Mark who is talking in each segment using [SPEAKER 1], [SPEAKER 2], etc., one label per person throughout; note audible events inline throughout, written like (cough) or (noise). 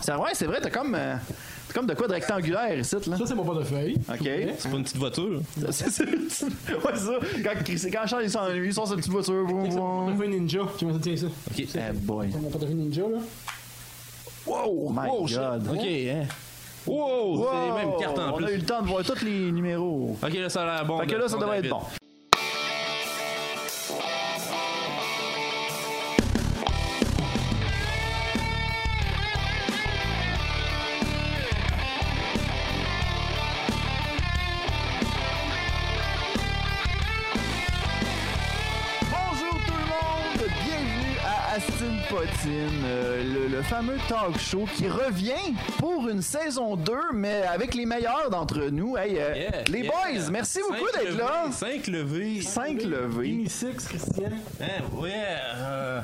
[SPEAKER 1] C'est- Ouais, c'est vrai, t'as comme, euh, t'as comme de quoi de rectangulaire ici, là.
[SPEAKER 2] Ça, c'est mon portefeuille.
[SPEAKER 1] Ok.
[SPEAKER 3] C'est pas une petite voiture.
[SPEAKER 1] (laughs) C'est c'est- ouais, ça. Quand, c'est quand Charles il s'ennuie, il sort sa petite voiture. Boum,
[SPEAKER 2] C'est mon
[SPEAKER 1] boum.
[SPEAKER 2] portefeuille ninja. Tu m'as dit ça.
[SPEAKER 1] Ok, eh boy.
[SPEAKER 2] C'est mon portefeuille ninja, là.
[SPEAKER 1] Wow, my
[SPEAKER 3] Wow, shit.
[SPEAKER 1] god.
[SPEAKER 3] Ok, hein. Wow, c'est les mêmes cartes en
[SPEAKER 1] on a eu
[SPEAKER 3] plus.
[SPEAKER 1] le temps de voir tous les numéros.
[SPEAKER 3] Ok, là, ça a l'air bon.
[SPEAKER 1] Fait que
[SPEAKER 3] de
[SPEAKER 1] là, ça
[SPEAKER 3] prendre
[SPEAKER 1] devrait
[SPEAKER 3] la
[SPEAKER 1] être bon.
[SPEAKER 3] bite.
[SPEAKER 1] Bonjour tout le monde, bienvenue à Astin Potine, euh, le, le fameux talk show qui revient pour une saison 2, mais avec les meilleurs d'entre nous. Hey, euh,
[SPEAKER 3] Yeah,
[SPEAKER 1] les
[SPEAKER 3] yeah.
[SPEAKER 1] boys, merci beaucoup
[SPEAKER 3] Cinq
[SPEAKER 1] d'être
[SPEAKER 3] levées,
[SPEAKER 1] là.
[SPEAKER 3] Cinq levées.
[SPEAKER 1] 5 levés.
[SPEAKER 2] Gimme Six, Christian.
[SPEAKER 1] (laughs)
[SPEAKER 3] Hein, ouais. euh,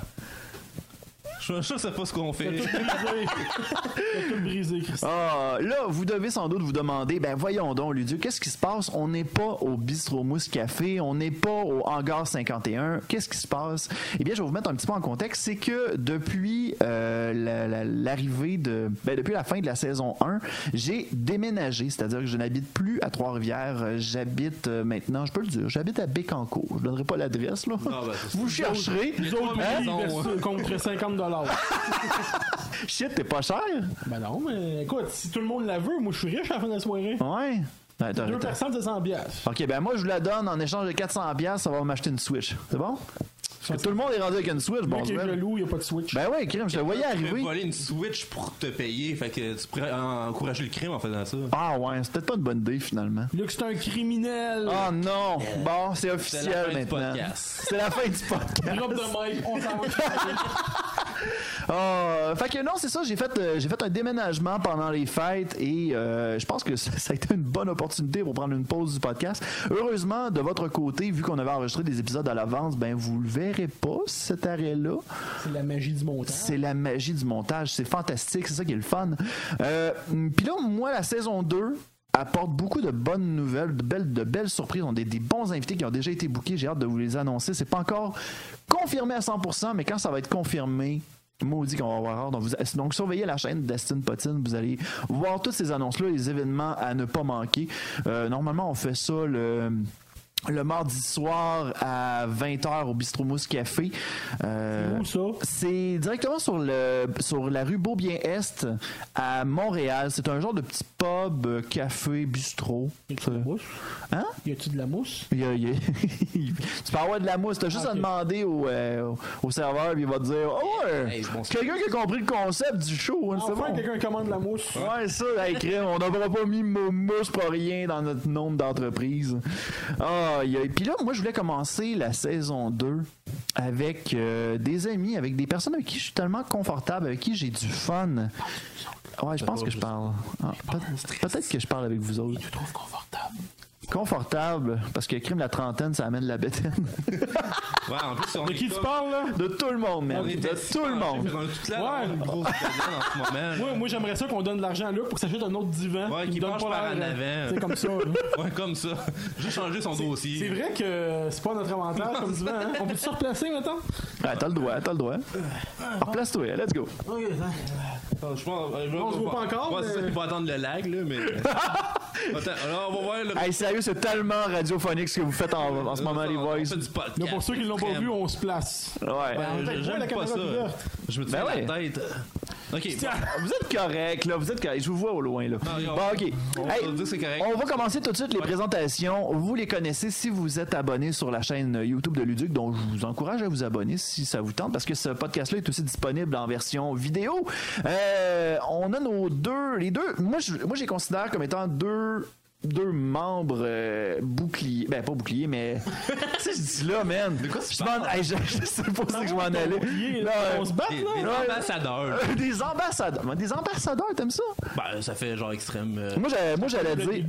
[SPEAKER 3] Je je sais pas ce qu'on fait.
[SPEAKER 2] Brisé. T'as tout brisé, Christian.
[SPEAKER 1] Ah, là, vous devez sans doute vous demander, ben voyons donc, Ludieu, qu'est-ce qui se passe? On n'est pas au Bistro Mousse Café, on n'est pas au Hangar 51. Qu'est-ce qui se passe? Eh bien, je vais vous mettre un petit peu en contexte. C'est que depuis euh, la- la- l'arrivée de... Ben, depuis la fin de la saison 1, j'ai déménagé, c'est-à-dire que je n'habite plus à Trois-Rivières. Euh, J'habite euh, maintenant, je peux le dire, j'habite à Bécancourt. Je donnerai pas l'adresse, là.
[SPEAKER 3] Ah, ben, c'est-
[SPEAKER 1] vous chercherez.
[SPEAKER 2] Nous autres,
[SPEAKER 3] Hein?
[SPEAKER 2] lui, versus- contre 50
[SPEAKER 1] Shit, t'es pas cher?
[SPEAKER 2] Ben non, mais écoute, si tout le monde la veut, moi, je suis riche à la fin de la soirée.
[SPEAKER 1] Ouais. Ben, t'as-
[SPEAKER 2] Deux
[SPEAKER 1] t'as-
[SPEAKER 2] personnes, 200 piastres.
[SPEAKER 1] OK, ben moi, je vous la donne en échange de 400 pièces, ça va m'acheter une Switch. C'est bon? Parce que tout le monde est rendu avec une Switch, Ah, bon
[SPEAKER 2] Mec, il est
[SPEAKER 1] Sven.
[SPEAKER 2] jaloux, il n'y a pas de Switch.
[SPEAKER 1] Ben ouais, crime, je le voyais
[SPEAKER 3] Tu peux
[SPEAKER 1] arriver.
[SPEAKER 3] voler une Switch pour te payer. Fait que tu pourrais en- encourager le crime en faisant ça.
[SPEAKER 1] Ah ouais, c'est peut-être pas une bonne idée, finalement.
[SPEAKER 2] Luc, c'est un criminel.
[SPEAKER 1] Oh non! Bon, c'est
[SPEAKER 3] c'est la
[SPEAKER 1] officiel
[SPEAKER 3] fin du
[SPEAKER 1] maintenant.
[SPEAKER 3] podcast.
[SPEAKER 1] (laughs) C'est la fin du podcast.
[SPEAKER 2] Drop de mic, on s'en va.
[SPEAKER 1] (laughs) Ah, fait que non, c'est ça, j'ai fait, euh, j'ai fait un déménagement pendant les fêtes et euh, je pense que (laughs) ça, ça a été une bonne opportunité pour prendre une pause du podcast. Heureusement, de votre côté, vu qu'on avait enregistré des épisodes à l'avance, ben vous le verrez pas, cet arrêt-là.
[SPEAKER 2] C'est la magie du montage.
[SPEAKER 1] C'est la magie du montage, c'est fantastique, c'est ça qui est le fun. Euh, Puis là, moi, la saison 2 apporte beaucoup de bonnes nouvelles, de belles, de belles surprises. On a des, des bons invités qui ont déjà été bookés, j'ai hâte de vous les annoncer. C'est pas encore confirmé à 100%, mais quand ça va être confirmé, maudit qu'on va avoir hâte. Donc, vous- donc, surveillez la chaîne d'Astin Potine, vous allez voir toutes ces annonces-là, les événements à ne pas manquer. Euh, normalement, on fait ça le... Le mardi soir à 20h au Bistro Mousse Café. Euh,
[SPEAKER 2] Où ça?
[SPEAKER 1] c'est directement sur le sur la rue Beaubien Est à Montréal. C'est un genre de petit pub, euh, café, bistrot.
[SPEAKER 2] Y a-tu de la mousse?
[SPEAKER 1] Hein?
[SPEAKER 2] Y a-tu de la mousse?
[SPEAKER 1] Il y a- il y a- (laughs) tu peux avoir de la mousse. T'as juste à
[SPEAKER 2] Ah, ok.
[SPEAKER 1] demander au, euh, au serveur, puis il va te dire Oh, euh,
[SPEAKER 3] Hey, bon, c'est-
[SPEAKER 1] quelqu'un qui a compris le concept du show, hein, c'est
[SPEAKER 2] Enfin,
[SPEAKER 1] bon.
[SPEAKER 2] quelqu'un commande de la mousse.
[SPEAKER 1] Ouais, ça, la crème, on n'aura pas mis mou- mousse pour rien dans notre nombre d'entreprises. Ah, il y a- Puis là, moi, je voulais commencer la saison 2 avec euh, des amis, avec des personnes avec qui je suis tellement confortable, avec qui j'ai du fun. Ouais, je pense que je parle. Ah, peut- Peut-être que je parle avec vous autres.
[SPEAKER 2] Je trouve confortable.
[SPEAKER 1] Confortable, parce que crime la trentaine, ça amène la bétaine.
[SPEAKER 3] Ouais, en plus, on
[SPEAKER 2] De
[SPEAKER 3] est
[SPEAKER 2] qui tu
[SPEAKER 3] comme-
[SPEAKER 2] parles, là?
[SPEAKER 1] De tout le monde, man.
[SPEAKER 3] On est
[SPEAKER 1] De tout le monde.
[SPEAKER 3] On a toute la
[SPEAKER 2] Ouais.
[SPEAKER 3] une grosse (laughs) banane en ce moment.
[SPEAKER 2] Moi, moi j'aimerais ça qu'on donne de l'argent à Luc pour que ça achète un autre divan.
[SPEAKER 3] Ouais,
[SPEAKER 2] qui
[SPEAKER 3] qu'il
[SPEAKER 2] me donne
[SPEAKER 3] penche
[SPEAKER 2] pas l'air,
[SPEAKER 3] par en
[SPEAKER 2] hein.
[SPEAKER 3] avant.
[SPEAKER 2] C'est comme ça. là.
[SPEAKER 3] Ouais, comme ça. J'ai changé son dossier.
[SPEAKER 2] C'est vrai que c'est pas notre avantage comme divan. Hein? On peut se replacer maintenant?
[SPEAKER 1] Ah, t'as le droit, t'as le droit. Replace-toi, let's go.
[SPEAKER 3] Attends, je pense- euh, je
[SPEAKER 2] On se voit pas encore,
[SPEAKER 3] Ouais,
[SPEAKER 2] mais-
[SPEAKER 3] c'est ça, il va attendre le lag, là, mais.
[SPEAKER 2] (laughs)
[SPEAKER 3] Attends, là, on va voir le. Euh,
[SPEAKER 1] Hey, sérieux, c'est tellement radiophonique ce que vous faites en, en ce moment, les
[SPEAKER 3] On- on
[SPEAKER 1] boys.
[SPEAKER 3] fait du podcast.
[SPEAKER 2] Là, pour ceux qui l'ont pas vu, on se place.
[SPEAKER 1] Ouais.
[SPEAKER 3] Ouais,
[SPEAKER 2] Ouais, la
[SPEAKER 3] J'aime
[SPEAKER 2] caméra
[SPEAKER 3] pas ça.
[SPEAKER 2] ouverte.
[SPEAKER 3] Je me
[SPEAKER 1] Ben
[SPEAKER 3] tiens
[SPEAKER 1] ouais.
[SPEAKER 3] la tête. Ok,
[SPEAKER 2] Tiens.
[SPEAKER 1] (laughs) Vous êtes correct, là. Vous êtes correct. Je vous vois au loin, là.
[SPEAKER 3] Non, non.
[SPEAKER 1] Bon, OK.
[SPEAKER 3] On
[SPEAKER 1] Hey,
[SPEAKER 3] va dire que c'est correct.
[SPEAKER 1] on va commencer tout de suite les présentations. Vous les connaissez si vous êtes abonné sur la chaîne euh, YouTube de Luduc, donc je vous encourage à vous abonner si ça vous tente, parce que ce podcast-là est aussi disponible en version vidéo. Euh, on a nos deux, les deux. Moi, je, moi, je les considère comme étant deux deux membres euh, boucliers ben pas boucliers mais (laughs) tu sais je dis là man de quoi je m'en- Hey, je, je sais pas si je m'en allais
[SPEAKER 2] Bouclier,
[SPEAKER 1] Non,
[SPEAKER 2] là,
[SPEAKER 1] euh,
[SPEAKER 2] on se bat,
[SPEAKER 3] Des,
[SPEAKER 2] là?
[SPEAKER 3] des
[SPEAKER 1] Ouais.
[SPEAKER 3] ambassadeurs.
[SPEAKER 1] Euh, des ambassadeurs. Des ambassadeurs, t'aimes ça?
[SPEAKER 3] Ben, ça fait genre extrême. euh,
[SPEAKER 1] Moi, j'allais, moi, j'allais dire.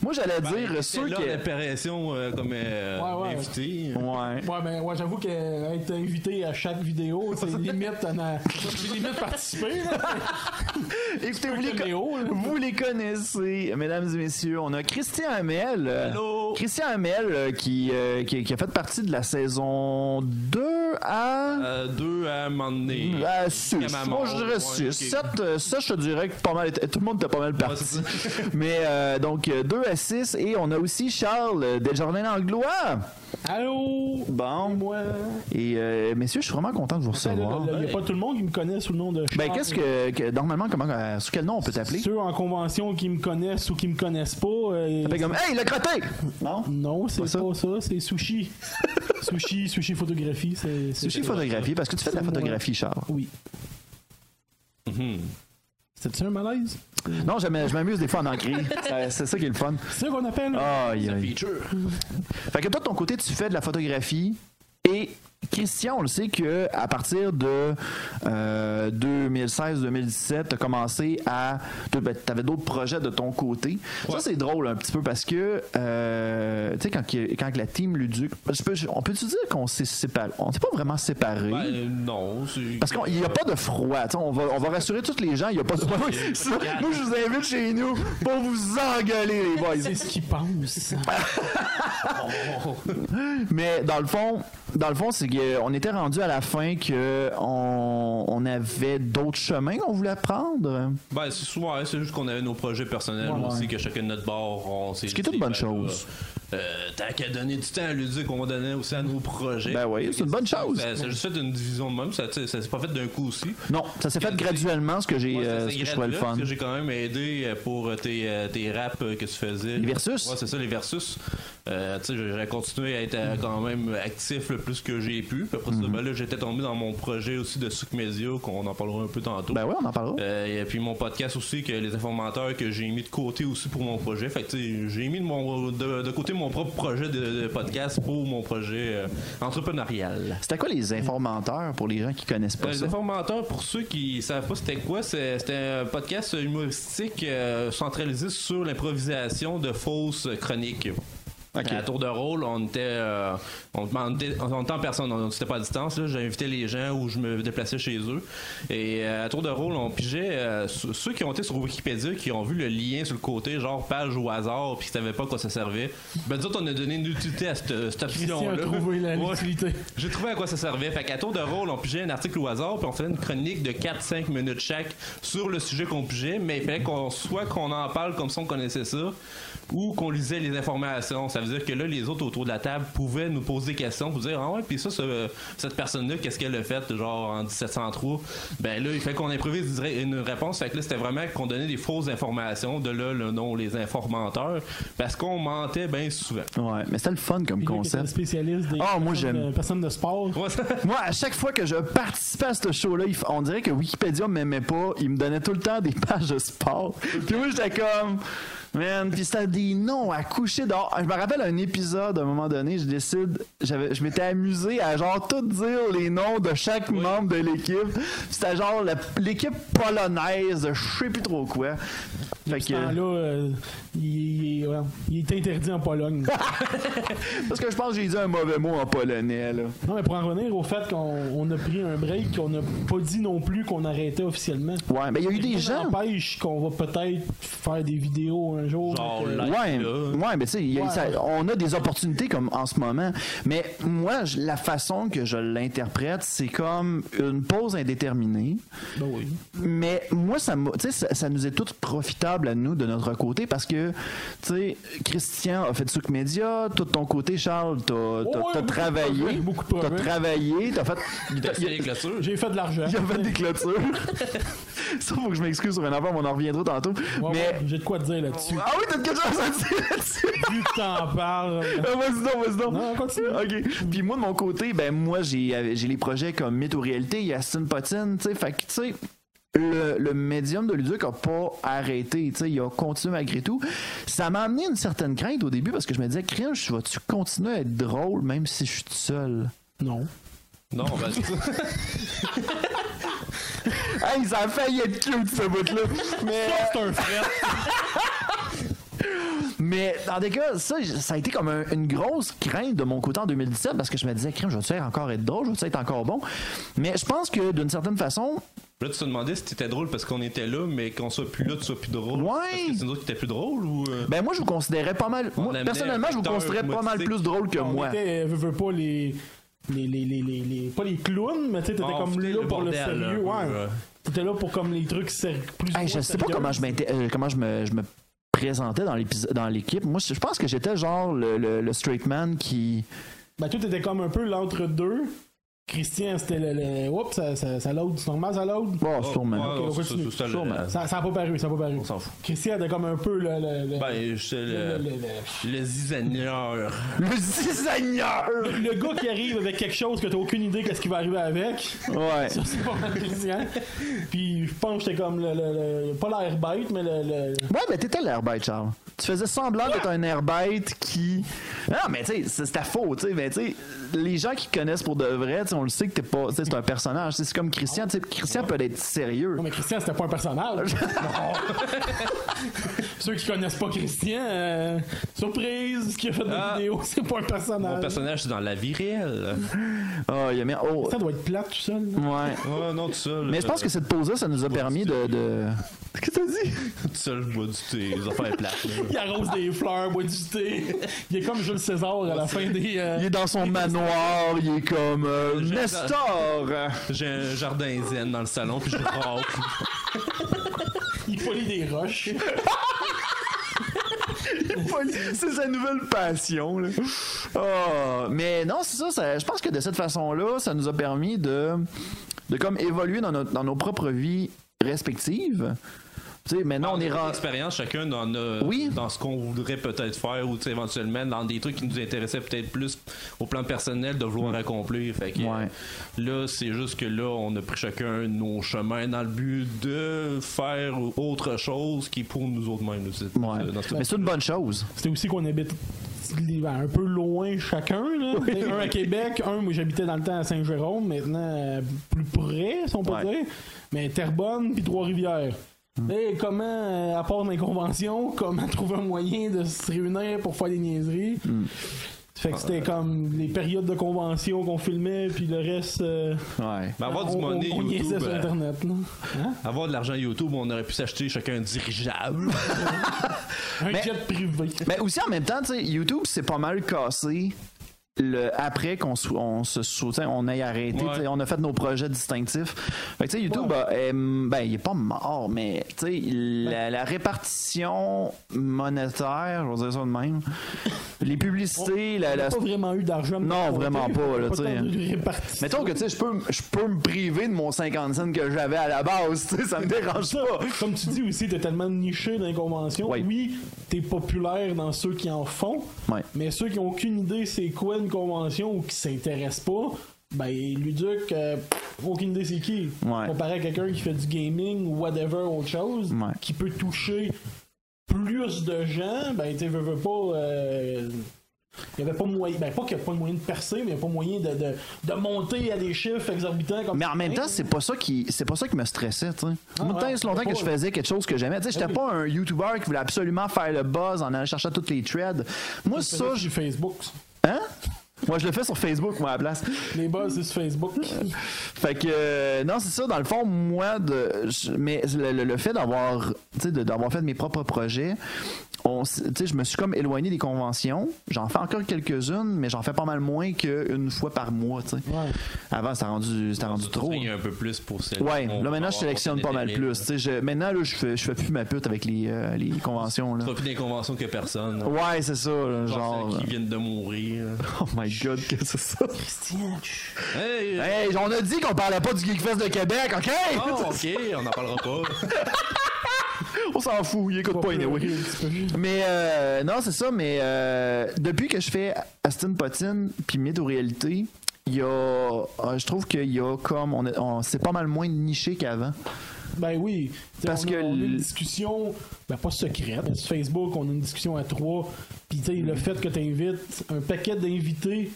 [SPEAKER 1] Moi, j'allais dire
[SPEAKER 3] ben,
[SPEAKER 1] ceux
[SPEAKER 3] là,
[SPEAKER 1] qui.
[SPEAKER 3] en apparition euh, comme euh,
[SPEAKER 2] Ouais, ouais.
[SPEAKER 3] invité. (laughs)
[SPEAKER 1] Ouais.
[SPEAKER 2] Ouais, ben, ouais, j'avoue qu'être invité à chaque vidéo, c'est limite, on a- c'est limite participer, là.
[SPEAKER 1] Écoutez, vous les,
[SPEAKER 2] caméo, là.
[SPEAKER 1] vous les connaissez, mesdames et messieurs. On a Christian Hamel. euh,
[SPEAKER 3] Allô?
[SPEAKER 1] Christian Hamel euh, qui, euh, qui, qui a fait partie de la saison 2 à.
[SPEAKER 3] Euh, deux à un moment donné.
[SPEAKER 1] À 6.
[SPEAKER 3] à
[SPEAKER 1] Moi,
[SPEAKER 3] Euh, mort,
[SPEAKER 1] je dirais
[SPEAKER 3] ouais,
[SPEAKER 1] 6.
[SPEAKER 3] ok.
[SPEAKER 1] 7, ça, je te dirais que pas mal, était- tout le monde était pas mal parti.
[SPEAKER 3] Ouais,
[SPEAKER 1] (laughs) Mais euh, donc, 2 à 6. Et on a aussi Charles euh, Desjardins-Langlois.
[SPEAKER 2] Allô?
[SPEAKER 1] Bon.
[SPEAKER 2] Moi.
[SPEAKER 1] Et euh, messieurs, je suis vraiment content de vous
[SPEAKER 2] Il n'y
[SPEAKER 1] recevoir.
[SPEAKER 2] a pas tout le monde qui me connaît sous le nom de
[SPEAKER 1] Ben,
[SPEAKER 2] Charles.
[SPEAKER 1] qu'est-ce que, que- Normalement, comment, euh, sous quel nom on peut t'appeler?
[SPEAKER 2] Ceux en convention qui me connaissent ou qui me connaissent pas. euh,
[SPEAKER 1] T'appelles Ben, comme Hey, le crotté! Non?
[SPEAKER 2] Non, c'est pas
[SPEAKER 1] ça?
[SPEAKER 2] ça,
[SPEAKER 1] (laughs)
[SPEAKER 2] c'est sushi. sushi, sushi photographie, c'est. c'est-
[SPEAKER 1] Sushi photographié, parce que tu fais de la
[SPEAKER 2] C'est moi.
[SPEAKER 1] photographie, Charles.
[SPEAKER 2] Oui.
[SPEAKER 1] Mhm.
[SPEAKER 2] C'est-tu un malaise?
[SPEAKER 1] Non, je m'am- je m'amuse des fois en
[SPEAKER 2] (laughs)
[SPEAKER 1] ancré. Ça- C'est ça qui est le fun.
[SPEAKER 2] C'est ça qu'on appelle?
[SPEAKER 1] Aïe, aïe.
[SPEAKER 3] Feature.
[SPEAKER 1] Fait que toi, de ton côté, tu fais de la photographie et Christian, on le sait que à partir de euh, 2016-2017, tu as commencé à. Tu avais d'autres projets de ton côté. Ça, c'est drôle un petit peu parce que, euh, tu sais, quand, que- quand que la team Luduc. je peux- je- on peut-tu dire qu'on s'est séparés? On s'est pas vraiment séparés.
[SPEAKER 3] Ben, euh, non, c'est.
[SPEAKER 1] Parce qu'il n'y a pas de froid. tu sais, On va, on va rassurer tous les gens. Il n'y a pas de froid. (laughs) Nous, je vous invite chez nous pour vous engueuler, les boys.
[SPEAKER 2] C'est ce qu'ils pensent.
[SPEAKER 1] Mais dans le fond, dans le fond, c'est qu'on était rendu à la fin que on, on avait d'autres chemins qu'on voulait prendre.
[SPEAKER 3] Ben, c'est souvent, hein, c'est juste qu'on avait nos projets personnels
[SPEAKER 2] Ouais,
[SPEAKER 3] aussi,
[SPEAKER 2] ouais.
[SPEAKER 3] que chacun de notre bord, on s'est.
[SPEAKER 1] Ce qui est
[SPEAKER 3] dit,
[SPEAKER 1] une bonne
[SPEAKER 3] ben,
[SPEAKER 1] chose.
[SPEAKER 3] là, euh, Tant qu'à donner du temps à Ludic, on va donner aussi à nos projets.
[SPEAKER 1] Ben oui, c'est une bonne chose.
[SPEAKER 3] Ça, ça a juste fait une division de même, ça, tu sais, ça s'est pas fait d'un coup aussi.
[SPEAKER 1] Non, ça s'est fait
[SPEAKER 3] Quel-
[SPEAKER 1] graduellement, ce que j'ai,
[SPEAKER 3] Ouais, ça,
[SPEAKER 1] euh,
[SPEAKER 3] c'est
[SPEAKER 1] ce que je
[SPEAKER 3] gratuit,
[SPEAKER 1] trouvais le fun.
[SPEAKER 3] parce que j'ai quand même aidé euh, pour euh, tes, euh, tes raps euh, que tu faisais.
[SPEAKER 1] Les versus.
[SPEAKER 3] Ouais, c'est ça, les versus. Euh, tu sais, j'ai- j'ai continué à être
[SPEAKER 1] Mm.
[SPEAKER 3] euh, quand même actif le plus que j'ai pu. Puis après ça,
[SPEAKER 1] Mm-hmm.
[SPEAKER 3] ben là, j'étais tombé dans mon projet aussi de Souk Media, qu'on en parlera un peu tantôt.
[SPEAKER 1] Ben oui, on en parlera.
[SPEAKER 3] Euh, et puis mon podcast aussi, que les informateurs que j'ai mis de côté aussi pour mon projet. Fait que tu sais, j'ai mis de, mon, de, de côté mon propre projet de, de podcast pour mon projet euh, entrepreneurial.
[SPEAKER 1] C'était quoi les informateurs pour les gens qui connaissent
[SPEAKER 3] Euh,
[SPEAKER 1] pas
[SPEAKER 3] les
[SPEAKER 1] ça?
[SPEAKER 3] informateurs, pour ceux qui savent pas c'était quoi, c'est- c'était un podcast humoristique euh, centralisé sur l'improvisation de fausses chroniques. À la tour de rôle, on était, euh, on, on était- on était en personne, on n'était pas à distance. là. J'invitais les gens ou je me déplaçais chez eux. Et euh, à tour de rôle, on pigeait euh, ceux ceux qui ont été sur Wikipédia, qui ont vu le lien sur le côté, genre page au hasard, puis qui savaient pas à quoi ça servait. Ben, nous autres, on a donné une utilité à cette, cette
[SPEAKER 2] Christian a
[SPEAKER 3] option-là.
[SPEAKER 2] trouvé la
[SPEAKER 3] Ouais.
[SPEAKER 2] l'utilité.
[SPEAKER 3] J'ai trouvé à quoi ça servait. Fait qu'à tour de rôle, on pigeait un article au hasard, puis on faisait une chronique de 4-5 minutes chaque sur le sujet qu'on pigeait, mais il fallait qu'on soit qu'on en parle comme si on connaissait ça, ou qu'on lisait les informations. Ça veut dire que là, les autres autour de la table pouvaient nous poser des questions, pour dire Ah ouais, puis ça, ce- cette personne-là, qu'est-ce qu'elle a fait, genre en 1703 Ben là, il fallait qu'on improvise dire- une réponse. Fait que là, c'était vraiment qu'on donnait des fausses informations, de là le nom, les informateurs, parce qu'on mentait bien souvent. (laughs)
[SPEAKER 1] Ouais, mais c'était le fun comme (laughs)
[SPEAKER 2] Concept.
[SPEAKER 1] concept.
[SPEAKER 2] spécialiste des
[SPEAKER 1] Ah, moi,
[SPEAKER 2] personnes,
[SPEAKER 1] j'aime.
[SPEAKER 2] de- personnes de sport.
[SPEAKER 3] Ouais, ça-
[SPEAKER 1] Moi, à chaque fois que je participais à ce show-là, il f- on dirait que Wikipédia m'aimait pas. Il me donnait tout le temps des (laughs) pages de sport. Puis moi, j'étais comme, man, puis c'était des noms à coucher dehors. Ah, Je me rappelle un épisode, à un moment donné, je décide, j'avais, je m'étais amusé à genre tout dire les noms de chaque membre de l'équipe. Puis C'était genre la- l'équipe polonaise, de je sais plus trop quoi. Fait que,
[SPEAKER 2] là euh, il, il- ouais, il est interdit en
[SPEAKER 1] (laughs)
[SPEAKER 2] Pologne.
[SPEAKER 1] parce que je pense que j'ai dit un mauvais mot en polonais, là.
[SPEAKER 2] non, mais pour en revenir au fait qu'on on a pris un break, qu'on n'a pas dit non plus qu'on arrêtait officiellement.
[SPEAKER 1] Ouais, mais il y a eu des
[SPEAKER 2] Rien
[SPEAKER 1] gens.
[SPEAKER 2] n'empêche qu'on va peut-être faire des vidéos un jour.
[SPEAKER 3] Genre,
[SPEAKER 2] Donc, euh,
[SPEAKER 3] là,
[SPEAKER 1] Ouais,
[SPEAKER 3] Là.
[SPEAKER 1] ouais, mais tu sais, il y a-
[SPEAKER 2] Ouais.
[SPEAKER 1] ça- on a des opportunités comme en ce moment. Mais moi, je- la façon que je l'interprète, c'est comme une pause indéterminée.
[SPEAKER 2] ben oui.
[SPEAKER 1] Mais moi, ça, m'a- tu sais, ça, ça nous est tout profitable à nous de notre côté parce que, tu sais, Christian a fait Souk Media, tout de ton côté, Charles, t'as t'as-
[SPEAKER 2] ouais,
[SPEAKER 1] t'as
[SPEAKER 2] beaucoup de
[SPEAKER 1] travaillé,
[SPEAKER 2] progrès, beaucoup de
[SPEAKER 1] t'as
[SPEAKER 2] progrès.
[SPEAKER 1] travaillé, t'as fait,
[SPEAKER 3] T'as essayé avec le sûr.
[SPEAKER 2] J'ai fait de l'argent.
[SPEAKER 1] il a fait des clôtures.
[SPEAKER 2] (laughs)
[SPEAKER 1] ça, faut que je m'excuse sur un avant, mais on en reviendra tantôt.
[SPEAKER 2] Ouais, ouais,
[SPEAKER 1] mais
[SPEAKER 2] J'ai de quoi te dire là-dessus.
[SPEAKER 1] ah oui, t'as quelque chose à dire là-dessus.
[SPEAKER 2] Plus t'en parles.
[SPEAKER 1] (laughs) Ah, vas-y donc, vas-y donc.
[SPEAKER 2] Non, continue.
[SPEAKER 1] (laughs) OK. Puis moi, de mon côté, ben moi, j'ai euh, j'ai les projets comme Mythe ou Réalité, il y a Aston Potine, tu sais, fait que, tu sais, le, le médium de Luduc a pas arrêté, tu sais, il a continué malgré tout. Ça m'a amené une certaine crainte au début parce que je me disais, Cringe, vas-tu continuer à être drôle même si je suis tout seul?
[SPEAKER 2] Non.
[SPEAKER 3] Non, ben, c'est ça.
[SPEAKER 1] Hey, ça a failli être cute, ce bout-là! Mais...
[SPEAKER 2] C'est un frère.
[SPEAKER 1] (laughs) Mais dans des cas, ça, j- ça a été comme un- une grosse crainte de mon côté en 2017 parce que je me disais, crime, je vais-tu être encore être drôle, je vais-tu être encore bon. Mais je pense que d'une certaine façon,
[SPEAKER 3] Là, tu te demandais si t'étais drôle parce qu'on était là, mais qu'on soit plus là, tu sois plus drôle.
[SPEAKER 1] Ouais.
[SPEAKER 3] Parce que c'est nous autres qui étaient plus drôles ou. euh,
[SPEAKER 1] ben moi, je vous considérais pas mal. moi,
[SPEAKER 3] amenait
[SPEAKER 1] personnellement, je vous
[SPEAKER 3] un
[SPEAKER 1] considérais pas mal
[SPEAKER 3] motif.
[SPEAKER 1] plus drôle que
[SPEAKER 2] On
[SPEAKER 1] moi.
[SPEAKER 2] était, euh, veux, veux pas les, les, les, les, les, les- pas les clowns, mais tu sais, t'étais
[SPEAKER 3] Ah,
[SPEAKER 2] comme
[SPEAKER 3] foutait
[SPEAKER 2] là
[SPEAKER 3] le
[SPEAKER 2] pour le
[SPEAKER 3] bordel,
[SPEAKER 2] sérieux,
[SPEAKER 3] là, un peu,
[SPEAKER 2] ouais.
[SPEAKER 3] euh.
[SPEAKER 2] T'étais là pour comme les trucs ser- plus. ou
[SPEAKER 1] Hey, je
[SPEAKER 2] moins
[SPEAKER 1] sais pas
[SPEAKER 2] sérieux.
[SPEAKER 1] comment je, m'inté- euh, comment je me, je me présentais dans, l'épiso- dans l'équipe. Moi, je je pense que j'étais genre le, le- le straight man qui.
[SPEAKER 2] Ben, tout était comme un peu l'entre-deux. Christian, c'était le. le- Oups, ça, ça, ça load, c'est normal, ça load.
[SPEAKER 1] Bon, sûrement.
[SPEAKER 3] Ouais, ouais,
[SPEAKER 2] on
[SPEAKER 3] c'est-
[SPEAKER 2] continue.
[SPEAKER 3] c'est- c'est-
[SPEAKER 1] Sûrement.
[SPEAKER 2] Ça, ça a pas paru, ça a pas paru.
[SPEAKER 3] On s'en fout.
[SPEAKER 2] Christian était comme un peu le. le, le-
[SPEAKER 3] Ben, j'étais
[SPEAKER 2] le-
[SPEAKER 3] le,
[SPEAKER 2] le- le-
[SPEAKER 3] le zisagneur.
[SPEAKER 1] Le designer!
[SPEAKER 2] le gars qui arrive avec quelque chose que t'as aucune idée qu'est-ce qui va arriver avec.
[SPEAKER 1] Ouais.
[SPEAKER 2] Ça, c'est pas mal Christian. Puis je pense que j'étais comme le, le- le- Pas l'air bête, mais le. le-
[SPEAKER 1] Ouais, ben t'étais l'airbite, Charles. Tu faisais semblant d'être un airbite qui. Non, mais tu sais, c'est- c'était faux, tu sais. Mais tu sais, les gens qui connaissent pour de vrai, tu sais, on le sait que t'es pas. tu sais, C'est un personnage. C'est comme Christian, tu sais, Christian peut être sérieux.
[SPEAKER 2] Non, mais Christian, c'était pas un
[SPEAKER 3] (laughs)
[SPEAKER 2] personnage. (laughs) non. Ceux qui connaissent pas Christian, euh, surprise, ce qu'il a fait dans la
[SPEAKER 3] Ah.
[SPEAKER 2] vidéo, c'est pas un
[SPEAKER 3] Mon
[SPEAKER 1] Euh.
[SPEAKER 2] personnage.
[SPEAKER 3] personnage, c'est dans la vie réelle.
[SPEAKER 1] Ah, il a mis. Oh,
[SPEAKER 2] Ça doit être plate tout seul. là.
[SPEAKER 1] ouais.
[SPEAKER 3] Oh non, tout seul.
[SPEAKER 1] Mais je pense que cette pause-là, ça nous a permis de. de... Qu'est-ce que t'as dit?
[SPEAKER 3] Tout seul, je bois du thé. Les affaires plates. là.
[SPEAKER 2] Il arrose des fleurs, boit du thé. Il est comme Jules César à la fin des. euh,
[SPEAKER 1] Il est dans son manoir, il est comme. euh,
[SPEAKER 3] J'adore.
[SPEAKER 1] Nestor!
[SPEAKER 3] J'ai un jardin zen dans le salon, puis je râpe.
[SPEAKER 2] il polie des roches.
[SPEAKER 1] c'est sa nouvelle passion. Là. Ah, mais non, c'est ça, ça- Je pense que de cette façon-là, ça nous a permis de, de comme évoluer dans, notre- dans nos propres vies respectives. Tu sais, maintenant, on est
[SPEAKER 3] en
[SPEAKER 1] rendu.
[SPEAKER 3] expérience chacun Ah, dans, nos-
[SPEAKER 1] Oui.
[SPEAKER 3] dans ce qu'on voudrait peut-être faire ou tu sais, éventuellement dans des trucs qui nous intéressaient peut-être plus au plan personnel de vouloir accomplir. Fait que,
[SPEAKER 1] Mm.
[SPEAKER 3] euh,
[SPEAKER 1] Ouais.
[SPEAKER 3] Là, c'est juste que là, on a pris chacun nos chemins dans le but de faire autre chose qui est pour nous autres mêmes. aussi.
[SPEAKER 1] Ouais.
[SPEAKER 3] Dans ce-
[SPEAKER 1] Mais c'est une bonne chose.
[SPEAKER 2] C'était aussi qu'on habite ben, un peu loin chacun. Là. T'sais, Un à Québec, un où j'habitais dans le temps à Saint-Jérôme, maintenant euh, plus près, si on peut
[SPEAKER 1] Ouais. Hum.
[SPEAKER 2] dire. Mais Terrebonne puis Trois-Rivières. Et comment, euh, à part dans les conventions, comment trouver un moyen de se réunir pour faire des niaiseries?
[SPEAKER 1] Hum.
[SPEAKER 2] Fait que c'était comme les périodes de convention qu'on filmait, puis le reste. euh,
[SPEAKER 1] Ouais.
[SPEAKER 3] Mais avoir du
[SPEAKER 2] on-
[SPEAKER 3] money
[SPEAKER 2] on, on niaisait
[SPEAKER 3] YouTube,
[SPEAKER 2] sur
[SPEAKER 3] euh,
[SPEAKER 2] Internet. là. Hein?
[SPEAKER 3] avoir de l'argent YouTube, on aurait pu s'acheter chacun un dirigeable.
[SPEAKER 2] Un
[SPEAKER 1] Mais-
[SPEAKER 2] jet privé.
[SPEAKER 1] Mais aussi, en même temps, tu sais, YouTube, c'est pas mal cassé. Le, après qu'on sou- on se soutient, on ait arrêté,
[SPEAKER 3] Ouais.
[SPEAKER 1] tu sais, on a fait nos projets distinctifs. Fait que, tu sais, YouTube,
[SPEAKER 2] Ouais.
[SPEAKER 1] euh, euh, ben, il est pas mort, mais tu sais, la, la répartition monétaire, on va dire ça de même, les publicités, la,
[SPEAKER 2] (laughs)
[SPEAKER 1] la-
[SPEAKER 2] Pas vraiment eu d'argent. de
[SPEAKER 1] Non,
[SPEAKER 2] mon
[SPEAKER 1] vraiment
[SPEAKER 2] côté.
[SPEAKER 1] pas, là,
[SPEAKER 2] Pas
[SPEAKER 1] tu sais. hein.
[SPEAKER 2] tant de répartition.
[SPEAKER 1] Mettons que tu sais, je peux, m- je peux me priver de mon 50 cents que j'avais à la base, tu sais, ça me dérange
[SPEAKER 2] Ça,
[SPEAKER 1] pas.
[SPEAKER 2] comme tu dis aussi, t'es tellement niché dans les conventions.
[SPEAKER 1] Ouais.
[SPEAKER 2] Oui, t'es populaire dans ceux qui en font,
[SPEAKER 1] Ouais.
[SPEAKER 2] mais ceux qui ont aucune idée c'est quoi une convention ou qui s'intéressent pas, ben Luduc, euh, aucune idée c'est qui.
[SPEAKER 1] Ouais.
[SPEAKER 2] Comparé à quelqu'un qui fait du gaming ou whatever, autre chose,
[SPEAKER 1] Ouais.
[SPEAKER 2] qui peut toucher plus de gens, ben tu veux, veux pas. euh, il n'y avait pas moyen, ben pas qu'il n'y a pas de moyen de percer, mais il n'y a pas moyen de, de, de monter à des chiffres exorbitants comme
[SPEAKER 1] Mais en même
[SPEAKER 2] ça. Hein?
[SPEAKER 1] temps, c'est pas ça qui c'est pas ça qui me stressait, tu sais. Moi, tant
[SPEAKER 2] ouais,
[SPEAKER 1] et si longtemps que je
[SPEAKER 2] Ah, pas- Ben
[SPEAKER 1] faisais quelque chose que j'aimais, tu sais, j'étais
[SPEAKER 2] Oui.
[SPEAKER 1] pas un YouTuber qui voulait absolument faire le buzz en allant chercher toutes les threads. Moi
[SPEAKER 2] C'est
[SPEAKER 1] ça, je...
[SPEAKER 2] sur Facebook.
[SPEAKER 1] hein Moi, je le fais sur Facebook, moi, à la place.
[SPEAKER 2] Les buzz, c'est sur Facebook.
[SPEAKER 1] Fait que, euh, non, c'est ça, dans le fond, moi, de, je- mais le, le- le fait d'avoir, tu sais, de- d'avoir fait mes propres projets, on, s- tu sais, je me suis comme éloigné des conventions. J'en fais encore quelques-unes, mais j'en fais pas mal moins qu'une fois par mois, tu sais.
[SPEAKER 2] Ouais.
[SPEAKER 1] Avant, c'était rendu, c'était rendu trop.
[SPEAKER 3] Il y a un peu plus pour celle
[SPEAKER 1] Ouais, là maintenant je sélectionne pas mal plus. Tu sais, je- maintenant là je fais, je fais plus ma pute avec les, euh, les conventions là.
[SPEAKER 3] Pas plus d'inconventions que personne.
[SPEAKER 1] Ouais, c'est ça, là,
[SPEAKER 3] Genre,
[SPEAKER 1] genre.
[SPEAKER 3] celles qui viennent
[SPEAKER 1] (laughs)
[SPEAKER 3] de mourir.
[SPEAKER 1] Oh my god, que c'est ça?
[SPEAKER 2] Christian, chut.
[SPEAKER 3] Hey,
[SPEAKER 1] Hey, on a dit qu'on parlait pas du Geekfest de Québec, ok?
[SPEAKER 3] Oh, ok, on n'en parlera pas.
[SPEAKER 1] On s'en fout, il écoute (laughs) pas anyway.
[SPEAKER 2] pleurer un petit
[SPEAKER 1] Mais euh, non, c'est ça, mais euh, depuis que je fais Aston Potine puis Mythe ou Réalité, il y a. ah, je trouve qu'il y a comme. On, est- on, c'est pas mal moins niché qu'avant.
[SPEAKER 2] Ben oui. T'sais,
[SPEAKER 1] Parce
[SPEAKER 2] on a-
[SPEAKER 1] que
[SPEAKER 2] on a une
[SPEAKER 1] le-
[SPEAKER 2] discussion, ben pas secrète, mais sur Facebook, on a une discussion à trois. Puis tu sais, le fait que tu invites un paquet d'invités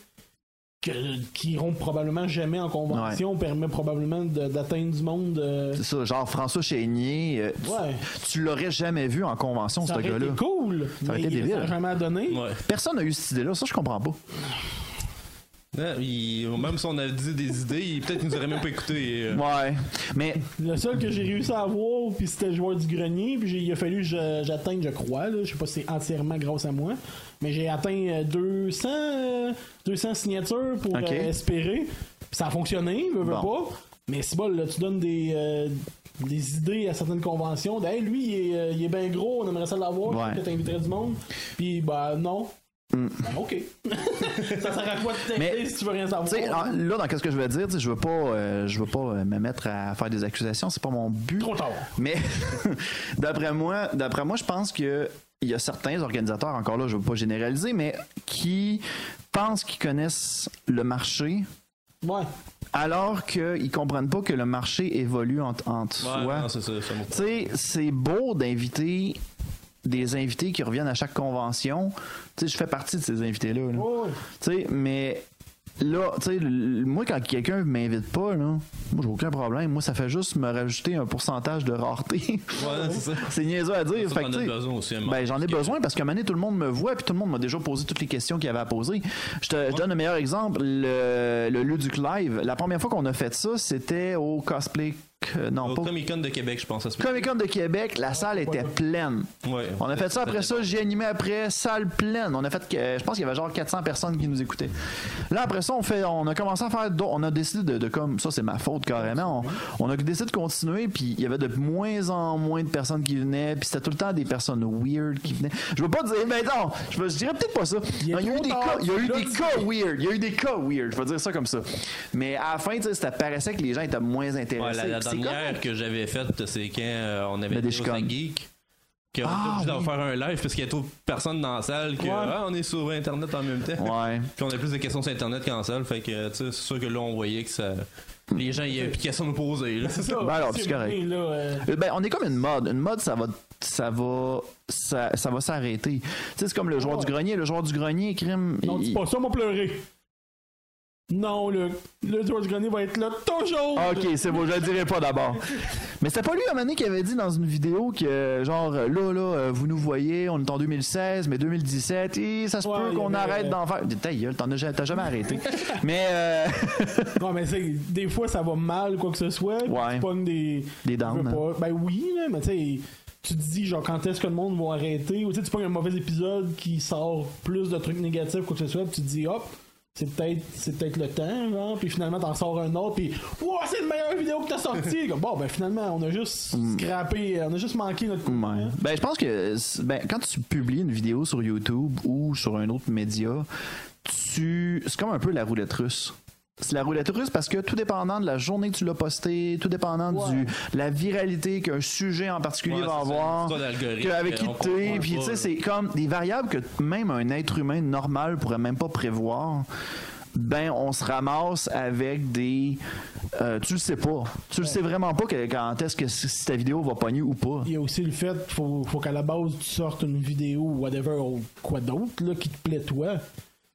[SPEAKER 2] que- qui iront probablement jamais en convention permet probablement de- d'atteindre du monde. euh,
[SPEAKER 1] C'est ça, genre François Chénier, euh, tu-
[SPEAKER 2] Ouais.
[SPEAKER 1] tu, l'aurais jamais vu en convention,
[SPEAKER 2] Ça
[SPEAKER 1] ce
[SPEAKER 2] aurait été
[SPEAKER 1] gars-là.
[SPEAKER 2] cool,
[SPEAKER 1] aurait
[SPEAKER 2] mais
[SPEAKER 1] été
[SPEAKER 2] il
[SPEAKER 1] débile.
[SPEAKER 2] a jamais donné.
[SPEAKER 3] Ouais.
[SPEAKER 1] Personne n'a eu cette idée-là, ça je comprends pas.
[SPEAKER 3] Non, il- même si on avait dit des idées, il- peut-être qu'il nous aurait même pas écouté. euh.
[SPEAKER 1] Ouais. Mais
[SPEAKER 2] Le seul que j'ai réussi à avoir, puis c'était le joueur du grenier, puis j'ai- il a fallu que je- j'atteigne, je crois, là, je sais pas si c'est entièrement grâce à moi, mais j'ai atteint euh, 200, euh, 200 signatures pour
[SPEAKER 1] Ok.
[SPEAKER 2] euh, espérer, puis ça a fonctionné, veux, veux
[SPEAKER 1] Bon.
[SPEAKER 2] pas, mais c'est bon, là, tu donnes des, euh, des idées à certaines conventions, de, Hey, lui, il est, euh, il est bien gros, on aimerait ça l'avoir,
[SPEAKER 1] Ouais. Mm.
[SPEAKER 2] peut-être que t'inviterais du monde, puis bah non. Ben, ok. (laughs) ça sert à quoi de t'inviter
[SPEAKER 1] Mais,
[SPEAKER 2] si tu veux rien savoir?
[SPEAKER 1] Tu sais, en- là, dans ce que je veux dire, tu sais, je veux pas, euh, je veux pas euh, me mettre à faire des accusations, c'est pas mon but.
[SPEAKER 2] Trop tard.
[SPEAKER 1] Mais (laughs) d'après moi, d'après moi, je pense que il y a certains organisateurs, encore là, je veux pas généraliser, mais qui pensent qu'ils connaissent le marché,
[SPEAKER 2] Ouais.
[SPEAKER 1] alors qu'ils comprennent pas que le marché évolue entre, entre
[SPEAKER 3] Ouais,
[SPEAKER 1] soi.
[SPEAKER 3] non, c'est ça, c'est mon
[SPEAKER 1] Tu
[SPEAKER 3] point.
[SPEAKER 1] sais, c'est beau d'inviter des invités qui reviennent à chaque convention. Tu sais, je fais partie de ces invités-là. là.
[SPEAKER 2] Ouais.
[SPEAKER 1] Tu sais, mais là, tu sais, l- moi, quand quelqu'un m'invite pas, là, moi, j'ai aucun problème. Moi, ça fait juste me rajouter un pourcentage de rareté. (laughs)
[SPEAKER 3] Ouais, non, c'est ça.
[SPEAKER 1] c'est niaiseux à dire.
[SPEAKER 3] Ça,
[SPEAKER 1] fait
[SPEAKER 3] t'en
[SPEAKER 1] que,
[SPEAKER 3] as
[SPEAKER 1] tu sais,
[SPEAKER 3] besoin aussi, à un moment
[SPEAKER 1] ben, j'en ai
[SPEAKER 3] donné.
[SPEAKER 1] besoin parce qu'à un moment donné, tout le monde me voit puis tout le monde m'a déjà posé toutes les questions qu'il y avait à poser. Je te je donne le meilleur exemple, le, le Luduc Live. La première fois qu'on a fait ça, c'était au Cosplay... euh, non,
[SPEAKER 3] Au
[SPEAKER 1] pas...
[SPEAKER 3] Comic Con de Québec, je pense. Ça se peut.
[SPEAKER 1] Comic Con de Québec, la salle était pleine.
[SPEAKER 3] Ouais.
[SPEAKER 1] On a fait ça après ça, j'ai animé après, salle pleine. On a fait, que- je pense qu'il y avait genre 400 personnes qui nous écoutaient. Là après ça, on fait, on a commencé à faire, d'autres- on a décidé de, de comme ça, c'est ma faute carrément. On, on a décidé de continuer, puis il y avait de moins en moins de personnes qui venaient, puis c'était tout le temps des personnes weird qui venaient. Je veux pas dire, mais non, je, veux- je dirais peut-être pas ça.
[SPEAKER 2] Il est
[SPEAKER 1] Non, Il y a eu
[SPEAKER 2] trop
[SPEAKER 1] des
[SPEAKER 2] tard,
[SPEAKER 1] cas, il y a eu
[SPEAKER 2] tu l'as
[SPEAKER 1] des
[SPEAKER 2] dit.
[SPEAKER 1] cas weird, il y a eu des cas weird. Je vais dire ça comme ça. Mais à la fin, tu sais, ça paraissait que les gens étaient moins
[SPEAKER 3] Ouais,
[SPEAKER 1] intéressés.
[SPEAKER 3] la, la
[SPEAKER 1] puis c'est
[SPEAKER 3] dernière
[SPEAKER 1] correct.
[SPEAKER 3] que j'avais faite, c'est quand euh, on avait
[SPEAKER 1] Le
[SPEAKER 3] été au
[SPEAKER 1] Dishcon.
[SPEAKER 3] Saint Geek. Qu'on
[SPEAKER 1] Ah,
[SPEAKER 3] était obligé d'en
[SPEAKER 1] oui.
[SPEAKER 3] faire un live parce qu'il y a trop de personnes dans la salle. Que,
[SPEAKER 2] Ouais.
[SPEAKER 3] ah, on est sur Internet en même temps.
[SPEAKER 1] Ouais.
[SPEAKER 3] (laughs) Puis on a plus de questions sur Internet qu'en salle. Fait que, tu sais, c'est sûr que là, on voyait que ça. Les gens, il y avait plus de questions à nous poser. là.
[SPEAKER 2] Ça,
[SPEAKER 1] Ben alors, c'est correct.
[SPEAKER 2] bien, là, euh,
[SPEAKER 1] Euh, Ben, on est comme une mode. Une mode, ça va, ça va, ça, ça va s'arrêter. Tu sais, c'est comme le joueur
[SPEAKER 2] Ouais.
[SPEAKER 1] du grenier. Le joueur du grenier, crime.
[SPEAKER 2] Non,
[SPEAKER 1] il-
[SPEAKER 2] dis pas ça, m'a pleuré. Non, le, le George Grenier va être là toujours!
[SPEAKER 1] Ok, c'est bon, je le dirai pas
[SPEAKER 2] (laughs)
[SPEAKER 1] d'abord. Mais c'était pas lui, à un moment donné, qui avait dit dans une vidéo que, genre, là, là, euh, vous nous voyez, on est en 2016, mais 2017, et ça se
[SPEAKER 2] Ouais,
[SPEAKER 1] peut
[SPEAKER 2] il y
[SPEAKER 1] qu'on
[SPEAKER 2] avait-
[SPEAKER 1] arrête d'en faire. Ta gueule, t'en as ja- t'as jamais
[SPEAKER 2] (laughs)
[SPEAKER 1] arrêté. mais, euh,
[SPEAKER 2] Non, mais c'est des fois ça va mal, quoi que ce soit. puis
[SPEAKER 1] Ouais.
[SPEAKER 2] Tu pognes des.
[SPEAKER 1] Des downs, hein.
[SPEAKER 2] je veux pas- Ben oui, là, mais tu sais, tu te dis, genre, quand est-ce que le monde va arrêter? Ou tu sais, tu pognes un mauvais épisode qui sort plus de trucs négatifs, quoi que ce soit, puis tu te dis, hop. C'est peut-être c'est peut-être le temps, genre, puis finalement t'en sors un autre, puis Wow, c'est le meilleur vidéo que
[SPEAKER 1] (laughs)
[SPEAKER 2] t'as sorti! Comme, bon, ben finalement, on a juste scrappé, on a juste manqué notre coup.
[SPEAKER 1] Mm. Ouais.
[SPEAKER 2] hein.
[SPEAKER 1] Ben, je pense que c'est- ben, quand tu publies une vidéo sur YouTube ou sur un autre média, tu c'est comme un peu la roulette russe. C'est la roulette russe parce que tout dépendant de la journée que tu l'as posté, tout dépendant
[SPEAKER 2] Ouais.
[SPEAKER 1] du la viralité qu'un sujet en particulier
[SPEAKER 3] Ouais,
[SPEAKER 1] va
[SPEAKER 3] c'est ça, une
[SPEAKER 1] avoir,
[SPEAKER 3] histoire d'algorithme,
[SPEAKER 1] que- avec qui
[SPEAKER 3] on
[SPEAKER 1] t'es,
[SPEAKER 3] comprend
[SPEAKER 1] puis
[SPEAKER 3] pas,
[SPEAKER 1] tu sais,
[SPEAKER 3] là.
[SPEAKER 1] c'est comme des variables que même un être humain normal pourrait même pas prévoir. Ben, on se ramasse avec des. euh, tu le sais pas. Tu le sais vraiment pas que- quand est-ce que si si ta vidéo va pogner ou pas.
[SPEAKER 2] Il y a aussi le fait qu'il faut, faut qu'à la base tu sortes une vidéo ou whatever ou quoi d'autre là, qui te plaît toi.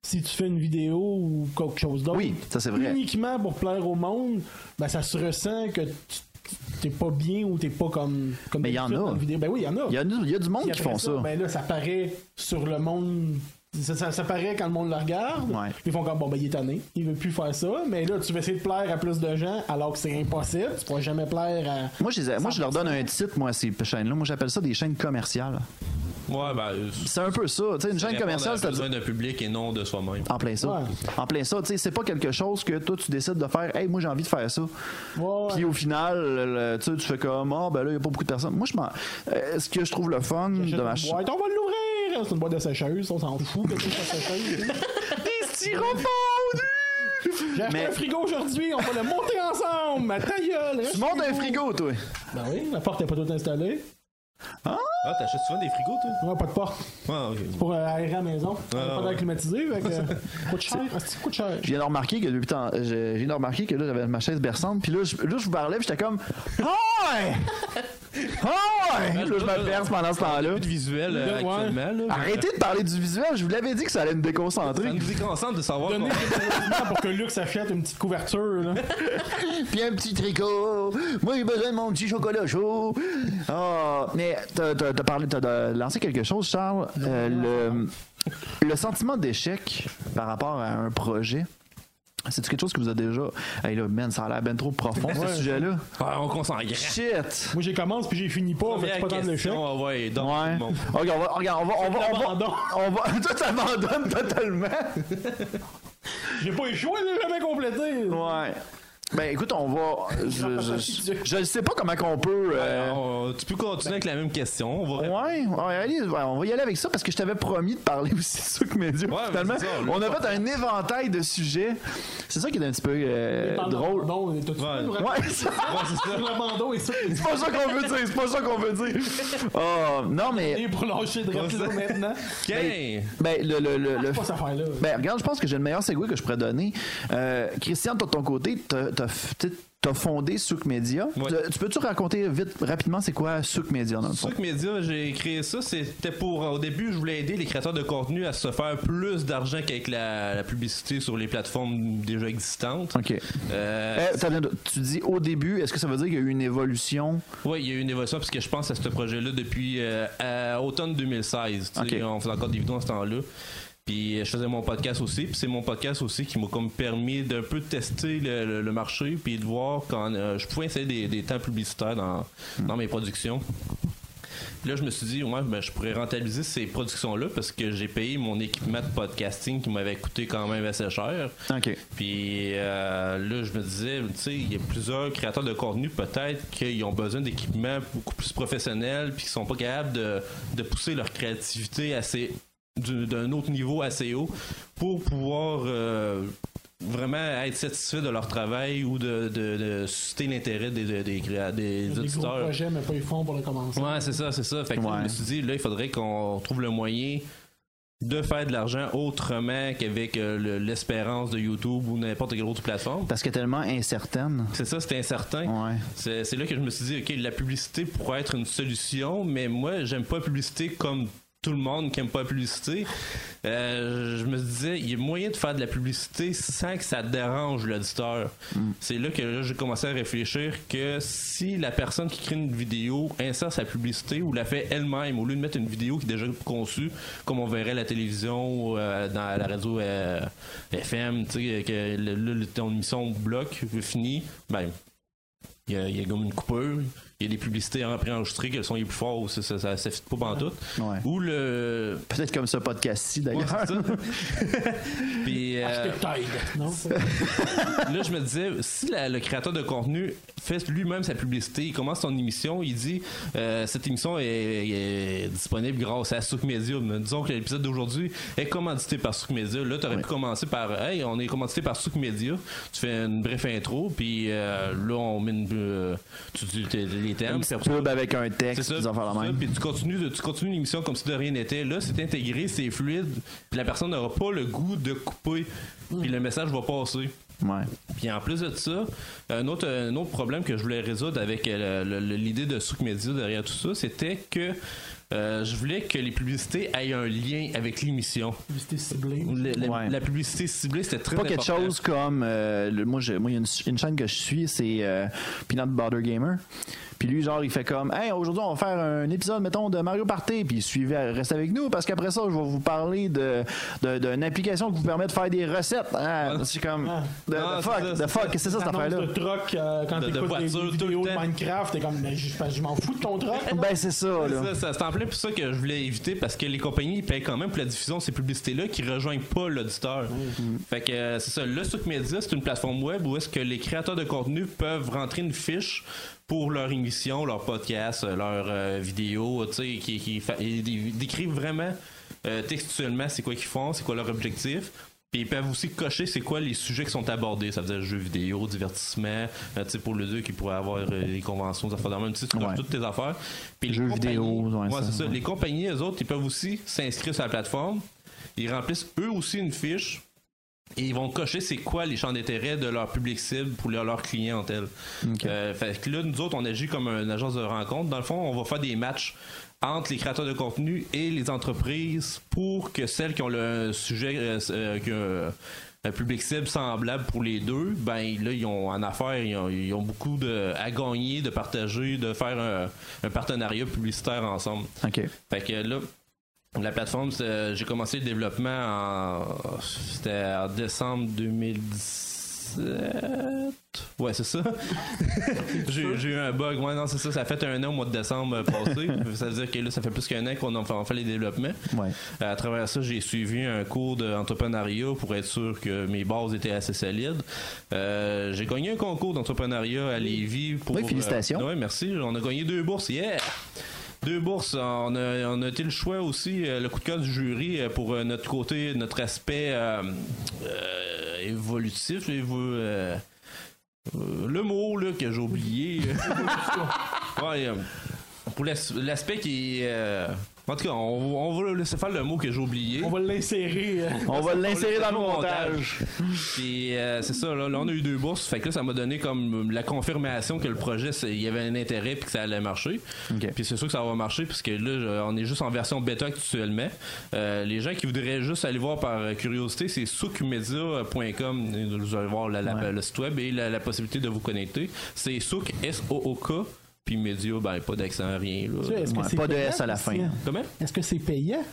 [SPEAKER 2] Si tu fais une vidéo ou quelque chose d'autre,
[SPEAKER 1] Oui, ça, c'est vrai.
[SPEAKER 2] uniquement pour plaire au monde, ben ça se ressent que tu- t'es pas bien ou t'es pas comme comme
[SPEAKER 1] Mais il y en
[SPEAKER 2] d'habitude
[SPEAKER 1] a.
[SPEAKER 2] dans la vidéo. Ben oui, il y en a.
[SPEAKER 1] Il y a, du- il y a du monde
[SPEAKER 2] Puis
[SPEAKER 1] qui
[SPEAKER 2] après
[SPEAKER 1] font ça.
[SPEAKER 2] Ben là, ça paraît sur le monde. Ça, ça- ça paraît quand le monde le regarde.
[SPEAKER 1] Ouais.
[SPEAKER 2] Ils font comme bon ben il est tanné, il veut plus faire ça. Mais là, tu vas essayer de plaire à plus de gens alors que c'est impossible. Tu pourras jamais plaire à.
[SPEAKER 1] (laughs) moi, je, les- moi, je leur donne un titre, moi, à ces chaînes-là. Moi, j'appelle ça des chaînes commerciales.
[SPEAKER 3] Ouais, ben. euh,
[SPEAKER 1] C'est un peu ça. Tu sais, une chaîne
[SPEAKER 3] répondre
[SPEAKER 1] commerciale,
[SPEAKER 3] à
[SPEAKER 1] c'est
[SPEAKER 3] besoin d'un public et non de soi-même.
[SPEAKER 1] en plein ça.
[SPEAKER 2] Ouais.
[SPEAKER 1] En plein ça. Tu sais, c'est pas quelque chose que toi, tu décides de faire. Hey, moi, j'ai envie de faire ça.
[SPEAKER 2] Ouais.
[SPEAKER 1] Puis au final, le- tu sais, tu fais comme, ah, ben là, il n'y a pas beaucoup de personnes. Moi, je m'en. Euh, ce que je trouve le fun de ma
[SPEAKER 2] Une
[SPEAKER 1] chaîne.
[SPEAKER 2] boîte, on va l'ouvrir! C'est une boîte de sécheuse, on s'en fout que c'est pas sécheuse.
[SPEAKER 1] (laughs)
[SPEAKER 3] (laughs)
[SPEAKER 1] Des styrofoams!
[SPEAKER 2] J'ai acheté
[SPEAKER 1] Mais-
[SPEAKER 2] un frigo aujourd'hui, on va le monter ensemble! Ma ta gueule! reste
[SPEAKER 1] Tu montes un
[SPEAKER 2] chez vous.
[SPEAKER 1] frigo, toi.
[SPEAKER 2] Ben oui, la porte est pas toute installée.
[SPEAKER 3] Ah, t'achètes souvent des frigos, toi
[SPEAKER 2] Ouais, pas de porte.
[SPEAKER 3] Ah, ok.
[SPEAKER 2] Pour euh, aérer la maison.
[SPEAKER 3] Ah,
[SPEAKER 2] pas d'air
[SPEAKER 3] ouais.
[SPEAKER 2] climatisé, fait que. euh,
[SPEAKER 3] (laughs)
[SPEAKER 2] coûte cher, ah, c'est coûte cher.
[SPEAKER 1] Je viens de remarquer que depuis tant- je- je viens de remarquer que là, j'avais ma chaise berçante. Puis là, je, là, je vous parlais, puis j'étais comme, ouais! Ouais! Puis Là, je me berce pendant ce temps-là.
[SPEAKER 3] Plus de visuel euh,
[SPEAKER 2] Ouais.
[SPEAKER 3] actuellement, là.
[SPEAKER 1] Arrêtez de parler du visuel, je vous l'avais dit que ça allait me
[SPEAKER 3] Ça
[SPEAKER 1] déconcentrer.
[SPEAKER 3] nous déconcentre de savoir.
[SPEAKER 2] Donnez
[SPEAKER 3] qu'on-
[SPEAKER 2] quelques pour que Luc s'achète une petite couverture, là.
[SPEAKER 1] Puis un petit tricot, moi j'ai besoin de mon petit chocolat chaud. Ah, mais t'as t'as- t'as parlé, t'as t'as lancé quelque chose, Charles. Euh, le, le sentiment d'échec par rapport à un projet. C'est-tu quelque chose que vous avez déjà. Hey là, man, ça a l'air ben trop profond, ce
[SPEAKER 2] Ouais.
[SPEAKER 1] sujet-là.
[SPEAKER 3] Ah, on qu'on s'en gratte.
[SPEAKER 1] Shit!
[SPEAKER 2] Moi, j'ai commencé puis j'ai fini pas. Fait que
[SPEAKER 3] Première
[SPEAKER 2] c'est pas tant de choc.
[SPEAKER 3] question, ah ouais, donc,
[SPEAKER 1] Ouais.
[SPEAKER 3] bon.
[SPEAKER 1] Ok, on va. Regarde, on va. On va. On va. On va (laughs) toi, t'abandonnes totalement!
[SPEAKER 2] J'ai pas échoué, j'ai jamais complété.
[SPEAKER 1] Ouais. Ben, écoute, on va. Je, je, je ne sais pas comment qu'on peut. euh,
[SPEAKER 3] Alors, tu peux continuer avec la même question. On va
[SPEAKER 1] Ouais, ouais, allez, ouais, on va y aller avec ça parce que je t'avais promis de parler aussi de Souk Media.
[SPEAKER 3] Ouais,
[SPEAKER 1] finalement,
[SPEAKER 3] mais c'est ça, là.
[SPEAKER 1] on a fait un éventail de sujets. C'est ça qui est un petit peu euh, drôle.
[SPEAKER 2] Bon, on est tout de suite.
[SPEAKER 3] Ouais.
[SPEAKER 2] nous
[SPEAKER 1] Ouais, (laughs) c'est
[SPEAKER 3] Ouais, c'est ça.
[SPEAKER 2] (laughs) raconter l'abandon et
[SPEAKER 3] (laughs)
[SPEAKER 2] ça.
[SPEAKER 1] c'est pas ça qu'on veut dire, c'est pas ça qu'on veut dire. Ah, non, mais
[SPEAKER 2] Et pour lâcher de rester là maintenant.
[SPEAKER 3] Ok.
[SPEAKER 1] ben, le, le, le, le-
[SPEAKER 2] Ah, Pas cette affaire-là.
[SPEAKER 1] ben, regarde, je pense que j'ai le meilleur segway que je pourrais donner. Euh, Christian, de ton côté, t'as- t'as t'as- t'as fondé Souk Media.
[SPEAKER 3] Ouais.
[SPEAKER 1] Tu- Tu peux-tu raconter vite, rapidement, c'est quoi Souk Media dans le fond?
[SPEAKER 3] Souk Media, j'ai créé ça, c'était pour au début, je voulais aider les créateurs de contenu à se faire plus d'argent qu'avec la, la publicité sur les plateformes déjà existantes.
[SPEAKER 1] Ok.
[SPEAKER 3] Euh,
[SPEAKER 1] Eh, t'as bien- tu dis au début, est-ce que ça veut dire qu'il y a eu une évolution?
[SPEAKER 3] Oui, il y a eu une évolution parce que je pense à ce projet-là depuis euh, à automne 2016. tu
[SPEAKER 1] Ok.
[SPEAKER 3] sais, On faisait encore des vidéos à ce temps-là. Puis euh, je faisais mon podcast aussi. Puis c'est mon podcast aussi qui m'a comme permis d'un peu tester le, le- le marché puis de voir quand euh, je pouvais essayer des, des temps publicitaires dans, dans mes productions. Puis Là, je me suis dit, ouais, ben, je pourrais rentabiliser ces productions-là parce que j'ai payé mon équipement de podcasting qui m'avait coûté quand même assez cher.
[SPEAKER 1] Ok.
[SPEAKER 3] Puis euh, là, je me disais, tu sais, il y a plusieurs créateurs de contenu, peut-être, qu'ils ont besoin d'équipements beaucoup plus professionnels, puis qu'ils sont pas capables de, de pousser leur créativité assez du- d'un autre niveau assez haut pour pouvoir euh, vraiment être satisfait de leur travail ou de, de- de susciter l'intérêt des, des, des créa- des
[SPEAKER 2] Des gros
[SPEAKER 3] auditeurs.
[SPEAKER 2] projets, mais pas les fonds pour le commencer.
[SPEAKER 3] Ouais, c'est ça, c'est ça. Fait que là,
[SPEAKER 1] Ouais.
[SPEAKER 3] je me suis dit, là, il faudrait qu'on trouve le moyen de faire de l'argent autrement qu'avec euh, le- l'espérance de YouTube ou n'importe quelle autre plateforme.
[SPEAKER 1] Parce qu'elle est tellement incertaine.
[SPEAKER 3] C'est ça, c'était incertain.
[SPEAKER 1] Ouais.
[SPEAKER 3] C'est c'est là que je me suis dit, OK, la publicité pourrait être une solution, mais moi, j'aime pas la publicité comme tout le monde qui aime pas la publicité. Euh, je me disais, il y a moyen de faire de la publicité sans que ça dérange l'auditeur. C'est là que là, j'ai commencé à réfléchir que si la personne qui crée une vidéo insère sa publicité ou la fait elle-même, au lieu de mettre une vidéo qui est déjà conçue, comme on verrait à la télévision ou euh, dans la radio euh, FM, tu sais, que le, le- ton émission bloque, fini, ben, il y, a, il y a comme une coupure. Il y a des publicités en- préenregistrées que le son est plus fort ou ça, ça, ça, ça fit pas pantoute.
[SPEAKER 1] Ouais.
[SPEAKER 3] Ou le.
[SPEAKER 1] Peut-être comme ce podcast-ci d'ailleurs. (laughs)
[SPEAKER 3] Puis, euh,
[SPEAKER 2] Architecte, non?
[SPEAKER 3] là, je me disais, si la- le créateur de contenu fait lui-même sa publicité, il commence son émission, il dit euh, Cette émission est, est disponible grâce à Souk Media. Mais Disons que l'épisode d'aujourd'hui est commandité par Souk Media. Là, tu aurais pu commencer par Hey, on est commandité par Souk Media. Tu fais une brève intro, puis euh, là, on met une. euh, tu dis t'es- les
[SPEAKER 1] Une
[SPEAKER 3] thèmes, puis
[SPEAKER 1] petite
[SPEAKER 3] après ça,
[SPEAKER 1] pub avec un texte,
[SPEAKER 3] C'est
[SPEAKER 1] des
[SPEAKER 3] ça,
[SPEAKER 1] affaires
[SPEAKER 3] c'est
[SPEAKER 1] la
[SPEAKER 3] ça,
[SPEAKER 1] même.
[SPEAKER 3] Puis tu continues, de- tu continues l'émission comme si de rien n'était. Là, c'est intégré, c'est fluide. Puis la personne n'aura pas le goût de couper. Puis le message va passer.
[SPEAKER 1] Ouais.
[SPEAKER 3] Puis en plus de ça, un autre, un autre problème que je voulais résoudre avec euh, le- le- l'idée de Souk Media derrière tout ça, c'était que euh, je voulais que les publicités aient un lien avec l'émission.
[SPEAKER 2] C'était ciblé.
[SPEAKER 3] Le- la,
[SPEAKER 1] Ouais.
[SPEAKER 3] la publicité ciblée, c'était très
[SPEAKER 1] Pas quelque
[SPEAKER 3] important.
[SPEAKER 1] chose comme. euh, le- moi, j'ai- moi, il y a une, ch- une chaîne que je suis, c'est euh, Peanut Butter Gamer. Puis lui, genre, il fait comme Hey, aujourd'hui, on va faire un épisode, mettons, de Mario Party. Puis suivez, restez avec nous parce qu'après ça, je vais vous parler de, de- d'une application qui vous permet de faire des recettes. Ah, c'est comme.
[SPEAKER 2] Ah.
[SPEAKER 1] The, the
[SPEAKER 3] Non, c'est
[SPEAKER 1] fuck,
[SPEAKER 3] ça, Ah
[SPEAKER 1] the fuck, c'est ça cette
[SPEAKER 2] L'annonce
[SPEAKER 1] affaire-là?
[SPEAKER 2] de truck, euh, quand
[SPEAKER 3] De- de
[SPEAKER 2] t'écoutes des
[SPEAKER 3] voiture, tout le
[SPEAKER 2] vidéos de
[SPEAKER 3] temps.
[SPEAKER 2] Minecraft, t'es comme, mais je, parce que je m'en fous de ton truck.
[SPEAKER 1] Ben, c'est ça, là.
[SPEAKER 3] Ça, ça, c'est en plein pour ça que je voulais éviter parce que les compagnies ils payent quand même pour la diffusion de ces publicités-là qui rejoignent pas l'auditeur.
[SPEAKER 1] Mm-hmm.
[SPEAKER 3] Fait que euh, c'est ça. Le Souk Media, c'est une plateforme web où est-ce que les créateurs de contenu peuvent rentrer une fiche pour leur émission, leur podcast, euh, leur euh, vidéo, tu sais, qui, qui fa- ils dé- décrivent vraiment euh, textuellement c'est quoi qu'ils font, c'est quoi leur objectif. Puis ils peuvent aussi cocher c'est quoi les sujets qui sont abordés. Ça veut dire jeux vidéo, divertissement, euh, tu sais, pour le deux qui pourrait avoir euh, des conventions, des affaires dans le même, tu sais, tu coches
[SPEAKER 1] Ouais.
[SPEAKER 3] toutes tes affaires. Puis les
[SPEAKER 1] Jeux
[SPEAKER 3] compagnies-
[SPEAKER 1] vidéo, ouais,
[SPEAKER 3] ouais,
[SPEAKER 1] ça,
[SPEAKER 3] c'est ça.
[SPEAKER 1] ouais.
[SPEAKER 3] Les compagnies, eux autres, ils peuvent aussi s'inscrire sur la plateforme. Ils remplissent eux aussi une fiche. Et ils vont cocher c'est quoi les champs d'intérêt de leur public cible pour leur, leur clientèle. Euh, fait que là, nous autres, on agit comme une agence de rencontre. Dans le fond, on va faire des matchs entre les créateurs de contenu et les entreprises pour que celles qui ont le sujet euh, euh, que, euh, un public cible semblable pour les deux, ben là, ils ont en affaires, ils ont, ils ont beaucoup de, à gagner, de partager, de faire un, un partenariat publicitaire ensemble.
[SPEAKER 1] Ok.
[SPEAKER 3] Fait que là, La plateforme, c'est- euh, j'ai commencé le développement en, c'était en décembre 2017. Ouais, c'est ça. (laughs) j'ai j'ai eu un bug. Ouais, non, c'est ça. Ça a fait un an au mois de décembre euh, (laughs) passé. ça veut dire que là, ça fait plus qu'un an qu'on en fait, on fait les développements.
[SPEAKER 1] Ouais.
[SPEAKER 3] Euh, À travers ça, j'ai suivi un cours d'entrepreneuriat pour être sûr que mes bases étaient assez solides. Euh, j'ai gagné un concours d'entrepreneuriat à Lévis pour.
[SPEAKER 1] Oui, félicitations.
[SPEAKER 3] euh, ouais, merci. On a gagné deux bourses. Yeah! Deux bourses. On a, on a été le choix aussi, euh, le coup de cœur du jury euh, pour euh, notre côté, notre aspect euh, euh, évolutif. évo- euh, euh, le mot là, que j'ai oublié. (laughs) Ouais, euh, pour l'as- l'aspect qui est. euh, en tout cas, on, on va laisser faire le mot que j'ai oublié.
[SPEAKER 2] On va l'insérer. euh,
[SPEAKER 1] On va l'insérer dans le montage.
[SPEAKER 3] Puis euh, c'est ça, là, là, on a eu deux bourses. Fait que là, ça m'a donné comme la confirmation que le projet, c'est- il y avait un intérêt puis que ça allait marcher.
[SPEAKER 1] Ok.
[SPEAKER 3] Puis c'est sûr que ça va marcher puisque là, je- on est juste en version bêta actuellement. Euh, les gens qui voudraient juste aller voir par euh, curiosité, c'est soukmedia.com. Et Vous allez voir la- la- le site web et la, la possibilité de vous connecter. C'est souk, S-O-O-K, puis média, ben pas d'accent, rien. là.
[SPEAKER 2] tu sais, est-ce
[SPEAKER 1] (laughs)
[SPEAKER 2] que
[SPEAKER 1] Ouais,
[SPEAKER 2] c'est
[SPEAKER 1] pas de
[SPEAKER 2] payant,
[SPEAKER 1] S à la fin.
[SPEAKER 2] Christian?
[SPEAKER 3] Comment?
[SPEAKER 2] Est-ce que c'est payant?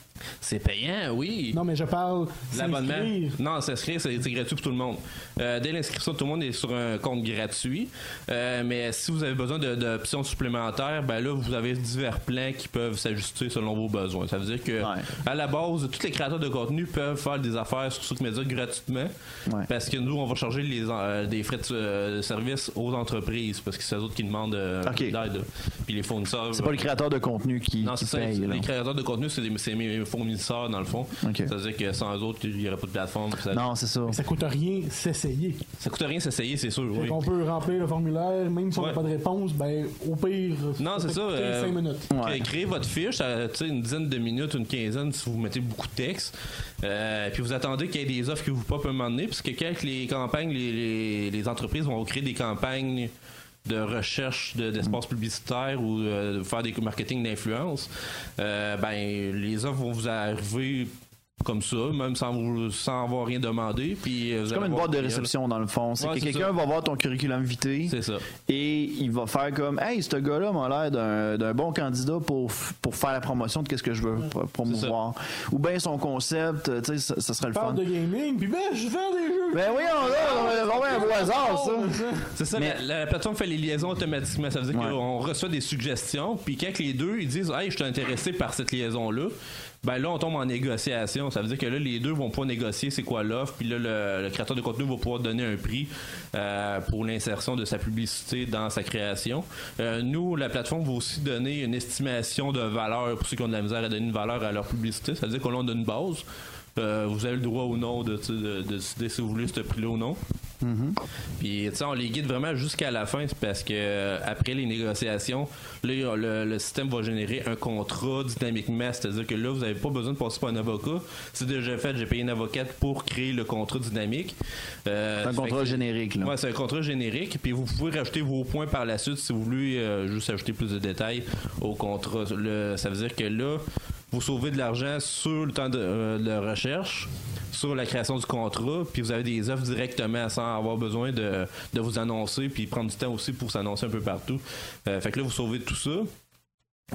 [SPEAKER 3] C'est payant, oui.
[SPEAKER 2] Non, mais je parle.
[SPEAKER 3] L'abonnement.
[SPEAKER 2] s'inscrire.
[SPEAKER 3] Non, s'inscrire, c'est c'est gratuit pour tout le monde. Euh, dès l'inscription, tout le monde est sur un compte gratuit. Euh, mais si vous avez besoin de- d'options supplémentaires, ben là, vous avez divers plans qui peuvent s'ajuster selon vos besoins. Ça veut dire que,
[SPEAKER 1] Ouais.
[SPEAKER 3] à la base, tous les créateurs de contenu peuvent faire des affaires sur Souk Media gratuitement.
[SPEAKER 1] Ouais.
[SPEAKER 3] Parce que nous, on va charger les, en- euh, des frais de euh, service aux entreprises. Parce que c'est eux autres qui demandent euh,
[SPEAKER 1] Ok.
[SPEAKER 3] d'aide. Puis les fournisseurs.
[SPEAKER 1] C'est pas le créateur de contenu qui,
[SPEAKER 3] Non,
[SPEAKER 1] qui
[SPEAKER 3] c'est ça.
[SPEAKER 1] paye. là.
[SPEAKER 3] les créateurs de contenu, c'est des- c'est mes fournisseurs, dans le fond.
[SPEAKER 1] Ok.
[SPEAKER 3] C'est-à-dire que sans eux autres, il n'y aurait pas de plateforme. puis Ça,
[SPEAKER 1] Non, c'est ça.
[SPEAKER 2] Ça coûte rien s'essayer.
[SPEAKER 3] ça coûte rien s'essayer, c'est sûr. oui.
[SPEAKER 2] Donc, On peut remplir le formulaire, même si on n'a
[SPEAKER 3] Ouais.
[SPEAKER 2] pas de réponse, ben au pire.
[SPEAKER 3] Non, c'est ça,
[SPEAKER 2] coûter
[SPEAKER 3] euh,
[SPEAKER 2] cinq minutes.
[SPEAKER 1] Ouais.
[SPEAKER 3] Cré- Créez votre fiche, ça, tu sais, une dizaine de minutes, une quinzaine, si vous mettez beaucoup de texte. Euh, puis vous attendez qu'il y ait des offres que vous pop un moment donné, puisque quand les campagnes, les, les- les entreprises vont créer des campagnes de recherche de- d'espace publicitaire ou euh, faire des marketing d'influence, euh, ben les offres vont vous arriver comme ça, même sans, vous, sans avoir rien demandé. Puis euh,
[SPEAKER 1] C'est comme une boîte de réception, dans le fond. C'est
[SPEAKER 3] Ouais,
[SPEAKER 1] que
[SPEAKER 3] c'est
[SPEAKER 1] quelqu'un
[SPEAKER 3] ça.
[SPEAKER 1] va voir ton curriculum vitae.
[SPEAKER 3] C'est ça.
[SPEAKER 1] Et il va faire comme Hey, ce gars-là m'a l'air d'un- d'un bon candidat pour, f- pour faire la promotion de qu'est-ce que je veux pro- promouvoir. Ou bien son concept, euh, tu sais, ça, ça serait le fun.
[SPEAKER 2] Parle de gaming, puis ben je vends des jeux. Oh,
[SPEAKER 1] Ben oui, on a, on a vraiment un hasard, ça.
[SPEAKER 3] Ah, C'est ça,
[SPEAKER 1] Mais-
[SPEAKER 3] la, la plateforme fait les liaisons automatiquement. Ça veut dire
[SPEAKER 1] Ouais.
[SPEAKER 3] qu'on reçoit des suggestions, puis quand les deux ils disent Hey, je suis intéressé par cette liaison-là, ben là, on tombe en négociation. Ça veut dire que là, les deux vont pouvoir négocier c'est quoi l'offre, puis là, le, le créateur de contenu va pouvoir donner un prix euh, pour l'insertion de sa publicité dans sa création. Euh, nous, la plateforme va aussi donner une estimation de valeur pour ceux qui ont de la misère à donner une valeur à leur publicité. Ça veut dire qu'on leur donne une base. Euh, vous avez le droit ou non de, de- de décider si vous voulez ce prix-là ou non. Puis, tu sais, on les guide vraiment jusqu'à la fin c'est parce que euh, après les négociations, là, il y a- le, le système va générer un contrat dynamiquement. C'est-à-dire que là, vous n'avez pas besoin de passer par un avocat. C'est déjà fait, j'ai payé une avocate pour créer le contrat dynamique. Euh,
[SPEAKER 1] C'est un
[SPEAKER 3] fait
[SPEAKER 1] contrat
[SPEAKER 3] que-
[SPEAKER 1] générique, là.
[SPEAKER 3] Ouais, c'est un contrat générique. Puis vous pouvez rajouter vos points par la suite si vous voulez euh, juste ajouter plus de détails au contrat. Le- ça veut dire que là, vous sauvez de l'argent sur le temps de, euh, de recherche, sur la création du contrat, puis vous avez des offres directement sans avoir besoin de, de vous annoncer, puis prendre du temps aussi pour s'annoncer un peu partout. Euh, fait que là, vous sauvez tout ça.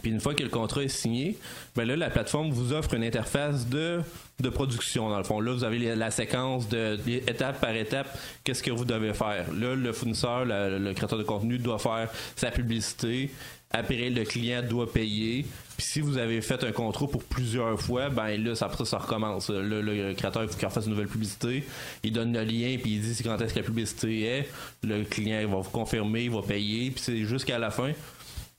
[SPEAKER 3] Puis une fois que le contrat est signé, ben là, la plateforme vous offre une interface de, de production, dans le fond. Là, vous avez les- la séquence de les- étape par étape, qu'est-ce que vous devez faire. Là, le fournisseur, la- le créateur de contenu doit faire sa publicité. Après, le client doit payer. Puis si vous avez fait un contrat pour plusieurs fois, ben là, ça, après ça, ça recommence. Là, le, créateur, il faut qu'il refasse une nouvelle publicité. Il donne le lien, puis il dit c'est quand est-ce que la publicité est. Le client, il va vous confirmer, il va payer. Puis c'est jusqu'à la fin.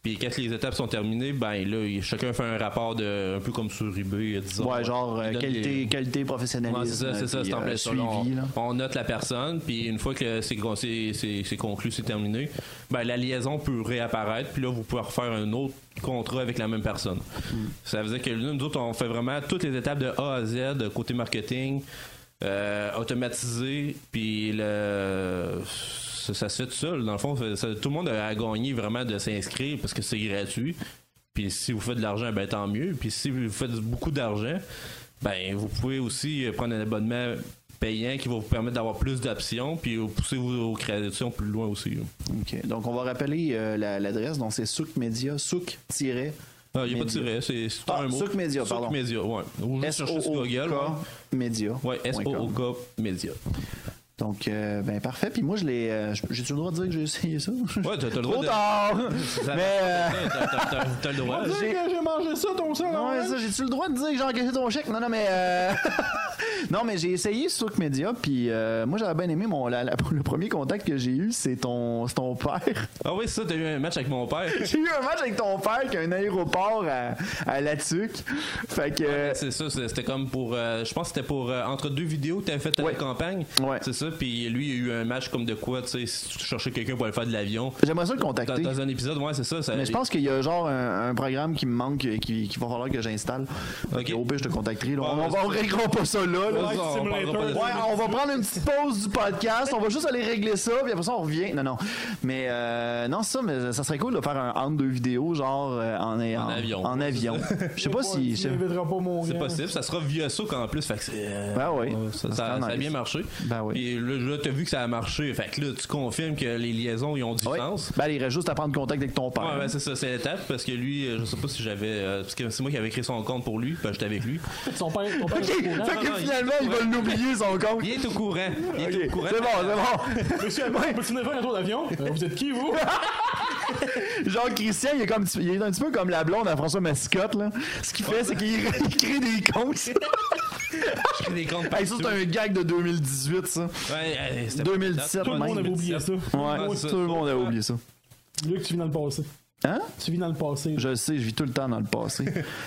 [SPEAKER 3] Puis quand les étapes sont terminées, ben là, il- chacun fait un rapport de un peu comme sur eBay, disons.
[SPEAKER 1] Ouais, genre euh,
[SPEAKER 3] Il donne
[SPEAKER 1] qualité,
[SPEAKER 3] les-
[SPEAKER 1] qualité professionnalisme.
[SPEAKER 3] Ouais, c'est ça, c'est ça,
[SPEAKER 1] puis,
[SPEAKER 3] c'est en
[SPEAKER 1] euh,
[SPEAKER 3] plein ça, là, on-
[SPEAKER 1] suivi, là.
[SPEAKER 3] on, note la personne, puis une fois que c'est con- c'est- c'est- c'est conclu, c'est terminé, ben, la liaison peut réapparaître, puis là, vous pouvez refaire un autre contrat avec la même personne.
[SPEAKER 1] Hmm.
[SPEAKER 3] Ça veut dire que nous, nous autres, on fait vraiment toutes les étapes de A à Z, de côté marketing, euh, automatisé, puis le. Ça, ça se fait tout seul. Dans le fond, ça- ça- tout le monde a gagné vraiment de s'inscrire parce que c'est gratuit. Puis si vous faites de l'argent, ben tant mieux. Puis si vous faites beaucoup d'argent, ben vous pouvez aussi euh, prendre un abonnement payant qui va vous permettre d'avoir plus d'options puis euh, pousser vos vos créations plus loin aussi. là.
[SPEAKER 1] OK. Donc, on va rappeler euh, la- l'adresse. Donc, c'est Souk Media, souk
[SPEAKER 3] Ah, Il n'y a pas de
[SPEAKER 1] Média.
[SPEAKER 3] tiret, c'est c'est
[SPEAKER 1] Ah,
[SPEAKER 3] un mot.
[SPEAKER 1] Souk Media, pardon.
[SPEAKER 3] Media, ouais. Ou juste chercher sur Google.
[SPEAKER 1] S-O-O-K Media.
[SPEAKER 3] Ouais, s o o k
[SPEAKER 1] (laughs)
[SPEAKER 3] Media.
[SPEAKER 1] Donc, euh, ben parfait. Puis moi, je l'ai. euh, J'ai-tu le droit de dire que j'ai essayé ça?
[SPEAKER 3] Ouais,
[SPEAKER 1] (laughs)
[SPEAKER 3] t'as t'as le droit
[SPEAKER 1] Trop
[SPEAKER 3] de.
[SPEAKER 1] tard!
[SPEAKER 3] (laughs) Ça-
[SPEAKER 1] Mais. euh,
[SPEAKER 3] T'as- t'as- T'as t'as le droit.
[SPEAKER 2] On dirait
[SPEAKER 1] j'ai-
[SPEAKER 2] que j'ai mangé ça, ton sang.
[SPEAKER 1] Non,
[SPEAKER 2] hein?
[SPEAKER 1] mais ça, j'ai-tu le droit de dire que j'ai encaissé ton chèque? Non, non, mais. euh, (laughs) non, mais j'ai essayé Souk Media, puis euh, moi, j'avais bien aimé mon, la- la- le premier contact que j'ai eu, c'est ton, c'est ton père. (laughs)
[SPEAKER 3] Ah oui, c'est ça, t'as eu un match avec mon père. (laughs)
[SPEAKER 1] j'ai eu un match avec ton père qui a un aéroport à, à La Tuque. Fait que.
[SPEAKER 3] C'est ça, c'est- c'était comme pour. euh, je pense que c'était pour. euh, entre deux vidéos, t'avais fait ta
[SPEAKER 1] Ouais.
[SPEAKER 3] campagne.
[SPEAKER 1] Ouais.
[SPEAKER 3] C'est ça, puis lui, il y a eu un match comme de quoi, tu sais, si tu cherchais quelqu'un pour aller faire de l'avion.
[SPEAKER 1] J'aimerais ça le
[SPEAKER 3] Dans,
[SPEAKER 1] contacter.
[SPEAKER 3] dans un épisode, ouais, c'est ça. ça-
[SPEAKER 1] Mais je pense qu'il y a genre un, un programme qui me manque et qui, qui va falloir que j'installe.
[SPEAKER 3] Ok.
[SPEAKER 1] Ok. Au pire, je te contacterai. là.
[SPEAKER 3] Ah,
[SPEAKER 1] On, on, va- on réglera pas ça là. là.
[SPEAKER 3] Ouais, on parlera pas de
[SPEAKER 1] Ouais, on va prendre une petite pause du podcast. On va juste aller régler ça, puis après ça, on revient. Non, non. Mais euh, non, ça, mais ça serait cool de faire un entre deux vidéos, genre euh, en, en-
[SPEAKER 3] avion.
[SPEAKER 1] En
[SPEAKER 3] (laughs)
[SPEAKER 1] avion. Je sais pas si. je
[SPEAKER 2] Tu
[SPEAKER 1] sais-
[SPEAKER 2] m'inviteras pas mon
[SPEAKER 3] C'est
[SPEAKER 2] gars.
[SPEAKER 3] possible, ça sera via Souk en plus. Fait que c'est, euh,
[SPEAKER 1] Ben oui.
[SPEAKER 3] ouais,
[SPEAKER 1] Ça
[SPEAKER 3] Ça, ça-
[SPEAKER 1] serait
[SPEAKER 3] ça a
[SPEAKER 1] nice.
[SPEAKER 3] bien marché.
[SPEAKER 1] Ben oui.
[SPEAKER 3] Et là, là, t'as vu que ça a marché. Fait que là, tu confirmes que les liaisons, ils ont du
[SPEAKER 1] Ouais.
[SPEAKER 3] sens.
[SPEAKER 1] Ben, il reste juste à prendre contact avec ton père.
[SPEAKER 3] Ouais, ben, c'est ça, c'est l'étape. Parce que lui, euh, je sais pas si j'avais. euh, parce que c'est moi qui avais créé son compte pour lui. Ben, j'étais avec lui.
[SPEAKER 2] Son père, ton père
[SPEAKER 1] Ok,
[SPEAKER 2] est au
[SPEAKER 1] (laughs)
[SPEAKER 2] courant.
[SPEAKER 1] fait
[SPEAKER 3] non,
[SPEAKER 1] que
[SPEAKER 3] non, il-
[SPEAKER 1] finalement, il va l'oublier son compte.
[SPEAKER 3] Il est au courant. Il est
[SPEAKER 1] Ok,
[SPEAKER 3] au
[SPEAKER 1] C'est bon,
[SPEAKER 3] courant.
[SPEAKER 1] c'est bon.
[SPEAKER 2] Monsieur, peux-tu venir faire un tour d'avion? Euh, Vous êtes qui, vous?
[SPEAKER 1] Genre Christian, il est, comme, il est un petit peu comme la blonde à François Mascotte. Là. Ce qu'il fait, c'est qu'il (laughs) il crée des comptes.
[SPEAKER 3] (laughs) Je crée des comptes
[SPEAKER 1] Hey, ça, c'est un gag de 2018, ça.
[SPEAKER 3] Ouais, euh, c'était-
[SPEAKER 1] 2017
[SPEAKER 2] Tout le monde
[SPEAKER 1] même.
[SPEAKER 2] avait oublié ça.
[SPEAKER 1] Ouais,
[SPEAKER 3] Ouais, c'est
[SPEAKER 1] tout le
[SPEAKER 3] ça.
[SPEAKER 1] monde a oublié ça.
[SPEAKER 2] Luc, tu vis dans le passé.
[SPEAKER 1] Hein?
[SPEAKER 2] Tu vis dans le passé.
[SPEAKER 1] Je le sais, je vis tout le temps dans le (laughs) passé.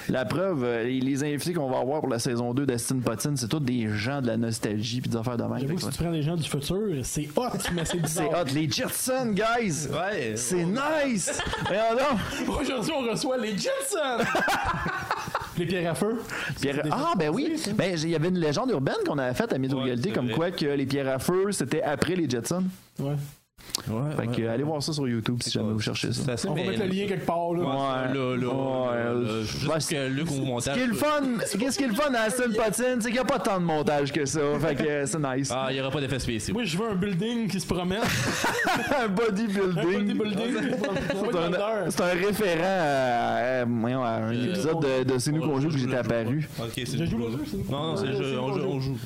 [SPEAKER 1] la preuve, euh, les- les invités qu'on va avoir pour la saison 2 d'Astin Potine, c'est tous des gens de la nostalgie puis des affaires de même.
[SPEAKER 2] J'avoue
[SPEAKER 1] Fait
[SPEAKER 2] que si
[SPEAKER 1] que
[SPEAKER 2] tu prends des gens du futur, c'est hot, mais c'est
[SPEAKER 1] C'est
[SPEAKER 2] bizarre.
[SPEAKER 1] hot, les Jetsons, guys!
[SPEAKER 3] Ouais.
[SPEAKER 1] C'est
[SPEAKER 3] (laughs)
[SPEAKER 1] nice! Regarde donc!
[SPEAKER 2] Aujourd'hui, on reçoit
[SPEAKER 1] (laughs)
[SPEAKER 2] les Jetsons! les pierres à feu.
[SPEAKER 1] Pierre- Ah, ben oui! Ben, j'ai- il y avait une légende urbaine qu'on avait faite à Médio
[SPEAKER 3] Ouais,
[SPEAKER 1] Égalité,
[SPEAKER 3] c'est
[SPEAKER 1] comme
[SPEAKER 3] vrai.
[SPEAKER 1] quoi que les pierres à feu, c'était après les Jetsons.
[SPEAKER 2] Ouais.
[SPEAKER 3] Ouais,
[SPEAKER 1] Fait que,
[SPEAKER 3] ouais.
[SPEAKER 1] allez voir ça sur YouTube si jamais vous cherchez ça.
[SPEAKER 3] C'est assez
[SPEAKER 2] On va mettre le
[SPEAKER 3] mêlant.
[SPEAKER 2] lien quelque part, là.
[SPEAKER 3] Ouais, là, là, là,
[SPEAKER 1] Ouais,
[SPEAKER 3] là,
[SPEAKER 1] je-
[SPEAKER 3] juste
[SPEAKER 1] ouais,
[SPEAKER 3] que Luc au
[SPEAKER 1] Ce
[SPEAKER 3] montage.
[SPEAKER 1] qui est le fun, qu'est-ce qui est le fun à
[SPEAKER 3] (laughs)
[SPEAKER 1] Aston Potine, c'est qu'il n'y a pas tant de montage que ça. Fait que euh, c'est nice.
[SPEAKER 3] Ah, il n'y aura pas d'effet spécial.
[SPEAKER 2] Moi, je veux un building qui se promène.
[SPEAKER 1] (laughs) Un
[SPEAKER 2] Un
[SPEAKER 1] bodybuilding.
[SPEAKER 2] bodybuilding. qui se promène.
[SPEAKER 1] C'est
[SPEAKER 2] Pas de
[SPEAKER 1] un,
[SPEAKER 2] vendeur.
[SPEAKER 1] c'est un référent à, à- voyons, à un
[SPEAKER 3] Euh,
[SPEAKER 1] épisode de, de C'est nous qu'on joue que j'étais apparu.
[SPEAKER 3] Ok, c'est
[SPEAKER 2] Je
[SPEAKER 3] le
[SPEAKER 2] joue
[SPEAKER 3] jeu.
[SPEAKER 2] au jeu, c'est nous qu'on
[SPEAKER 3] Non, non,
[SPEAKER 2] joue.
[SPEAKER 3] c'est le jeu,
[SPEAKER 2] C'est
[SPEAKER 3] on
[SPEAKER 2] nous
[SPEAKER 3] joue.
[SPEAKER 2] qu'on
[SPEAKER 3] on joue.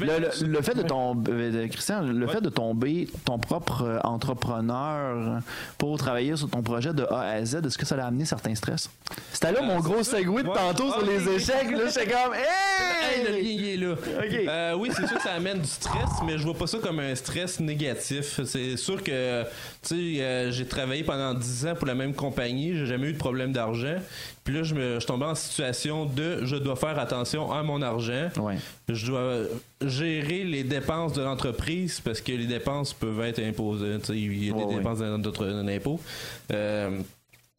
[SPEAKER 1] Le, le- le fait de tomber, euh, de- Christian, le
[SPEAKER 3] Ouais.
[SPEAKER 1] fait de tomber ton propre euh, entrepreneur pour travailler sur ton projet de A à Z, est-ce que ça l'a amené certains stress? C'était là mon gros segway de
[SPEAKER 3] Euh, Ouais.
[SPEAKER 1] tantôt sur
[SPEAKER 3] Ah,
[SPEAKER 1] les
[SPEAKER 3] oui.
[SPEAKER 1] échecs. Là, j'étais comme,
[SPEAKER 3] (laughs) Hey, le lien,
[SPEAKER 1] hey!
[SPEAKER 3] il est là.
[SPEAKER 1] Ok.
[SPEAKER 3] Euh, oui, c'est sûr que ça amène du stress, mais je vois pas ça comme un stress négatif. C'est sûr que, tu sais, euh, j'ai travaillé pendant 10 ans pour la même compagnie, j'ai jamais eu de problème d'argent. Puis là, je me, je tombais en situation de je dois faire attention à mon argent.
[SPEAKER 1] Ouais.
[SPEAKER 3] Je dois gérer les dépenses de l'entreprise parce que les dépenses peuvent être imposées. Tu sais, Il y a des
[SPEAKER 1] Ouais, ouais.
[SPEAKER 3] dépenses d'un- d'autres- d'un impôt. Euh,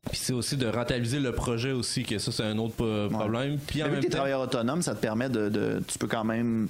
[SPEAKER 3] puis c'est aussi de rentabiliser le projet aussi, que ça, c'est un autre euh, problème. Puis en
[SPEAKER 1] Mais vu
[SPEAKER 3] même
[SPEAKER 1] que t'es
[SPEAKER 3] temps,
[SPEAKER 1] travailleur autonome, ça te permet de, de- tu peux quand même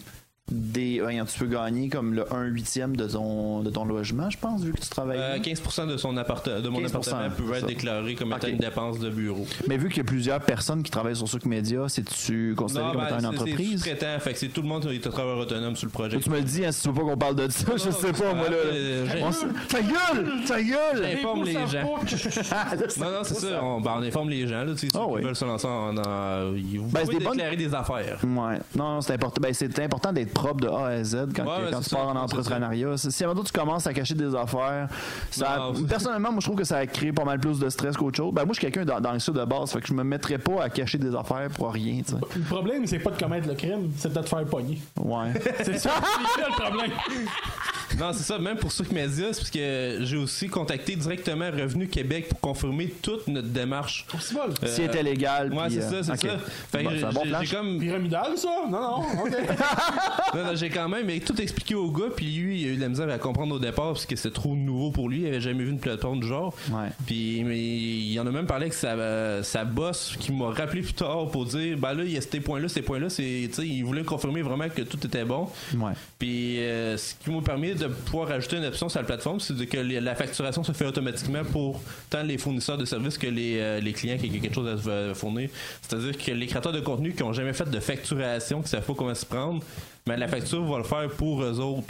[SPEAKER 1] des, voyons, tu peux gagner comme le 1 huitième de ton, de ton logement, je pense, vu que tu travailles.
[SPEAKER 3] euh, 15% de, son apparte- de mon
[SPEAKER 1] 15%,
[SPEAKER 3] appartement peut
[SPEAKER 1] c'est
[SPEAKER 3] être
[SPEAKER 1] ça.
[SPEAKER 3] déclaré comme étant
[SPEAKER 1] Ok.
[SPEAKER 3] une dépense de bureau.
[SPEAKER 1] Mais vu qu'il y a plusieurs personnes qui travaillent sur Souk Media, c'est-tu considéré
[SPEAKER 3] Non,
[SPEAKER 1] comme
[SPEAKER 3] ben,
[SPEAKER 1] étant une
[SPEAKER 3] c'est- c'est
[SPEAKER 1] entreprise?
[SPEAKER 3] sous-traitant. Fait que c'est tout le monde qui est travailleur autonome sur le projet.
[SPEAKER 1] Ou tu me le dis hein, si tu veux pas qu'on parle de ça, je sais pas, moi là.
[SPEAKER 3] Euh, j'ai-
[SPEAKER 1] On s- Ta gueule! Ta gueule!
[SPEAKER 3] Informe
[SPEAKER 2] fous
[SPEAKER 3] les
[SPEAKER 2] savent
[SPEAKER 3] gens.
[SPEAKER 2] pas que-
[SPEAKER 1] Ah, là, c'est-
[SPEAKER 3] Non, non, c'est ça. On, ben, on informe les gens. Là, tu sais, ceux
[SPEAKER 1] Ah
[SPEAKER 3] qui
[SPEAKER 1] oui.
[SPEAKER 3] veulent se lancer en. en- ils- vous
[SPEAKER 1] Ben, c'est
[SPEAKER 3] pouvez
[SPEAKER 1] des bonnes-
[SPEAKER 3] déclarer des affaires.
[SPEAKER 1] (laughs) Ouais. Non, c'est important. Ben, c'est important d'être propre de A à Z quand,
[SPEAKER 3] Ouais,
[SPEAKER 1] que-
[SPEAKER 3] ouais,
[SPEAKER 1] quand
[SPEAKER 3] c'est
[SPEAKER 1] tu
[SPEAKER 3] ça,
[SPEAKER 1] pars en
[SPEAKER 3] c'est ça.
[SPEAKER 1] entrepreneuriat. Si si, avant tout, tu commences à cacher des affaires, ça-
[SPEAKER 3] Non, c'est-
[SPEAKER 1] personnellement, moi, je trouve que ça crée pas mal plus de stress qu'autre chose. Ben, moi, je suis quelqu'un dans, dans le sud de base, fait que je me mettrais pas à cacher des affaires pour rien, tu sais.
[SPEAKER 2] Le problème, c'est pas de commettre le crime, c'est de te faire
[SPEAKER 1] (laughs)
[SPEAKER 2] pogner.
[SPEAKER 3] (laughs)
[SPEAKER 1] Ouais.
[SPEAKER 2] C'est ça, c'est ça le problème.
[SPEAKER 3] Non, c'est ça, même pour ceux qui me disent, parce que j'ai aussi contacté directement Revenu Québec pour confirmer toute notre démarche.
[SPEAKER 2] C'est bon.
[SPEAKER 3] Euh,
[SPEAKER 1] si c'était légal.
[SPEAKER 3] Ouais,
[SPEAKER 1] puis,
[SPEAKER 3] c'est
[SPEAKER 1] euh,
[SPEAKER 3] ça, c'est
[SPEAKER 1] ok.
[SPEAKER 3] ça. Fait que
[SPEAKER 1] Bon,
[SPEAKER 3] j'ai-
[SPEAKER 1] c'est un bon
[SPEAKER 3] j'ai-
[SPEAKER 1] plan.
[SPEAKER 3] j'ai comme.
[SPEAKER 2] Pyramidal, ça? Non, (laughs) non, ok.
[SPEAKER 3] non, non, j'ai quand même mais tout expliqué au gars, puis lui, il a eu de la misère à comprendre au départ, parce que c'était trop nouveau pour lui, il avait jamais vu une plateforme du genre.
[SPEAKER 1] Ouais.
[SPEAKER 3] Puis mais il en a même parlé avec sa, euh, sa boss qui m'a rappelé plus tard pour dire ben là, il y a ces points-là, ces points-là, c'est. Tu sais, il voulait confirmer vraiment que tout était bon.
[SPEAKER 1] Ouais.
[SPEAKER 3] Puis euh, ce qui m'a permis de pouvoir ajouter une option sur la plateforme, c'est de- que les- la facturation se fait automatiquement pour tant les fournisseurs de services que les, euh, les clients qui ont quelque chose à se- euh, fournir. C'est-à-dire que les créateurs de contenu qui n'ont jamais fait de facturation, qui ne savent pas comment se prendre, mais la facture va le faire pour eux autres.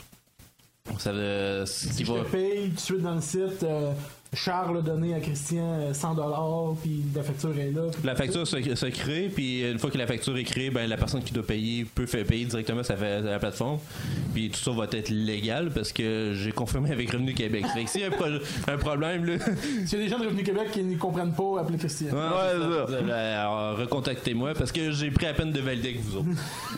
[SPEAKER 3] Ça, veut- ce qui
[SPEAKER 2] Je
[SPEAKER 3] va-
[SPEAKER 2] te paye tout de suite dans le site. euh, Charles a donné à Christian euh, 100 dollars, puis la facture est là. puis
[SPEAKER 3] La
[SPEAKER 2] tout
[SPEAKER 3] facture se, se crée, puis une fois que la facture est créée, ben, la personne qui doit payer peut faire payer directement sa, fa- la plateforme. Puis tout ça va être légal parce que j'ai confirmé avec Revenu Québec. Fait que s'il y a un, pro- un problème, là, (laughs)
[SPEAKER 2] ça. S'il y a des gens de Revenu Québec qui ne comprennent pas, appelez Christian.
[SPEAKER 3] Ouais,
[SPEAKER 1] Ouais,
[SPEAKER 3] c'est ça.
[SPEAKER 1] ça.
[SPEAKER 3] Vous allez, alors, recontactez-moi parce que j'ai pris à peine de valider avec vous autres.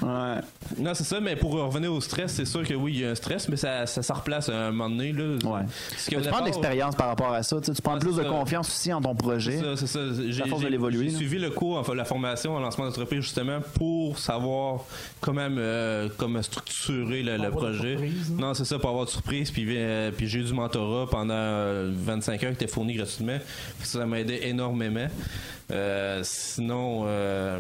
[SPEAKER 1] Ouais.
[SPEAKER 3] non, c'est ça, mais pour revenir au stress, c'est sûr que oui, il y a un stress, mais ça, ça s'en replace à un moment donné. Là.
[SPEAKER 1] Ouais.
[SPEAKER 3] Parce que
[SPEAKER 1] Tu prends
[SPEAKER 3] au
[SPEAKER 1] de
[SPEAKER 3] départ,
[SPEAKER 1] l'expérience par rapport à ça. tu sais, Tu prends
[SPEAKER 3] Ouais,
[SPEAKER 1] plus
[SPEAKER 3] c'est
[SPEAKER 1] de
[SPEAKER 3] ça.
[SPEAKER 1] confiance aussi en ton projet.
[SPEAKER 3] C'est ça, c'est ça. J'ai
[SPEAKER 1] force de
[SPEAKER 3] j'ai-
[SPEAKER 1] l'évoluer,
[SPEAKER 3] j'ai
[SPEAKER 1] là.
[SPEAKER 3] suivi le cours, enfin la formation en lancement d'entreprise justement pour savoir comment me- comment structurer le,
[SPEAKER 2] Pour
[SPEAKER 3] le
[SPEAKER 2] avoir de
[SPEAKER 3] projet.
[SPEAKER 2] surprise, hein.
[SPEAKER 3] Non, c'est ça, pour avoir de surprise. Puis, euh, puis j'ai eu du mentorat pendant euh, 25 heures qui était fourni gratuitement. Ça m'a aidé énormément. Euh, sinon. euh,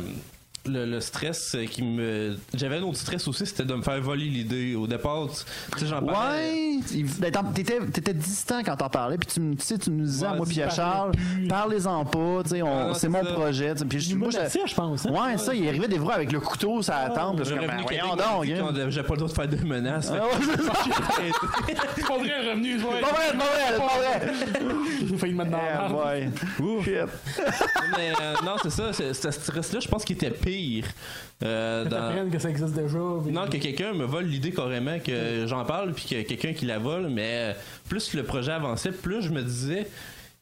[SPEAKER 3] le, le stress euh, qui me. J'avais un autre stress aussi, c'était de me faire voler l'idée. Au départ, tu tu sais, j'en parlais. euh,
[SPEAKER 1] Ouais, il- ben, t'en- t'étais, t'étais distant quand t'en parlais, puis tu, me- tu sais, tu nous disais à
[SPEAKER 3] Ouais,
[SPEAKER 1] moi
[SPEAKER 3] tu
[SPEAKER 1] puis à
[SPEAKER 2] parlais
[SPEAKER 1] Charles,
[SPEAKER 2] plus.
[SPEAKER 1] parlez-en pas, tu sais, on-
[SPEAKER 3] Ah, non,
[SPEAKER 1] c'est
[SPEAKER 3] c'est
[SPEAKER 1] mon
[SPEAKER 3] ça.
[SPEAKER 1] projet. tu sais, Puis je-
[SPEAKER 2] Du
[SPEAKER 1] moi,
[SPEAKER 2] monoxyde,
[SPEAKER 1] j'a-
[SPEAKER 2] je pense, hein?
[SPEAKER 1] Ouais, ça, il arrivait des fois avec le couteau, ça attend, je
[SPEAKER 3] Ah, Le
[SPEAKER 1] suis comme, ben,
[SPEAKER 3] Revenu Québec
[SPEAKER 1] voyons
[SPEAKER 3] m'a
[SPEAKER 1] donc.
[SPEAKER 3] dit
[SPEAKER 1] hein.
[SPEAKER 3] qu'on- J'avais pas le droit de faire de menaces.
[SPEAKER 1] Ah, (laughs) ouais, c'est ça.
[SPEAKER 3] (laughs) Fait que-
[SPEAKER 2] C'est pas vrai, Revenu, ouais.
[SPEAKER 1] Pas vrai, pas vrai, pas vrai.
[SPEAKER 3] (laughs)
[SPEAKER 2] J'ai failli me mettre dans la
[SPEAKER 3] Ah,
[SPEAKER 1] Eh,
[SPEAKER 2] merde.
[SPEAKER 1] boy. Shit.
[SPEAKER 3] Mais, euh, non, c'est ça. c'est- Ce stress-là, je pense qu'il était pire. euh, dans-
[SPEAKER 2] T'apprennes que ça existe déjà. puis-
[SPEAKER 3] Non, que quelqu'un me vole l'idée carrément, que j'en parle, puis que quelqu'un qui la vole, mais euh, plus le projet avançait, plus je me disais,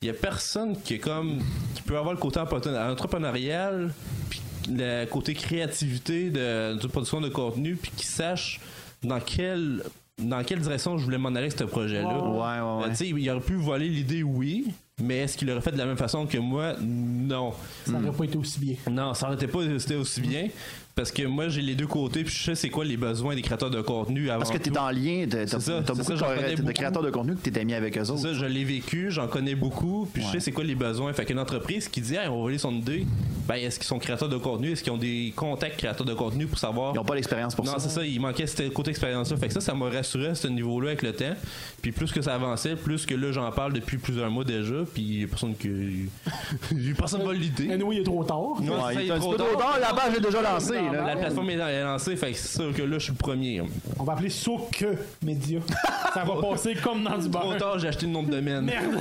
[SPEAKER 3] il y a personne qui est comme qui peut avoir le côté empoten- entrepreneurial, puis le côté créativité de, de production de contenu, puis qui sache dans quelle dans quelle direction je voulais m'en aller avec ce projet-là.
[SPEAKER 1] Ouais, ouais, ouais.
[SPEAKER 3] Euh, tu sais, il aurait pu voler l'idée, oui, mais est-ce qu'il l'aurait fait de la même façon que moi Non.
[SPEAKER 2] Ça
[SPEAKER 3] Hmm.
[SPEAKER 2] n'aurait pas été aussi bien.
[SPEAKER 3] Non, ça n'arrêtait pas, c'était aussi bien. Parce que moi, j'ai les deux côtés, puis je sais c'est quoi les besoins des créateurs de contenu avant.
[SPEAKER 1] Parce que t'es
[SPEAKER 3] tout.
[SPEAKER 1] en lien, t'as, t'as-
[SPEAKER 3] ça,
[SPEAKER 1] t'as
[SPEAKER 3] c'est
[SPEAKER 1] beaucoup
[SPEAKER 3] ça,
[SPEAKER 1] de,
[SPEAKER 3] j'en
[SPEAKER 1] cré-
[SPEAKER 3] connais
[SPEAKER 1] de
[SPEAKER 3] beaucoup.
[SPEAKER 1] créateurs de contenu que t'étais mis avec eux autres.
[SPEAKER 3] Ça, je l'ai vécu, j'en connais beaucoup, puis je sais c'est quoi les besoins. Fait qu'une entreprise qui dit, Hey, on va voler son idée, ben, est-ce qu'ils sont créateurs de contenu? Est-ce qu'ils ont des contacts créateurs de contenu pour savoir?
[SPEAKER 1] Ils n'ont pas l'expérience pour
[SPEAKER 3] non,
[SPEAKER 1] ça.
[SPEAKER 3] c'est ça, il manquait ce côté expérience-là. Fait que ça, ça m'a rassuré à ce niveau-là avec le temps. Puis plus que ça avançait, plus que là, j'en parle depuis plusieurs mois déjà, puis il y a personne qui. (laughs) personne vole l'idée.
[SPEAKER 2] Anyway, il est trop tard.
[SPEAKER 3] Non,
[SPEAKER 1] Ouais,
[SPEAKER 3] c'est ça,
[SPEAKER 1] il
[SPEAKER 3] il
[SPEAKER 1] est
[SPEAKER 3] est
[SPEAKER 1] un
[SPEAKER 3] trop
[SPEAKER 1] petit peu
[SPEAKER 3] tard.
[SPEAKER 1] trop tard, la page est oh, déjà lancée.
[SPEAKER 2] Non,
[SPEAKER 1] là.
[SPEAKER 3] La plateforme est est lancée, fait que c'est sûr que là, je suis le premier.
[SPEAKER 2] On va appeler Souk Média.
[SPEAKER 3] (laughs)
[SPEAKER 2] ça va passer comme dans du
[SPEAKER 3] Trop
[SPEAKER 2] beurre.
[SPEAKER 3] tard, j'ai acheté le nom de domaine.
[SPEAKER 2] Merde.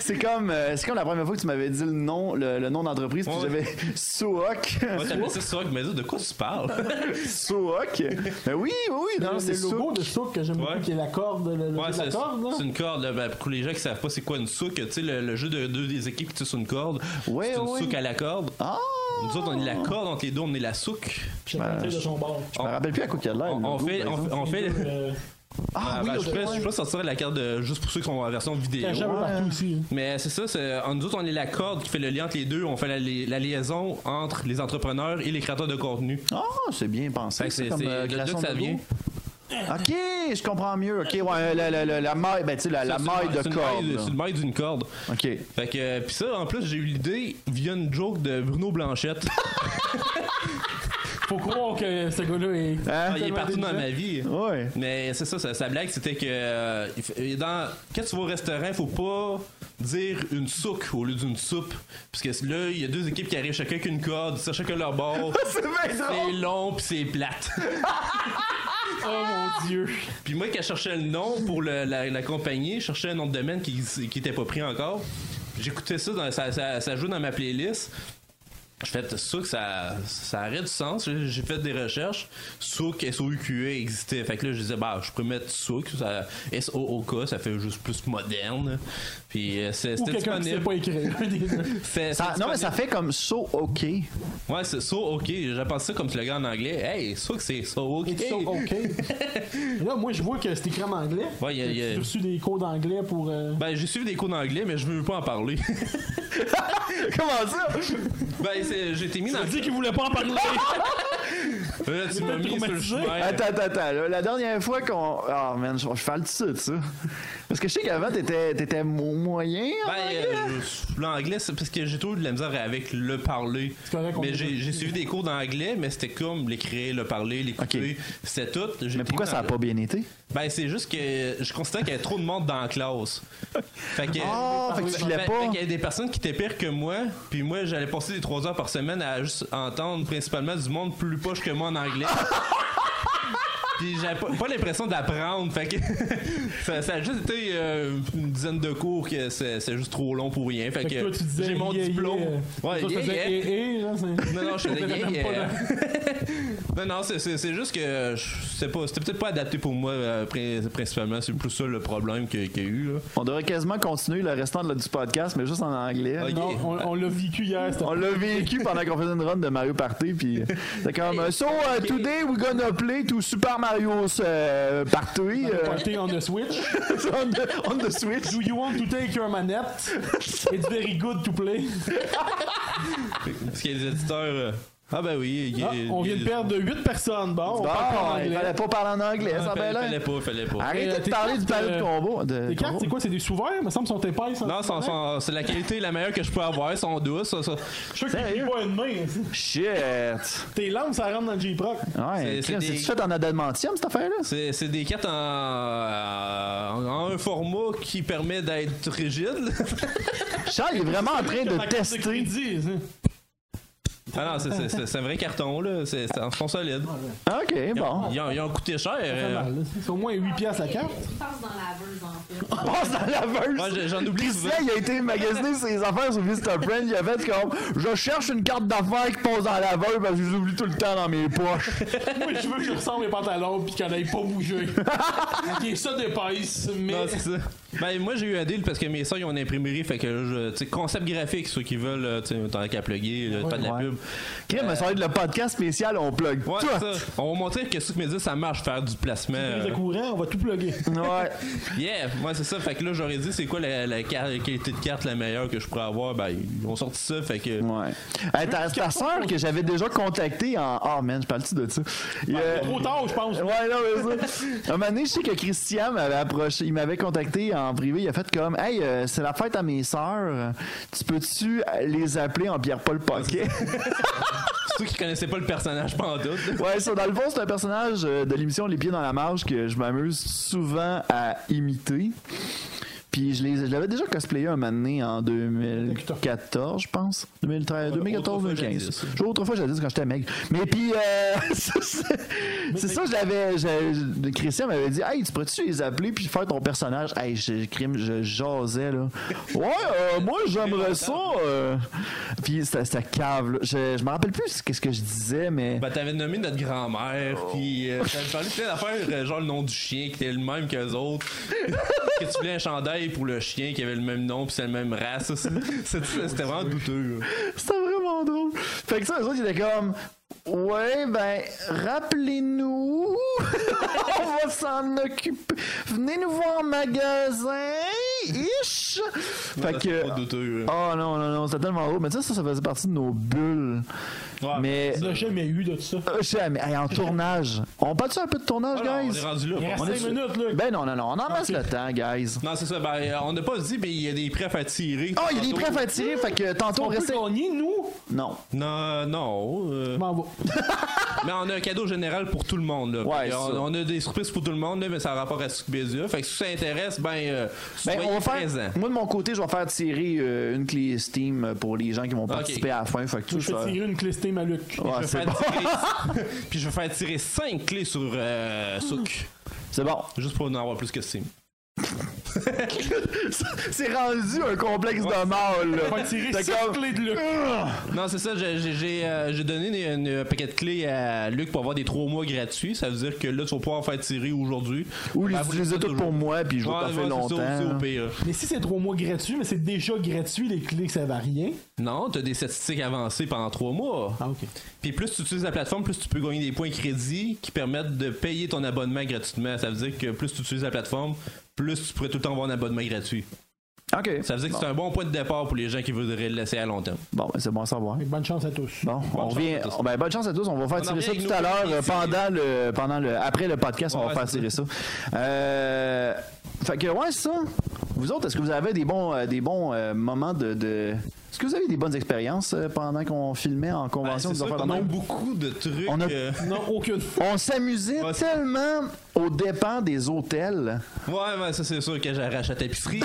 [SPEAKER 1] C'est comme, euh, c'est comme la première fois que tu m'avais dit le nom, le, le nom d'entreprise, puis
[SPEAKER 3] Ouais.
[SPEAKER 1] j'avais (laughs) Sook.
[SPEAKER 3] Moi, t'appelles ça Sock, mais dis, de quoi
[SPEAKER 2] (laughs)
[SPEAKER 3] tu parles?
[SPEAKER 1] Sook. Ben oui, oui, oui, non, c'est
[SPEAKER 2] le
[SPEAKER 1] Sook.
[SPEAKER 2] logo de Souk que j'aime
[SPEAKER 3] Ouais.
[SPEAKER 2] beaucoup, qui est la corde, le, le-
[SPEAKER 3] Ouais,
[SPEAKER 2] la
[SPEAKER 3] c'est
[SPEAKER 2] corde, là.
[SPEAKER 3] c'est une corde. là. Ben, pour les gens qui savent pas c'est quoi une souk, tu sais, le, le jeu de deux des équipes qui tue sur une corde,
[SPEAKER 1] Ouais,
[SPEAKER 3] c'est une
[SPEAKER 1] ouais.
[SPEAKER 3] souk à la corde.
[SPEAKER 1] Ah!
[SPEAKER 3] Nous autres, on est la
[SPEAKER 2] Ah.
[SPEAKER 3] corde entre les deux, on est la souk.
[SPEAKER 2] Chacun tire de son bord.
[SPEAKER 1] Je me rappelle plus à quoi qu'il y a de l'air.
[SPEAKER 3] On,
[SPEAKER 1] le
[SPEAKER 3] on
[SPEAKER 1] logo, ben,
[SPEAKER 3] fait,
[SPEAKER 1] par exemple.
[SPEAKER 3] on, on fait.
[SPEAKER 2] Euh,
[SPEAKER 1] Ah,
[SPEAKER 3] Ah,
[SPEAKER 1] oui,
[SPEAKER 3] ben,
[SPEAKER 1] ok,
[SPEAKER 3] je pourrais,
[SPEAKER 1] ouais.
[SPEAKER 3] je pourrais sortir la carte de- juste pour ceux qui sont en version vidéo.
[SPEAKER 2] un peu partout aussi. hein.
[SPEAKER 3] Mais c'est ça, c'est, en nous autres, on est la corde qui fait le lien entre les deux. On fait la, li- la liaison entre les entrepreneurs et les créateurs de contenu.
[SPEAKER 1] Ah, c'est bien pensé.
[SPEAKER 3] Fait que
[SPEAKER 1] C'est
[SPEAKER 3] c'est
[SPEAKER 1] comme
[SPEAKER 3] c'est
[SPEAKER 1] euh,
[SPEAKER 3] de là
[SPEAKER 1] création
[SPEAKER 3] que
[SPEAKER 1] de
[SPEAKER 3] ça
[SPEAKER 1] logo.
[SPEAKER 3] vient.
[SPEAKER 1] Ok, je comprends mieux. Ok, ouais, la, la- la- la maille, ben, tu sais, la, la
[SPEAKER 3] C'est
[SPEAKER 1] maille
[SPEAKER 3] une-
[SPEAKER 1] de
[SPEAKER 3] c'est une
[SPEAKER 1] corde.
[SPEAKER 3] maille- C'est une maille d'une corde.
[SPEAKER 1] là. Ok.
[SPEAKER 3] Fait que, euh, pis ça, en plus, j'ai eu l'idée via une joke de Bruno Blanchette.
[SPEAKER 2] Faut croire que ce gars-là est.
[SPEAKER 1] Hein?
[SPEAKER 3] Ah, il est partout dans
[SPEAKER 2] intelligent.
[SPEAKER 3] ma vie.
[SPEAKER 1] Ouais. (laughs)
[SPEAKER 3] Mais c'est ça, sa, sa blague, c'était que euh, il f- et dans, quand tu vas au restaurant, faut pas dire une souque au lieu d'une soupe. Parce que là, il y a deux équipes qui arrivent chacun qu'une corde, ça, chacun leur
[SPEAKER 1] (laughs)
[SPEAKER 3] bord.
[SPEAKER 1] C'est bien drôle.
[SPEAKER 3] C'est long pis c'est plate.
[SPEAKER 1] Ah!
[SPEAKER 2] Oh mon dieu.
[SPEAKER 3] Puis moi, quand je cherchais le nom pour le- la, la compagnie, je cherchais un nom de domaine qui, qui était pas pris encore. Puis J'écoutais ça, dans, ça, ça, ça joue dans ma playlist. Je fais Souk, ça, ça aurait du sens. J'ai j'ai fait des recherches. Souk, S-O-U-Q-E E existait. Fait que là, je disais, bah, je peux mettre Souk, ça- S-O-O-K, ça fait juste plus moderne. Puis euh, c'est-
[SPEAKER 2] Ou
[SPEAKER 3] c'était
[SPEAKER 2] quelqu'un qui sait
[SPEAKER 3] disponible.
[SPEAKER 2] pas écrire. un des
[SPEAKER 3] (laughs)
[SPEAKER 2] deux.
[SPEAKER 3] C'est-
[SPEAKER 1] Ça-
[SPEAKER 3] c'est
[SPEAKER 1] non, mais ça
[SPEAKER 3] disponible.
[SPEAKER 1] fait comme so ok. (laughs)
[SPEAKER 3] Ouais, c'est So OK. J'appelle ça comme slogan en anglais. Hey, Souk, c'est So OK.
[SPEAKER 2] It's so ok. Et là, moi, je vois que c'est écrit en anglais.
[SPEAKER 3] Ouais, y a- y a-
[SPEAKER 2] J'ai reçu des cours d'anglais pour. euh,
[SPEAKER 3] Ben, j'ai suivi des cours d'anglais, mais je veux pas en parler.
[SPEAKER 1] Comment ça?
[SPEAKER 3] Ben, c'est- j'ai été mis dans.
[SPEAKER 2] dit qu'il voulait pas en
[SPEAKER 3] (laughs)
[SPEAKER 2] parler.
[SPEAKER 3] Là, tu m'as mis sur le
[SPEAKER 2] traumatisé. Ah,
[SPEAKER 3] chemin.
[SPEAKER 1] Attends, attends, attends. là, la dernière fois qu'on. Ah, man, je, je parle de ça, de ça. Parce que je sais qu'avant, t'étais, t'étais mo- moyen. en
[SPEAKER 3] Ben,
[SPEAKER 1] anglais.
[SPEAKER 3] euh, je- l'anglais, c'est parce que j'ai toujours eu de la misère avec le parler.
[SPEAKER 2] C'est correct, on
[SPEAKER 3] Mais
[SPEAKER 2] est
[SPEAKER 3] j'ai
[SPEAKER 2] obligé.
[SPEAKER 3] j'ai suivi des cours d'anglais, mais c'était comme l'écrire, le parler, l'écouter.
[SPEAKER 1] Ok.
[SPEAKER 3] C'était tout. J'ai
[SPEAKER 1] mais pourquoi
[SPEAKER 3] été
[SPEAKER 1] ça a
[SPEAKER 3] dans-
[SPEAKER 1] pas bien été?
[SPEAKER 3] Ben, c'est juste que je considère qu'il y a trop de monde dans la classe. Fait que. euh,
[SPEAKER 1] Oh, fait que tu voulais
[SPEAKER 3] Fait-
[SPEAKER 1] pas.
[SPEAKER 3] fait qu'il y a des personnes qui étaient pires que moi, puis moi j'allais passer des 3 heures par
[SPEAKER 1] (laughs)
[SPEAKER 3] semaine à juste entendre principalement du monde plus poche que moi en anglais. Puis j'avais pas, pas l'impression d'apprendre. Fait que (laughs) ça, ça a juste été euh, une dizaine de cours que c'est c'est juste trop long pour rien. Fait,
[SPEAKER 2] Fait
[SPEAKER 3] que,
[SPEAKER 2] que toi, tu disais,
[SPEAKER 3] j'ai mon
[SPEAKER 2] yeah,
[SPEAKER 3] diplôme.
[SPEAKER 2] yeah.
[SPEAKER 3] Ouais,
[SPEAKER 2] Toi, tu
[SPEAKER 3] yeah,
[SPEAKER 2] faisais,
[SPEAKER 3] yeah.
[SPEAKER 2] eh, eh, là, c'est-
[SPEAKER 3] Non, non,
[SPEAKER 2] (laughs)
[SPEAKER 3] je faisais
[SPEAKER 2] T'avais
[SPEAKER 3] yeah,
[SPEAKER 2] même pas
[SPEAKER 3] yeah. Non, non, c'est- c'est c'est juste que je sais pas, c'était peut-être pas adapté pour moi euh, pri- principalement. C'est plus ça le problème que- qu'il y a eu. Là.
[SPEAKER 1] On devrait quasiment continuer le restant de- du podcast, mais juste en anglais.
[SPEAKER 3] Ok.
[SPEAKER 2] Non, on, on l'a vécu hier.
[SPEAKER 3] (laughs)
[SPEAKER 2] c'était-
[SPEAKER 1] On l'a vécu pendant qu'on faisait une run de Mario Party, puis c'est comme euh, so uh, today we're gonna play to Super Mario euh, Party euh,
[SPEAKER 2] Party on the Switch.
[SPEAKER 1] on, the, on the Switch.
[SPEAKER 2] Do you want to take your manette? It's very good to
[SPEAKER 3] (laughs)
[SPEAKER 2] play.
[SPEAKER 3] Parce que les éditeurs. euh, ah, ben oui. il-
[SPEAKER 2] Ah,
[SPEAKER 3] il-
[SPEAKER 2] on vient de perdre 8 personnes. Bon, on
[SPEAKER 1] Bon,
[SPEAKER 2] parle pas en
[SPEAKER 1] Ah, il
[SPEAKER 2] anglais.
[SPEAKER 1] fallait pas parler en anglais,
[SPEAKER 3] Ah,
[SPEAKER 1] ça
[SPEAKER 3] fallait,
[SPEAKER 1] ben là.
[SPEAKER 3] fallait pas, fallait pas.
[SPEAKER 1] Arrêtez
[SPEAKER 2] Euh,
[SPEAKER 1] de
[SPEAKER 2] tes
[SPEAKER 1] parler du
[SPEAKER 2] cartes,
[SPEAKER 1] palais de
[SPEAKER 2] euh,
[SPEAKER 1] combo. De
[SPEAKER 2] Les cartes,
[SPEAKER 1] combo.
[SPEAKER 2] c'est quoi? C'est des souverains? Il me semble sont épaisses. hein.
[SPEAKER 3] Non, sans- sans- c'est la qualité la meilleure que je peux avoir, sont douces. Ça, ça.
[SPEAKER 2] Je suis sûr que tu
[SPEAKER 1] Sérieux?
[SPEAKER 2] lis pas une main. hein.
[SPEAKER 1] Shit!
[SPEAKER 2] Tes lames, ça rentre dans le J-Proc.
[SPEAKER 1] Ouais,
[SPEAKER 3] C'est- c'est
[SPEAKER 1] c'est
[SPEAKER 3] des-
[SPEAKER 1] fait en adamantium cette affaire-là?
[SPEAKER 3] C'est c'est des cartes en, en- en un format qui permet d'être rigide. (laughs)
[SPEAKER 1] Charles est vraiment en train de tester.
[SPEAKER 3] ah non, c'est- c'est c'est- c'est un vrai carton, là. C'est c'est- ils sont solides.
[SPEAKER 1] Ok,
[SPEAKER 3] Ils
[SPEAKER 2] Ah.
[SPEAKER 3] ont,
[SPEAKER 1] bon.
[SPEAKER 3] ils ont- ils ont coûté cher. euh.
[SPEAKER 2] Ben, C'est au moins 8 piastres
[SPEAKER 1] (laughs)
[SPEAKER 2] la carte. Ah.
[SPEAKER 4] Je passe dans la veuse en fait.
[SPEAKER 1] Passe dans la
[SPEAKER 3] Moi,
[SPEAKER 1] verse.
[SPEAKER 3] j'ai- j'en oublie souvent.
[SPEAKER 1] Christian, il a été
[SPEAKER 3] (laughs)
[SPEAKER 1] magasiner ses affaires sur Vista Print. Il a fait comme Je cherche une carte d'affaires qui passe dans la verse parce que je les oublie tout le temps dans mes poches.
[SPEAKER 3] (laughs)
[SPEAKER 2] Moi, je veux que je ressemble mes pantalons pis qu'elle aille pas
[SPEAKER 1] (laughs)
[SPEAKER 2] bouger. ok, ça dépasse, mais.
[SPEAKER 3] Non, c'est ça. (laughs) Ben, moi, j'ai eu un deal parce que mes soeurs, ils ont une imprimerie. Fait que, je- tu sais, concept graphique, ceux qui veulent, euh, tu sais, tant qu'à plugger, là, pas de la
[SPEAKER 1] ouais.
[SPEAKER 3] pub.
[SPEAKER 1] Crime, ça va être le podcast spécial, on plug
[SPEAKER 3] Ouais,
[SPEAKER 1] tout.
[SPEAKER 3] c'est ça. On va montrer que ce que me dit, ça marche, faire du placement.
[SPEAKER 2] Prise
[SPEAKER 3] euh.
[SPEAKER 2] de courant, on va tout plugger.
[SPEAKER 1] Ouais.
[SPEAKER 3] Yeah, moi c'est ça. Fait que là, j'aurais dit, c'est quoi la, la car- la qualité de carte la meilleure que je pourrais avoir? Ben, ils ont sorti ça, fait que.
[SPEAKER 1] Ouais. Hey, ta, ta soeur que j'avais déjà contactée en. Ah, man, je parle-tu de ça? Il, euh,
[SPEAKER 2] Trop tard, je pense.
[SPEAKER 1] Ouais, non, mais ça. Un moment donné, je sais que Christian m'avait approché, il m'avait contacté en privé. Il a fait comme Hey, euh, c'est la fête à mes sœurs. Tu peux-tu euh, les appeler en Pierre-Paul Paquet?
[SPEAKER 3] Ceux qui connaissaient pas le personnage, pas en doute.
[SPEAKER 1] (laughs) Ouais, ça, dans le fond, c'est un personnage euh, de l'émission Les Pieds dans la Marge que je m'amuse souvent à imiter. Puis je les- je l'avais déjà cosplayé un moment donné en 2014, je pense. 2013, 2014,
[SPEAKER 3] autrefois
[SPEAKER 1] 2015.
[SPEAKER 3] jadis.
[SPEAKER 1] Je- Autrefois, j'avais dit quand j'étais maigre. Mais puis, euh, (laughs) c'est ça, c'est ça, je l'avais. je- je- Christian m'avait dit Hey, tu pourrais-tu les appeler puis faire ton personnage Hey, je, crime, je jasais, là. Ouais, euh, moi, j'aimerais ça. euh. Puis c'était c'était cave, là. Je, je me rappelle plus qu'est-ce que je disais, mais.
[SPEAKER 3] Ben, t'avais nommé notre grand-mère, puis
[SPEAKER 1] Oh.
[SPEAKER 3] euh, t'avais parlé de plein d'affaires, euh, genre le nom du chien qui était le même que les autres. que tu voulais un chandail pour le chien qui avait le même nom, puis c'est la même race. C'est- c'est- C'était vraiment douteux. là.
[SPEAKER 1] C'était vraiment drôle. Fait que ça, les autres, ils étaient comme. Ouais, ben, rappelez-nous. (laughs) On va s'en occuper. Venez nous voir en magasin. Ish. Fait
[SPEAKER 3] C'était
[SPEAKER 1] que.
[SPEAKER 3] pas douteux. là.
[SPEAKER 1] Oh non, non, non, c'était tellement drôle. Mais tu sais, ça, ça faisait partie de nos bulles.
[SPEAKER 3] Ouais,
[SPEAKER 1] mais.
[SPEAKER 2] Il n'a jamais eu de tout ça.
[SPEAKER 1] Euh, jamais. Hey, en tournage. On parle-tu un peu de tournage,
[SPEAKER 3] Ah non, on
[SPEAKER 1] guys?
[SPEAKER 3] est rendu là.
[SPEAKER 2] Il
[SPEAKER 3] par
[SPEAKER 2] reste
[SPEAKER 3] contre.
[SPEAKER 2] 5 minutes, là.
[SPEAKER 1] Ben non, non, non. On en reste le temps, guys.
[SPEAKER 3] Non, c'est ça. Ben, euh, on n'a pas dit, mais il y a des prefs à tirer.
[SPEAKER 1] Oh, il y a des prêts à tirer. Fait que tantôt,
[SPEAKER 2] on peut
[SPEAKER 1] restez.
[SPEAKER 2] gagner, nous.
[SPEAKER 1] Non.
[SPEAKER 3] Non, non. euh,
[SPEAKER 2] Je m'en
[SPEAKER 1] (laughs)
[SPEAKER 2] vais.
[SPEAKER 3] Mais on a un cadeau général pour tout le monde. Là.
[SPEAKER 1] Ouais,
[SPEAKER 3] Fait que
[SPEAKER 1] c'est ça.
[SPEAKER 3] on, on a des surprises pour tout le monde, là, mais ça a rapport à Sucbédia. Fait que si ça intéresse, ben, euh,
[SPEAKER 1] Ben,
[SPEAKER 3] soyez
[SPEAKER 1] on va faire.
[SPEAKER 3] présents.
[SPEAKER 1] Moi, de mon côté, je vais faire tirer euh, une clé Steam pour les gens qui vont participer à la fin. Fait que tout
[SPEAKER 2] Je
[SPEAKER 1] ça.
[SPEAKER 2] vais
[SPEAKER 1] Ouais,
[SPEAKER 2] tirer une clé Steam à Luc.
[SPEAKER 3] Je vais
[SPEAKER 1] Ah, c'est
[SPEAKER 3] faire
[SPEAKER 1] bon. (laughs)
[SPEAKER 3] tirer- Puis je vais faire tirer 5 clés sur euh, Souk.
[SPEAKER 1] C'est bon. (laughs)
[SPEAKER 3] Juste pour en avoir plus que Steam.
[SPEAKER 1] c'est rendu un complexe de mâle, là.
[SPEAKER 2] On va tirer
[SPEAKER 1] C'est
[SPEAKER 2] 6
[SPEAKER 1] comme-
[SPEAKER 2] clés de Luc.
[SPEAKER 3] Non, c'est ça. j'ai- J'ai j'ai, euh, j'ai donné une- une- un paquet de clés à Luc pour avoir des 3 mois gratuits. Ça veut dire que là, tu vas pouvoir en faire tirer aujourd'hui.
[SPEAKER 1] Ou les
[SPEAKER 3] Ben, vous
[SPEAKER 1] utiliser
[SPEAKER 3] les
[SPEAKER 1] toutes
[SPEAKER 3] toujours.
[SPEAKER 1] pour moi, puis je vais
[SPEAKER 3] Ouais,
[SPEAKER 1] t'en
[SPEAKER 3] ouais,
[SPEAKER 1] faire
[SPEAKER 3] c'est ça
[SPEAKER 1] longtemps.
[SPEAKER 3] aussi, au
[SPEAKER 1] là.
[SPEAKER 3] pire.
[SPEAKER 2] Mais si c'est 3 mois gratuit, mais c'est déjà gratuit, les clés, que ça va rien.
[SPEAKER 3] Non, t'as des statistiques avancées pendant 3 mois.
[SPEAKER 2] Ah, ok.
[SPEAKER 3] Puis plus tu utilises la plateforme, plus tu peux gagner des points crédits qui permettent de payer ton abonnement gratuitement. Ça veut dire que plus tu utilises la plateforme, plus tu pourrais tout le temps avoir un abonnement gratuit.
[SPEAKER 1] OK.
[SPEAKER 3] Ça veut dire que c'est un bon point de départ pour les gens qui voudraient le laisser à long terme.
[SPEAKER 1] Bon, ben, c'est bon à savoir.
[SPEAKER 2] Fait que Bonne chance à tous.
[SPEAKER 1] Bon, on
[SPEAKER 3] chance
[SPEAKER 1] revient.
[SPEAKER 3] à tous.
[SPEAKER 1] oh, ben, bonne chance à tous. On va faire tirer
[SPEAKER 3] revient
[SPEAKER 1] ça
[SPEAKER 3] avec
[SPEAKER 1] tout à
[SPEAKER 3] nos
[SPEAKER 1] l'heure
[SPEAKER 3] petits
[SPEAKER 1] euh,
[SPEAKER 3] tirs.
[SPEAKER 1] pendant le, pendant le après le podcast. on va
[SPEAKER 3] Ouais,
[SPEAKER 1] faire
[SPEAKER 3] c'est
[SPEAKER 1] tirer ça. Euh, fait que ouais, c'est ça. Vous autres, est-ce que vous avez des bons euh, des bons euh, moments de, de- Est-ce que vous avez des bonnes expériences euh, pendant qu'on filmait en
[SPEAKER 3] Ben,
[SPEAKER 1] convention
[SPEAKER 3] c'est
[SPEAKER 1] des
[SPEAKER 3] sûr
[SPEAKER 1] affaires de
[SPEAKER 3] qu'on a
[SPEAKER 1] même?
[SPEAKER 3] beaucoup de trucs.
[SPEAKER 1] On a-
[SPEAKER 3] euh,
[SPEAKER 1] (laughs)
[SPEAKER 2] Non, aucune.
[SPEAKER 1] On s'amusait
[SPEAKER 3] Ouais, c'est-
[SPEAKER 1] tellement aux dépens des hôtels.
[SPEAKER 3] (laughs) Ouais, ben, ça c'est sûr que j'arrache à tapisserie.
[SPEAKER 1] (laughs)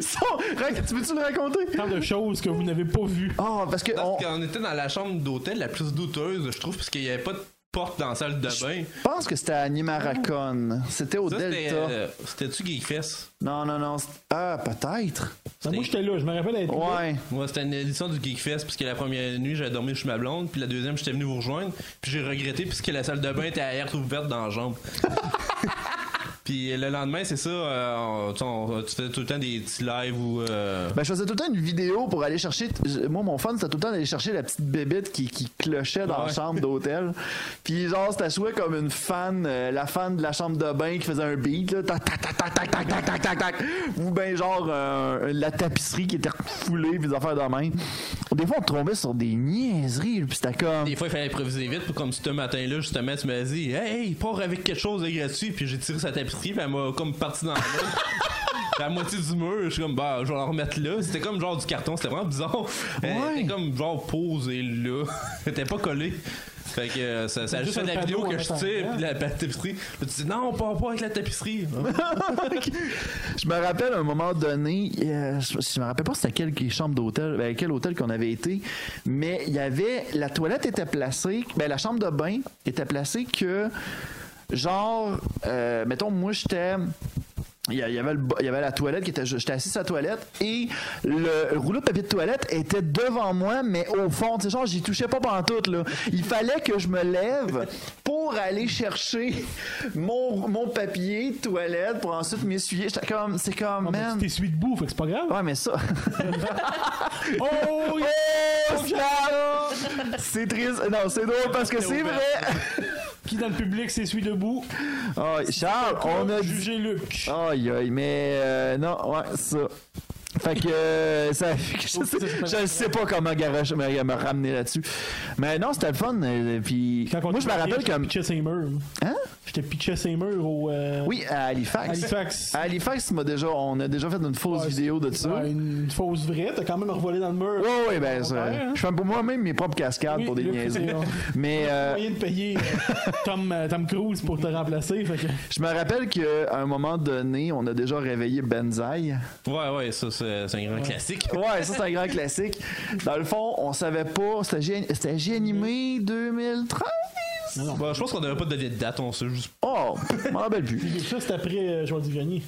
[SPEAKER 1] Ça, rac- tu peux-tu le raconter?
[SPEAKER 2] Tant de choses que vous n'avez pas vues.
[SPEAKER 1] Ah, parce que.
[SPEAKER 3] Parce
[SPEAKER 1] on-
[SPEAKER 3] qu'on était dans la chambre d'hôtel la plus douteuse, je trouve, parce qu'il n'y avait pas de porte dans la salle de bain.
[SPEAKER 1] Je pense que c'était à Nimaracon. C'était au
[SPEAKER 3] Ça, c'était.
[SPEAKER 1] Delta.
[SPEAKER 3] euh, C'était-tu Geekfest?
[SPEAKER 1] Non, non, non. c'est- Ah, peut-être.
[SPEAKER 2] Ben, moi, j'étais là, je me rappelle être là.
[SPEAKER 1] Ouais.
[SPEAKER 3] Moi, c'était une édition du Geekfest, puisque la première nuit, j'avais dormi chez ma blonde, puis la deuxième, j'étais venu vous rejoindre, puis j'ai regretté, puisque la salle de bain était à air tout ouverte dans
[SPEAKER 1] (laughs)
[SPEAKER 3] la jambe. puis le lendemain, c'est ça, euh, on- tu sais, on- tu faisais tout le temps des petits lives ou. euh,
[SPEAKER 1] Ben, je faisais tout le temps une vidéo pour aller chercher. t- Moi, mon fun, c'était tout le temps d'aller chercher la petite bébête qui, qui clochait dans la
[SPEAKER 3] Ouais.
[SPEAKER 1] chambre d'hôtel. Puis, genre, c'était joué comme une fan, euh, la fan de la chambre de bain qui faisait un beat, là. Tac, tac, tac, tac, tac, tac, tac, tac, tac, tac. Ou ben, genre, euh, la tapisserie qui était refoulée, puis des affaires de même. Des fois, on tombait sur des niaiseries, puis c'était comme.
[SPEAKER 3] Des fois, il fallait improviser vite, pour comme ce matin-là, justement, tu m'as dit, hey, hey, pars avec quelque chose de gratuit, puis j'ai tiré sa tapisserie, puis elle m'a comme parti dans la main.
[SPEAKER 1] (laughs)
[SPEAKER 3] La moitié du mur, je suis comme, bah, je vais la remettre là. C'était comme genre du carton, c'était vraiment bizarre. Elle
[SPEAKER 1] Ouais.
[SPEAKER 3] était comme genre posée là. Elle était pas collée. Fait que euh, ça, ça a juste
[SPEAKER 2] Juste
[SPEAKER 3] fait de
[SPEAKER 2] un
[SPEAKER 3] la vidéo
[SPEAKER 2] panneau
[SPEAKER 3] que
[SPEAKER 2] en
[SPEAKER 3] je
[SPEAKER 2] attendant.
[SPEAKER 3] tire, puis la, la tapisserie. Là, tu dis, non, on part pas avec la tapisserie.
[SPEAKER 1] Je me rappelle à un moment donné, euh, je, je me rappelle pas c'était quelle qui- chambre d'hôtel, ben, quel hôtel qu'on avait été, mais il y avait la toilette était placée, ben la chambre de bain était placée que genre euh, mettons moi j'étais il y a- il y avait le bo- il y avait la toilette qui était j'étais assis sur la toilette et le rouleau de papier de toilette était devant moi mais au fond tu sais genre j'y touchais pas pantoute là il fallait que je me lève pour aller chercher mon, mon papier de toilette pour ensuite m'essuyer j'étais comme c'est comme
[SPEAKER 2] Ah, mais
[SPEAKER 1] man
[SPEAKER 2] Tu t'essuies debout, fait que c'est pas grave.
[SPEAKER 1] ouais mais ça Ah.
[SPEAKER 2] Oh, yeah!
[SPEAKER 1] Oh, snap! c'est triste non c'est drôle parce que c'est vrai
[SPEAKER 2] Qui dans le public s'essuie debout?
[SPEAKER 1] Ah, Charles on a dit
[SPEAKER 2] jugé Luc.
[SPEAKER 1] Aïe, aïe, mais euh, non, ouais, ça. Fait que euh, ça, (laughs) je, sais, je sais pas comment Garage m'a m'a ramené là-dessus. Mais non, c'était le fun. euh, puis
[SPEAKER 2] Quand on
[SPEAKER 1] moi, je me
[SPEAKER 2] était
[SPEAKER 1] rappelle
[SPEAKER 2] mariés,
[SPEAKER 1] comme.
[SPEAKER 2] J'étais pitché ses murs.
[SPEAKER 1] Hein?
[SPEAKER 2] J'étais pitché ses murs au. euh,
[SPEAKER 1] Oui, à Halifax.
[SPEAKER 2] Halifax.
[SPEAKER 1] À Halifax, m'a déjà, on a déjà fait une fausse
[SPEAKER 2] Ouais,
[SPEAKER 1] vidéo de ça.
[SPEAKER 2] Ouais,
[SPEAKER 1] Ouais,
[SPEAKER 2] une fausse vraie, t'as quand même revolé dans le mur.
[SPEAKER 1] ouais, ben, ça,
[SPEAKER 2] Ouais, hein?
[SPEAKER 1] je fais pour moi-même mes propres cascades
[SPEAKER 2] Oui,
[SPEAKER 1] pour des
[SPEAKER 2] Luc,
[SPEAKER 1] niaiseries.
[SPEAKER 2] c'est- on-
[SPEAKER 1] Mais euh,
[SPEAKER 2] moyen de payer
[SPEAKER 1] (laughs)
[SPEAKER 2] euh, Tom, euh, Tom Cruise pour te remplacer. Fait que...
[SPEAKER 1] je me rappelle qu'à un moment donné, on a déjà réveillé Benzaï.
[SPEAKER 3] Ouais, ouais, ça, c'est c'est un grand classique.
[SPEAKER 1] Ouais, ça c'est un grand classique. Dans le fond, on savait pas. C'était G- C'était Génimé 2013.
[SPEAKER 3] Bah, je pense qu'on n'avait pas donné de date, on sait juste.
[SPEAKER 1] Oh, je m'en rappelle plus.
[SPEAKER 2] Et ça, c'est après euh, Joël Duvenier.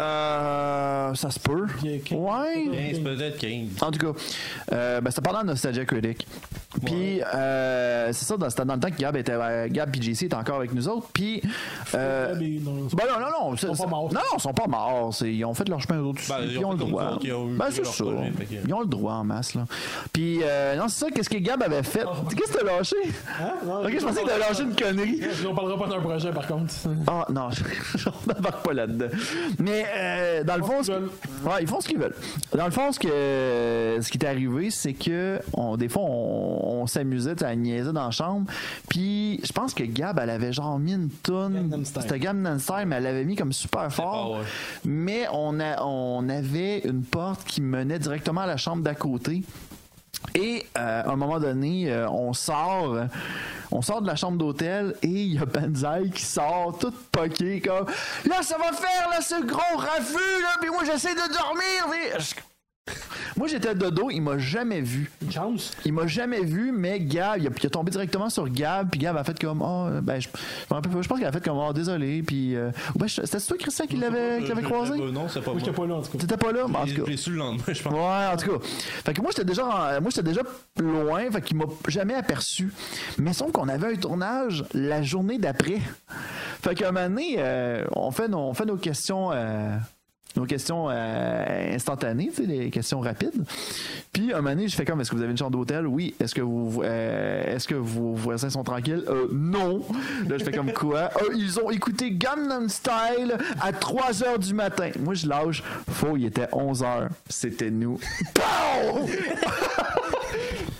[SPEAKER 1] Euh, ça se peut.
[SPEAKER 2] Puis, euh, quinze-
[SPEAKER 1] Ouais.
[SPEAKER 3] 15, peut-être 15.
[SPEAKER 1] En tout cas, euh, ben, c'était pendant Nostalgia Critic. Puis, euh, c'est ça, dans- c'était dans le temps que Gab, était, euh, Gab et JC étaient encore avec nous autres. Puis, euh,
[SPEAKER 2] Ah, mais non, c'est
[SPEAKER 1] ben non, non, non. c'est-
[SPEAKER 2] sont
[SPEAKER 1] c'est-
[SPEAKER 2] pas morts.
[SPEAKER 1] Non, ils sont pas morts. c'est- Ils ont fait leur chemin d'autres
[SPEAKER 3] Ben, ils
[SPEAKER 1] ils
[SPEAKER 3] ont
[SPEAKER 1] ont le
[SPEAKER 3] fait comme nous
[SPEAKER 1] droit.
[SPEAKER 3] autres, ils ont eu
[SPEAKER 1] Ben,
[SPEAKER 3] leur
[SPEAKER 1] c'est ça.
[SPEAKER 3] projet, fait que-
[SPEAKER 1] Ils ont le droit en masse, là. Puis, euh, non, c'est ça, qu'est-ce que Gab avait fait? Qu'est-ce que t'as lâché?
[SPEAKER 2] Oh. Hein? Non,
[SPEAKER 1] Ok, je pensais que t'avais lâché une connerie.
[SPEAKER 2] on parlera pas d'un projet par contre.
[SPEAKER 1] Ah non, (laughs) je- on n'embarque pas là-dedans. Mais euh, dans le
[SPEAKER 2] Oh,
[SPEAKER 1] fond, ce- ouais, ils font ce qu'ils veulent. Dans le fond, ce, que, ce qui est arrivé, c'est que on, des fois, on, on s'amusait tu sais, à niaiser dans la chambre. Puis je pense que Gab, elle avait genre mis une tonne.
[SPEAKER 2] Gangnam Style.
[SPEAKER 1] C'était Gangnam Style, mais elle l'avait mis comme super fort.
[SPEAKER 3] ouais.
[SPEAKER 1] Mais on, a, on avait une porte qui menait directement à la chambre d'à côté. Et euh, à un moment donné, euh, on sort, euh, on sort de la chambre d'hôtel et il y a Banzai qui sort tout poqué comme là ça va faire là ce gros raffut là puis moi j'essaie de dormir. mais- Je- Moi j'étais dodo, il m'a jamais vu.
[SPEAKER 2] Une chance.
[SPEAKER 1] Il m'a jamais vu, mais Gab, il a, il a tombé directement sur Gab, puis Gab a fait comme oh ben je, je me rappelle pas, je pense qu'il a fait comme oh désolé, puis euh, ben, je- c'était toi Christian qui l'avait qui l'avait croisé.
[SPEAKER 3] Euh, Non, c'est pas
[SPEAKER 2] Moi, j'étais
[SPEAKER 3] moi.
[SPEAKER 2] pas là en tout cas.
[SPEAKER 1] T'étais pas là, mais en tout cas.
[SPEAKER 3] Je l'ai su le lendemain, je pense.
[SPEAKER 1] Ouais, en tout cas. Fait que moi, j'étais déjà, en- moi, j'étais déjà loin, fait qu'il m'a jamais aperçu. Mais sauf qu'on avait un tournage la journée d'après. Fait qu'à un moment donné, euh, on, fait nos, on fait nos questions. euh, nos questions euh, instantanées, tu sais, les questions rapides. Puis, un moment donné, je fais comme, est-ce que vous avez une chambre d'hôtel? Oui. Est-ce que vous, euh, est-ce que vos voisins sont tranquilles? Euh, non. Là, je fais comme quoi? Euh, ils ont écouté Gangnam Style à 3 h du matin. Moi, je lâche. Faux, il était 11 h. C'était nous. Pow!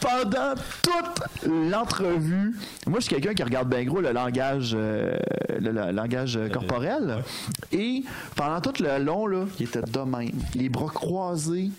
[SPEAKER 1] pendant toute l'entrevue. Moi, je suis quelqu'un qui regarde bien gros le langage, euh, le, la- langage euh, corporel. Et pendant tout le long, là, il était de même. Les bras croisés,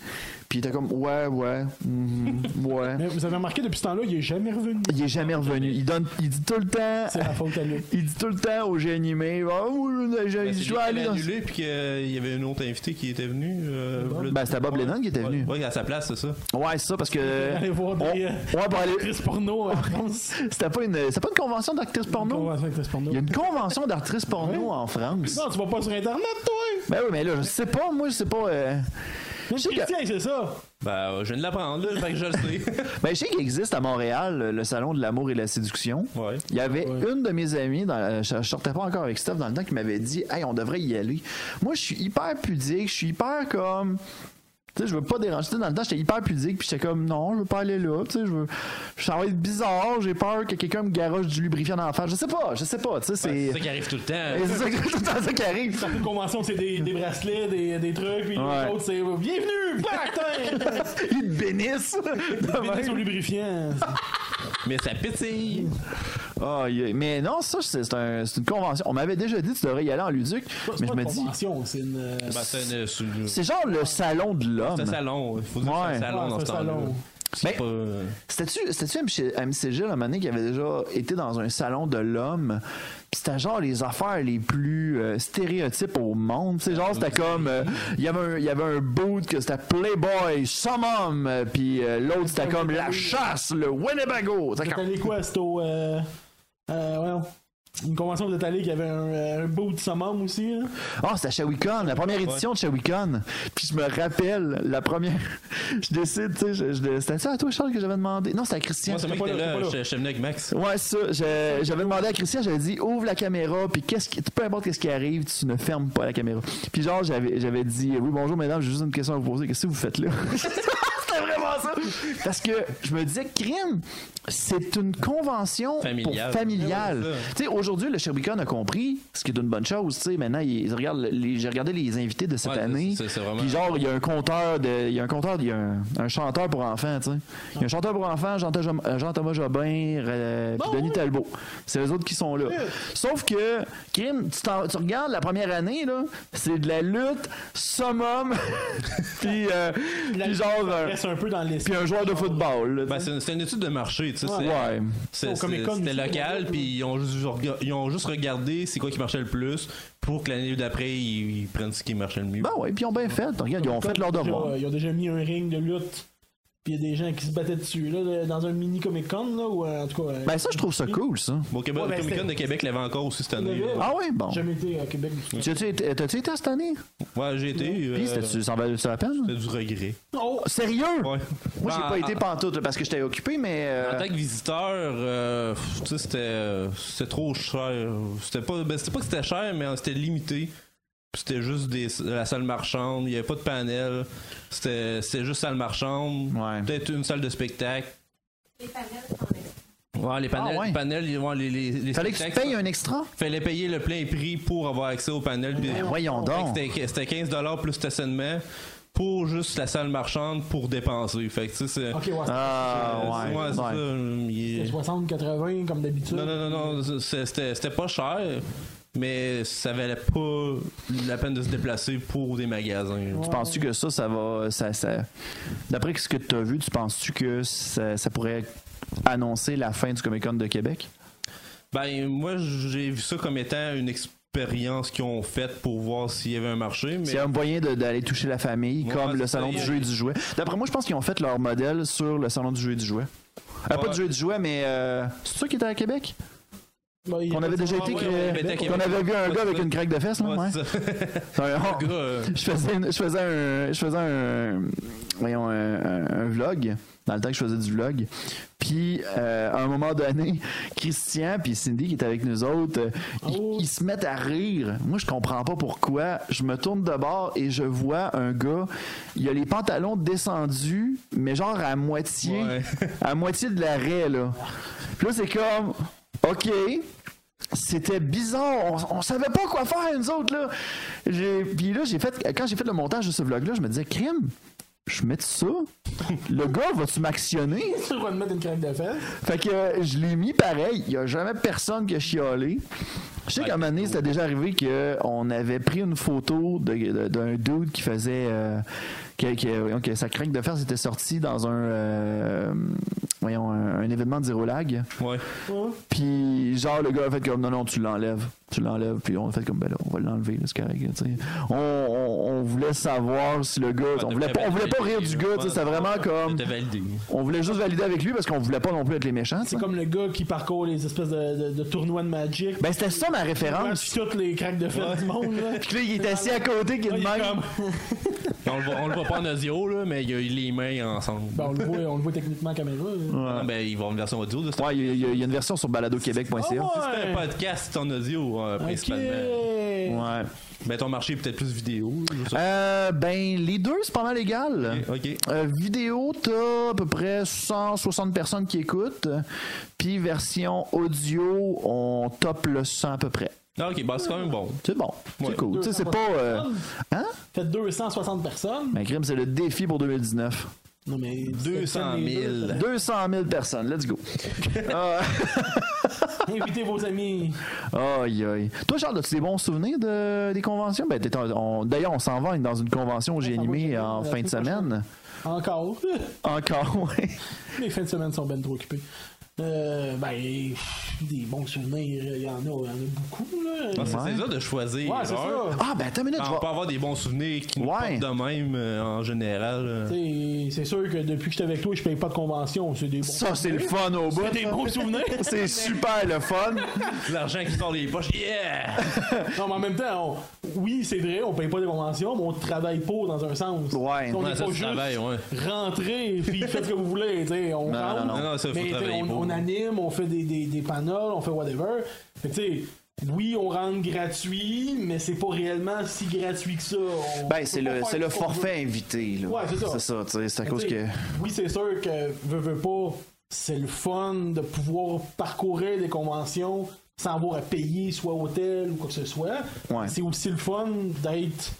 [SPEAKER 1] Puis il était comme, ouais, ouais, mhm, (laughs) ouais.
[SPEAKER 2] Mais vous avez remarqué, depuis ce temps-là, il est jamais revenu.
[SPEAKER 1] Il est jamais revenu. Il, donne, il dit tout le temps.
[SPEAKER 2] C'est la faute à lui.
[SPEAKER 1] (laughs) Il dit tout le temps au génie animé, Ah, oui, je- je- je
[SPEAKER 3] Ben, c'est lui
[SPEAKER 1] vais
[SPEAKER 3] qui
[SPEAKER 1] aller
[SPEAKER 3] l'avait
[SPEAKER 1] dans.
[SPEAKER 3] annulé, puis qu'il y avait un autre invité qui était venu. euh, le-
[SPEAKER 1] Ben, c'était Bob
[SPEAKER 3] Ouais.
[SPEAKER 1] Lennon qui était venu.
[SPEAKER 3] Ouais, ouais, à sa place, c'est ça.
[SPEAKER 1] Ouais, c'est ça, parce
[SPEAKER 3] (laughs)
[SPEAKER 1] que.
[SPEAKER 2] Allez voir
[SPEAKER 1] on-
[SPEAKER 2] des, euh,
[SPEAKER 1] ouais, pour aller-
[SPEAKER 2] Chris Porno en France.
[SPEAKER 1] C'était pas une, c'était pas une convention d'actrice porno.
[SPEAKER 2] Convention avec Chris Porno.
[SPEAKER 1] Il y a une convention d'actrice porno en France.
[SPEAKER 2] Non, tu vas pas sur Internet, toi!
[SPEAKER 1] Ben oui, mais là, je sais pas, moi, je sais pas. euh,
[SPEAKER 2] Même
[SPEAKER 1] Je sais que-
[SPEAKER 2] Christian, c'est ça!
[SPEAKER 3] Ben, euh, je viens de l'apprendre, là, fait que je
[SPEAKER 1] (laughs)
[SPEAKER 3] le sais.
[SPEAKER 1] Ben, je sais qu'il existe à Montréal euh, le salon de l'amour et de la séduction.
[SPEAKER 3] Ouais.
[SPEAKER 1] Il y avait
[SPEAKER 2] Ouais.
[SPEAKER 1] une de mes amies, dans, euh, je, je sortais pas encore avec Steph dans le temps, qui m'avait dit Hey, on devrait y aller. Moi, je suis hyper pudique, je suis hyper comme. Tu sais, je veux pas déranger. Tu sais, dans le temps, j'étais hyper pudique, puis j'étais comme non, je veux pas aller là. Tu sais, je veux. Ça va être bizarre, j'ai peur que quelqu'un me garoche du lubrifiant dans la face. Je sais pas, je sais pas. Tu sais,
[SPEAKER 3] C'est
[SPEAKER 1] c'est.
[SPEAKER 3] ça qui arrive tout le
[SPEAKER 1] Et
[SPEAKER 3] temps.
[SPEAKER 1] (laughs) c'est ça, que- tout le temps ça qui arrive.
[SPEAKER 2] Une convention, c'est des, des bracelets, des, des trucs, puis
[SPEAKER 1] Ouais.
[SPEAKER 2] l'autre, c'est euh, bienvenue, patin!
[SPEAKER 1] Ils te bénissent.
[SPEAKER 2] Bienvenue au lubrifiant!
[SPEAKER 3] Mais ça pétille.
[SPEAKER 1] Ah, yeah. Mais non, ça, c'est c'est un- c'est une convention. On m'avait déjà dit tu devrais y aller en Luduc,
[SPEAKER 2] C'est
[SPEAKER 1] mais je
[SPEAKER 2] pas
[SPEAKER 1] me
[SPEAKER 2] une
[SPEAKER 1] dis.
[SPEAKER 2] convention, c'est une. euh,
[SPEAKER 3] Ben, c'est une- c'est une-
[SPEAKER 1] C'est genre le salon de
[SPEAKER 3] c'est un
[SPEAKER 1] l'homme.
[SPEAKER 3] salon. Il faut dire que
[SPEAKER 1] Ouais.
[SPEAKER 3] c'est un salon
[SPEAKER 2] Ouais,
[SPEAKER 3] dans ce
[SPEAKER 2] c'est un
[SPEAKER 3] temps-là.
[SPEAKER 2] salon.
[SPEAKER 3] C'est
[SPEAKER 1] Ben,
[SPEAKER 3] pas, euh,
[SPEAKER 1] C'était-tu c'était-tu MC MCG, la manée, qui avait déjà été dans un salon de l'homme? Puis c'était genre les affaires les plus euh, stéréotypes au monde. C'est genre, c'était comme. euh, Il y avait un- il y avait un boot que c'était Playboy, Summum, euh, puis euh, l'autre, c'était comme La Chasse, le Winnebago. C'était
[SPEAKER 2] Vous êtes
[SPEAKER 1] comme-
[SPEAKER 2] allé quoi? C'était au. Euh, euh, voyons. Une convention, vous êtes allé, qu'il y avait un, euh, un beau de summum aussi, hein?
[SPEAKER 1] Ah, c'était à Shawicon, la première édition de Shawicon. Puis je me rappelle, la première. (laughs) je décide, tu sais, je- je- c'était ça à toi, Charles, que j'avais demandé. Non, c'était à Christian.
[SPEAKER 3] Moi, c'est moi qui
[SPEAKER 2] pas
[SPEAKER 3] étais
[SPEAKER 2] là,
[SPEAKER 3] là.
[SPEAKER 2] c'est pas
[SPEAKER 3] Je je venais avec Max.
[SPEAKER 1] Ouais, c'est ça. Je- J'avais demandé à Christian, j'avais dit ouvre la caméra, puis qu'est-ce qui, peu importe qu'est-ce qui arrive, tu ne fermes pas la caméra. Puis genre, j'avais, j'avais dit oui, bonjour mesdames, j'ai juste une question à vous poser. Qu'est-ce que vous faites là (laughs) C'était vraiment ça. Parce que je me disais, crime, c'est une convention
[SPEAKER 3] Familiale.
[SPEAKER 1] pour familiale.
[SPEAKER 3] Ouais,
[SPEAKER 1] Tu sais, aujourd'hui, le Sherbican a compris, ce qui est une bonne chose. Tu sais, maintenant, ils regardent les, j'ai regardé les invités de cette
[SPEAKER 3] Ouais,
[SPEAKER 1] année.
[SPEAKER 3] c'est- c'est vraiment-
[SPEAKER 1] Puis genre, il y a un compteur, de, il y a un compteur, il y a un, un chanteur pour enfants, tu sais. Il y a un chanteur pour enfants, Jean- Jean- Jean-Thomas Jobin, euh, puis
[SPEAKER 2] Bon,
[SPEAKER 1] Denis
[SPEAKER 2] oui.
[SPEAKER 1] Talbot. C'est les autres qui sont là. Sauf que, Kim, tu, t'en- tu regardes la première année, là, c'est de la lutte, summum, (laughs) puis, euh, puis genre, euh,
[SPEAKER 2] Reste un peu dans les.
[SPEAKER 1] puis un joueur de football. là, tu
[SPEAKER 3] Ben,
[SPEAKER 1] sais.
[SPEAKER 3] c'est une- c'est une étude de marché, tu sais. c'est-
[SPEAKER 1] ouais.
[SPEAKER 3] C'est-
[SPEAKER 2] Au
[SPEAKER 3] c'est-
[SPEAKER 2] Comic-Con,
[SPEAKER 3] C'était
[SPEAKER 2] ils font
[SPEAKER 3] local,
[SPEAKER 2] des-
[SPEAKER 3] puis ils ont, juste, rega- ils ont juste regardé c'est quoi qui marchait le plus pour que l'année d'après, ils, ils prennent ce qui marchait le mieux.
[SPEAKER 1] Ben ouais, puis ils ont bien fait. Regarde, ils ont fait leur devoir.
[SPEAKER 2] Ils ont déjà mis un ring de lutte, puis il y a des gens qui se battaient dessus, là, de- dans un mini Comic Con, là, ou euh, en tout cas. euh,
[SPEAKER 1] Ben ça, je trouve ça cool, ça.
[SPEAKER 3] Bon, Québec,
[SPEAKER 2] Ouais, ben,
[SPEAKER 3] le Comic Con
[SPEAKER 2] c'était-
[SPEAKER 3] de Québec l'avait encore aussi cette année.
[SPEAKER 2] l'avait,
[SPEAKER 3] là.
[SPEAKER 1] Ah ouais, bon.
[SPEAKER 2] j'ai Jamais été à Québec.
[SPEAKER 1] Tu as-tu été t'as-tu été à cette année?
[SPEAKER 3] Ouais, j'ai été. euh,
[SPEAKER 1] Puis, c'était-tu- ça en valait ça la peine?
[SPEAKER 3] c'était du regret.
[SPEAKER 2] Oh!
[SPEAKER 1] Sérieux?
[SPEAKER 3] Ouais.
[SPEAKER 1] Moi, j'ai
[SPEAKER 3] Ben,
[SPEAKER 1] pas
[SPEAKER 3] en-
[SPEAKER 1] été pantoute là, parce que j'étais occupé, mais. euh,
[SPEAKER 3] En tant que visiteur, euh, pff, tu sais, c'était euh, c'était trop cher. C'était pas, ben, c'était pas que c'était cher, mais euh, c'était limité. Puis C'était juste des, la salle marchande, il n'y avait pas de panel. C'était c'était juste salle marchande,
[SPEAKER 1] Ouais.
[SPEAKER 3] peut-être une salle de spectacle.
[SPEAKER 4] Les panels sont
[SPEAKER 3] Ouais, les panels,
[SPEAKER 1] Ah ouais.
[SPEAKER 3] les panels, ils- ouais, les, les, les
[SPEAKER 1] Fallait que tu
[SPEAKER 3] spectacles,
[SPEAKER 1] payes un extra?
[SPEAKER 3] fallait payer le plein prix pour avoir accès au panel. Puis-
[SPEAKER 1] Ben, voyons donc.
[SPEAKER 3] Fait que C'était c'était 15$ plus stationnement pour juste la salle marchande pour dépenser. Fait que tu sais, c'est.
[SPEAKER 2] Ok, ouais.
[SPEAKER 1] Ah,
[SPEAKER 3] euh,
[SPEAKER 1] ouais.
[SPEAKER 3] ouais, c'est
[SPEAKER 1] ouais.
[SPEAKER 3] ça, euh, il est-
[SPEAKER 2] 60-80 comme d'habitude.
[SPEAKER 3] Non, non, non, non, c'est- c'était c'était pas cher, mais ça valait pas la peine de se déplacer pour des magasins.
[SPEAKER 1] Tu penses-tu que ça, ça va. Ça, ça... D'après ce que tu as vu, tu penses-tu que ça, ça pourrait annoncer la fin du Comic Con de Québec?
[SPEAKER 3] Ben, moi, j'ai vu ça comme étant une expérience qu'ils ont faite pour voir s'il y avait un marché, mais
[SPEAKER 1] C'est un moyen de- d'aller toucher la famille,
[SPEAKER 3] Ouais,
[SPEAKER 1] comme le
[SPEAKER 3] c'est
[SPEAKER 1] salon du
[SPEAKER 3] ça, il y a-
[SPEAKER 1] jeu et du jouet. D'après moi, je pense qu'ils ont fait leur modèle sur le salon du jeu et du jouet. Euh, Pas
[SPEAKER 3] Ouais.
[SPEAKER 1] du jeu et du jouet, mais euh, c'est ça qui était à Québec?
[SPEAKER 2] Bah, il-
[SPEAKER 1] Qu'on avait déjà
[SPEAKER 3] ouais,
[SPEAKER 1] été,
[SPEAKER 3] ouais,
[SPEAKER 1] que-
[SPEAKER 3] ouais, ouais, ouais,
[SPEAKER 1] qu'on
[SPEAKER 3] ouais,
[SPEAKER 1] avait vu un
[SPEAKER 3] ouais,
[SPEAKER 1] gars
[SPEAKER 3] ouais,
[SPEAKER 1] avec
[SPEAKER 3] ouais,
[SPEAKER 1] une craque de fesses, là,
[SPEAKER 3] Ouais,
[SPEAKER 1] ouais.
[SPEAKER 3] c'est ça.
[SPEAKER 1] Ouais,
[SPEAKER 3] Le gars, euh,
[SPEAKER 1] (laughs) Je faisais, une- je faisais un, je faisais un, voyons, un, un- un vlog dans le temps que je faisais du vlog. Puis euh, à un moment donné, (laughs) Christian puis Cindy qui est avec nous autres, euh, ils,
[SPEAKER 2] Oh.
[SPEAKER 1] ils se mettent à rire. Moi, je comprends pas pourquoi. Je me tourne de bord et je vois un gars. Il a les pantalons descendus, mais genre à moitié,
[SPEAKER 3] Ouais.
[SPEAKER 1] à moitié de l'arrêt là. Puis là, c'est comme, ok, c'était bizarre. On, on savait pas quoi faire, nous autres, là. J'ai- Puis là, j'ai fait, quand j'ai fait le montage de ce vlog-là, je me disais, crime, je mets ça. Le gars va-tu m'actionner?
[SPEAKER 2] Tu vas te mettre une craque de fesses.
[SPEAKER 1] Fait que euh, je l'ai mis pareil. Il y a jamais personne qui a chialé. Je sais qu'à un moment donné, c'était déjà arrivé qu'on avait pris une photo de- de- d'un dude qui faisait. euh, que, que- donc, sa craque de fer s'était sortie dans un, euh, voyons, un, un événement d'Irolag.
[SPEAKER 3] Ouais.
[SPEAKER 1] Puis genre le gars a fait comme non non tu l'enlèves, tu l'enlèves puis on a fait comme ben là on va l'enlever là, c'est correct. là, tu sais. On, on, on voulait savoir si le gars, on voulait pas, on voulait pas rire du gars, tu sais, c'était vraiment comme
[SPEAKER 3] T'as validé.
[SPEAKER 1] on voulait juste valider avec lui parce qu'on voulait pas non plus être les méchants. tu sais.
[SPEAKER 2] C'est comme le gars qui parcourt les espèces de, de- de tournois de Magic.
[SPEAKER 1] Ben c'était ça ma
[SPEAKER 2] Puis
[SPEAKER 3] Ah,
[SPEAKER 1] référence.
[SPEAKER 2] toutes les craques de fête du monde, là.
[SPEAKER 1] Puis là il est assis à côté qui est
[SPEAKER 2] Il
[SPEAKER 1] de
[SPEAKER 2] est
[SPEAKER 1] même.
[SPEAKER 2] comme-
[SPEAKER 3] On le voit, on le voit pas en audio, là, mais il y a eu les mains ensemble.
[SPEAKER 2] (laughs) Ben, on le voit, on le voit techniquement à caméra. là.
[SPEAKER 3] Ah, ben, ils vont avoir une version audio de ça.
[SPEAKER 1] Ouais, il y a- il y, a- il y a une version sur baladoquebec.ca.
[SPEAKER 2] Ah
[SPEAKER 3] C'est un podcast en audio, euh, principalement.
[SPEAKER 2] ouais. Ok.
[SPEAKER 1] Ouais.
[SPEAKER 3] Mais ton marché est peut-être plus vidéo. je sais
[SPEAKER 1] Euh, ben, les deux, c'est pas mal égal.
[SPEAKER 3] pas. Ok.
[SPEAKER 1] Euh, vidéo, t'as à peu près 160 personnes qui écoutent. Puis version audio, on top le 100 à peu près.
[SPEAKER 3] Ah, ok, bah c'est quand même bon.
[SPEAKER 1] C'est bon, c'est
[SPEAKER 3] Ouais.
[SPEAKER 1] cool. Tu sais, c'est pas. euh, Hein?
[SPEAKER 2] Faites 260 personnes.
[SPEAKER 1] Mais crime, c'est le défi pour 2019.
[SPEAKER 2] Non, mais.
[SPEAKER 3] 200 000.
[SPEAKER 1] 200 000 personnes, let's go. Ah,
[SPEAKER 2] Invitez vos amis.
[SPEAKER 1] Aïe, aïe. Toi, Charles, as-tu des bons souvenirs de, des conventions? Ben, t'es en- on- D'ailleurs, on s'en va dans une convention où j'ai
[SPEAKER 2] On s'en va
[SPEAKER 1] animé
[SPEAKER 2] chez nous,
[SPEAKER 1] en
[SPEAKER 2] euh,
[SPEAKER 1] fin de
[SPEAKER 2] la semaine
[SPEAKER 1] semaine.
[SPEAKER 2] Encore. (laughs)
[SPEAKER 1] Encore, (laughs) ouais.
[SPEAKER 2] Les fins de semaine sont ben trop occupées. Euh, ben, des bons souvenirs, il y en a, il y en a beaucoup, là.
[SPEAKER 3] Ah, c'est
[SPEAKER 1] Ouais.
[SPEAKER 3] c'est ça de choisir.
[SPEAKER 2] Ouais, c'est
[SPEAKER 3] l'heure.
[SPEAKER 2] ça.
[SPEAKER 1] Ah, ben, attends une minute,
[SPEAKER 3] Ah,
[SPEAKER 1] je
[SPEAKER 3] On
[SPEAKER 1] vais-
[SPEAKER 3] peut avoir des bons souvenirs qui nous
[SPEAKER 1] Ouais.
[SPEAKER 3] portent de même euh, en général. euh.
[SPEAKER 2] T'sais, C'est sûr que depuis que j'étais avec toi, je paye pas de convention. C'est des bons
[SPEAKER 1] Ça, c'est le fun au bout.
[SPEAKER 2] C'est (laughs) des bons souvenirs.
[SPEAKER 1] C'est super le fun.
[SPEAKER 3] L'argent qui sort des poches, yeah!
[SPEAKER 2] non, mais en même temps, on- oui, c'est vrai, on paye pas de convention, mais on travaille pas dans un sens.
[SPEAKER 1] Ouais.
[SPEAKER 2] On
[SPEAKER 3] Ouais,
[SPEAKER 2] est
[SPEAKER 3] ça,
[SPEAKER 2] pas
[SPEAKER 3] c'est
[SPEAKER 2] juste
[SPEAKER 3] travail, ouais.
[SPEAKER 2] rentrer, puis faites ce que vous voulez. t'sais, on
[SPEAKER 1] non,
[SPEAKER 2] rentre,
[SPEAKER 1] non, non.
[SPEAKER 3] Non, non, ça, faut
[SPEAKER 2] mais, t'sais,
[SPEAKER 3] travailler
[SPEAKER 2] on,
[SPEAKER 3] pour.
[SPEAKER 2] on anime, on fait des, des, des panels, on fait whatever. Fait que, t'sais, oui, on rentre gratuit, mais c'est pas réellement si gratuit que ça. On
[SPEAKER 1] Ben,
[SPEAKER 2] peut
[SPEAKER 1] c'est
[SPEAKER 2] pas
[SPEAKER 1] le,
[SPEAKER 2] faire
[SPEAKER 1] c'est le
[SPEAKER 2] tout ce qu'on veut.
[SPEAKER 1] forfait invité. Là.
[SPEAKER 2] Ouais, c'est ça. Ben,
[SPEAKER 1] C'est ça, tu sais, c'est à cause
[SPEAKER 2] T'sais,
[SPEAKER 1] que.
[SPEAKER 2] Oui, c'est sûr que veux, veux pas, c'est le fun de pouvoir parcourir des conventions sans avoir à payer soit hôtel ou quoi que ce soit.
[SPEAKER 1] Ouais.
[SPEAKER 2] C'est aussi le fun d'être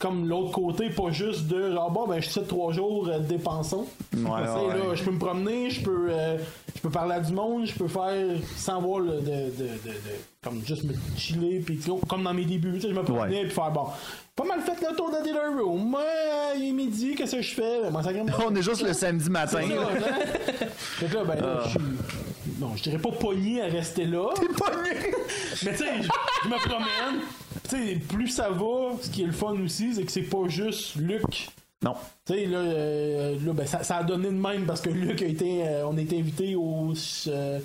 [SPEAKER 2] comme l'autre côté, pas juste de genre bon ben je suis ici trois jours euh, dépensons.
[SPEAKER 1] Ouais,
[SPEAKER 2] Tu sais,
[SPEAKER 1] ouais.
[SPEAKER 2] là, je peux me promener, je peux euh, je peux parler à du monde, je peux faire sans voir le- de, de- de- de- comme juste me chiller puis tu sais, comme dans mes débuts, tu sais, je me promenais puis faire bon. Pas mal fait le tour de la dealer room. Moi, il est midi, qu'est-ce que je fais Ben, moi, ça grimpe.
[SPEAKER 1] On est juste le samedi matin.
[SPEAKER 2] (laughs) C'est
[SPEAKER 1] là.
[SPEAKER 2] ça, hein? Fait que là, ben, là, je suis- Non, je dirais pas pogné à rester là. Mais tu sais, je je me promène. Tu sais, plus ça va, ce qui est le fun aussi, c'est que c'est pas juste Luc.
[SPEAKER 1] Non.
[SPEAKER 2] Tu sais, là, euh, là, ben, ça, ça a donné de même parce que Luc a été. euh, on a été invité au. euh,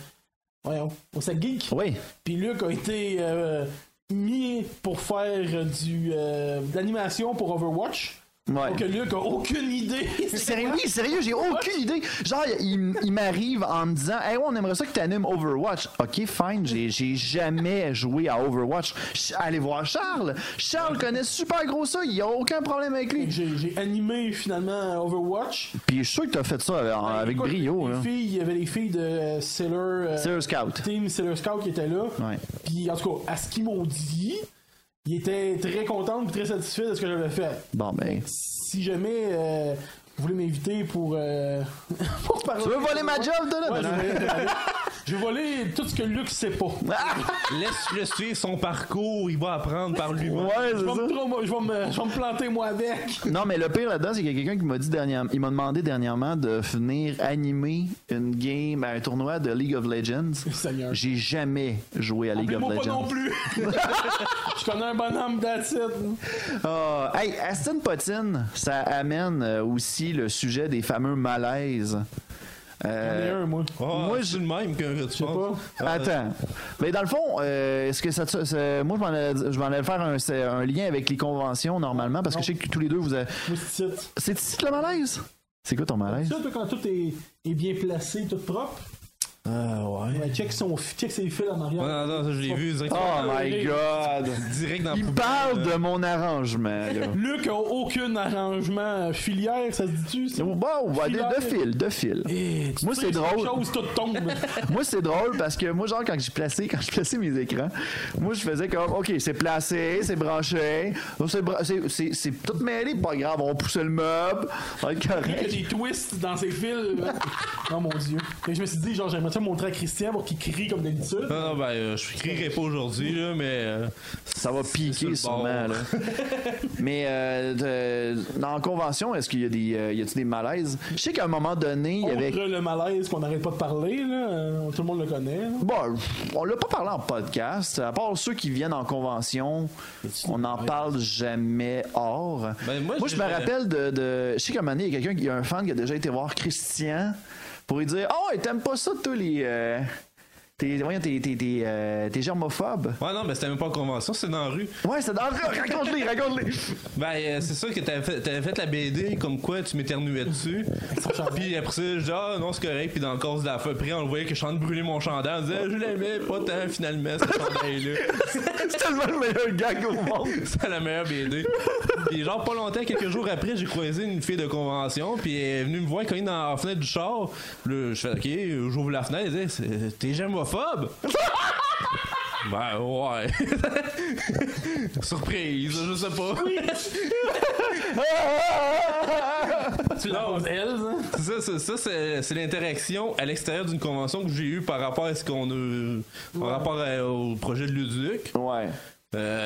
[SPEAKER 2] voyons, au Sac Geek.
[SPEAKER 1] Oui.
[SPEAKER 2] Puis Luc a été euh, mis pour faire du, euh, de l'animation pour Overwatch.
[SPEAKER 1] Ouais.
[SPEAKER 2] Donc Luc a aucune idée.
[SPEAKER 1] Sérieux, oui, sérieux, j'ai aucune idée. Genre, il, il m'arrive en me disant Hey, ouais, on aimerait ça que tu animes Overwatch. Ok, fine, j'ai, j'ai jamais joué à Overwatch. Ch- Allez voir Charles. Charles connaît super gros ça, il n'y a aucun problème avec lui.
[SPEAKER 2] J'ai j'ai animé finalement Overwatch.
[SPEAKER 1] Puis je suis sûr que t'as fait ça euh, en- avec
[SPEAKER 2] Ben, Écoute,
[SPEAKER 1] brio.
[SPEAKER 2] les
[SPEAKER 1] Là.
[SPEAKER 2] filles, Il y avait les filles de euh, Sailor, euh,
[SPEAKER 1] Sailor Scout.
[SPEAKER 2] Team Sailor Scout qui étaient là.
[SPEAKER 1] Ouais.
[SPEAKER 2] Puis en tout cas, à ce qu'ils m'ont dit, ils étaient très contents et très satisfaits de ce que j'avais fait.
[SPEAKER 1] Bon, ben.
[SPEAKER 2] Si jamais euh, vous voulez m'inviter pour, euh, (laughs) pour parler.
[SPEAKER 1] Tu veux voler ma job, toi, là? Ben,
[SPEAKER 2] Ouais,
[SPEAKER 1] (laughs) Non,
[SPEAKER 2] je,
[SPEAKER 1] non.
[SPEAKER 2] vais, je vais voler tout ce que Luc sait pas.
[SPEAKER 3] Laisse-le suivre son parcours, il va apprendre par lui-même.
[SPEAKER 1] Ouais,
[SPEAKER 2] Je
[SPEAKER 1] c'est
[SPEAKER 2] vais,
[SPEAKER 1] ça.
[SPEAKER 2] me, tra- je vais me- je vais me planter moi avec.
[SPEAKER 1] Non, mais le pire là-dedans, c'est qu'il y a quelqu'un qui m'a dit dernièrement, il m'a demandé dernièrement de venir animer une game, un tournoi de League of Legends.
[SPEAKER 2] (laughs) Seigneur.
[SPEAKER 1] J'ai jamais joué à (laughs) League of
[SPEAKER 2] Moi pas
[SPEAKER 1] Legends. (laughs)
[SPEAKER 2] non plus. je connais un bonhomme
[SPEAKER 1] Euh,
[SPEAKER 2] d'acide.
[SPEAKER 1] Ah, hey, Aston Potine, ça amène euh, aussi le sujet des fameux malaises.
[SPEAKER 2] J'en ai
[SPEAKER 1] Euh,
[SPEAKER 2] un, moi.
[SPEAKER 3] Moi, je suis Ah, le même que tu penses. Ah,
[SPEAKER 1] Attends. Mais dans le fond, euh, est-ce que ça, te- ça- moi je m'en allais- je m'en allais faire un, c'est un lien avec les conventions normalement parce que je sais que tous les deux vous avez...
[SPEAKER 2] Moi, c'est titre.
[SPEAKER 1] C'est ici que le malaise C'est quoi ton malaise
[SPEAKER 2] Ça, toi, quand tout est, est bien placé, tout propre,
[SPEAKER 1] Ah,
[SPEAKER 2] ben, check, son, check ses fils en
[SPEAKER 3] Non,
[SPEAKER 2] arrière.
[SPEAKER 3] non, non, ça, je l'ai vu
[SPEAKER 1] Oh
[SPEAKER 3] directement,
[SPEAKER 1] my god
[SPEAKER 3] direct dans la
[SPEAKER 1] Il
[SPEAKER 3] poubelle,
[SPEAKER 1] parle
[SPEAKER 3] euh.
[SPEAKER 1] de mon arrangement (laughs) là.
[SPEAKER 2] Luc a aucun arrangement filière, ça se dit-tu? ça?
[SPEAKER 1] Bon, ouais, de, de fil, de fil.
[SPEAKER 2] Eh, tu
[SPEAKER 1] Moi,
[SPEAKER 2] sais,
[SPEAKER 1] c'est drôle.
[SPEAKER 2] quelque chose, tout tombe.
[SPEAKER 1] Moi, c'est drôle parce que moi, genre, quand je plaçais, quand je plaçais mes écrans, moi, je faisais comme, OK, c'est placé, c'est branché, c'est bra- c'est- c'est c'est tout mêlé, pas grave, on poussait le meuble, on va être
[SPEAKER 2] Il y a
[SPEAKER 1] correct.
[SPEAKER 2] des twists dans ses fils. oh mon dieu. Et je me suis dit, genre, j'aimerais ça ça montrer à Christian pour qu'il crie comme d'habitude.
[SPEAKER 3] Non, non, ben, euh, je crierai pas aujourd'hui, là, mais. euh,
[SPEAKER 1] Ça va
[SPEAKER 3] sur
[SPEAKER 1] piquer
[SPEAKER 3] le
[SPEAKER 1] sûrement.
[SPEAKER 3] bord.
[SPEAKER 1] Là. Mais euh, de- dans la convention, est-ce qu'il y a des, euh, y a-t-il des malaises? Je sais qu'à un moment donné, il y
[SPEAKER 3] Oh,
[SPEAKER 2] Contre
[SPEAKER 1] avait.
[SPEAKER 2] le malaise qu'on n'arrête pas de parler, là, euh, tout le monde le connaît. là.
[SPEAKER 1] Bon, on l'a pas parlé en podcast. À part ceux qui viennent en convention, on n'en parle jamais hors.
[SPEAKER 3] Ben, moi,
[SPEAKER 1] moi, je
[SPEAKER 3] je-
[SPEAKER 1] me rappelle de, de- Je sais qu'à un moment donné, il y a quelqu'un, qui- il y a un fan qui a déjà été voir Christian pour lui dire Oh, t'aimes pas ça, toi, les. euh, T'es, voyons, t'es, t'es- t'es, euh, t'es germophobe.
[SPEAKER 3] Ouais, non, mais c'était même pas en convention, c'est dans la rue.
[SPEAKER 1] Ouais, c'est dans le raconte-les, raconte-les. (laughs)
[SPEAKER 3] Ben, euh, c'est sûr que t'avais fait, t'avais fait la BD comme quoi tu m'éternuais (laughs) dessus. puis après ça, je dis, ah non, c'est correct. Puis dans le course de la feu, après, on le voyait que je suis en train de brûler mon chandail. On disait, je l'aimais pas tant finalement, ce (laughs) chandail-là.
[SPEAKER 1] c'est tellement le meilleur gag au
[SPEAKER 3] (laughs)
[SPEAKER 1] monde.
[SPEAKER 3] C'est la meilleure BD. Puis genre pas longtemps, quelques jours après, j'ai croisé une fille de convention, puis elle est venue me voir cogner dans la fenêtre du char. Là, je fais OK, j'ouvre la fenêtre, elle dit C'est- "T'es (laughs) germophobe Ben ouais. (laughs) Surprise, je sais pas. Tu l'as-
[SPEAKER 2] Cause elle, hein.
[SPEAKER 3] c'est ça, c'est- ça, c'est, c'est l'interaction à l'extérieur d'une convention que j'ai eue par rapport à ce qu'on a, par rapport à- au projet de Luduc.
[SPEAKER 1] Ouais.
[SPEAKER 3] Euh,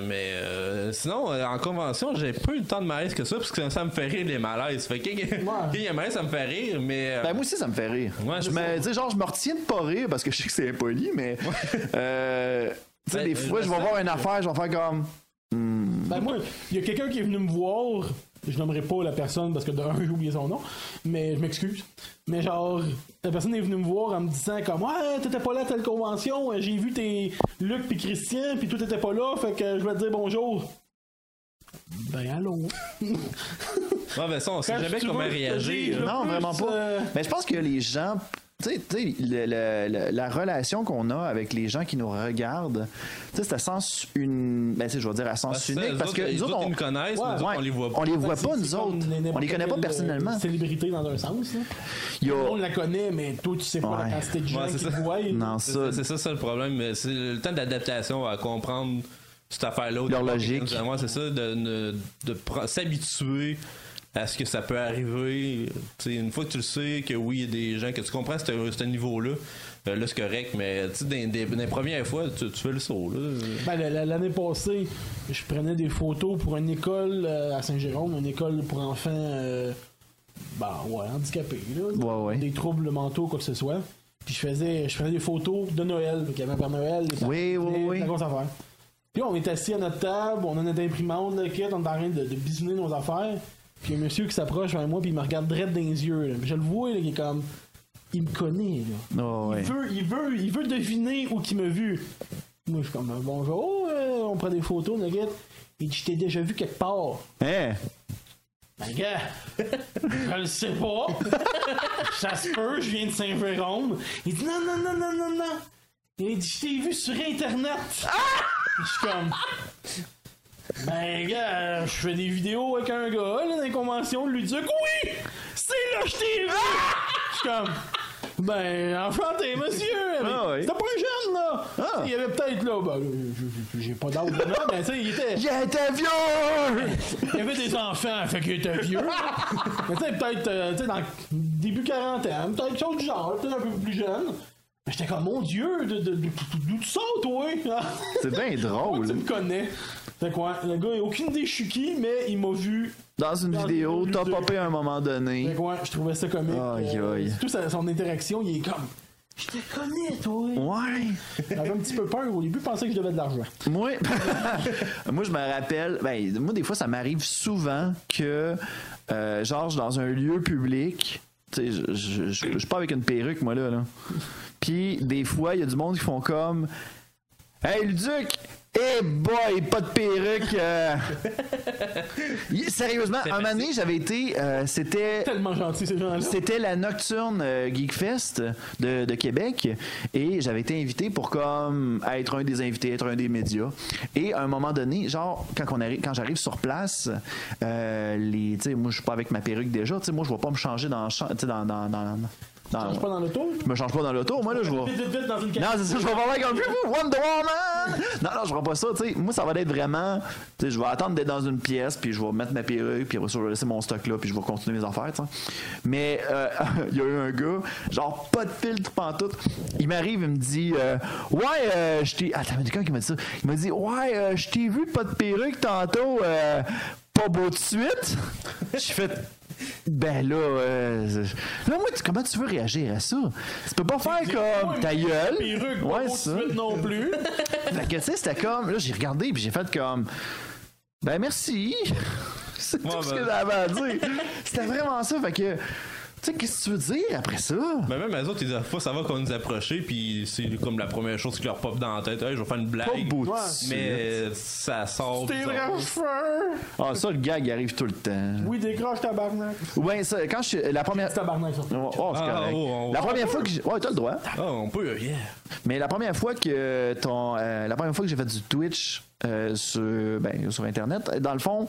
[SPEAKER 3] euh, mais euh, sinon, euh, en convention, j'ai peu eu le temps de malaise que ça, parce que ça, ça me fait rire les malaises. Fait que (laughs) quand quand il y a un malaise, ça me fait rire, mais. euh,
[SPEAKER 1] Ben moi aussi ça me fait rire.
[SPEAKER 3] Ouais,
[SPEAKER 1] je
[SPEAKER 3] c'est
[SPEAKER 1] me, tu sais, genre je me retiens de pas rire parce que je sais que c'est impoli, mais euh, tu sais
[SPEAKER 3] Ben,
[SPEAKER 1] des
[SPEAKER 3] je
[SPEAKER 1] fois je vais
[SPEAKER 3] sais.
[SPEAKER 1] voir une affaire, je vais faire comme
[SPEAKER 2] Ben moi, il y a quelqu'un qui est venu me voir. Je nommerai pas la personne parce que d'un, (laughs) j'ai oublié son nom. Mais je m'excuse. Mais genre, la personne est venue me voir en me disant comme Ouais, t'étais pas là à telle convention, euh, j'ai vu tes Luc puis Christian, puis tout t'étais pas là, fait que je vais te dire bonjour. Ben allô.
[SPEAKER 3] ouais, ben ça, on sait
[SPEAKER 2] Quand
[SPEAKER 3] jamais
[SPEAKER 2] tu
[SPEAKER 3] comment
[SPEAKER 2] veux, je te dis,
[SPEAKER 3] réagir.
[SPEAKER 2] là.
[SPEAKER 3] là.
[SPEAKER 1] non
[SPEAKER 2] plus,
[SPEAKER 1] vraiment pas.
[SPEAKER 2] euh,
[SPEAKER 1] Mais je pense que les gens, tu sais, tu sais, le- le- le- la relation qu'on a avec les gens qui nous regardent, tu sais c'est à sens une, ben tu sais, je vais dire à
[SPEAKER 3] Parce
[SPEAKER 1] sens
[SPEAKER 3] que
[SPEAKER 1] unique
[SPEAKER 3] eux
[SPEAKER 1] parce
[SPEAKER 3] autres,
[SPEAKER 1] que
[SPEAKER 3] les
[SPEAKER 1] nous autres
[SPEAKER 3] autres, ils
[SPEAKER 1] on,
[SPEAKER 3] nous connaissent, mais nous autres,
[SPEAKER 1] ouais,
[SPEAKER 3] on les voit pas.
[SPEAKER 1] on les voit
[SPEAKER 2] c'est-
[SPEAKER 1] pas
[SPEAKER 2] c'est
[SPEAKER 1] nous
[SPEAKER 2] comme
[SPEAKER 1] autres, on
[SPEAKER 2] n'importe
[SPEAKER 1] les connaît pas
[SPEAKER 2] quelle, euh,
[SPEAKER 1] personnellement.
[SPEAKER 2] Célébrité dans un sens. là.
[SPEAKER 1] Il y a-
[SPEAKER 2] On la connaît, mais toi, tu sais pas
[SPEAKER 1] Ouais.
[SPEAKER 2] la quantité de gens
[SPEAKER 3] Ouais, c'est
[SPEAKER 2] qui
[SPEAKER 3] ça.
[SPEAKER 2] te voient.
[SPEAKER 1] Non
[SPEAKER 3] C'est
[SPEAKER 1] ça,
[SPEAKER 3] ça, c'est ça, ça, le problème. mais C'est le temps d'adaptation à comprendre cette affaire-là. au
[SPEAKER 1] Leur
[SPEAKER 3] départ,
[SPEAKER 1] logique.
[SPEAKER 3] quelqu'un disait, Ouais, c'est ça, de, ne- de pr- s'habituer à ce que ça peut arriver. Tu sais, une fois que tu le sais, que oui, il y a des gens que tu comprends à ce ce niveau-là, euh, là, c'est correct, mais tu sais, des, des- des premières fois, tu, tu fais le saut. Là.
[SPEAKER 2] Ben, la- la- L'année passée, je prenais des photos pour une école euh, à Saint-Jérôme, une école pour enfants euh, ben, ouais, handicapés, là,
[SPEAKER 1] Ouais, ouais.
[SPEAKER 2] des troubles mentaux, quoi que ce soit. Puis je faisais, je faisais des photos de Noël, il y avait un Père Noël, les
[SPEAKER 1] Oui,
[SPEAKER 2] parents,
[SPEAKER 1] oui,
[SPEAKER 2] les-
[SPEAKER 1] oui.
[SPEAKER 2] la grosse affaire. Puis on est assis à notre table, on a notre imprimante, le kit, on est en train de, de bisouner nos affaires. Puis il y a un monsieur qui s'approche vers moi, puis il me regarde direct dans les yeux. là. Puis je le vois, là, il est comme. Il me connaît, là.
[SPEAKER 1] Oh, ouais.
[SPEAKER 2] Il veut, il veut, il veut deviner où qu'il m'a vu. Moi, je suis comme, bonjour, euh, on prend des photos, Nugget. Il dit, je t'ai déjà vu quelque part.
[SPEAKER 1] Hein?
[SPEAKER 2] Ben, gars, je le sais pas. Ça se peut, je viens de Saint-Jérôme. Il dit, non, non, non, non, non, non. Il dit, je t'ai vu sur Internet. Je suis comme, ben, gars, je fais des vidéos avec un gars, là, dans les conventions de Luduc. Oui! C'est là, que je t'ai vu! Je suis comme, ben, enchanté, monsieur!
[SPEAKER 1] Ah oui.
[SPEAKER 2] C'était pas un jeune, là!
[SPEAKER 1] Ah.
[SPEAKER 2] Il y avait peut-être, là, ben, je- je- j'ai pas d'âge, là, mais tu sais, il était.
[SPEAKER 1] J'étais vieux!
[SPEAKER 2] Il y avait des enfants, fait qu'il était vieux. Mais tu sais, peut-être, euh, tu sais, dans début quarantaine, peut-être chose du genre, peut-être un peu plus jeune. Mais j'étais comme, mon Dieu, de- de- de- d'où tu sors, toi? (laughs)
[SPEAKER 1] C'est bien
[SPEAKER 2] Moi, tu
[SPEAKER 1] drôle.
[SPEAKER 2] me connais. Fait quoi, le gars, il a aucune idée je suis qui, mais il m'a vu.
[SPEAKER 1] Dans une
[SPEAKER 2] Dans
[SPEAKER 1] vidéo,
[SPEAKER 2] une
[SPEAKER 1] t'as
[SPEAKER 2] vidéo.
[SPEAKER 1] popé à un moment
[SPEAKER 2] Fait
[SPEAKER 1] donné.
[SPEAKER 2] quoi, je trouvais ça comique. Euh,
[SPEAKER 1] Aïe, aïe.
[SPEAKER 2] Surtout sa- son interaction, il est comme, je te connais, toi.
[SPEAKER 1] Ouais.
[SPEAKER 2] J'avais un petit peu peur au début, je pensais que je devais de l'argent.
[SPEAKER 1] Moi, (laughs) moi, je me rappelle, ben, moi, des fois, ça m'arrive souvent que, euh, genre, je suis dans un lieu public, tu sais, je- je je- je suis pas avec une perruque, moi, là. là. Puis, des fois, il y a du monde qui font comme Hey, le duc! Eh boy, pas de perruque! euh.
[SPEAKER 2] (laughs)
[SPEAKER 1] Y- Sérieusement, un moment donné, j'avais été. euh, C'était.
[SPEAKER 2] Tellement gentil, ces gens-là.
[SPEAKER 1] C'était la nocturne euh, Geekfest de, de Québec et j'avais été invité pour comme être un des invités, être un des médias. Et à un moment donné, genre quand on arrive, quand j'arrive sur place, euh, les, tu sais, moi je suis pas avec ma perruque déjà, tu sais, moi je vais pas me changer dans, la cha- tu sais, dans, dans, dans- Non,
[SPEAKER 2] Je suis pas dans l'auto.
[SPEAKER 1] je me change pas dans l'auto. Moi, là, je vais.
[SPEAKER 2] (laughs) Vite, vite, vite, dans une
[SPEAKER 1] Non, c'est ça, je vais parler comme plus Wonder Woman! Non, non, je ferai pas ça, tu sais. Moi, ça va être vraiment. Tu sais, je vais attendre d'être dans une pièce, puis je vais mettre ma perruque, puis après ça, je vais laisser mon stock là, puis je vais continuer mes affaires, tu sais. Mais euh, (laughs) il y a eu un gars, genre, pas de filtre pantoute. Il m'arrive, il me dit, euh, Ouais, euh, je t'ai. Attends, mais quelqu'un qui m'a dit ça. Il m'a dit, Ouais, euh, je t'ai vu, pas de perruque tantôt, euh, pas beau de suite. J'ai fait. Ben là, euh, là moi, tu- comment tu veux réagir à ça? Tu peux pas faire comme ta gueule.
[SPEAKER 2] Perruque,
[SPEAKER 1] Ouais,
[SPEAKER 2] pas beau de
[SPEAKER 1] ça.
[SPEAKER 2] suite non
[SPEAKER 1] (laughs)
[SPEAKER 2] plus.
[SPEAKER 1] Fait que, tu sais, c'était comme. Là, j'ai regardé, puis j'ai fait comme. Ben, merci. (laughs) C'est
[SPEAKER 3] Ouais,
[SPEAKER 1] tout ce que
[SPEAKER 3] ben.
[SPEAKER 1] j'avais à dire. C'était vraiment ça. Fait que. Tu sais, qu'est-ce que tu veux dire après ça?
[SPEAKER 3] Mais même eux autres, ils doivent pas savoir qu'on nous approchait, puis c'est comme la première chose qui leur pop dans la tête. Hey, je vais faire une blague.
[SPEAKER 1] Pas beau de
[SPEAKER 2] ouais.
[SPEAKER 1] suite.
[SPEAKER 3] Mais euh, ça sort.
[SPEAKER 2] T'es
[SPEAKER 3] bizarre.
[SPEAKER 2] vrai cheveux.
[SPEAKER 1] Ah, ça, le gag, il arrive tout le temps.
[SPEAKER 2] Oui, décroche tabarnak.
[SPEAKER 1] Ouais, ça, quand je suis. La première.
[SPEAKER 2] Tabarnak, ça.
[SPEAKER 1] Oh, c'est
[SPEAKER 3] Ah,
[SPEAKER 1] correct.
[SPEAKER 3] oh, oh.
[SPEAKER 1] La première fois que j'ai. Ouais, t'as le droit.
[SPEAKER 3] Ah, on peut, yeah.
[SPEAKER 1] Mais la première fois que ton, euh, la première fois que j'ai fait du Twitch euh, sur, ben, sur internet, euh, dans le fond,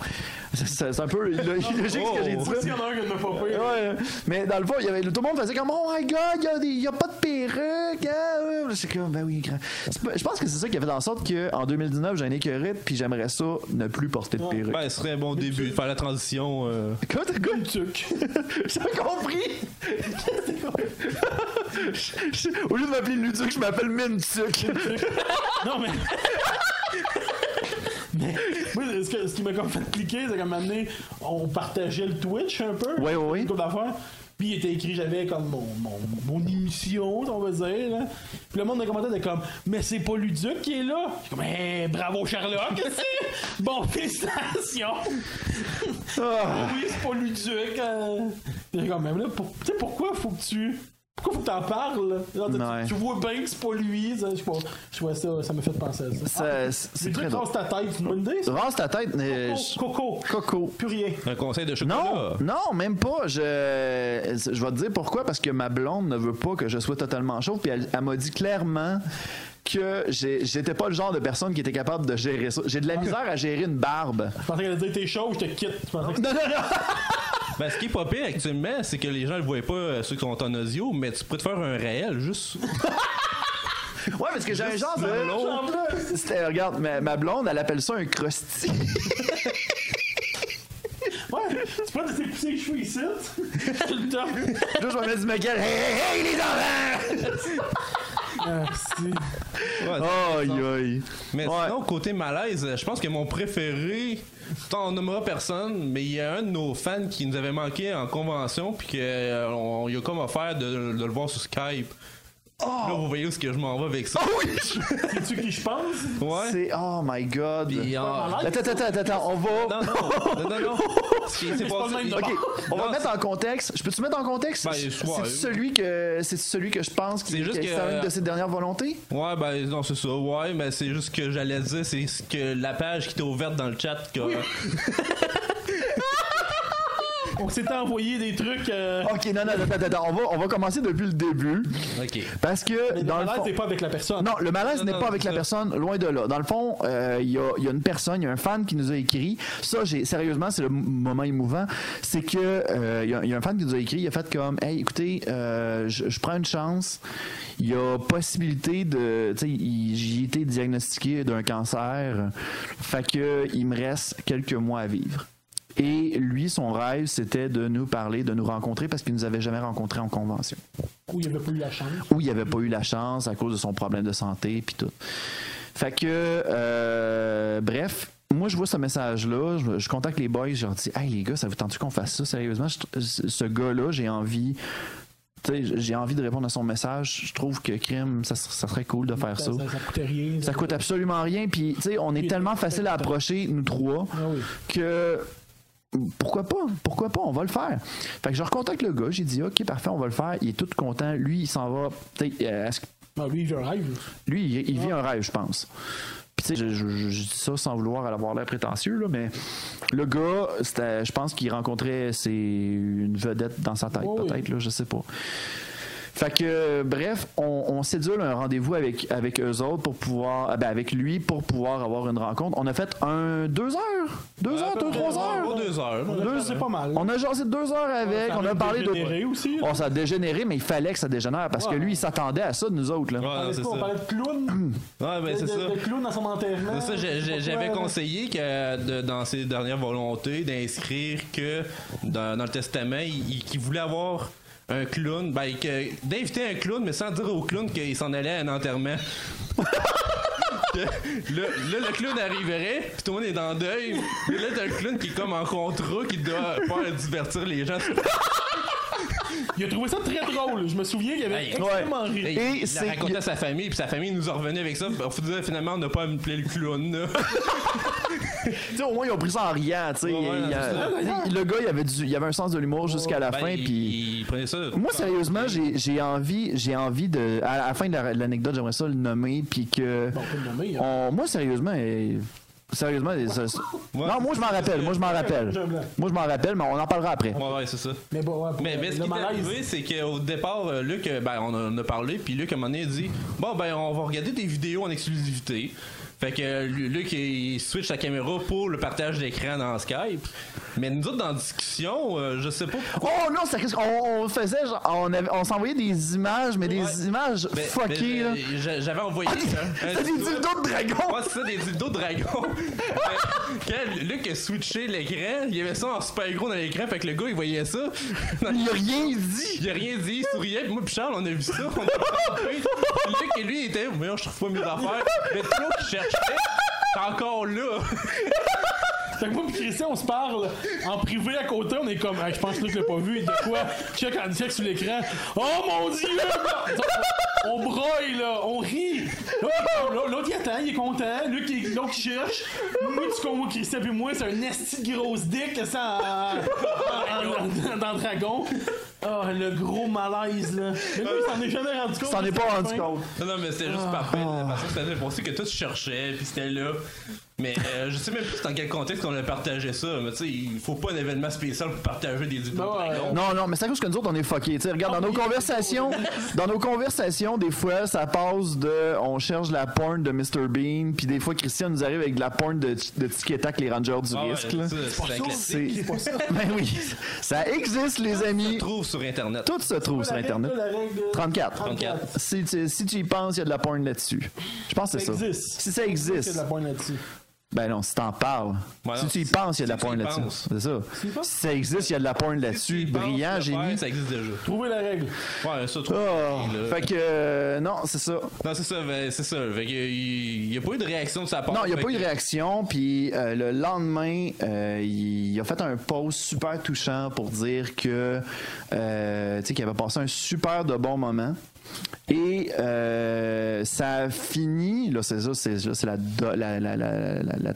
[SPEAKER 1] c'est- c'est c'est un peu
[SPEAKER 2] Oh,
[SPEAKER 1] illogique ce que j'ai dit.
[SPEAKER 2] Moi aussi, il y en a un qui ne pas
[SPEAKER 1] Ouais,
[SPEAKER 2] pris.
[SPEAKER 1] ouais. mais dans le fond, il y avait, tout le monde faisait comme Oh my god, il y a des- il n'y a, pas de perruque. hein? C'est comme, ben oui, grand. C'est pas- Je pense que c'est ça qui a fait en sorte qu'en 2019, j'ai un écœurite, puis j'aimerais ça ne plus porter de perruque.
[SPEAKER 3] Ben, ce serait un bon début de faire la transition. euh.
[SPEAKER 1] Comment t'as quoi? J'ai pas compris! Je- je- Au lieu de m'appeler Luduc, je m'appelle Mintuc.
[SPEAKER 2] (laughs) Non, (laughs) mais. mais moi, ce, que- ce qui m'a comme fait cliquer, c'est qu'à un moment donné, on partageait le Twitch un peu.
[SPEAKER 1] Ouais, ouais, ouais.
[SPEAKER 2] Une couple d'affaires. Puis il était écrit, j'avais comme mon, mon, mon émission, on va dire. Là. Puis le monde dans les commentaires était comme, mais c'est pas Luduc qui est là. J'ai comme, hey, bravo Sherlock, (laughs) qu'est-ce que c'est? Bon, (laughs) félicitations.
[SPEAKER 1] Ah.
[SPEAKER 2] oui, c'est pas Luduc. euh. Puis j'ai comme, même là, pour- tu sais, pourquoi faut que tu. Pourquoi faut que t'en parles? Genre, tu-
[SPEAKER 1] Ouais.
[SPEAKER 2] Tu vois bien que c'est pas lui. ça, Je sais pas. Je vois ça, ça me fait penser à ça. Ah,
[SPEAKER 1] Ça- c'est c'est
[SPEAKER 2] Les
[SPEAKER 1] très
[SPEAKER 2] trucs
[SPEAKER 1] drôle.
[SPEAKER 2] cassent ta tête, c'est une bonne idée, ça? Oh,
[SPEAKER 1] Rase ta tête, mais. je-
[SPEAKER 2] Coco, coco,
[SPEAKER 1] Coco.
[SPEAKER 2] plus rien.
[SPEAKER 3] Un conseil de chocolat.
[SPEAKER 1] Non, non, même pas. Je, je vais te dire pourquoi. Parce que ma blonde ne veut pas que je sois totalement chauve. Puis elle, elle m'a dit clairement que j'ai- j'étais pas le genre de personne qui était capable de gérer ça. J'ai (laughs) de la misère à gérer une barbe.
[SPEAKER 2] Je pensais qu'elle allait dire t'es chaud, je te quitte. Je pensais que
[SPEAKER 1] Non, non, non.
[SPEAKER 3] Ben, ce qui est pas pire actuellement, c'est que les gens le voient pas, euh, ceux qui sont en audio, mais tu pourrais te faire un réel, juste.
[SPEAKER 1] Ouais, parce que j'ai un genre de.
[SPEAKER 2] j'en veux.
[SPEAKER 1] C'était- regarde, ma, ma blonde, elle appelle ça un (laughs) crusty.
[SPEAKER 2] Ouais, tu peux te pousser les cheveux ici. Tout le temps.
[SPEAKER 1] Là, je vais mettre du maquillage. Hey, hey, hey, les enfants!
[SPEAKER 2] Ah, si.
[SPEAKER 3] Ouais,
[SPEAKER 1] Aïe, aïe.
[SPEAKER 3] Mais
[SPEAKER 1] Ouais.
[SPEAKER 3] sinon, côté malaise, euh, je pense que mon préféré, t'en nommera personne, mais il y a un de nos fans qui nous avait manqué en convention, puis qu'on il a comme offert de, de le voir sur Skype. Là, vous voyez où est-ce que je m'en vais avec ça.
[SPEAKER 1] Oh oui!
[SPEAKER 2] C'est-tu qui je pense?
[SPEAKER 3] Ouais.
[SPEAKER 1] C'est. Oh my god.
[SPEAKER 3] Puis, ah,
[SPEAKER 1] Attends, attends, attends, attends, on va.
[SPEAKER 3] Non, non, non, non, non. Ce qui s'est
[SPEAKER 2] pas le
[SPEAKER 3] passé-
[SPEAKER 2] même
[SPEAKER 1] Ok,
[SPEAKER 3] (laughs)
[SPEAKER 1] on va
[SPEAKER 3] Non,
[SPEAKER 1] mettre en contexte. Je peux tu mettre en contexte
[SPEAKER 3] Ben,
[SPEAKER 1] C'est
[SPEAKER 3] soit-
[SPEAKER 1] c'est celui que c'est celui que je pense qui
[SPEAKER 3] C'est juste
[SPEAKER 1] que
[SPEAKER 3] que- euh,
[SPEAKER 1] c'est une de ses dernières volontés.
[SPEAKER 3] Ouais, ben non, c'est ça. Ouais, mais c'est juste que j'allais dire, c'est ce que la page qui était ouverte dans le chat. Que,
[SPEAKER 2] On s'était envoyé des trucs. euh,
[SPEAKER 1] Ok, non, non, attends, attends, on va on va commencer depuis le début
[SPEAKER 3] Ok.
[SPEAKER 1] parce que
[SPEAKER 2] Mais
[SPEAKER 1] dans
[SPEAKER 2] dans
[SPEAKER 1] le fond-
[SPEAKER 2] l'aise, t'es pas avec la personne.
[SPEAKER 1] Non, le malaise
[SPEAKER 3] Non,
[SPEAKER 1] n'est
[SPEAKER 3] non,
[SPEAKER 1] pas avec
[SPEAKER 3] c'est
[SPEAKER 1] la
[SPEAKER 3] ça.
[SPEAKER 1] personne, loin de là. Dans le fond, euh, il y, a, il y a une personne, il y a un fan qui nous a écrit. Ça, j'ai sérieusement, c'est le m- moment émouvant. C'est que euh, il y, a- il y a un fan qui nous a écrit, il a fait comme, hey, écoutez, euh, je je prends une chance. Il y a possibilité de, tu sais, il- j'ai été diagnostiqué d'un cancer. Fait que il me reste quelques mois à vivre. Et lui, son rêve, c'était de nous parler, de nous rencontrer parce qu'il nous avait jamais rencontrés en convention
[SPEAKER 2] Où il avait pas eu la chance.
[SPEAKER 1] où il n'avait pas eu la chance à cause de son problème de santé puis tout. Fait que, euh, bref, moi je vois ce message-là, je, je contacte les boys, je leur dis Hey les gars, ça vous tente qu'on fasse ça Sérieusement, je- ce ce gars-là, j'ai envie. tu sais, J'ai envie de répondre à son message. Je trouve que crime, ça, ser- ça serait cool de faire ça.
[SPEAKER 2] Ça, ça coûtait rien.
[SPEAKER 1] Ça coûte absolument rien. Puis, tu sais, on est
[SPEAKER 2] Il est
[SPEAKER 1] tellement facile à approcher, nous trois,
[SPEAKER 2] Ah oui.
[SPEAKER 1] que pourquoi pas? Pourquoi pas? On va le faire. Fait que je recontacte le gars, j'ai dit OK, parfait, on va le faire. Il est tout content. Lui, il s'en va. tu sais, euh, à ce-
[SPEAKER 2] Non, lui, il a un Ah rêve.
[SPEAKER 1] lui, il, il vit un rêve, je pense. Puis, tu sais, je, je- je- je dis ça sans vouloir avoir l'air prétentieux, là, mais le gars, c'était-
[SPEAKER 2] Oh.
[SPEAKER 1] je pense qu'il rencontrait c'est une vedette dans sa tête,
[SPEAKER 2] Oui, oui.
[SPEAKER 1] peut-être, là, je sais pas. Fait que, euh, bref, on, on cédule un rendez-vous avec, avec eux autres pour pouvoir, ah, ben, avec lui pour pouvoir avoir une rencontre. On a fait un deux heures, deux heures, deux trois heures.
[SPEAKER 3] Gros deux heures.
[SPEAKER 2] Deux, c'est pas mal.
[SPEAKER 1] On a jasé deux heures avec,
[SPEAKER 2] Ça
[SPEAKER 1] on a
[SPEAKER 2] même
[SPEAKER 1] parlé
[SPEAKER 2] dégénéré
[SPEAKER 1] de.
[SPEAKER 2] aussi. là.
[SPEAKER 1] On s'est dégénéré, mais il fallait que ça dégénère parce que
[SPEAKER 2] Ouais.
[SPEAKER 1] lui, il s'attendait à ça de nous autres. Là.
[SPEAKER 3] Ouais, Ah, non,
[SPEAKER 2] parlait
[SPEAKER 3] c'est
[SPEAKER 2] pas, on
[SPEAKER 3] ça.
[SPEAKER 2] parlait de clown.
[SPEAKER 3] (clears throat) Ouais, ben,
[SPEAKER 2] de,
[SPEAKER 3] c'est ça.
[SPEAKER 2] de- de clown à son enterrement.
[SPEAKER 3] C'est ça, j'ai-
[SPEAKER 2] je sais
[SPEAKER 3] j'ai-
[SPEAKER 2] pas
[SPEAKER 3] j'avais
[SPEAKER 2] quoi,
[SPEAKER 3] conseillé que de- dans ses dernières volontés d'inscrire que dans, dans le testament, il, il- qu'il voulait avoir un clown, ben, que- d'inviter un clown, mais sans dire au clown qu'il s'en allait à un enterrement. (laughs) Que le- là, le clown arriverait, puis tout le monde est dans le deuil. Puis là, t'as le clown qui est comme en contrat, qui doit faire divertir les gens.
[SPEAKER 2] Il a trouvé ça très drôle. Je me souviens qu'il avait
[SPEAKER 3] Hey.
[SPEAKER 2] extrêmement ri.
[SPEAKER 3] Hey, il
[SPEAKER 1] c'est-
[SPEAKER 3] la racontait à sa famille, puis sa famille nous en revenait avec ça. Ben, On disait finalement, on n'a pas à me plaire le clown. là.
[SPEAKER 1] Tu sais, au moins, ils ont pris ça en riant. tu sais.
[SPEAKER 3] Ouais, ouais,
[SPEAKER 1] Il y a-
[SPEAKER 3] c'est ça.
[SPEAKER 1] il- le gars, il avait, du, il avait un sens de l'humour jusqu'à la
[SPEAKER 3] Ben,
[SPEAKER 1] fin.
[SPEAKER 3] il,
[SPEAKER 1] puis
[SPEAKER 3] il prenait ça.
[SPEAKER 1] Moi, sérieusement, j'ai j'ai envie, j'ai envie de. À la fin de la- de l'anecdote, j'aimerais ça le nommer, puis que.
[SPEAKER 2] Bon, on peut le nommer, hein.
[SPEAKER 1] on- moi, sérieusement, eh, sérieusement, eh, ça- non, moi, je m'en rappelle, moi, je m'en rappelle,
[SPEAKER 2] J'aime bien.
[SPEAKER 1] moi, je m'en rappelle, mais on en parlera après.
[SPEAKER 3] Ouais, ouais, c'est ça.
[SPEAKER 2] Mais bon, ouais, pour
[SPEAKER 3] Mais, mais
[SPEAKER 2] Euh, le
[SPEAKER 3] ce qui est
[SPEAKER 2] malaise,
[SPEAKER 3] arrivé, c'est qu'au départ, euh, Luc, euh, ben, on en a parlé, puis Luc, à un moment donné, a dit Bon, ben, on va regarder des vidéos en exclusivité. Fait que euh, Lu- Luc, il switch sa caméra pour le partage d'écran dans Skype. Mais nous autres, dans la discussion, euh, je sais pas pourquoi.
[SPEAKER 1] Oh non, c'est qu'est-ce qu'on- on, faisait, genre, on, avait- on s'envoyait des images, mais des
[SPEAKER 3] Ouais.
[SPEAKER 1] images
[SPEAKER 2] Oh,
[SPEAKER 3] Ben,
[SPEAKER 1] fuckées, là.
[SPEAKER 3] ben, j'ai- J'avais envoyé.
[SPEAKER 2] Ah, (laughs)
[SPEAKER 3] un- un
[SPEAKER 1] T'as des
[SPEAKER 3] tuto-
[SPEAKER 1] dildos de dragon!
[SPEAKER 3] Ouais, c'est ça, des dildos (laughs) dragons. Fait que Quand Luc a switché l'écran, il y avait ça en super gros dans l'écran, fait que le gars, il voyait ça. Dans
[SPEAKER 1] Il a rien dit!
[SPEAKER 3] Il a rien dit, il souriait, puis moi pis Charles, on a vu ça, on a frappé. Puis Luc et lui, il était, voyons, je trouve pas mes affaires. Mais toi qui cherchais, t'es encore là.
[SPEAKER 2] Fait que moi pis Christian, on se parle en privé à côté, on est comme, Ah, je pense que Luc l'a pas vu, il y a de quoi, check en direct sur l'écran, oh mon dieu! On on broille là, on rit! L'autre l'autre, il attend, il est content, Luc il- l'autre il cherche, moi tu comprends, Christian puis moi, c'est un esti de grosse dick là, ça en- en- en- en- dans Dragon. Ah, le gros malaise là. Mais lui, il s'en est jamais rendu compte.
[SPEAKER 1] T'en es pas
[SPEAKER 2] jusqu'à la
[SPEAKER 1] rendu
[SPEAKER 2] fin.
[SPEAKER 1] compte.
[SPEAKER 3] Non, non, mais c'était juste
[SPEAKER 1] Ah.
[SPEAKER 3] parfait. Parce que c'était pour ça que toi tu cherchais, puis c'était là. Mais euh, je sais même plus dans quel contexte on a partagé ça. Mais tu sais, il faut pas un événement spécial pour partager des idées.
[SPEAKER 2] Ben ouais.
[SPEAKER 1] Non, non, mais c'est à cause que nous autres, on est fuckés. Tu sais, regarde, dans nos conversations, dans nos conversations, des fois, ça passe de on cherche la porn de Mr. Bean, puis des fois, Christian nous arrive avec de la porn de, de Tic et Tac, les Rangers du
[SPEAKER 3] Ah ouais,
[SPEAKER 1] risque. là.
[SPEAKER 3] ça, c'est un classique.
[SPEAKER 1] C'est. (laughs) Ben oui, ça existe, les amis.
[SPEAKER 3] Trouve sur internet.
[SPEAKER 1] Tout se trouve sur
[SPEAKER 2] La règle,
[SPEAKER 1] Internet.
[SPEAKER 2] la règle-
[SPEAKER 1] 34.
[SPEAKER 3] 34.
[SPEAKER 1] Si tu, si tu y penses, il y a de la porn là-dessus. Je pense que c'est
[SPEAKER 2] Ça
[SPEAKER 1] ça.
[SPEAKER 2] existe.
[SPEAKER 1] Si ça
[SPEAKER 2] Il y a de
[SPEAKER 1] existe.
[SPEAKER 2] la pointe là-dessus.
[SPEAKER 1] Ben non, si t'en parles.
[SPEAKER 3] Ouais,
[SPEAKER 1] si
[SPEAKER 3] non,
[SPEAKER 1] tu y
[SPEAKER 3] si-
[SPEAKER 1] penses, il y a de la
[SPEAKER 3] si tu y
[SPEAKER 1] porn
[SPEAKER 3] penses.
[SPEAKER 1] là-dessus. C'est ça.
[SPEAKER 2] y penses.
[SPEAKER 1] Si ça existe, il y a de la porn là-dessus. Brillant, génie.
[SPEAKER 3] Ça existe déjà.
[SPEAKER 2] Trouvez la règle.
[SPEAKER 3] Ouais, ça, trouve.
[SPEAKER 1] Oh,
[SPEAKER 3] Là.
[SPEAKER 1] fait que euh, non, c'est ça.
[SPEAKER 3] Non, c'est ça, ben, c'est ça. Fait que, il n'y a pas eu de réaction de sa part.
[SPEAKER 1] Non, il n'y a
[SPEAKER 3] Fait
[SPEAKER 1] pas eu
[SPEAKER 3] que-
[SPEAKER 1] de réaction. Puis euh, le lendemain, euh, il, il a fait un post super touchant pour dire que euh, tu sais qu'il avait passé un super de bon moment. Et euh, ça a fini. Là, c'est ça, c'est là, c'est la, do- la- la- la- la- la-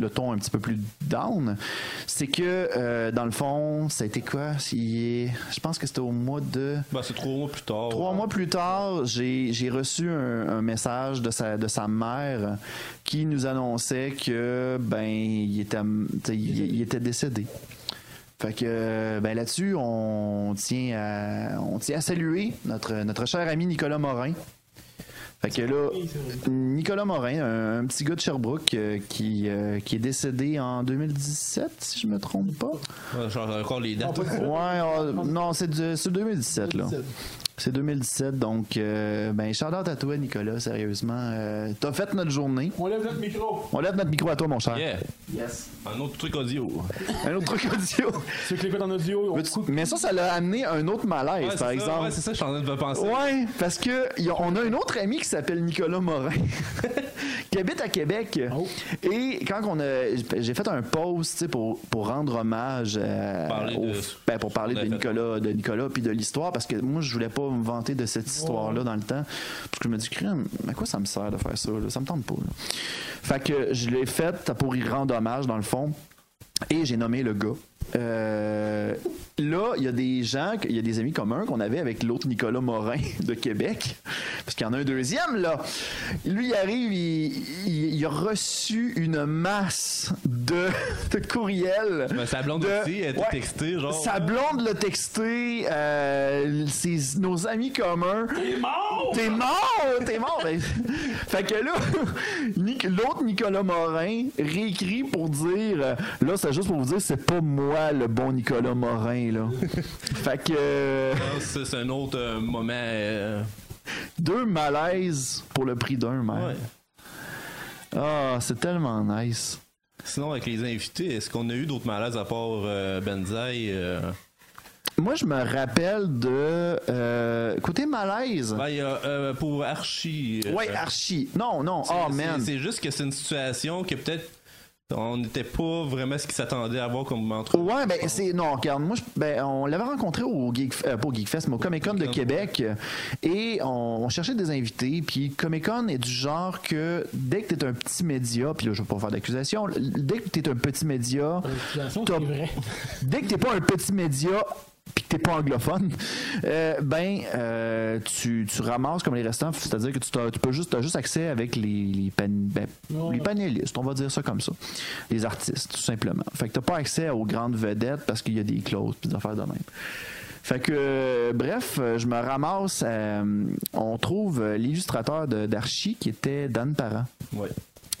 [SPEAKER 1] le ton un petit peu plus down. C'est que euh, dans le fond, ça a été quoi Il est- Je pense que c'était au mois de
[SPEAKER 3] Ben, c'est trois mois plus tard.
[SPEAKER 1] Trois mois plus tard, j'ai j'ai reçu un, un message de sa, de sa mère qui nous annonçait que ben il était, tu sais, il, il était décédé. Fait que ben là-dessus, on tient à on tient à saluer notre notre cher ami Nicolas Morin. Fait que là, Nicolas Morin, un, un petit gars de Sherbrooke euh, qui, euh, qui est décédé en 2017, si je me trompe pas.
[SPEAKER 3] Ouais, Genre, encore les dates.
[SPEAKER 2] pas de-
[SPEAKER 1] Ouais, euh, non, c'est du- c'est 2017, là.
[SPEAKER 2] 2017.
[SPEAKER 1] C'est 2017, donc euh, ben shout out à toi Nicolas, sérieusement, euh, t'as fait notre journée.
[SPEAKER 2] On lève notre micro.
[SPEAKER 1] On lève notre micro à toi mon cher.
[SPEAKER 3] Yeah.
[SPEAKER 2] Yes.
[SPEAKER 3] Un autre truc audio.
[SPEAKER 1] Un autre truc audio.
[SPEAKER 2] Ceux qui l'écoutent en audio, on
[SPEAKER 1] Veux-tu-
[SPEAKER 2] coupe.
[SPEAKER 1] Mais ça, ça l'a amené un autre malaise, par
[SPEAKER 3] c'est ça,
[SPEAKER 1] exemple.
[SPEAKER 3] Ouais, c'est ça, je suis en train de penser.
[SPEAKER 1] Ouais, parce que y a- on a un autre ami qui s'appelle Nicolas Morin, (laughs) qui habite à Québec.
[SPEAKER 2] Oh.
[SPEAKER 1] Et quand on a, j'ai fait un post tu sais, pour, pour rendre hommage à-
[SPEAKER 3] Parler
[SPEAKER 1] au-
[SPEAKER 3] de-
[SPEAKER 1] ben, pour parler
[SPEAKER 3] Ouais,
[SPEAKER 1] de
[SPEAKER 3] fait.
[SPEAKER 1] Nicolas, de Nicolas puis de l'histoire, parce que moi je voulais pas me vanter de cette histoire-là dans le temps, parce que je me dis, crème, à quoi ça me sert de faire ça là? Ça me tente pas. là. Fait que je l'ai faite pour y rendre hommage dans le fond, et j'ai nommé le gars. Euh, là, il y a des gens, il y a des amis communs qu'on avait avec l'autre Nicolas Morin (laughs) de Québec, parce qu'il y en a un deuxième, là. Lui, il arrive, il, il- il a reçu une masse de, de courriels.
[SPEAKER 3] Ben, sa blonde
[SPEAKER 1] de-
[SPEAKER 3] aussi, elle était
[SPEAKER 1] Ouais.
[SPEAKER 3] textée, genre.
[SPEAKER 1] Sa blonde l'a texté, euh, ses- nos amis communs. T'es mort! T'es mort! T'es mort! Ben, fait que là, (laughs) Nic- l'autre Nicolas Morin réécrit pour dire, euh, là, c'est juste pour vous dire, c'est pas moi le bon Nicolas Morin,
[SPEAKER 3] (laughs)
[SPEAKER 1] là. fait que euh,
[SPEAKER 3] Ça, C'est un autre euh, moment. euh,
[SPEAKER 1] deux malaises pour le prix d'un, man.
[SPEAKER 3] ouais.
[SPEAKER 1] Ah, c'est tellement nice.
[SPEAKER 3] Sinon, avec les invités, est-ce qu'on a eu d'autres malaises à part euh, Benzaï euh?
[SPEAKER 1] Moi, je me rappelle de euh, côté malaise.
[SPEAKER 3] Ben, il y a, euh, pour Archie. euh,
[SPEAKER 1] Ouais, Archie. Non, non.
[SPEAKER 3] c'est-
[SPEAKER 1] Oh,
[SPEAKER 3] c'est-
[SPEAKER 1] man.
[SPEAKER 3] C'est juste que c'est une situation que peut-être on n'était pas vraiment ce qu'ils s'attendaient à voir comme entre
[SPEAKER 1] Ouais, ben c'est non, regarde, moi je- ben, on l'avait rencontré au Geek euh, pas au Geek Fest, mais au Comic Con de Québec et on, on cherchait des invités, puis Comic Con est du genre que dès que t'es un petit média, puis là je vais pas faire d'accusation, l- dès que t'es un petit média,
[SPEAKER 2] L'accusation,
[SPEAKER 1] t'as-
[SPEAKER 2] c'est vrai.
[SPEAKER 1] dès que t'es pas un petit média puis que t'es pas anglophone, euh, ben euh, tu, tu ramasses comme les restants, c'est-à-dire que tu, t'as- tu peux juste t'as juste accès avec les les, pan- ben,
[SPEAKER 2] Ouais.
[SPEAKER 1] les panélistes, on va dire ça comme ça, les artistes tout simplement. Fait que t'as pas accès aux grandes vedettes parce qu'il y a des clauses puis des affaires de même. Fait que, euh, bref, euh, je me ramasse. euh, on trouve euh, l'illustrateur de- d'Archie qui était Dan Parent.
[SPEAKER 3] Ouais.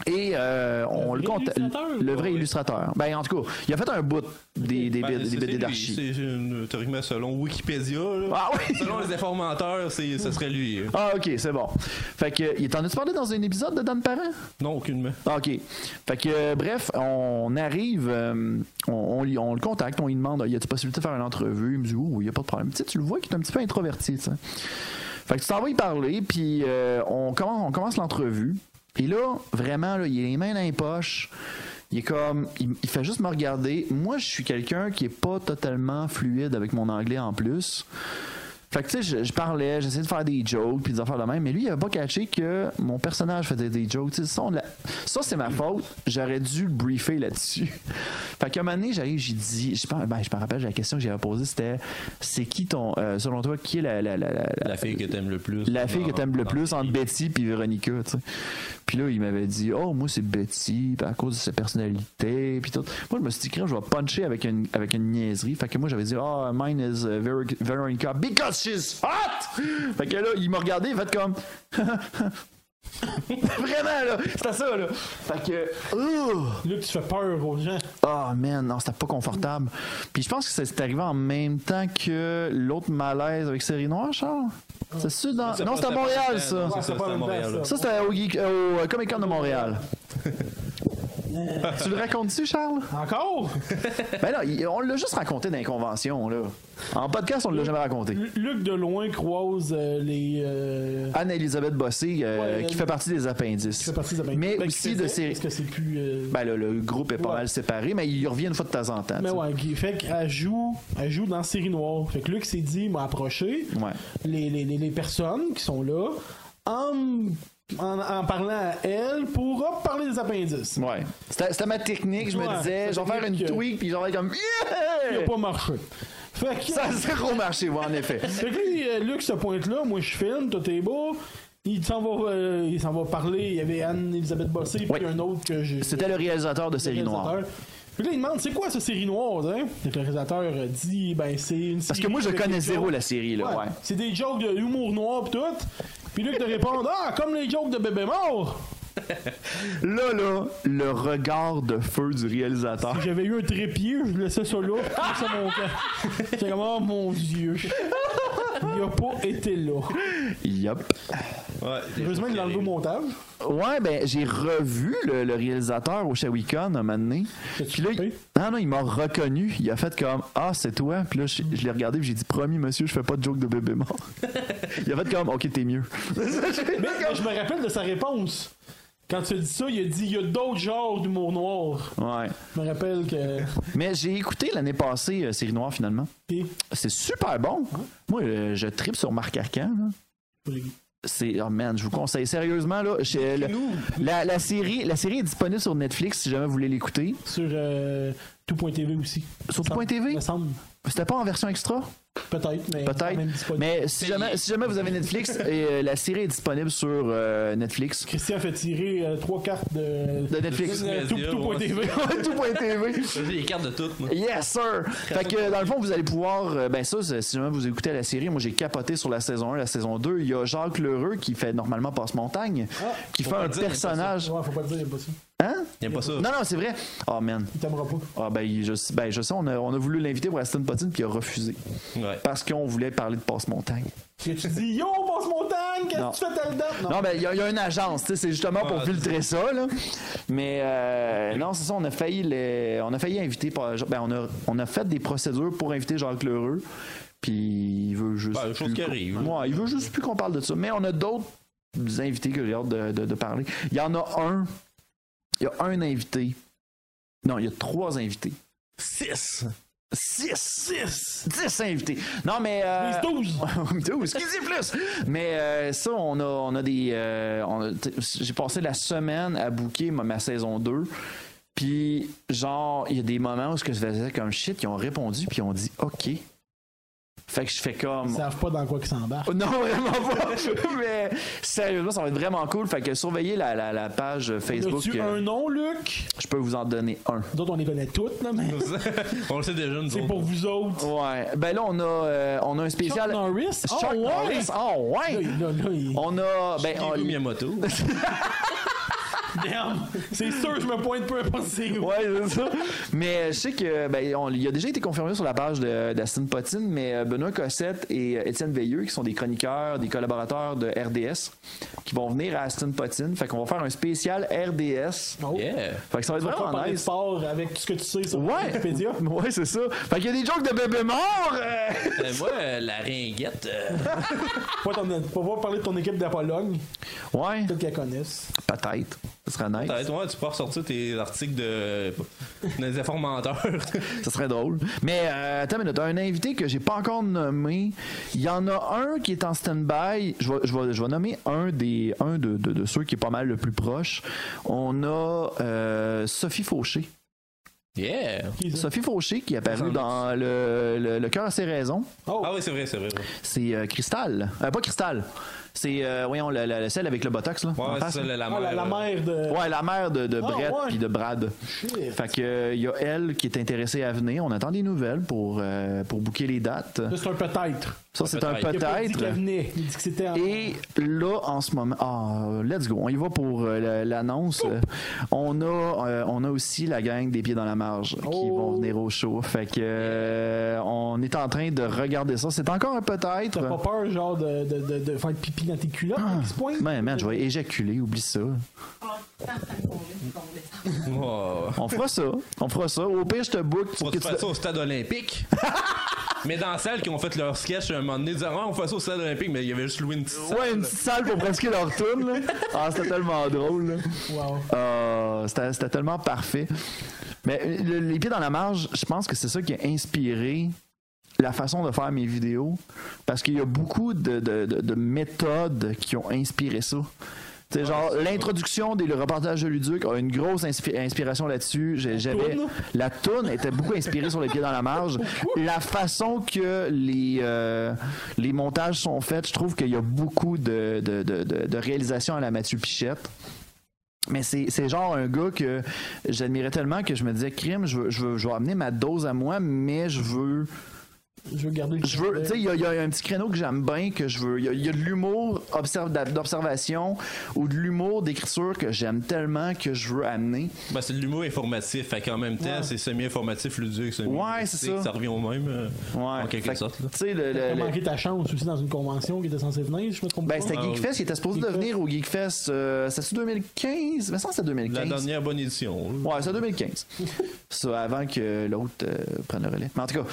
[SPEAKER 1] Et euh, on le
[SPEAKER 2] vrai
[SPEAKER 1] compte.
[SPEAKER 2] illustrateur,
[SPEAKER 1] Le
[SPEAKER 2] ou
[SPEAKER 1] vrai
[SPEAKER 2] pas?
[SPEAKER 1] illustrateur. Ben, en tout cas, il a fait un bout des, des,
[SPEAKER 3] Ben,
[SPEAKER 1] BD
[SPEAKER 3] c'est-
[SPEAKER 1] des
[SPEAKER 3] c'est
[SPEAKER 1] BD
[SPEAKER 3] lui,
[SPEAKER 1] d'Archie.
[SPEAKER 3] c'est- euh, Théoriquement, selon Wikipédia, là.
[SPEAKER 1] Ah oui!
[SPEAKER 3] (laughs) selon les informateurs, c'est- ce serait lui. euh.
[SPEAKER 1] Ah, ok, c'est bon. Fait que, il t'en as-tu parlé dans un épisode de Dan Parent?
[SPEAKER 3] Non, aucunement.
[SPEAKER 1] Ah, OK. Fait que, euh, bref, on arrive, euh, on, on lui- on le contacte, on lui demande, y a-tu possibilité de faire une entrevue? Il me dit, oh, il y a pas de problème. Tu sais, tu le vois qu'il est un petit peu introverti, tu sais. Fait que tu t'en vas y parler, puis euh, on commence, on commence l'entrevue. Et là, vraiment, là, il a les mains dans les poches. Il est comme, il, il fait juste me regarder. Moi, je suis quelqu'un qui est pas totalement fluide avec mon anglais en plus. Fait que tu sais, je, je parlais, j'essayais de faire des jokes puis des affaires de même, mais lui, il avait pas caché que mon personnage faisait des jokes. Tu sais, ça, on l'a- ça, c'est ma faute. J'aurais dû le briefer là-dessus. (laughs) fait qu'à un moment donné, j'arrive, j'ai dit, je pense- ben, je me rappelle, la question que j'avais posée, c'était, c'est qui ton, euh, selon toi, qui est la- la- la- la,
[SPEAKER 3] La fille que t'aimes le plus.
[SPEAKER 1] Bah, la fille que t'aimes le
[SPEAKER 3] Non.
[SPEAKER 1] plus hein. entre Betty puis Véronica, tu sais. Puis là, il m'avait dit, oh, moi, c'est Betty, puis à cause de sa personnalité, puis tout. Moi, je me suis dit, Crème, je vais puncher avec une, avec une niaiserie. Fait que moi, j'avais dit, oh, mine is uh, Ver- Veronica because she's hot! Fait que là, il m'a regardé, il fait comme. (laughs) Vraiment, là, c'était ça, là. Fait que, Ouh!
[SPEAKER 2] Là, tu fais peur aux gens.
[SPEAKER 1] Ah man, non, c'était pas confortable. Puis je pense que ça s'est arrivé en même temps que l'autre malaise avec Série Noire, Charles. C'est sûr dans...
[SPEAKER 3] C'est
[SPEAKER 1] Non,
[SPEAKER 3] pas-
[SPEAKER 1] c'était à
[SPEAKER 3] c'est pas-
[SPEAKER 1] Montréal,
[SPEAKER 3] c'est-
[SPEAKER 1] ça.
[SPEAKER 3] non,
[SPEAKER 2] Ouais,
[SPEAKER 3] c'est
[SPEAKER 2] c'est
[SPEAKER 3] ça,
[SPEAKER 2] pas
[SPEAKER 3] c'est à
[SPEAKER 2] même
[SPEAKER 3] Montréal.
[SPEAKER 2] place,
[SPEAKER 3] là.
[SPEAKER 1] Ça, c'était au, Geek- au euh, Comic Con de Montréal.
[SPEAKER 2] (laughs)
[SPEAKER 1] tu le racontes-tu, Charles?
[SPEAKER 2] Encore?
[SPEAKER 1] Ben non, il- on l'a juste raconté dans les conventions, là. En podcast, on ne l'a jamais raconté.
[SPEAKER 2] Lu- Luc de loin croise euh, les. euh,
[SPEAKER 1] Anne-Elisabeth Bossé, euh,
[SPEAKER 2] Ouais,
[SPEAKER 1] qui
[SPEAKER 2] euh,
[SPEAKER 1] fait partie des appendices.
[SPEAKER 2] qui fait partie de la
[SPEAKER 1] Mais
[SPEAKER 2] Ben, qui
[SPEAKER 1] aussi
[SPEAKER 2] faisait,
[SPEAKER 1] de ces...
[SPEAKER 2] Parce que c'est plus. euh,
[SPEAKER 1] Ben là, le groupe est pas
[SPEAKER 2] Ouais.
[SPEAKER 1] mal séparé, mais il revient une fois de temps en temps. tu
[SPEAKER 2] mais
[SPEAKER 1] sais.
[SPEAKER 2] ouais, qui- fait qu'elle joue, elle joue dans Série Noire. Fait que Luc s'est dit, il m'a approché.
[SPEAKER 1] Ouais.
[SPEAKER 2] les, les, les, les personnes qui sont là en, m- en, en parlant à elle pour hop, parler des appendices.
[SPEAKER 1] Ouais. C'était c'était ma technique, je me
[SPEAKER 2] Ouais,
[SPEAKER 1] disais,
[SPEAKER 2] ta
[SPEAKER 1] je vais faire une
[SPEAKER 2] technique, euh,
[SPEAKER 1] tweak, puis j'en vais être comme
[SPEAKER 2] Il
[SPEAKER 1] Yeah!
[SPEAKER 2] a pas marché. Fait que,
[SPEAKER 1] Ça a zéro marché, ouais, en effet.
[SPEAKER 2] fait que lui, euh, Luc se pointe là, moi je filme, tout est beau. Il s'en va, euh, il s'en va parler. Il y avait Anne-Elisabeth Bossé, puis
[SPEAKER 1] Oui.
[SPEAKER 2] un autre que j'ai.
[SPEAKER 1] C'était le réalisateur de Série Noire.
[SPEAKER 2] réalisateur. Puis là, il demande c'est quoi cette série noire, hein? Fait que le réalisateur euh, dit ben c'est une série.
[SPEAKER 1] Parce que moi, je
[SPEAKER 2] avec
[SPEAKER 1] connais
[SPEAKER 2] des
[SPEAKER 1] zéro
[SPEAKER 2] jokes.
[SPEAKER 1] la série, là, ouais.
[SPEAKER 2] C'est des jokes de humour noir pis tout. Puis Luc te répond Ah, comme les jokes de bébé mort
[SPEAKER 1] Là, là, le regard de feu du
[SPEAKER 2] (laughs)
[SPEAKER 1] réalisateur.
[SPEAKER 2] J'avais eu un trépied, je laissais ça là, puis comme ça mon camp. J'étais comme, oh mon dieu. Il a pas été là.
[SPEAKER 1] Yup.
[SPEAKER 3] Ouais,
[SPEAKER 2] Heureusement, il l'a enlevé au montage.
[SPEAKER 1] Ouais, ben, j'ai revu le, le réalisateur au Shawicon un moment donné.
[SPEAKER 2] T'as-tu
[SPEAKER 1] Puis là, il...
[SPEAKER 2] frappé?
[SPEAKER 1] non, non, il m'a reconnu. Il a fait comme Ah, c'est toi. Puis là, je, je l'ai regardé, puis j'ai dit Promis, monsieur, je fais pas de joke de bébé mort. (laughs) il a fait comme Ok, t'es mieux.
[SPEAKER 2] Mais, mais je me rappelle de sa réponse. Quand tu as dit ça, il a dit il y a d'autres genres d'humour noir.
[SPEAKER 1] Ouais.
[SPEAKER 2] Je me rappelle que.
[SPEAKER 1] Mais j'ai écouté l'année passée euh, Série Noire, finalement.
[SPEAKER 2] Puis,
[SPEAKER 1] C'est super bon. Moi, euh, je tripe sur Marc Arcan. là. C'est oh man, je vous conseille sérieusement là, chez- le- la, la série, la série est disponible sur Netflix si jamais vous voulez l'écouter.
[SPEAKER 2] sur euh, tout.tv aussi.
[SPEAKER 1] Sur
[SPEAKER 2] Me semble-
[SPEAKER 1] tout.tv?
[SPEAKER 2] Me semble.
[SPEAKER 1] C'était pas en version extra?
[SPEAKER 2] Peut-être, mais. quand même
[SPEAKER 1] Peut-être.
[SPEAKER 2] disponible.
[SPEAKER 1] Mais si jamais, si jamais vous avez
[SPEAKER 3] (laughs)
[SPEAKER 1] Netflix, et, euh, la série est disponible sur euh, Netflix.
[SPEAKER 2] Christian fait tirer euh, trois cartes de.
[SPEAKER 1] De (laughs) Netflix.
[SPEAKER 2] de- tout-
[SPEAKER 3] Média,
[SPEAKER 2] tout.tv.
[SPEAKER 1] Tout.tv.
[SPEAKER 3] J'ai les cartes de toutes, moi.
[SPEAKER 1] Yes, sir! Fait que euh, dans le fond, vous allez pouvoir. euh, Ben, ça, c'est- si jamais vous écoutez la série, moi j'ai capoté sur la saison 1, la saison 2. Il y a Jacques Lheureux qui fait normalement Passe-Montagne,
[SPEAKER 2] Ah.
[SPEAKER 1] qui fait
[SPEAKER 3] pas
[SPEAKER 1] un
[SPEAKER 3] le dire,
[SPEAKER 1] personnage.
[SPEAKER 2] Ouais, faut pas le dire, il y a pas ça.
[SPEAKER 1] Hein?
[SPEAKER 3] J'aime pas ça.
[SPEAKER 1] Non, non, c'est vrai. Oh man.
[SPEAKER 2] Il t'aimera pas.
[SPEAKER 1] Ah, ben, il- je, ben, je sais, on a, on a voulu l'inviter pour Aston Potine, puis il a refusé.
[SPEAKER 3] Ouais.
[SPEAKER 1] Parce qu'on voulait parler de Passe-Montagne.
[SPEAKER 2] Et tu dis Yo, passe montagne, qu'est-ce
[SPEAKER 1] Non.
[SPEAKER 2] que tu fais telle date?
[SPEAKER 1] Non, ben, il y, a- il y a une agence, tu sais, c'est justement pour
[SPEAKER 3] Ah,
[SPEAKER 1] filtrer ça, là. Mais euh, non, c'est ça, on a failli, les- on a failli inviter. par- Ben, on, a, on a fait des procédures pour inviter Jacques Lheureux. Puis il veut juste.
[SPEAKER 3] Ben, chose
[SPEAKER 1] plus
[SPEAKER 3] qui
[SPEAKER 1] qu'on-
[SPEAKER 3] arrive.
[SPEAKER 1] Ouais, il veut juste plus qu'on parle de ça. Mais on a d'autres invités que j'ai hâte de, de- de parler. Il y en a un. Il y a un invité. Non, il y a trois invités.
[SPEAKER 2] 6!
[SPEAKER 1] Six!
[SPEAKER 2] 6!
[SPEAKER 1] Dix invités. Non, mais. euh,
[SPEAKER 2] 12!
[SPEAKER 1] (laughs) Douze, qui dit plus? Mais euh, ça, on a, on a des. euh, on a- t- J'ai passé la semaine à booker ma, ma saison 2. Puis, genre, il y a des moments où ce que je faisais comme shit, ils ont répondu, puis ils ont dit OK. Fait que je fais comme.
[SPEAKER 2] Ils savent pas dans quoi qu'ils s'embarquent.
[SPEAKER 1] (laughs) Non, vraiment pas. (laughs) Mais sérieusement, ça va être vraiment cool. Fait que surveillez la, la- la page Facebook.
[SPEAKER 2] As-tu
[SPEAKER 1] euh,
[SPEAKER 2] un nom, Luc?
[SPEAKER 1] Je peux vous en donner un.
[SPEAKER 2] D'autres, on les connaît toutes, là, mais.
[SPEAKER 3] (laughs) On le sait déjà, nous
[SPEAKER 2] C'est
[SPEAKER 3] autres.
[SPEAKER 2] pour vous autres.
[SPEAKER 1] Ouais. Ben là, on a, euh, on a un
[SPEAKER 2] Chuck
[SPEAKER 1] spécial.
[SPEAKER 2] Norris? Oh,
[SPEAKER 1] Chuck
[SPEAKER 2] ouais!
[SPEAKER 1] Norris. Oh,
[SPEAKER 2] Là,
[SPEAKER 1] ouais!
[SPEAKER 2] il- là, là, il-
[SPEAKER 1] On a. Ben, on-
[SPEAKER 3] Shigeru Miyamoto.
[SPEAKER 1] (laughs)
[SPEAKER 2] Damn! C'est sûr, je me pointe peu importe c'est
[SPEAKER 1] (laughs)
[SPEAKER 2] où.
[SPEAKER 1] Ouais, c'est ça. Mais je sais que ben, on- il a déjà été confirmé sur la page de- d'Aston Potine, mais euh, Benoît Cossette et euh, Étienne Veilleux, qui sont des chroniqueurs, des collaborateurs de RDS, qui vont venir à Aston Potine. Fait qu'on va faire un spécial RDS.
[SPEAKER 2] Oh.
[SPEAKER 3] Yeah.
[SPEAKER 1] Fait que ça va être
[SPEAKER 2] On va
[SPEAKER 1] vraiment
[SPEAKER 2] parler de
[SPEAKER 1] Oh, nice.
[SPEAKER 2] sport avec tout ce que tu sais sur
[SPEAKER 1] Ouais,
[SPEAKER 2] Wikipédia.
[SPEAKER 1] (laughs) ouais c'est ça. Fait qu'il y a des jokes de bébé mort. euh.
[SPEAKER 3] Euh, moi, euh, la ringuette. euh,
[SPEAKER 2] Pas ton- On va pouvoir parler de ton équipe de Pologne, (laughs)
[SPEAKER 1] Ouais,
[SPEAKER 2] peut-être qu'elle connaissent.
[SPEAKER 1] peut-être. Ce serait nice.
[SPEAKER 3] Peut-être, ouais, tu peux ressortir tes articles de. euh, des informateurs. (laughs)
[SPEAKER 1] Ça serait drôle. Mais euh, attends une minute, un invité que j'ai pas encore nommé, il y en a un qui est en stand-by. Je vais, je vais- je vais nommer un, des, un de, de- de ceux qui est pas mal le plus proche. On a euh, Sophie Fauché.
[SPEAKER 3] yeah.
[SPEAKER 2] Qui ça?
[SPEAKER 1] Sophie Fauché qui est apparue dans Le, le, Le cœur à ses raisons.
[SPEAKER 2] Oh,
[SPEAKER 3] Ah oui, c'est vrai, c'est vrai. Ouais,
[SPEAKER 1] C'est euh, Cristal. Euh, pas Cristal. C'est, euh, voyons, la, la- celle avec le botox. Là, en
[SPEAKER 3] Ouais, c'est
[SPEAKER 1] face,
[SPEAKER 3] ça,
[SPEAKER 1] là.
[SPEAKER 3] la, la
[SPEAKER 2] Ah,
[SPEAKER 3] mère.
[SPEAKER 2] la, la
[SPEAKER 3] euh,
[SPEAKER 2] mère de.
[SPEAKER 1] Ouais, la mère de, de
[SPEAKER 2] Ah,
[SPEAKER 1] Brett
[SPEAKER 2] ouais.
[SPEAKER 1] puis de Brad.
[SPEAKER 2] Shit.
[SPEAKER 1] Fait que euh, il y a elle qui est intéressée à venir. On attend des nouvelles pour, euh, pour booker les dates.
[SPEAKER 2] Là, C'est un peut-être.
[SPEAKER 1] Ça, c'est un
[SPEAKER 3] Peut-être.
[SPEAKER 2] Il a pas dit qu'elle
[SPEAKER 1] peut-être.
[SPEAKER 2] venait. Il dit que c'était en.
[SPEAKER 1] Et là, en ce moment, ah, let's go, on y va pour euh, la- l'annonce. Euh, On a, euh, on a aussi la gang des pieds dans la marge qui
[SPEAKER 2] Oh.
[SPEAKER 1] vont venir au show. Fait que euh, on est en train de regarder ça. C'est encore un peut-être.
[SPEAKER 2] T'as pas peur, genre, de, de, de, de faire pipi dans tes culottes à ce point?
[SPEAKER 1] Man, man, je vais éjaculer, oublie ça.
[SPEAKER 4] Alors, tant que ça me convainc qu'on (laughs) descend.
[SPEAKER 3] oh.
[SPEAKER 1] On fera ça, on fera ça. Au pire, je te book pour
[SPEAKER 3] Faut
[SPEAKER 1] que
[SPEAKER 3] se
[SPEAKER 1] tu.
[SPEAKER 3] faire ça au stade
[SPEAKER 1] (laughs)
[SPEAKER 3] olympique. mais dans la salle qui ont fait leur sketch, à un moment donné, ils disaient, Ah, on fait ça au stade olympique, mais il y avait juste loué une petite salle.
[SPEAKER 1] Ouais, une petite salle pour presque leur tourne. là. Ah, c'était tellement drôle. là.
[SPEAKER 2] Wow.
[SPEAKER 1] Ah, c'était c'était tellement parfait. Mais euh, le- les pieds dans la marge, je pense que c'est ça qui a inspiré la façon de faire mes vidéos. Parce qu'il y a beaucoup de, de- de- de méthodes qui ont inspiré ça. Tu sais, genre, l'introduction des le reportage de Luduc a une grosse inspi- inspiration là-dessus. J'ai- J'avais.
[SPEAKER 2] toune?
[SPEAKER 1] La toune était beaucoup inspirée sur les pieds dans la marge. La façon que les, euh, les montages sont faits, je trouve qu'il y a beaucoup de, de, de- de- de réalisations à la Mathieu Pichette. Mais c'est c'est genre un gars que j'admirais tellement que je me disais, crime, je veux, je, veux, je vais amener ma dose à moi, mais je veux.
[SPEAKER 2] Je veux garder le
[SPEAKER 1] Je veux, tu sais, il y, a- il y a un petit créneau que j'aime bien, que je veux. Il y a- il y, a de l'humour observe- d'observation ou de l'humour d'écriture que j'aime tellement que je veux amener.
[SPEAKER 3] Ben, c'est de l'humour informatif. Fait qu'en même temps,
[SPEAKER 2] Ouais.
[SPEAKER 3] c'est semi-informatif, le dieu.
[SPEAKER 1] Ouais, c'est ça.
[SPEAKER 3] Ça revient au même. euh, En quelque
[SPEAKER 1] Fait que,
[SPEAKER 3] sorte. là.
[SPEAKER 1] Tu sais, le-
[SPEAKER 2] T'as
[SPEAKER 1] le- le,
[SPEAKER 2] manqué ta chance aussi dans une convention qui était censée venir, je me trompe
[SPEAKER 1] Ben,
[SPEAKER 2] pas.
[SPEAKER 1] c'était
[SPEAKER 3] Ah,
[SPEAKER 1] Geekfest, il était supposé de
[SPEAKER 2] Geekfest.
[SPEAKER 1] venir au Geekfest. Euh, c'est 2015 Mais ça, c'est
[SPEAKER 3] La
[SPEAKER 1] 2015.
[SPEAKER 3] dernière bonne édition. là.
[SPEAKER 1] Ouais, c'est
[SPEAKER 3] (laughs)
[SPEAKER 1] 2015. ça, avant que l'autre euh, prenne le relais. Mais en tout cas.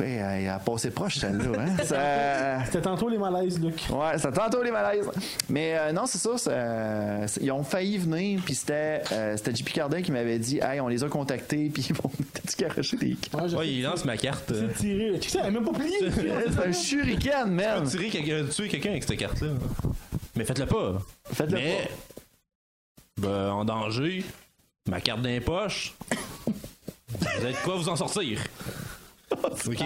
[SPEAKER 1] Ouais, elle a passé proche, celle-là.
[SPEAKER 3] (laughs)
[SPEAKER 1] Hein? Ça-
[SPEAKER 2] C'était tantôt les malaises, Luc.
[SPEAKER 1] Ouais, ça tantôt les malaises. Mais euh, non, c'est ça, ça- c'est- Ils ont failli venir, puis c'était euh, c'était JP Cardin qui m'avait dit Hey, on les a contactés, (laughs) puis bon, t'as-tu qu'arracher des cartes?
[SPEAKER 2] Ouais, je
[SPEAKER 3] Ouais, il lance ma carte. euh.
[SPEAKER 2] sais tirer. Tu sais, elle a même
[SPEAKER 1] (laughs)
[SPEAKER 2] pas plié.
[SPEAKER 1] C'est un shuriken, man!
[SPEAKER 3] Tirer quelqu'un- tuer quelqu'un avec cette carte-là. Mais faites-le pas.
[SPEAKER 1] Faites-le
[SPEAKER 3] Mais. Ben, en danger. ma carte d'un poche. vous êtes quoi vous
[SPEAKER 1] (laughs)
[SPEAKER 3] en sortir? Ok.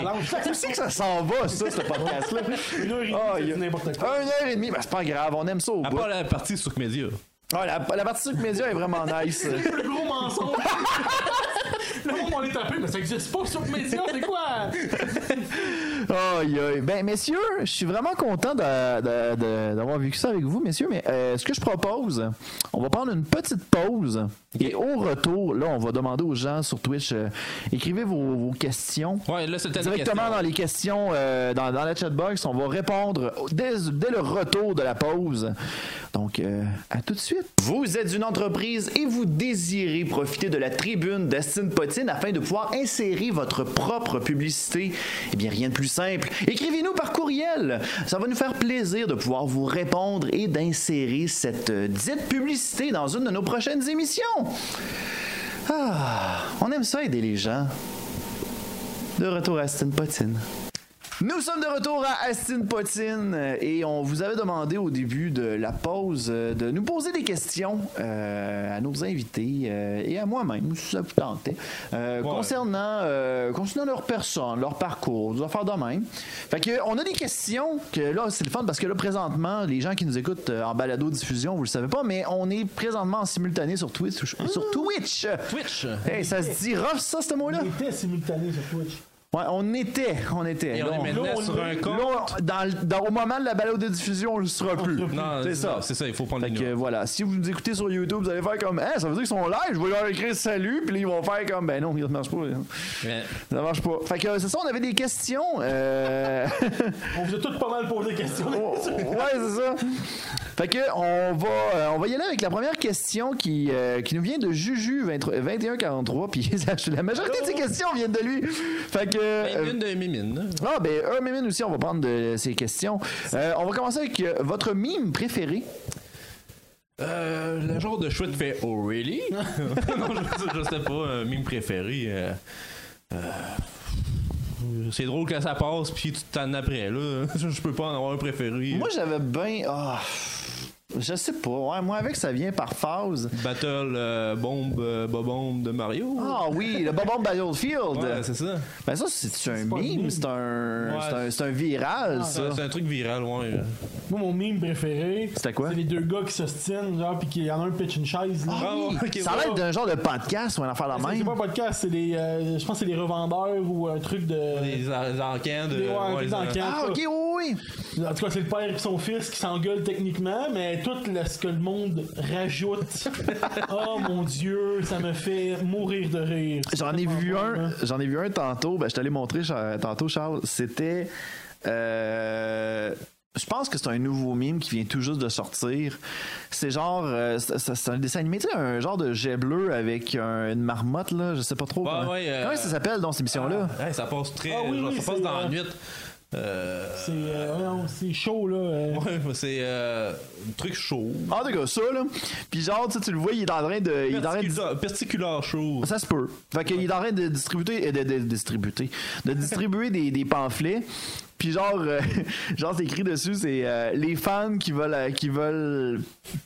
[SPEAKER 1] Tu sais que ça s'en va, ça, ce podcast-là.
[SPEAKER 2] Une heure et demie,
[SPEAKER 1] Ah,
[SPEAKER 2] c'est
[SPEAKER 1] il y a-
[SPEAKER 2] n'importe quoi.
[SPEAKER 1] Une heure et demie, ben, c'est pas grave, on aime ça au
[SPEAKER 3] À
[SPEAKER 1] bout.
[SPEAKER 3] part la partie sur média.
[SPEAKER 1] Ah, la, la partie sur média est vraiment nice.
[SPEAKER 2] Le gros mensonge. (laughs) Le monde, on est tapé, mais ça existe pas sur Média, c'est quoi?
[SPEAKER 1] Aïe, aïe. Ben, messieurs, je suis vraiment content de- de- de- d'avoir vécu ça avec vous, messieurs. Mais euh, ce que je propose, on va prendre une petite pause. Et au retour, là, on va demander aux gens sur Twitch, euh, écrivez vos, vos questions.
[SPEAKER 3] Ouais, là, c'était une
[SPEAKER 1] Directement dans les questions, euh, dans, dans la chatbox, on va répondre dès, dès le retour de la pause. Donc, euh, à tout de suite. Vous êtes une entreprise et vous désirez profiter de la tribune d'Astine Potine afin de pouvoir insérer votre propre publicité. Eh bien, rien de plus simple. Écrivez-nous par courriel. Ça va nous faire plaisir de pouvoir vous répondre et d'insérer cette euh, dite publicité dans une de nos prochaines émissions. Ah, on aime ça aider les gens. De retour à Astin Potine. Nous sommes de retour à Astin Potine euh, et on vous avait demandé au début de la pause euh, de nous poser des questions euh, à nos invités euh, et à moi-même, si ça vous tentait, euh, concernant, euh, concernant leur personne, leur parcours, leurs affaires de même. Fait que, on a des questions que là, c'est le fun parce que là, présentement, les gens qui nous écoutent euh, en balado-diffusion, vous le savez pas, mais on est présentement en simultané sur Twitch. Sur Twitch!
[SPEAKER 3] Twitch.
[SPEAKER 1] Hey, ça se dit rough, ça, ce mot-là?
[SPEAKER 2] Il était simultané sur Twitch.
[SPEAKER 1] Ouais, on était, on était.
[SPEAKER 3] Et
[SPEAKER 1] Là,
[SPEAKER 3] on est
[SPEAKER 1] on-
[SPEAKER 3] maintenant
[SPEAKER 2] là, on
[SPEAKER 3] sur
[SPEAKER 2] est-
[SPEAKER 3] un
[SPEAKER 1] là,
[SPEAKER 3] compte.
[SPEAKER 1] on- dans, le- dans- au moment de la balade de diffusion, on le sera plus.
[SPEAKER 3] (laughs) Non,
[SPEAKER 1] c'est ça.
[SPEAKER 3] C'est ça, il faut prendre
[SPEAKER 1] Fait
[SPEAKER 3] les
[SPEAKER 1] que,
[SPEAKER 3] noms.
[SPEAKER 1] voilà, si vous nous écoutez sur YouTube, vous allez faire comme, Hein, ça veut dire qu'ils sont live, je vais leur écrire salut, puis là, ils vont faire comme, ben non, ça marche pas.
[SPEAKER 3] Mais-
[SPEAKER 1] Ça marche pas. Fait que euh, c'est ça, on avait des questions. euh, (laughs)
[SPEAKER 2] On vous a tous pas mal posé des questions.
[SPEAKER 1] ouais, c'est ça. Fait que on va, euh, on va y aller avec la première question qui, euh, qui nous vient de Juju 23 2143, puis (laughs) la majorité de ces questions viennent de lui. Fait que. euh,
[SPEAKER 3] Une Ben, de Mimine.
[SPEAKER 1] Ah, ben, un minute aussi, on va prendre de ces questions. Euh, on va commencer avec euh, votre mime préféré.
[SPEAKER 3] Euh, le genre de chouette fait Oh really? (laughs) non, je, je sais pas, euh, mime préféré. euh, euh, c'est drôle que ça passe, puis tu t'en après, là. (laughs) Je je peux pas en avoir un préféré.
[SPEAKER 1] Moi, j'avais bien. ah, je sais pas. Ouais, moi, avec, ça vient par phase.
[SPEAKER 3] Battle euh, Bombe euh, Bobombe de Mario.
[SPEAKER 1] Ah oui, le Bobon Battlefield.
[SPEAKER 3] Ouais, c'est ça.
[SPEAKER 1] ben, ça, c'est un
[SPEAKER 2] pas un
[SPEAKER 1] mime,
[SPEAKER 2] mime.
[SPEAKER 1] c'est un,
[SPEAKER 3] Ouais. Ah,
[SPEAKER 1] c'est un, c'est un viral, ça.
[SPEAKER 3] C'est c'est un truc viral, ouais.
[SPEAKER 2] Moi, mon meme préféré,
[SPEAKER 1] C'était quoi?
[SPEAKER 2] C'est les deux gars qui s'ostinent, genre, pis qu'il y en a un pitch une chaise, là.
[SPEAKER 1] Ah oui,
[SPEAKER 3] Ah, ok,
[SPEAKER 1] ça a l'air
[SPEAKER 2] ouais.
[SPEAKER 1] d'un genre de podcast ou un affaire la
[SPEAKER 2] C'est- C'est
[SPEAKER 1] même.
[SPEAKER 2] pas un podcast, c'est des. euh, je pense que c'est des revendeurs ou un truc de.
[SPEAKER 3] Les, en- les encans de.
[SPEAKER 2] Des- euh, ouais,
[SPEAKER 3] ouais,
[SPEAKER 2] des
[SPEAKER 3] les en-
[SPEAKER 2] enquêtes,
[SPEAKER 1] Ah,
[SPEAKER 2] là.
[SPEAKER 1] ok, oui, oui.
[SPEAKER 2] En tout cas, c'est le père et son fils qui s'engueulent techniquement, mais tout le- ce que le monde
[SPEAKER 1] (laughs)
[SPEAKER 2] rajoute. oh mon dieu, ça me fait mourir de rire.
[SPEAKER 1] J'en ai vu
[SPEAKER 2] hein.
[SPEAKER 1] un, j'en ai vu un tantôt. Ben, je t'allais montrer Char- tantôt, Charles. C'était, euh, je pense que c'est un nouveau mime qui vient tout juste de sortir. C'est genre, euh, c'est c'est un dessin animé, tu sais, un genre de jet bleu avec un- une marmotte là, je sais pas trop.
[SPEAKER 3] Ouais,
[SPEAKER 1] comment,
[SPEAKER 3] ouais, euh,
[SPEAKER 1] comment ça s'appelle dans cette émission là.
[SPEAKER 3] Ouais, ça passe très.
[SPEAKER 2] Ah oui,
[SPEAKER 3] genre,
[SPEAKER 2] oui,
[SPEAKER 3] ça passe
[SPEAKER 2] c'est,
[SPEAKER 3] dans la
[SPEAKER 2] euh,
[SPEAKER 3] nuit. Euh,
[SPEAKER 2] C'est euh, voyons, c'est chaud, là. euh.
[SPEAKER 3] ouais, c'est euh, un truc chaud.
[SPEAKER 1] En tout cas, ça là. Puis genre, tu sais, tu le vois, il est en train de, il est en train de
[SPEAKER 3] Perticula- Perticulaire chaud.
[SPEAKER 1] Ça se peut. Fait qu'il est en train de distribuer, euh, de, de- distribuer, de distribuer des, des pamphlets. Puis genre, euh, (laughs) genre c'est écrit dessus, c'est euh, les fans qui veulent, euh, qui veulent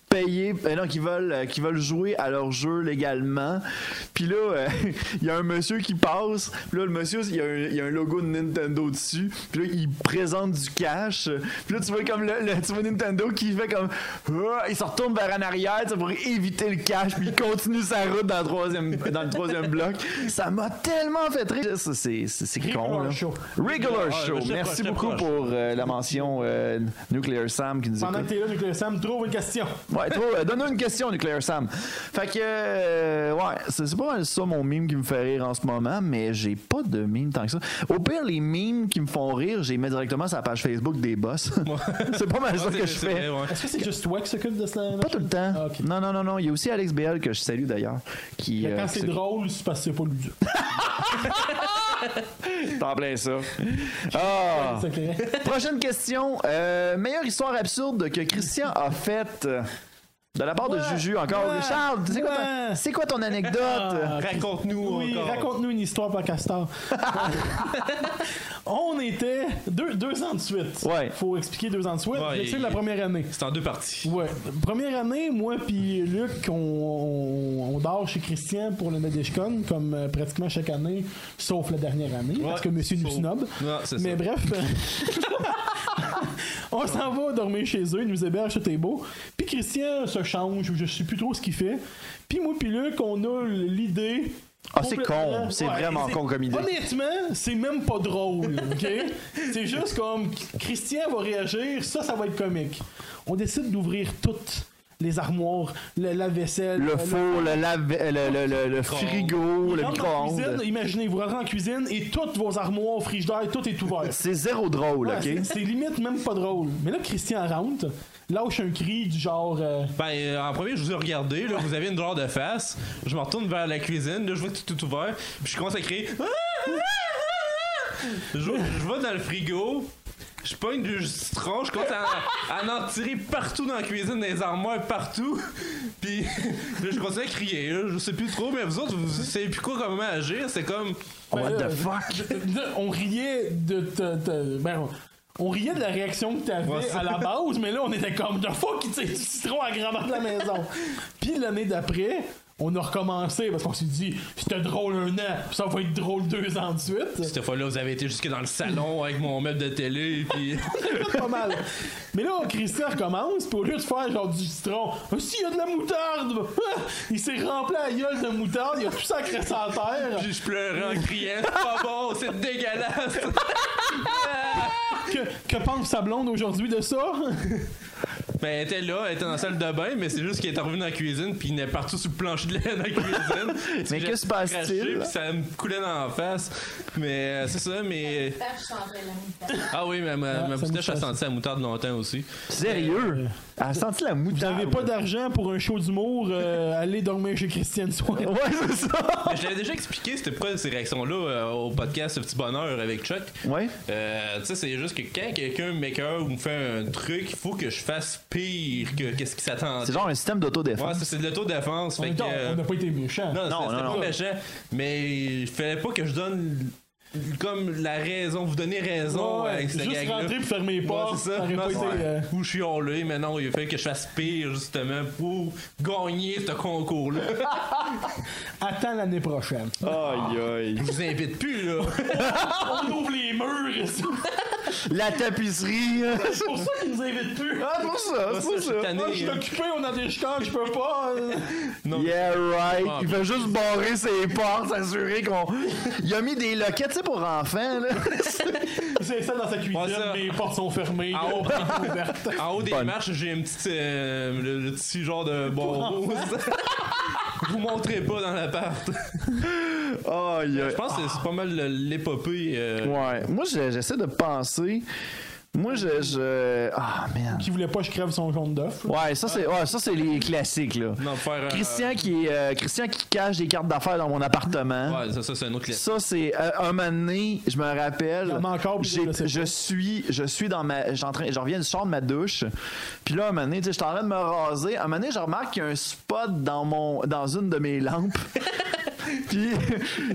[SPEAKER 1] payer, euh, non, qui veulent, euh, qui veulent jouer à leur jeu légalement. Puis là, euh, (laughs) il y a un monsieur qui passe. Puis là, le monsieur, il y, a un- il y a un logo de Nintendo dessus. Puis là, il présente du cash. Puis là, tu vois comme le, le- tu vois Nintendo qui fait comme, Ah! il se retourne vers en arrière tu sais, pour éviter le cash. Puis il continue sa route dans le troisième, dans le troisième bloc. Ça m'a tellement fait rire. Ça, C'est c'est- c'est con.
[SPEAKER 2] Regular
[SPEAKER 1] là.
[SPEAKER 2] show.
[SPEAKER 1] Regular
[SPEAKER 3] Ah,
[SPEAKER 1] show.
[SPEAKER 3] je sais
[SPEAKER 1] Merci
[SPEAKER 3] pas, je sais
[SPEAKER 1] beaucoup
[SPEAKER 3] pas.
[SPEAKER 1] pour euh, la mention euh, Nuclear Sam qui nous
[SPEAKER 2] Pendant
[SPEAKER 1] écoute.
[SPEAKER 2] que t'es là, Nicolas Sam, trouve une question.
[SPEAKER 1] Ouais, toi, euh, donne-nous une question, Nuclear Sam. Fait que, euh, ouais, c'est c'est pas mal ça mon mime qui me fait rire en ce moment, mais j'ai pas de mime tant que ça. Au pire, les mimes qui me font rire, j'ai mets directement sur la page Facebook des
[SPEAKER 2] (laughs)
[SPEAKER 1] boss. c'est pas mal ça
[SPEAKER 3] Ouais,
[SPEAKER 1] que
[SPEAKER 3] Ah, c'est-
[SPEAKER 1] je
[SPEAKER 3] c'est
[SPEAKER 1] fais. (laughs)
[SPEAKER 3] vrai, ouais.
[SPEAKER 2] Est-ce que c'est juste toi qui s'occupe de cela?
[SPEAKER 1] Pas tout le temps.
[SPEAKER 2] Ah, ok.
[SPEAKER 1] Non, non, non, non. Il y a aussi Alex BL que je salue d'ailleurs. Qui,
[SPEAKER 2] Mais
[SPEAKER 1] euh,
[SPEAKER 2] Quand
[SPEAKER 1] qui
[SPEAKER 2] c'est
[SPEAKER 1] s'occupe-
[SPEAKER 2] drôle, c'est parce que c'est pas lui.
[SPEAKER 1] T'en plein
[SPEAKER 2] (laughs)
[SPEAKER 1] ça. Ah!
[SPEAKER 2] C'est clair. (laughs)
[SPEAKER 1] Prochaine question. Euh, meilleure histoire absurde que Christian a faite. De la part de
[SPEAKER 2] Ouais,
[SPEAKER 1] Juju encore.
[SPEAKER 2] ouais,
[SPEAKER 1] Richard, c'est quoi,
[SPEAKER 2] ouais.
[SPEAKER 1] ta- c'est quoi ton
[SPEAKER 2] Euh,
[SPEAKER 1] anecdote?
[SPEAKER 3] Raconte-nous
[SPEAKER 2] Oui,
[SPEAKER 3] encore.
[SPEAKER 2] raconte-nous Ah, une histoire par (laughs) castor. on était deux, deux ans de suite.
[SPEAKER 1] Ouais.
[SPEAKER 2] Faut expliquer deux ans de suite.
[SPEAKER 3] Ouais,
[SPEAKER 2] Je l'explique
[SPEAKER 3] et-
[SPEAKER 2] la première année.
[SPEAKER 3] C'est en deux parties.
[SPEAKER 2] Ouais. Première année, moi puis Luc, on, on- on dort chez Christian pour le Nadeshcon, comme euh, pratiquement chaque année, sauf la dernière année, parce que monsieur nous
[SPEAKER 3] Faut-
[SPEAKER 2] snob.
[SPEAKER 3] Non, c'est
[SPEAKER 2] Mais
[SPEAKER 3] ça.
[SPEAKER 2] bref, euh, (laughs) on s'en va dormir chez eux, ils nous hébergent, tout est beau. Puis Christian se change, ou je sais plus trop ce qu'il fait. Puis moi puis Luc, on a l'idée...
[SPEAKER 1] Ah, c'est
[SPEAKER 2] complètement-
[SPEAKER 1] con. C'est vraiment
[SPEAKER 2] c'est-
[SPEAKER 1] con comme idée.
[SPEAKER 2] Honnêtement, c'est même pas drôle, ok? c'est juste comme Christian va réagir, ça, ça va être comique. On décide d'ouvrir toutes les armoires, Euh, le lave-vaisselle,
[SPEAKER 1] Le four, le, lave- euh, le, le- le- le frigo,
[SPEAKER 2] Il
[SPEAKER 1] le
[SPEAKER 2] rentre en cuisine,
[SPEAKER 1] micro-ondes.
[SPEAKER 2] imaginez, vous rentrez en cuisine et toutes vos armoires, frigidaires, tout est
[SPEAKER 1] (laughs)
[SPEAKER 2] ouvert.
[SPEAKER 1] C'est zéro drôle,
[SPEAKER 2] Ouais, c'est-
[SPEAKER 1] OK?
[SPEAKER 2] C'est limite même pas drôle. Mais là, Christian rentre, lâche un cri du genre. euh,
[SPEAKER 3] Ben, euh, en premier, je vous ai regardé, là, vous avez une drôle de face. Je me retourne vers la cuisine, là, je vois que tout est ouvert, puis je commence à crier. Ah, ah, ah, ah. Je, je vais dans le frigo, je pogne du citron, je commence à, à en tirer partout dans la cuisine, dans les armoires, partout. Puis (laughs) là, je continue à crier, là, je sais plus trop, mais vous autres, vous savez plus quoi comment agir, c'est comme.
[SPEAKER 1] Oh, What
[SPEAKER 2] ben là,
[SPEAKER 1] the fuck?
[SPEAKER 2] on riait de. te- te- ben, on riait de la réaction que t'avais
[SPEAKER 3] Ouais, c'est-
[SPEAKER 2] à la base, mais là, on était comme de fuck, tu sais, du citron à grand de la maison. Puis l'année d'après. On a recommencé parce qu'on s'est dit c'était drôle un an, puis ça va être drôle deux ans de suite.
[SPEAKER 3] Cette fois-là, vous avez été jusque dans le salon avec mon meuble de télé, (laughs) puis.
[SPEAKER 2] pas mal. Mais là, Christian recommence, puis au lieu de faire genre du citron, Ah, si, il y a de la moutarde, Ah! il s'est rempli à gueule de moutarde, il a tout sacré sur la terre.
[SPEAKER 3] Puis je pleurais en criant, c'est pas bon, c'est dégueulasse!
[SPEAKER 2] Que, que pense sa blonde aujourd'hui de ça?
[SPEAKER 3] Ben, elle était là, elle était dans la salle de bain, mais c'est juste qu'elle est revenue dans la cuisine, puis elle est partout sur le plancher de la, dans la cuisine.
[SPEAKER 1] Mais que
[SPEAKER 3] J'ai
[SPEAKER 1] se passe-t-il?
[SPEAKER 3] craché, puis ça me coulait dans la face. Mais euh, c'est ça, mais.
[SPEAKER 4] Là, je changerais la moutarde.
[SPEAKER 3] Ah oui, mais ma,
[SPEAKER 2] Ouais,
[SPEAKER 3] ma
[SPEAKER 2] ça
[SPEAKER 3] moustache
[SPEAKER 2] nous
[SPEAKER 3] a
[SPEAKER 2] passe.
[SPEAKER 3] senti la moutarde longtemps aussi.
[SPEAKER 1] Sérieux? Elle a senti la moutarde.
[SPEAKER 2] J'avais pas d'argent pour un show d'humour, euh, (laughs) aller dormir chez Christian soir.
[SPEAKER 1] Ouais, c'est ça.
[SPEAKER 3] Mais je l'avais déjà expliqué, c'était pourquoi ces réactions-là euh, au podcast Le Petit Bonheur avec Chuck.
[SPEAKER 1] Ouais.
[SPEAKER 3] Euh, tu sais, c'est juste que quand quelqu'un me make up ou me fait un truc, il faut que je fasse pire que qu'est-ce qui s'attend.
[SPEAKER 1] C'est genre un système
[SPEAKER 3] Ouais,
[SPEAKER 1] d'autodéfense.
[SPEAKER 3] c'est- c'est de l'autodéfense. fait que, euh,
[SPEAKER 2] on n'a pas été méchants.
[SPEAKER 3] Non,
[SPEAKER 1] Non,
[SPEAKER 3] non,
[SPEAKER 1] non, non.
[SPEAKER 3] pas méchant. Mais il fallait pas que je donne comme la raison, vous donnez raison
[SPEAKER 2] Ah Ouais,
[SPEAKER 3] avec cette
[SPEAKER 2] juste
[SPEAKER 3] gang-là.
[SPEAKER 2] rentrer et fermer les
[SPEAKER 3] Ouais,
[SPEAKER 2] portes,
[SPEAKER 3] c'est ça.
[SPEAKER 2] aurait
[SPEAKER 3] Non,
[SPEAKER 2] pas
[SPEAKER 3] c'est-
[SPEAKER 2] été, euh,
[SPEAKER 3] Ou je suis enlevé, mais non, il fallait que je fasse pire justement pour gagner ce concours-là.
[SPEAKER 2] Attends l'année prochaine.
[SPEAKER 1] Aïe, aïe.
[SPEAKER 3] je vous invite plus, là.
[SPEAKER 2] on ouvre les murs, et ça.
[SPEAKER 1] La tapisserie.
[SPEAKER 2] (laughs) c'est pour ça qu'ils nous invitent plus.
[SPEAKER 1] Ah, pour ça, c'est pour ça.
[SPEAKER 3] Cette
[SPEAKER 2] Moi, je
[SPEAKER 3] année,
[SPEAKER 2] suis occupé, on a des chicanes, je peux pas. euh.
[SPEAKER 3] non.
[SPEAKER 1] Yeah right.
[SPEAKER 3] Ah,
[SPEAKER 1] Il veut juste barrer ses portes, s'assurer qu'on. Il a mis des loquettes, tu sais, pour enfants, là.
[SPEAKER 2] C'est ça dans sa cuisine,
[SPEAKER 3] Ouais, ça.
[SPEAKER 2] les portes sont fermées,
[SPEAKER 3] Ah,
[SPEAKER 2] les
[SPEAKER 3] ouais.
[SPEAKER 2] portes (laughs) sont ouvertes.
[SPEAKER 3] En haut des
[SPEAKER 1] Bonne.
[SPEAKER 3] marches, j'ai un petit, euh, le, le petit genre de bon. Je (laughs) vous montrerai pas dans l'appart.
[SPEAKER 1] Aïe, aïe.
[SPEAKER 3] Je pense que c'est pas mal l'épopée. euh,
[SPEAKER 1] Ouais. Moi, je- j'essaie de penser. Moi, je. je- Ah, man.
[SPEAKER 2] Qui voulait pas que je crève son jaune d'œuf. là.
[SPEAKER 1] Ouais, ça, c'est ouais, ça, c'est les classiques, là.
[SPEAKER 3] Non, faire. euh,
[SPEAKER 1] Christian qui, est, euh, Christian qui cache des cartes d'affaires dans mon appartement.
[SPEAKER 3] Ouais, ça, ça c'est un autre classique.
[SPEAKER 1] Ça, c'est euh, un moment donné, je me rappelle.
[SPEAKER 2] Il y en a encore, puis
[SPEAKER 1] j'ai-
[SPEAKER 2] je le sais pas.
[SPEAKER 1] je suis, je suis dans ma. j'en train- Je reviens du char de ma douche. Puis là, un moment donné, tu sais, je suis en train de me raser. Un moment donné, je remarque qu'il y a un spot dans, mon, dans une de mes lampes. (laughs) puis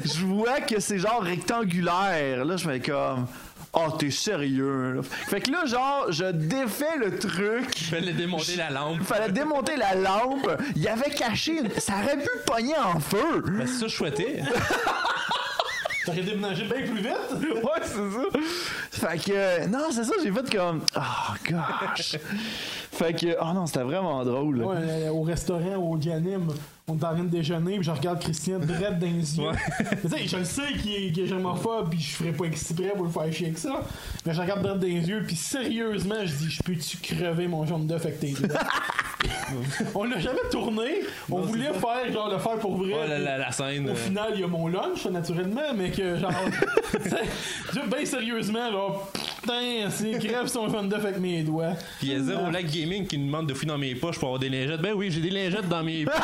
[SPEAKER 1] je vois que c'est genre rectangulaire. Là, je fais comme. Oh, t'es sérieux. là. Fait que là, genre, je défais le truc.
[SPEAKER 3] Je vais le démonter la lampe.
[SPEAKER 1] Il fallait démonter la lampe. Il avait caché. une- Ça aurait pu pogner en feu.
[SPEAKER 3] Ben, c'est ça, je souhaitais.
[SPEAKER 2] T'aurais déménagé bien plus (laughs) vite.
[SPEAKER 1] Ouais, c'est ça. Fait que, euh, non, c'est ça, j'ai fait comme, oh gosh. fait que, oh non, c'était vraiment drôle.
[SPEAKER 2] Ouais, euh, au restaurant, au Ganim, on est en train de déjeuner, puis je regarde Christian direct dans les yeux.
[SPEAKER 3] Ouais.
[SPEAKER 2] Mais tu sais, je le sais qu'il est, qu'il est germophobe, puis je ferais pas exprès pour le faire chier avec ça. Mais je regarde direct dans les yeux, puis sérieusement, je dis Je peux-tu crever mon jaune d'œuf avec tes doigts On l'a jamais tourné. On voulait faire, genre, le faire pour vrai.
[SPEAKER 3] Ouais, la,
[SPEAKER 2] puis-
[SPEAKER 3] la, Oh la scène.
[SPEAKER 2] Au
[SPEAKER 3] euh,
[SPEAKER 2] final, il y a mon lunch, naturellement, mais que genre. tu sais, je- ben sérieusement, genre, putain, c'est grave son jaune d'œuf avec mes doigts.
[SPEAKER 3] Puis il y
[SPEAKER 1] (laughs)
[SPEAKER 3] a Zéro Lac Gaming qui me demande de fouiller dans mes poches pour avoir des lingettes. Ben oui, j'ai des lingettes dans mes poches.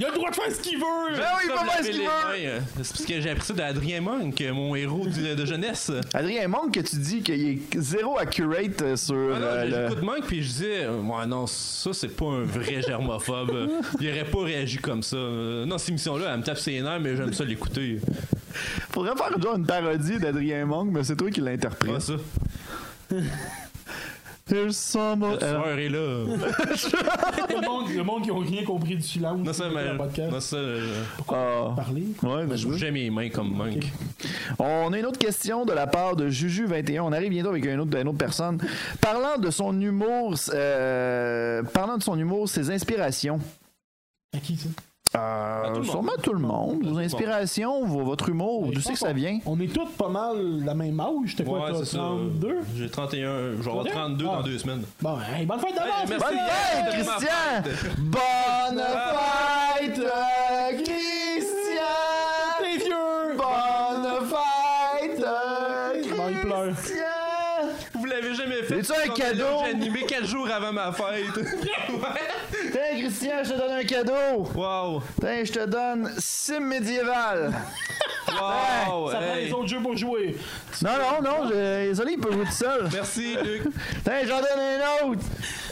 [SPEAKER 2] Il a le droit de faire ce qu'il veut!
[SPEAKER 1] Ben oui, il peut
[SPEAKER 3] Stop
[SPEAKER 1] faire ce
[SPEAKER 3] laver
[SPEAKER 1] qu'il
[SPEAKER 3] les
[SPEAKER 1] veut!
[SPEAKER 3] mains. hein. C'est parce que j'ai appris ça d'Adrien Monk, euh, mon héros du-
[SPEAKER 1] (laughs)
[SPEAKER 3] de jeunesse.
[SPEAKER 1] Adrien Monk, que tu dis qu'il est zéro accurate euh, sur.
[SPEAKER 3] Ah non,
[SPEAKER 1] euh,
[SPEAKER 3] j'ai
[SPEAKER 1] le-
[SPEAKER 3] le coup de Monk, puis je disais, euh, ouais, non, ça, c'est pas un vrai germophobe. Il aurait pas réagi comme ça. Euh, Non, cette émission-là, elle me tape ses nerfs, mais j'aime ça l'écouter.
[SPEAKER 1] Faudrait faire genre une parodie d'Adrien Monk, mais c'est toi qui
[SPEAKER 3] Pas
[SPEAKER 1] l'interprète.
[SPEAKER 3] Ah, ça.
[SPEAKER 1] Here's some of-
[SPEAKER 3] Cette soirée là.
[SPEAKER 2] Le monde, le monde qui n'a rien compris du silence.
[SPEAKER 3] Non, ça,
[SPEAKER 2] c'est
[SPEAKER 3] mais.
[SPEAKER 2] un podcast.
[SPEAKER 3] Non, ça. euh,
[SPEAKER 1] Ah.
[SPEAKER 2] Parler.
[SPEAKER 1] Ouais, ben, je veux.
[SPEAKER 3] J'ai mes mains comme Monk.
[SPEAKER 1] On a une autre question de la part de Juju21. On arrive bientôt avec une autre, une autre personne. Parlant de son humour, euh, parlant de son humour, ses inspirations.
[SPEAKER 2] À qui ça?
[SPEAKER 1] Euh,
[SPEAKER 3] tout le monde.
[SPEAKER 1] sûrement tout le monde. Vos inspirations, vos- votre humour, d'où
[SPEAKER 2] Je
[SPEAKER 1] c'est que
[SPEAKER 2] pense
[SPEAKER 1] ça
[SPEAKER 2] qu'on-
[SPEAKER 1] vient?
[SPEAKER 2] On est tous pas mal la même âge. T'es quoi,
[SPEAKER 3] Ouais,
[SPEAKER 2] toi,
[SPEAKER 3] c'est ça.
[SPEAKER 2] 32?
[SPEAKER 3] J'ai 31, genre 32 dans
[SPEAKER 2] Ah.
[SPEAKER 3] deux semaines.
[SPEAKER 2] Bon, hey, bonne fête d'avance!
[SPEAKER 3] Hey, merci.
[SPEAKER 1] Bonne fête, Christian! Bonne fête, euh, Christian!
[SPEAKER 2] Les vieux!
[SPEAKER 1] Bonne fête, euh,
[SPEAKER 2] Bon, il pleure.
[SPEAKER 1] Christian!
[SPEAKER 3] Vous l'avez jamais fait.
[SPEAKER 1] C'est-tu un
[SPEAKER 3] Parce qu'on
[SPEAKER 1] cadeau?
[SPEAKER 3] l'a déjà animé 4 jours avant
[SPEAKER 2] (laughs)
[SPEAKER 3] ma fête.
[SPEAKER 1] Tiens, Christian, je te donne un cadeau!
[SPEAKER 3] Wow.
[SPEAKER 1] Tiens, je te donne Sim médiéval!
[SPEAKER 3] Wow.
[SPEAKER 2] Ça prend
[SPEAKER 3] hey.
[SPEAKER 2] les autres jeux pour jouer.
[SPEAKER 1] Non, non, non, je- désolé, il peut jouer tout seul.
[SPEAKER 3] Merci, Luc.
[SPEAKER 1] Tiens, j'en donne un autre!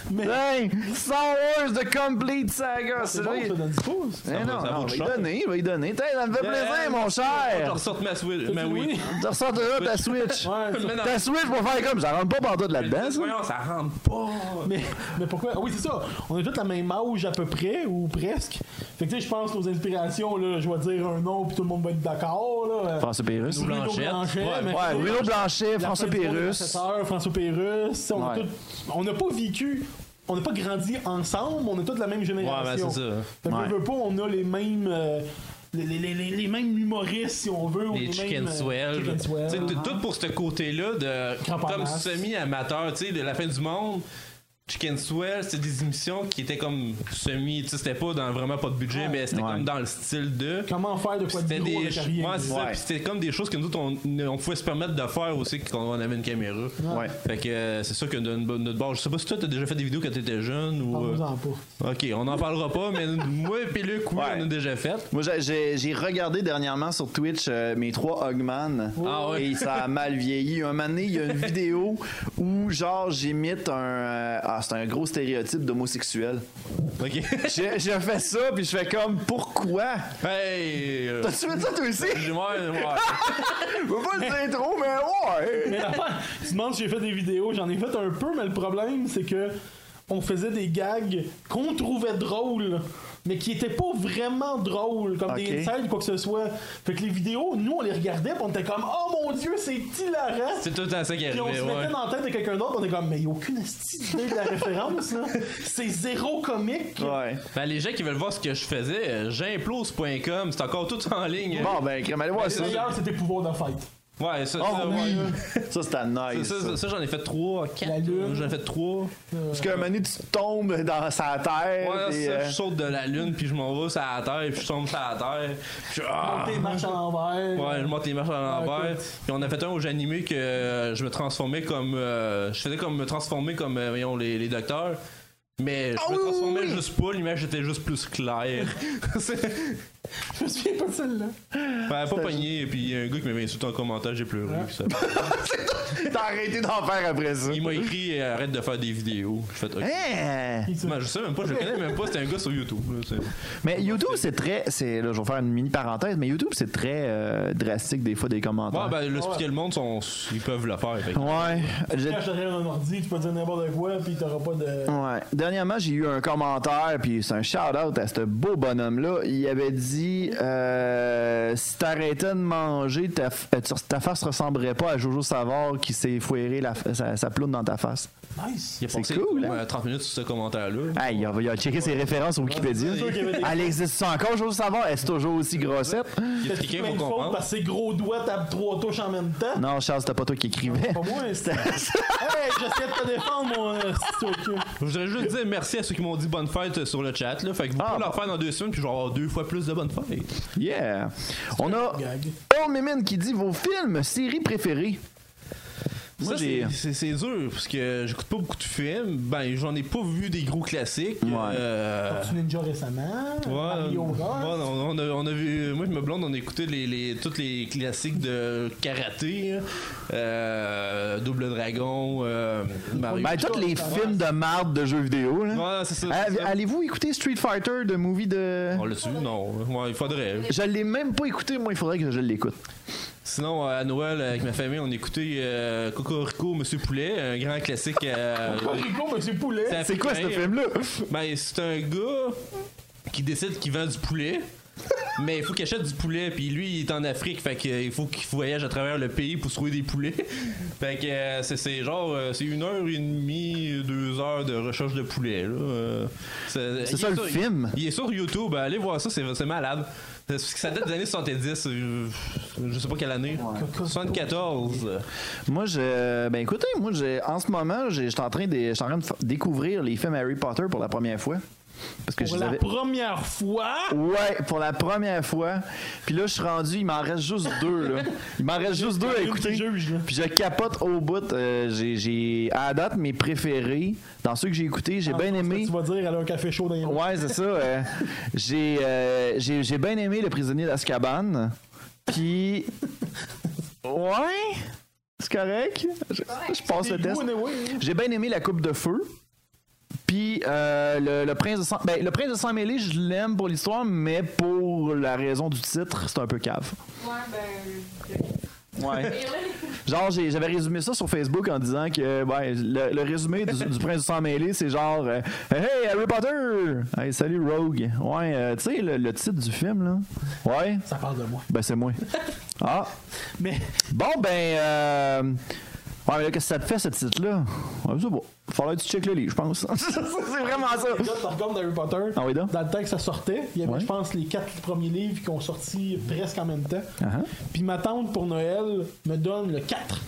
[SPEAKER 1] Tiens, Star Wars The Complete Saga! C'est
[SPEAKER 2] C'est bon,
[SPEAKER 1] là,
[SPEAKER 2] ça
[SPEAKER 1] il-
[SPEAKER 2] donne du pouce.
[SPEAKER 1] Eh
[SPEAKER 3] va-
[SPEAKER 1] non,
[SPEAKER 3] ça va
[SPEAKER 1] non,
[SPEAKER 3] de
[SPEAKER 1] il
[SPEAKER 3] choc.
[SPEAKER 1] va y donner, il va y donner. Tiens, ça me fait
[SPEAKER 3] Yeah.
[SPEAKER 2] euh,
[SPEAKER 1] plaisir, mon
[SPEAKER 3] Faut que Je
[SPEAKER 1] cher!
[SPEAKER 3] ressorte ma Switch. Mais Ben oui.
[SPEAKER 1] Tu ressors de là ta Switch!
[SPEAKER 3] (laughs)
[SPEAKER 2] Ouais, ça-
[SPEAKER 3] Mais non.
[SPEAKER 1] Ta Switch va faire comme, ça rentre pas partout de là-dedans, ça.
[SPEAKER 3] Voyons, ça rentre pas.
[SPEAKER 2] Mais, mais pourquoi? Ah oui, c'est ça. On est tous la même âge à peu près, ou presque. Fait que tu sais, je pense aux inspirations, là, je vais dire un nom, puis tout le monde va être d'accord, là.
[SPEAKER 1] François Pérus.
[SPEAKER 3] Bruno Blanchet. Ouais,
[SPEAKER 2] mais-
[SPEAKER 1] Ouais, Bruno Blanchet,
[SPEAKER 2] La
[SPEAKER 1] François
[SPEAKER 2] fin du monde des
[SPEAKER 1] Pérus.
[SPEAKER 2] assesseurs, François Pérus. On a
[SPEAKER 1] Ouais.
[SPEAKER 2] tous- on n'a pas vécu... On n'a pas grandi ensemble, on est toute la même
[SPEAKER 3] Ouais,
[SPEAKER 2] génération.
[SPEAKER 3] ben, c'est ça.
[SPEAKER 2] Fait que
[SPEAKER 1] Ouais.
[SPEAKER 2] veux, veux pas, on a les mêmes... euh, les, les- les- les- les mêmes humoristes, si on veut. ou
[SPEAKER 3] Les chicken
[SPEAKER 2] mêmes, euh,
[SPEAKER 3] swell.
[SPEAKER 2] Chicken Swell.
[SPEAKER 3] T'sais, t- Tout pour ce côté-là de
[SPEAKER 2] Crampe en
[SPEAKER 3] comme
[SPEAKER 2] masse.
[SPEAKER 3] semi-amateur, tu sais, de la fin du monde. Chicken Swell, c'était des émissions qui étaient comme semi, tu sais, c'était pas dans vraiment pas de budget,
[SPEAKER 2] Ouais.
[SPEAKER 3] mais c'était
[SPEAKER 1] Ouais.
[SPEAKER 3] comme dans le style de.
[SPEAKER 2] Comment faire de quoi de
[SPEAKER 3] C'était
[SPEAKER 2] gros
[SPEAKER 3] des,
[SPEAKER 2] avec rien.
[SPEAKER 3] ouais, c'est ça.
[SPEAKER 1] Ouais.
[SPEAKER 3] Puis c'était comme des choses que nous autres on, on pouvait se permettre de faire aussi quand on avait une caméra.
[SPEAKER 1] Ouais.
[SPEAKER 3] Fait que euh, c'est sûr que de de notre bord, je sais pas si toi t'as déjà fait des vidéos quand t'étais jeune ou. euh,
[SPEAKER 2] Parle-nous-en pas.
[SPEAKER 3] Ok, on en parlera pas, mais (laughs) moi et Luc, oui,
[SPEAKER 1] Ouais.
[SPEAKER 3] on a déjà fait.
[SPEAKER 1] Moi, j'ai- j'ai j'ai regardé dernièrement sur Twitch euh, mes trois Hogman
[SPEAKER 3] Ah ouais.
[SPEAKER 1] et ça a mal vieilli. Un moment donné, il y a
[SPEAKER 3] (laughs)
[SPEAKER 1] une vidéo où, genre, j'imite un. euh, ah, c'est un gros stéréotype d'homosexuel.
[SPEAKER 3] Ok. (laughs)
[SPEAKER 1] J'ai j'ai fait ça, puis je fais comme, pourquoi?
[SPEAKER 3] hey! euh,
[SPEAKER 1] T'as-tu fait ça, toi aussi?
[SPEAKER 3] ouais, ouais.
[SPEAKER 1] Je veux pas le dire trop, mais ouais!
[SPEAKER 2] Mais l'affaire, tu te demandes si j'ai fait des vidéos, j'en ai fait un peu, mais le problème, c'est que on faisait des gags qu'on trouvait drôles, mais qui étaient pas vraiment drôles, comme
[SPEAKER 1] Ok.
[SPEAKER 2] des insides ou quoi que ce soit. Fait que les vidéos, nous, on les regardait, puis on était comme, oh mon dieu, c'est hilarant!
[SPEAKER 3] C'est tout à ça qui
[SPEAKER 2] Puis on
[SPEAKER 3] arrivait,
[SPEAKER 2] se mettait
[SPEAKER 3] ouais.
[SPEAKER 2] dans la tête de quelqu'un d'autre, on était comme, mais y a aucune esti d'idée de la référence, là. C'est zéro comique.
[SPEAKER 1] Ouais.
[SPEAKER 3] Ben, les gens qui veulent voir ce que je faisais, euh, j'implose.com, c'est encore tout en ligne.
[SPEAKER 2] Oh,
[SPEAKER 1] Bon, ben, crème, allez voir ça.
[SPEAKER 2] D'ailleurs, c'était pouvoir de fête.
[SPEAKER 3] Ouais, ça,
[SPEAKER 1] Oh,
[SPEAKER 3] ça,
[SPEAKER 1] oui.
[SPEAKER 3] ouais.
[SPEAKER 1] Ça, c'était
[SPEAKER 3] Ça,
[SPEAKER 1] nice.
[SPEAKER 3] ça,
[SPEAKER 1] ça.
[SPEAKER 3] ça, ça, j'en ai fait trois, quatre.
[SPEAKER 2] La lune.
[SPEAKER 3] euh, J'en ai fait trois.
[SPEAKER 1] Parce qu'à un moment donné, tu tombes dans sa terre.
[SPEAKER 3] Ouais,
[SPEAKER 1] puis,
[SPEAKER 3] ça,
[SPEAKER 1] euh,
[SPEAKER 3] je saute de la lune, puis je m'en vais sur la terre, puis je tombe sur la terre. Puis, je- ah!
[SPEAKER 2] Des marches à l'envers.
[SPEAKER 3] Ouais, je monte les marches à
[SPEAKER 2] Ah,
[SPEAKER 3] l'envers.
[SPEAKER 2] écoute.
[SPEAKER 3] Puis on a fait un où j'animais que euh, je me transformais comme. euh, je faisais comme me transformer comme, euh, voyons, les, les docteurs. Mais je me transformais juste pas, l'image était juste plus claire. C'est-
[SPEAKER 2] (laughs) Je me souviens pas de celle-là.
[SPEAKER 3] ben, pas pogné, puis il y a un gars qui m'avait insulté en commentaire, j'ai pleuré. puis ça-
[SPEAKER 1] euh, T'as arrêté d'en faire après ça.
[SPEAKER 3] Il m'a écrit euh, arrête de faire des vidéos. Je fais OK.
[SPEAKER 1] Hein?
[SPEAKER 3] Ben, je sais même pas, je le connais même pas, c'était un gars sur YouTube. là, c'est-
[SPEAKER 1] Mais YouTube, c'est très. c'est- Là, je vais faire une mini parenthèse, mais YouTube, c'est très euh, drastique des fois des
[SPEAKER 3] Ouais,
[SPEAKER 1] commentaires.
[SPEAKER 3] ben, le le monde, sont- ils peuvent le faire. fait que-
[SPEAKER 1] Ouais. j'ai-
[SPEAKER 2] Cache derrière un ordi, tu peux dire n'importe quoi, puis t'auras pas de.
[SPEAKER 1] Ouais. Dernièrement, j'ai eu un commentaire, puis c'est un shout-out à ce beau bonhomme-là. Il avait dit euh, Si t'arrêtais de manger, ta, f- euh, tu- ta face ressemblerait pas à Jojo Savard qui s'est foiré la f- sa, sa ploune dans ta face.
[SPEAKER 2] Nice!
[SPEAKER 3] Il a passé
[SPEAKER 1] cool,
[SPEAKER 3] comme,
[SPEAKER 1] hein?
[SPEAKER 3] euh, 30 minutes sur ce commentaire-là.
[SPEAKER 1] Hey, il a, il a checké ses références au Wikipédia.
[SPEAKER 2] sûr qu'il y avait des-
[SPEAKER 1] Elle existe ça encore, Jojo Savard Elle est toujours aussi grossette
[SPEAKER 3] Il a
[SPEAKER 2] T'as-tu
[SPEAKER 1] (laughs)
[SPEAKER 3] cliqué
[SPEAKER 2] plein
[SPEAKER 3] pour
[SPEAKER 2] de fautes
[SPEAKER 3] comprendre.
[SPEAKER 2] Parce que ses gros doigts tapent trois touches en même temps.
[SPEAKER 1] Non, Charles, c'était pas toi qui écrivais.
[SPEAKER 2] Pas moi, hein, c'est. hey, j'essaie de te défendre, mon. euh, c'est ok.
[SPEAKER 3] Je voudrais juste dire merci à ceux qui m'ont dit bonne fête euh, sur le chat. Là. Fait que vous
[SPEAKER 1] Ah,
[SPEAKER 3] pouvez
[SPEAKER 1] bon.
[SPEAKER 3] leur faire dans deux semaines, puis je vais avoir deux fois plus de bonnes fêtes.
[SPEAKER 1] Yeah. On a
[SPEAKER 2] gag.
[SPEAKER 1] Earl Mimin qui dit vos films, séries préférées. Moi,
[SPEAKER 3] Ça,
[SPEAKER 1] j'ai-
[SPEAKER 3] c'est- c'est c'est dur, parce que j'écoute pas beaucoup de films. Ben, j'en ai pas vu des gros classiques.
[SPEAKER 1] Ouais. Ah,
[SPEAKER 3] Euh,
[SPEAKER 2] Tortue Ninja récemment,
[SPEAKER 3] Ouais,
[SPEAKER 2] Mario
[SPEAKER 3] euh,
[SPEAKER 2] Kart.
[SPEAKER 3] ouais, on, on a, on a vu, moi et ma blonde, on a écouté les, les, tous les classiques de karaté, hein. Euh, Double Dragon, euh, Mario.
[SPEAKER 1] Ben, Ah, tous les films de marde de jeux vidéo, là.
[SPEAKER 3] Ouais, c'est ça. c'est
[SPEAKER 1] Avez-
[SPEAKER 3] ça.
[SPEAKER 1] Allez-vous écouter Street Fighter, de movie de.
[SPEAKER 3] On l'a su, non. Ouais, il faudrait.
[SPEAKER 1] Je l'ai même pas écouté, moi, il faudrait que je l'écoute.
[SPEAKER 3] Sinon, euh, à Noël, avec ma famille, on écoutait euh, Cocorico, Monsieur Poulet, un grand classique. euh,
[SPEAKER 2] Rico, Monsieur Poulet.
[SPEAKER 3] c'est
[SPEAKER 1] C'est quoi ce
[SPEAKER 3] africain.
[SPEAKER 1] film-là? (laughs)
[SPEAKER 3] Ben, c'est un gars qui décide qu'il vend du poulet. Mais il faut qu'il achète du poulet, puis lui, il est en Afrique, fait qu'il faut qu'il voyage à travers le pays pour se trouver des poulets. (laughs) fait que euh, c'est- c'est genre, euh, c'est une heure et demie, deux heures de recherche de poulet, là. Euh,
[SPEAKER 1] C'est
[SPEAKER 3] il
[SPEAKER 1] ça,
[SPEAKER 3] est
[SPEAKER 1] le
[SPEAKER 3] sur-
[SPEAKER 1] film?
[SPEAKER 3] Il est sur YouTube, ben, allez voir ça, c'est c'est malade. C'est- Ça date des années 70, euh, je sais pas quelle année. 74.
[SPEAKER 1] Moi, je. Ben, écoutez, moi, j'ai- en ce moment, j'ai- j'étais en train de, j'étais en train de fa- découvrir les films Harry Potter pour la première fois. Parce que
[SPEAKER 2] Pour
[SPEAKER 1] je les
[SPEAKER 2] la
[SPEAKER 1] avais.
[SPEAKER 2] première fois,
[SPEAKER 1] Ouais, pour la première fois. Puis là, je suis rendu, il m'en reste juste deux,
[SPEAKER 3] (laughs)
[SPEAKER 1] là. Il m'en reste juste deux à écouter.
[SPEAKER 2] qui juge, là.
[SPEAKER 1] Puis je capote au bout. Euh, j'ai- j'ai, à la date, mes préférés, dans ceux que j'ai écoutés,
[SPEAKER 2] Ah,
[SPEAKER 1] j'ai bien aimé.
[SPEAKER 2] tu vas dire, elle a un café chaud dans les mains.
[SPEAKER 1] Ouais, c'est ça. euh, j'ai euh, j'ai- j'ai bien aimé Le prisonnier d'Azkaban. Puis. Ouais, c'est correct. Je, je passe le
[SPEAKER 2] Des
[SPEAKER 1] test.
[SPEAKER 2] goûts, anyway, hein.
[SPEAKER 1] J'ai bien aimé La Coupe de Feu. Puis euh, le, le Prince de Sang. Ben, le Prince de Sang Mêlé, je l'aime pour l'histoire, mais pour la raison du titre, c'est un peu cave.
[SPEAKER 4] Ouais, ben. je-
[SPEAKER 1] Ouais.
[SPEAKER 4] Et là,
[SPEAKER 1] Genre, j'ai- j'avais résumé ça sur Facebook en disant que euh, ouais, le, le résumé du, du Prince du Sang Mêlé, c'est genre euh, Hey Harry Potter! Hey, salut Rogue! Ouais, euh, tu sais, le, le titre du film, là. Ouais,
[SPEAKER 2] Ça parle de
[SPEAKER 1] (laughs)
[SPEAKER 2] moi.
[SPEAKER 1] ben c'est moi. Ah!
[SPEAKER 2] Mais
[SPEAKER 1] Bon, ben. Euh... Ouais, mais là, qu'est-ce que ça te fait, ce titre-là? Ouais, je sais pas. Faudrait que tu checkes le livre, je pense. (laughs) c'est vraiment ça!
[SPEAKER 2] les gars, tu regardes d'Harry Potter,
[SPEAKER 1] Ah oui, donc?
[SPEAKER 2] dans le temps que ça sortait, il y avait,
[SPEAKER 1] Ouais.
[SPEAKER 2] je pense, les quatre premiers livres qui ont sorti presque en même temps.
[SPEAKER 1] Uh-huh.
[SPEAKER 2] Puis ma tante, pour Noël, me donne le 4.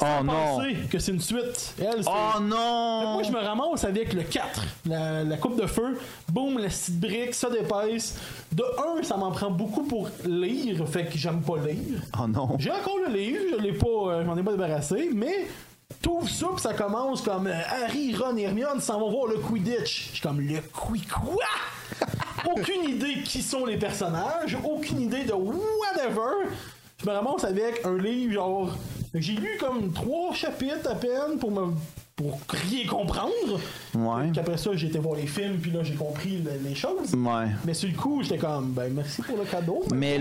[SPEAKER 1] Oh non!
[SPEAKER 2] Pensez que c'est une suite. Elle, c'est-
[SPEAKER 1] Oh
[SPEAKER 2] Fait que
[SPEAKER 1] non!
[SPEAKER 2] Moi, je me ramasse avec le 4, la, la coupe de feu, boum, la petite brique, ça dépasse. De un, ça m'en prend beaucoup pour lire, fait que j'aime pas lire.
[SPEAKER 1] Oh non!
[SPEAKER 2] J'ai encore le livre, je l'ai pas, euh, je m'en ai pas débarrassé, mais tout ça, pis ça commence comme euh, Harry, Ron et Hermione s'en vont voir le Quidditch. Je suis comme le Qui quoi Aucune idée qui sont les personnages, aucune idée de whatever. Je me ramasse avec un livre genre j'ai lu comme trois chapitres à peine pour me pour rien comprendre.
[SPEAKER 1] Ouais.
[SPEAKER 2] Puis après ça, j'ai été voir les films, puis là j'ai compris le- les choses.
[SPEAKER 1] Ouais.
[SPEAKER 2] Mais sur le coup, j'étais comme ben merci pour le cadeau. mais-
[SPEAKER 1] Mais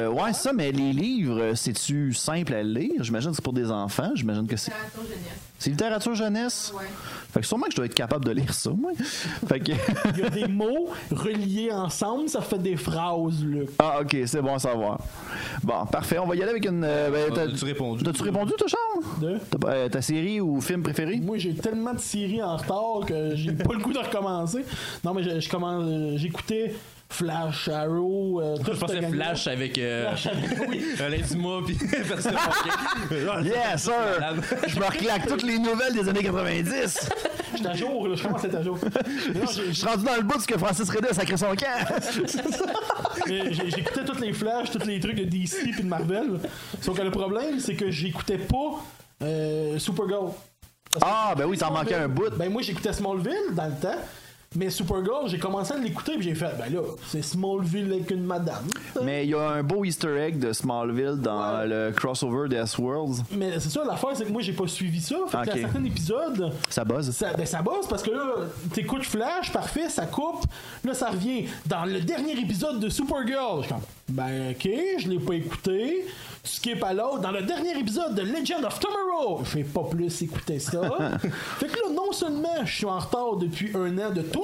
[SPEAKER 1] le. Ouais, ça, mais les livres, c'est-tu simple à lire? J'imagine que c'est pour des enfants. J'imagine que c'est.
[SPEAKER 4] c'est un tour génial.
[SPEAKER 1] C'est littérature jeunesse?
[SPEAKER 4] Ouais.
[SPEAKER 1] Fait que sûrement que je dois être capable de lire ça, moi. Fait que. (laughs)
[SPEAKER 2] Il y a des mots reliés ensemble, ça fait des phrases, Luc.
[SPEAKER 1] Ah, ok, c'est bon à savoir. Bon, parfait. On va y aller avec une. euh, ben, t'as-
[SPEAKER 3] As-tu répondu?
[SPEAKER 1] T'as-tu répondu, toi, Charles?
[SPEAKER 2] De-
[SPEAKER 1] T'as pas- euh, ta série ou film préféré?
[SPEAKER 2] Moi, j'ai tellement de séries en retard que j'ai pas le goût de recommencer. Non, mais je, je commence, euh, j'écoutais Flash, Arrow, euh, tout
[SPEAKER 3] Je pensais Flash avec. Euh,
[SPEAKER 2] Flash avec- oui.
[SPEAKER 3] (laughs) euh, Laisse-moi, puis. parce
[SPEAKER 2] (laughs)
[SPEAKER 3] que-
[SPEAKER 1] Yes, sir!
[SPEAKER 3] malade.
[SPEAKER 1] Je me reclaque toutes les nouvelles des années 90!
[SPEAKER 2] Je suis à jour, là, je commence à être à jour. Non, j'ai-
[SPEAKER 1] Je suis rendu dans le bout de ce que Francis Reda a sacré son camp!
[SPEAKER 2] j'ai- j'ai- J'écoutais toutes les Flash, tous les trucs de DC puis de Marvel. Sauf que le problème, c'est que j'écoutais pas euh, Supergirl.
[SPEAKER 1] Ah, ben oui, t'en manquait un bout.
[SPEAKER 2] Ben moi j'écoutais Smallville dans le temps, mais Supergirl, j'ai commencé à l'écouter puis j'ai fait ben là, c'est Smallville avec une madame.
[SPEAKER 1] (laughs) Mais il y a un beau easter egg de Smallville dans
[SPEAKER 2] Ouais.
[SPEAKER 1] le crossover des S-Worlds.
[SPEAKER 2] Mais c'est ça l'affaire, c'est que moi j'ai pas suivi ça. Fait
[SPEAKER 1] Ah, Ok.
[SPEAKER 2] que à certains épisodes,
[SPEAKER 1] Ça buzz.
[SPEAKER 2] ça, ben, ça bosse parce que là, t'écoutes Flash, parfait, ça coupe. Là, ça revient dans le dernier épisode de Supergirl. Je suis comme, ben ok, je l'ai pas écouté. Tu skips à l'autre. Dans le dernier épisode de Legend of Tomorrow, je vais pas plus écouter ça.
[SPEAKER 1] (laughs)
[SPEAKER 2] fait que là, non seulement je suis en retard depuis un an de tout,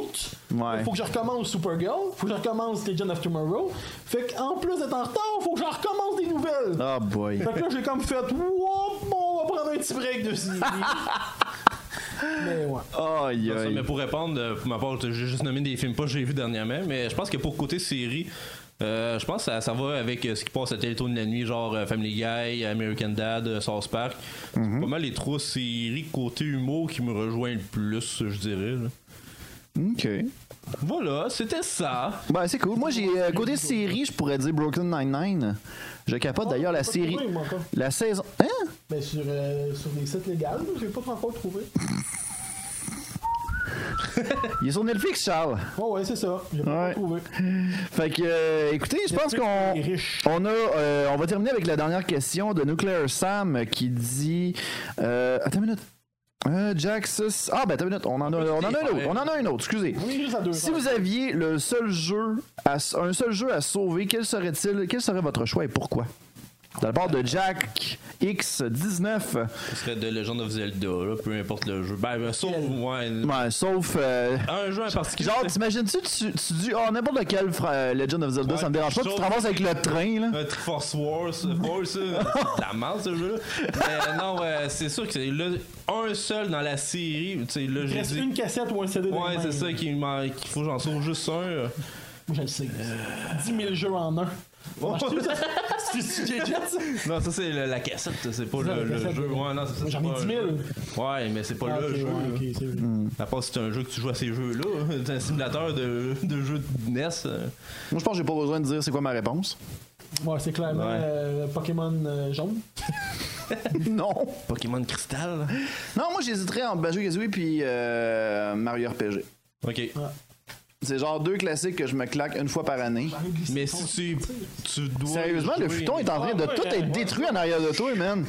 [SPEAKER 1] Ouais.
[SPEAKER 2] faut que je recommence Supergirl, faut que je recommence Legend of Tomorrow. Fait qu'en plus d'être en retard, faut que je recommence des nouvelles.
[SPEAKER 1] Oh boy.
[SPEAKER 2] Fait que là, j'ai comme fait, Wouah, bon, on va prendre un petit break de série. Mais ouais.
[SPEAKER 1] Aïe,
[SPEAKER 3] Ça, mais
[SPEAKER 1] aïe.
[SPEAKER 3] pour répondre, euh, pour ma part, j'ai juste nommé des films pas que j'ai vu dernièrement, mais je pense que pour côté série, euh, je pense que ça, ça va avec euh, ce qui passe à Télétoon de la nuit, genre euh, Family Guy, American Dad, euh, South Park. C'est pas mal les trois séries côté humour qui me rejoignent le plus, euh, je dirais. là.
[SPEAKER 1] Ok.
[SPEAKER 3] Voilà, c'était ça.
[SPEAKER 1] Ben, c'est cool. Moi, j'ai euh, côté série, je pourrais dire Brooklyn Nine-Nine. Je capote d'ailleurs la
[SPEAKER 2] pas
[SPEAKER 1] série.
[SPEAKER 2] trouvé, moi, encore.
[SPEAKER 1] La saison. Hein?
[SPEAKER 2] Ben, sur, euh, sur des sites légaux, j'ai pas encore trouvé.
[SPEAKER 1] Il est sur Netflix, Charles.
[SPEAKER 2] Ouais, ouais, c'est ça. J'ai pas
[SPEAKER 1] Ouais.
[SPEAKER 2] encore trouvé.
[SPEAKER 1] Fait que, euh, écoutez, je pense
[SPEAKER 2] Netflix
[SPEAKER 1] qu'on
[SPEAKER 2] est riche.
[SPEAKER 1] on a, euh, on va terminer avec la dernière question de Nuclear Sam euh, qui dit. euh, attends une minute. Euh, Jack, ça, c- ah ben attends une minute, on en a, on en a un autre, on en a un autre, excusez.
[SPEAKER 2] On est juste à deux.
[SPEAKER 1] Si vous aviez le seul jeu, à, un seul jeu à sauver, quel serait-il, quel serait votre choix et pourquoi? De la part de Jack X19,
[SPEAKER 3] Ce serait de Legend of Zelda, là, peu importe le jeu. Ben, ben, sauf ouais,
[SPEAKER 1] Ouais, sauf euh,
[SPEAKER 3] un jeu en particular.
[SPEAKER 1] Genre, t'imagines-tu, tu, tu dis, oh, n'importe lequel, frère, Legend of Zelda,
[SPEAKER 3] Ouais,
[SPEAKER 1] ça me dérange pas, tu
[SPEAKER 3] sauf-
[SPEAKER 1] te ramasses avec le train,
[SPEAKER 3] (laughs)
[SPEAKER 1] là.
[SPEAKER 3] Euh, Force Wars, euh, Force, euh, c'est de la merde ce jeu-là. Mais non, euh, c'est sûr que c'est le- un seul dans la série. Tu sais, là,
[SPEAKER 2] Il
[SPEAKER 3] j'ai
[SPEAKER 2] reste
[SPEAKER 3] dit-
[SPEAKER 2] une cassette ou un CD dans les
[SPEAKER 3] Ouais,
[SPEAKER 2] mains,
[SPEAKER 3] c'est ça
[SPEAKER 2] là.
[SPEAKER 3] qui m'en- qu'il faut que j'en sauve juste un. euh.
[SPEAKER 2] Moi, Je le sais. 10 000 jeux en
[SPEAKER 3] (laughs)
[SPEAKER 2] un. Marche-tu, (laughs) ça? C'est-tu des jets, ça?
[SPEAKER 3] Non, ça c'est le- la cassette, ça, c'est pas
[SPEAKER 2] C'est ça, la
[SPEAKER 3] le, le
[SPEAKER 2] cassette.
[SPEAKER 3] jeu. Ouais, non, c'est- c'est
[SPEAKER 2] J'en ai
[SPEAKER 3] pas un
[SPEAKER 2] 10 000.
[SPEAKER 3] jeu. Ouais, mais c'est pas
[SPEAKER 2] Ah,
[SPEAKER 3] le
[SPEAKER 2] ok,
[SPEAKER 3] jeu. Hmm.
[SPEAKER 2] ouais, ok, c'est vrai.
[SPEAKER 3] À part si c'est un jeu que tu joues à ces jeux-là, hein, c'est un simulateur de, de jeu de NES. euh.
[SPEAKER 1] Moi, je pense que j'ai pas besoin de dire c'est quoi ma
[SPEAKER 2] (laughs)
[SPEAKER 1] réponse.
[SPEAKER 2] Ouais, c'est clairement
[SPEAKER 3] Ouais.
[SPEAKER 2] euh, Pokémon euh, jaune.
[SPEAKER 1] non.
[SPEAKER 3] Pokémon Crystal.
[SPEAKER 1] Non, moi, j'hésiterais entre Banjo Kazooie puis euh, Mario RPG.
[SPEAKER 3] Ok.
[SPEAKER 2] Ah,
[SPEAKER 1] C'est genre deux classiques que je me claque une fois par année.
[SPEAKER 3] Mais si tu, tu dois.
[SPEAKER 1] Sérieusement, le
[SPEAKER 3] jouer-
[SPEAKER 1] futon est en train de
[SPEAKER 2] Ouais,
[SPEAKER 1] tout
[SPEAKER 2] ouais,
[SPEAKER 1] être
[SPEAKER 2] ouais.
[SPEAKER 1] détruit en arrière de toi, man.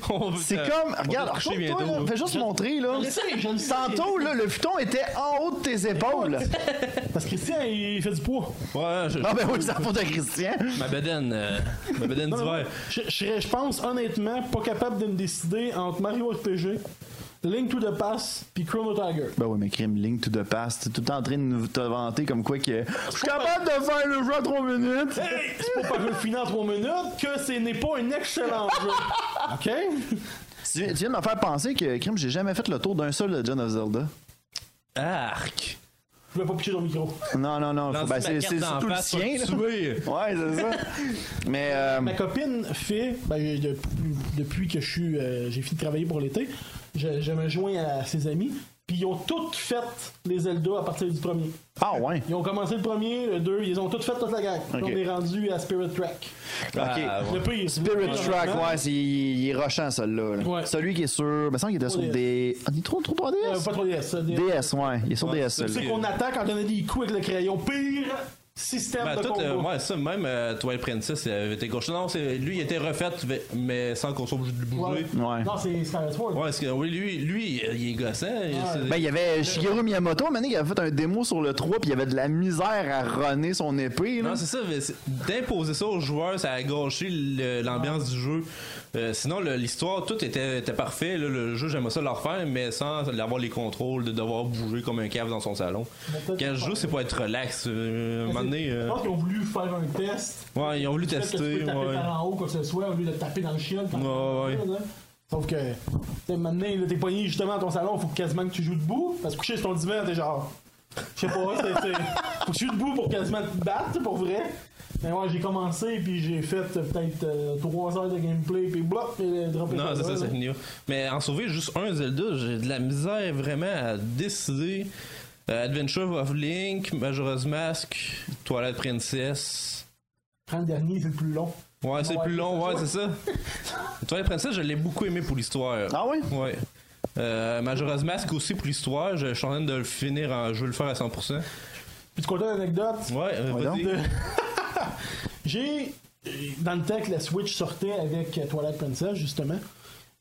[SPEAKER 3] (laughs) On-
[SPEAKER 1] C'est
[SPEAKER 3] euh,
[SPEAKER 1] comme,
[SPEAKER 3] on
[SPEAKER 1] regarde,
[SPEAKER 3] va se coucher
[SPEAKER 1] retourne-toi,
[SPEAKER 3] bientôt.
[SPEAKER 1] là, fais juste montrer, là.
[SPEAKER 2] Je le sais, je le sais.
[SPEAKER 1] Tantôt, là, le futon était en haut de tes épaules.
[SPEAKER 2] (laughs) Parce que Christian, il fait du poids.
[SPEAKER 3] Ouais, je-
[SPEAKER 1] Ah ben oui, c'est la faute à Christian.
[SPEAKER 3] ma bedaine. euh, ma bedaine d'hiver.
[SPEAKER 2] Je, je serais, je pense honnêtement pas capable de me décider entre Mario RPG, Link to the Past, puis Chrono Tiger.
[SPEAKER 1] Ben oui, mais crime Link to the Past, t'es tout le temps en train de nous te vanter comme quoi que. Je suis capable de faire le jeu en 3 minutes!
[SPEAKER 2] Hey, c'est pas parce que le final en 3 minutes que ce n'est pas un excellent jeu. OK?
[SPEAKER 1] Tu, tu viens de me faire penser que, crime, j'ai jamais fait le tour d'un seul de John of Zelda.
[SPEAKER 3] Arc.
[SPEAKER 2] Je voulais pas pitcher dans le micro.
[SPEAKER 1] Non, non, non, faut-
[SPEAKER 3] Lance
[SPEAKER 1] ben,
[SPEAKER 3] ma
[SPEAKER 1] c'est
[SPEAKER 3] carte
[SPEAKER 1] c'est
[SPEAKER 3] d'en
[SPEAKER 1] surtout le
[SPEAKER 3] face,
[SPEAKER 1] sien,
[SPEAKER 3] faut
[SPEAKER 1] là.
[SPEAKER 3] le tuer.
[SPEAKER 1] (laughs) Ouais, c'est ça. Mais, euh,
[SPEAKER 2] Ma copine fait, ben, j'ai- depuis, depuis que je suis, euh, j'ai fini de travailler pour l'été, je, je me joins à ses amis, puis ils ont toutes fait les Zelda à partir du premier.
[SPEAKER 1] ah ouais.
[SPEAKER 2] Ils ont commencé le premier, le deux, ils ont toutes fait toute la gang. Puis
[SPEAKER 1] Ok.
[SPEAKER 2] On est rendu à Spirit Track.
[SPEAKER 3] Ah,
[SPEAKER 1] ok.
[SPEAKER 3] ouais.
[SPEAKER 2] Le pire.
[SPEAKER 1] Spirit Track, ouais, c'est- il est rushant, celui-là. là.
[SPEAKER 2] Ouais.
[SPEAKER 1] Celui qui est sur. Ben, ça, il était sur
[SPEAKER 2] 3DS.
[SPEAKER 1] des. Ah, il est trop, trop
[SPEAKER 2] Euh,
[SPEAKER 1] 3DS?
[SPEAKER 2] pas 3DS. ça, des-
[SPEAKER 1] DS, ouais. Il est sur
[SPEAKER 3] Ouais,
[SPEAKER 1] DS,
[SPEAKER 3] c'est-
[SPEAKER 1] celui-là.
[SPEAKER 2] C'est qu'on attaque quand on a des coups avec le crayon. Pire système
[SPEAKER 3] Ben,
[SPEAKER 2] de
[SPEAKER 3] tout, euh,
[SPEAKER 2] combat.
[SPEAKER 3] ouais, ça, même euh, Twilight Princess il avait été gauche. Non, c'est- lui, il était refait, mais sans qu'on soit obligé de le bouger.
[SPEAKER 2] Ouais.
[SPEAKER 1] Ouais.
[SPEAKER 2] Non, c'est Skyward Sword.
[SPEAKER 3] Ouais, euh. parce que oui, lui, lui, euh, il est gossant. il- c'est-
[SPEAKER 1] Ben, il y avait Shigeru Miyamoto, un moment donné, qui avait fait un démo sur le 3, puis il y avait de la misère à runner son épée. Là.
[SPEAKER 3] Non, c'est ça, mais c'est- d'imposer ça aux joueurs, ça a gâché le- l'ambiance du jeu. Euh, sinon, le- l'histoire, tout était, était parfait. là, le jeu, j'aimerais ça le refaire, mais sans avoir les contrôles, de devoir bouger comme un cave dans son salon.
[SPEAKER 2] peut-être
[SPEAKER 3] Quand je
[SPEAKER 2] pas.
[SPEAKER 3] joue, c'est pour être relax. euh, un moment donné, euh,
[SPEAKER 2] Je pense qu'ils ont voulu faire un test.
[SPEAKER 3] ouais, ils ont voulu
[SPEAKER 2] Peut-être Ah, que tu
[SPEAKER 3] tester.
[SPEAKER 2] peux taper
[SPEAKER 3] ouais.
[SPEAKER 2] par en haut, quoi que ce soit, au lieu de taper dans le chien. par-
[SPEAKER 3] Ouais, ouais.
[SPEAKER 2] là. Sauf que, tu sais, maintenant, là, t'es poigné justement à ton salon, faut quasiment que tu joues debout. Parce que coucher sur ton divan, t'es genre. Je sais pas, c'est. c'est- Faut que tu joues debout pour quasiment te battre, c'est pour vrai. Mais ouais, j'ai commencé, puis j'ai fait euh, peut-être 3 heures de gameplay, puis bloc, puis le drop est
[SPEAKER 3] Non, c'est
[SPEAKER 2] là,
[SPEAKER 3] ça,
[SPEAKER 2] là.
[SPEAKER 3] c'est fini. Mais en sauver juste un Zelda, j'ai de la misère vraiment à décider. Euh, Adventure of Link, Majora's Mask, Twilight Princess.
[SPEAKER 2] Prends le dernier, c'est le plus long.
[SPEAKER 3] Ouais, c'est
[SPEAKER 2] Ouais,
[SPEAKER 3] plus long, ouais,
[SPEAKER 2] c'est
[SPEAKER 3] c'est ça.
[SPEAKER 1] (laughs)
[SPEAKER 3] Twilight Princess, je l'ai beaucoup aimé pour l'histoire.
[SPEAKER 1] Ah ouais?
[SPEAKER 3] Ouais. Euh, Majora's Mask aussi pour l'histoire, je, je suis en train de le finir, en, je veux le faire à 100%.
[SPEAKER 2] Puis tu comptes une anecdote.
[SPEAKER 3] Ouais, euh,
[SPEAKER 1] Ouais,
[SPEAKER 3] vas-y.
[SPEAKER 1] donc.
[SPEAKER 2] J'ai, euh, dans le temps que la Switch sortait avec euh, Twilight Princess, justement,